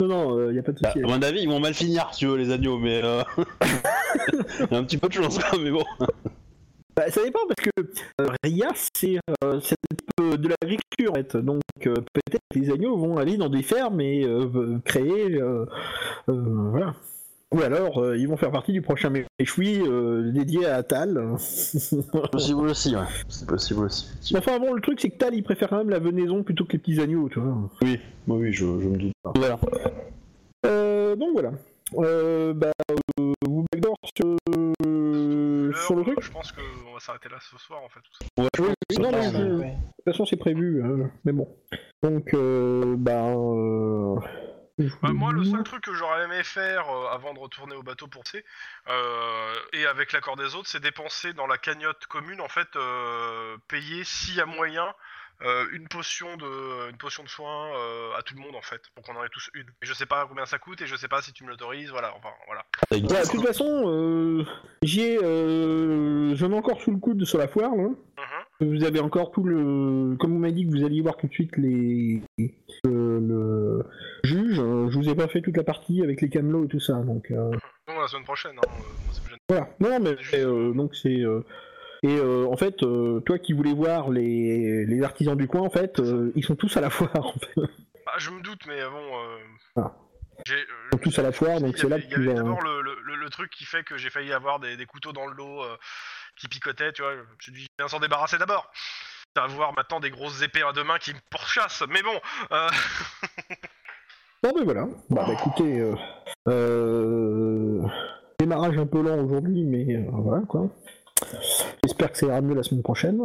[SPEAKER 2] non, non, il n'y a pas de
[SPEAKER 1] Bah,
[SPEAKER 2] souci.
[SPEAKER 1] à mon avis, ils vont mal finir, si tu veux, les agneaux, mais. Euh... y a un petit peu de chance, quoi, mais bon.
[SPEAKER 2] Bah, ça dépend parce que euh, Ria, c'est euh, c'est un peu de l'agriculture en fait. Donc euh, peut-être que les agneaux vont aller dans des fermes et euh, euh, créer. euh, euh, voilà. Ou alors euh, ils vont faire partie du prochain méchoui euh, dédié à Tal.
[SPEAKER 1] possible aussi, ouais. C'est possible aussi.
[SPEAKER 2] enfin bon, le truc c'est que Tal il préfère quand même la venaison plutôt que les petits agneaux, tu vois.
[SPEAKER 1] Moi, Bah oui, je, je me doute. Voilà.
[SPEAKER 2] Euh, donc voilà. Euh, bah, euh, vous backdoor sur, euh,
[SPEAKER 4] L'heure,
[SPEAKER 2] sur le truc
[SPEAKER 4] Euh, Je pense qu'on va s'arrêter là ce soir en fait.
[SPEAKER 2] Non,
[SPEAKER 1] Ouais,
[SPEAKER 2] mais
[SPEAKER 1] ouais.
[SPEAKER 2] je- De toute façon, c'est prévu, hein, mais bon. Donc, euh, bah, euh, je-
[SPEAKER 4] Bah, moi, le seul truc que j'aurais aimé faire euh, avant de retourner au bateau pour C, euh, et avec l'accord des autres, c'est dépenser dans la cagnotte commune, en fait, euh, payer s'il y a moyen. euh, une potion de une potion de soin euh, à tout le monde en fait pour qu'on en ait tous une et je sais pas combien ça coûte et je sais pas si tu me l'autorises voilà enfin voilà
[SPEAKER 2] Ouais, de toute façon, euh, j'ai, euh, j'en ai encore sous le coude sur la foire. Là.
[SPEAKER 4] Mhm.
[SPEAKER 2] Vous avez encore tout le, comme vous m'avez dit que vous alliez voir tout de suite les, euh, le juge. euh, Je vous ai pas fait toute la partie avec les camelots et tout ça, donc. euh,
[SPEAKER 4] non la semaine prochaine hein, euh, moi, ça me gêne.
[SPEAKER 2] Voilà. Non, mais euh, donc c'est euh, et euh, en fait, euh, toi qui voulais voir les, les artisans du coin, en fait, euh, ils sont tous à la foire. En fait.
[SPEAKER 4] Bah, je me doute, mais euh, bon. euh,
[SPEAKER 2] Ah.
[SPEAKER 4] j'ai, euh,
[SPEAKER 2] Ils sont tous à la foire, donc
[SPEAKER 4] il y
[SPEAKER 2] c'est là que
[SPEAKER 4] avait- Il y avait
[SPEAKER 2] tu vas-
[SPEAKER 4] d'abord le, le- le- le truc qui fait que j'ai failli avoir des, des couteaux dans le dos euh, qui picotaient, tu vois. Je me suis dit, viens s'en débarrasser d'abord. D'avoir maintenant des grosses épées à deux mains qui me pourchassent, mais bon. euh,
[SPEAKER 2] Bon, ben voilà. Bah, bah, écoutez, euh, euh, démarrage un peu lent aujourd'hui, mais euh, voilà quoi. J'espère que ça ira mieux la semaine prochaine.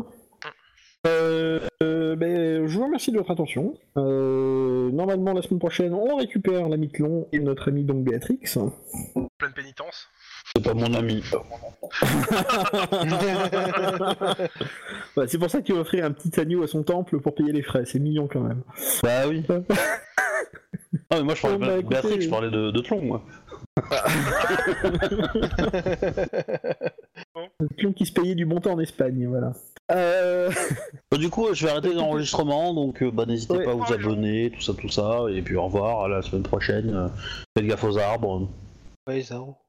[SPEAKER 2] Euh, euh, ben, je vous remercie de votre attention. Euh, normalement, la semaine prochaine, on récupère l'ami Clon et notre amie donc Béatrix.
[SPEAKER 4] pleine pénitence.
[SPEAKER 1] C'est pas mon ami.
[SPEAKER 2] Ouais, Bah, c'est pour ça qu'il va offrir un petit agneau à son temple pour payer les frais. C'est mignon quand même.
[SPEAKER 1] Bah oui. Ah, mais moi, je parlais
[SPEAKER 2] Bon,
[SPEAKER 1] pas
[SPEAKER 2] bah,
[SPEAKER 1] de Béatrix,
[SPEAKER 2] écoutez-
[SPEAKER 1] je parlais de, de Tlon, moi.
[SPEAKER 2] Le clon qui se payait du bon temps en Espagne, voilà. Euh...
[SPEAKER 1] Bah, du coup, euh, je vais arrêter l'enregistrement, donc euh, bah, n'hésitez
[SPEAKER 2] Ouais.
[SPEAKER 1] pas à vous abonner, tout ça, tout ça, et puis au revoir, à la semaine prochaine. euh, Faites gaffe aux arbres.
[SPEAKER 3] Ouais, Zaro.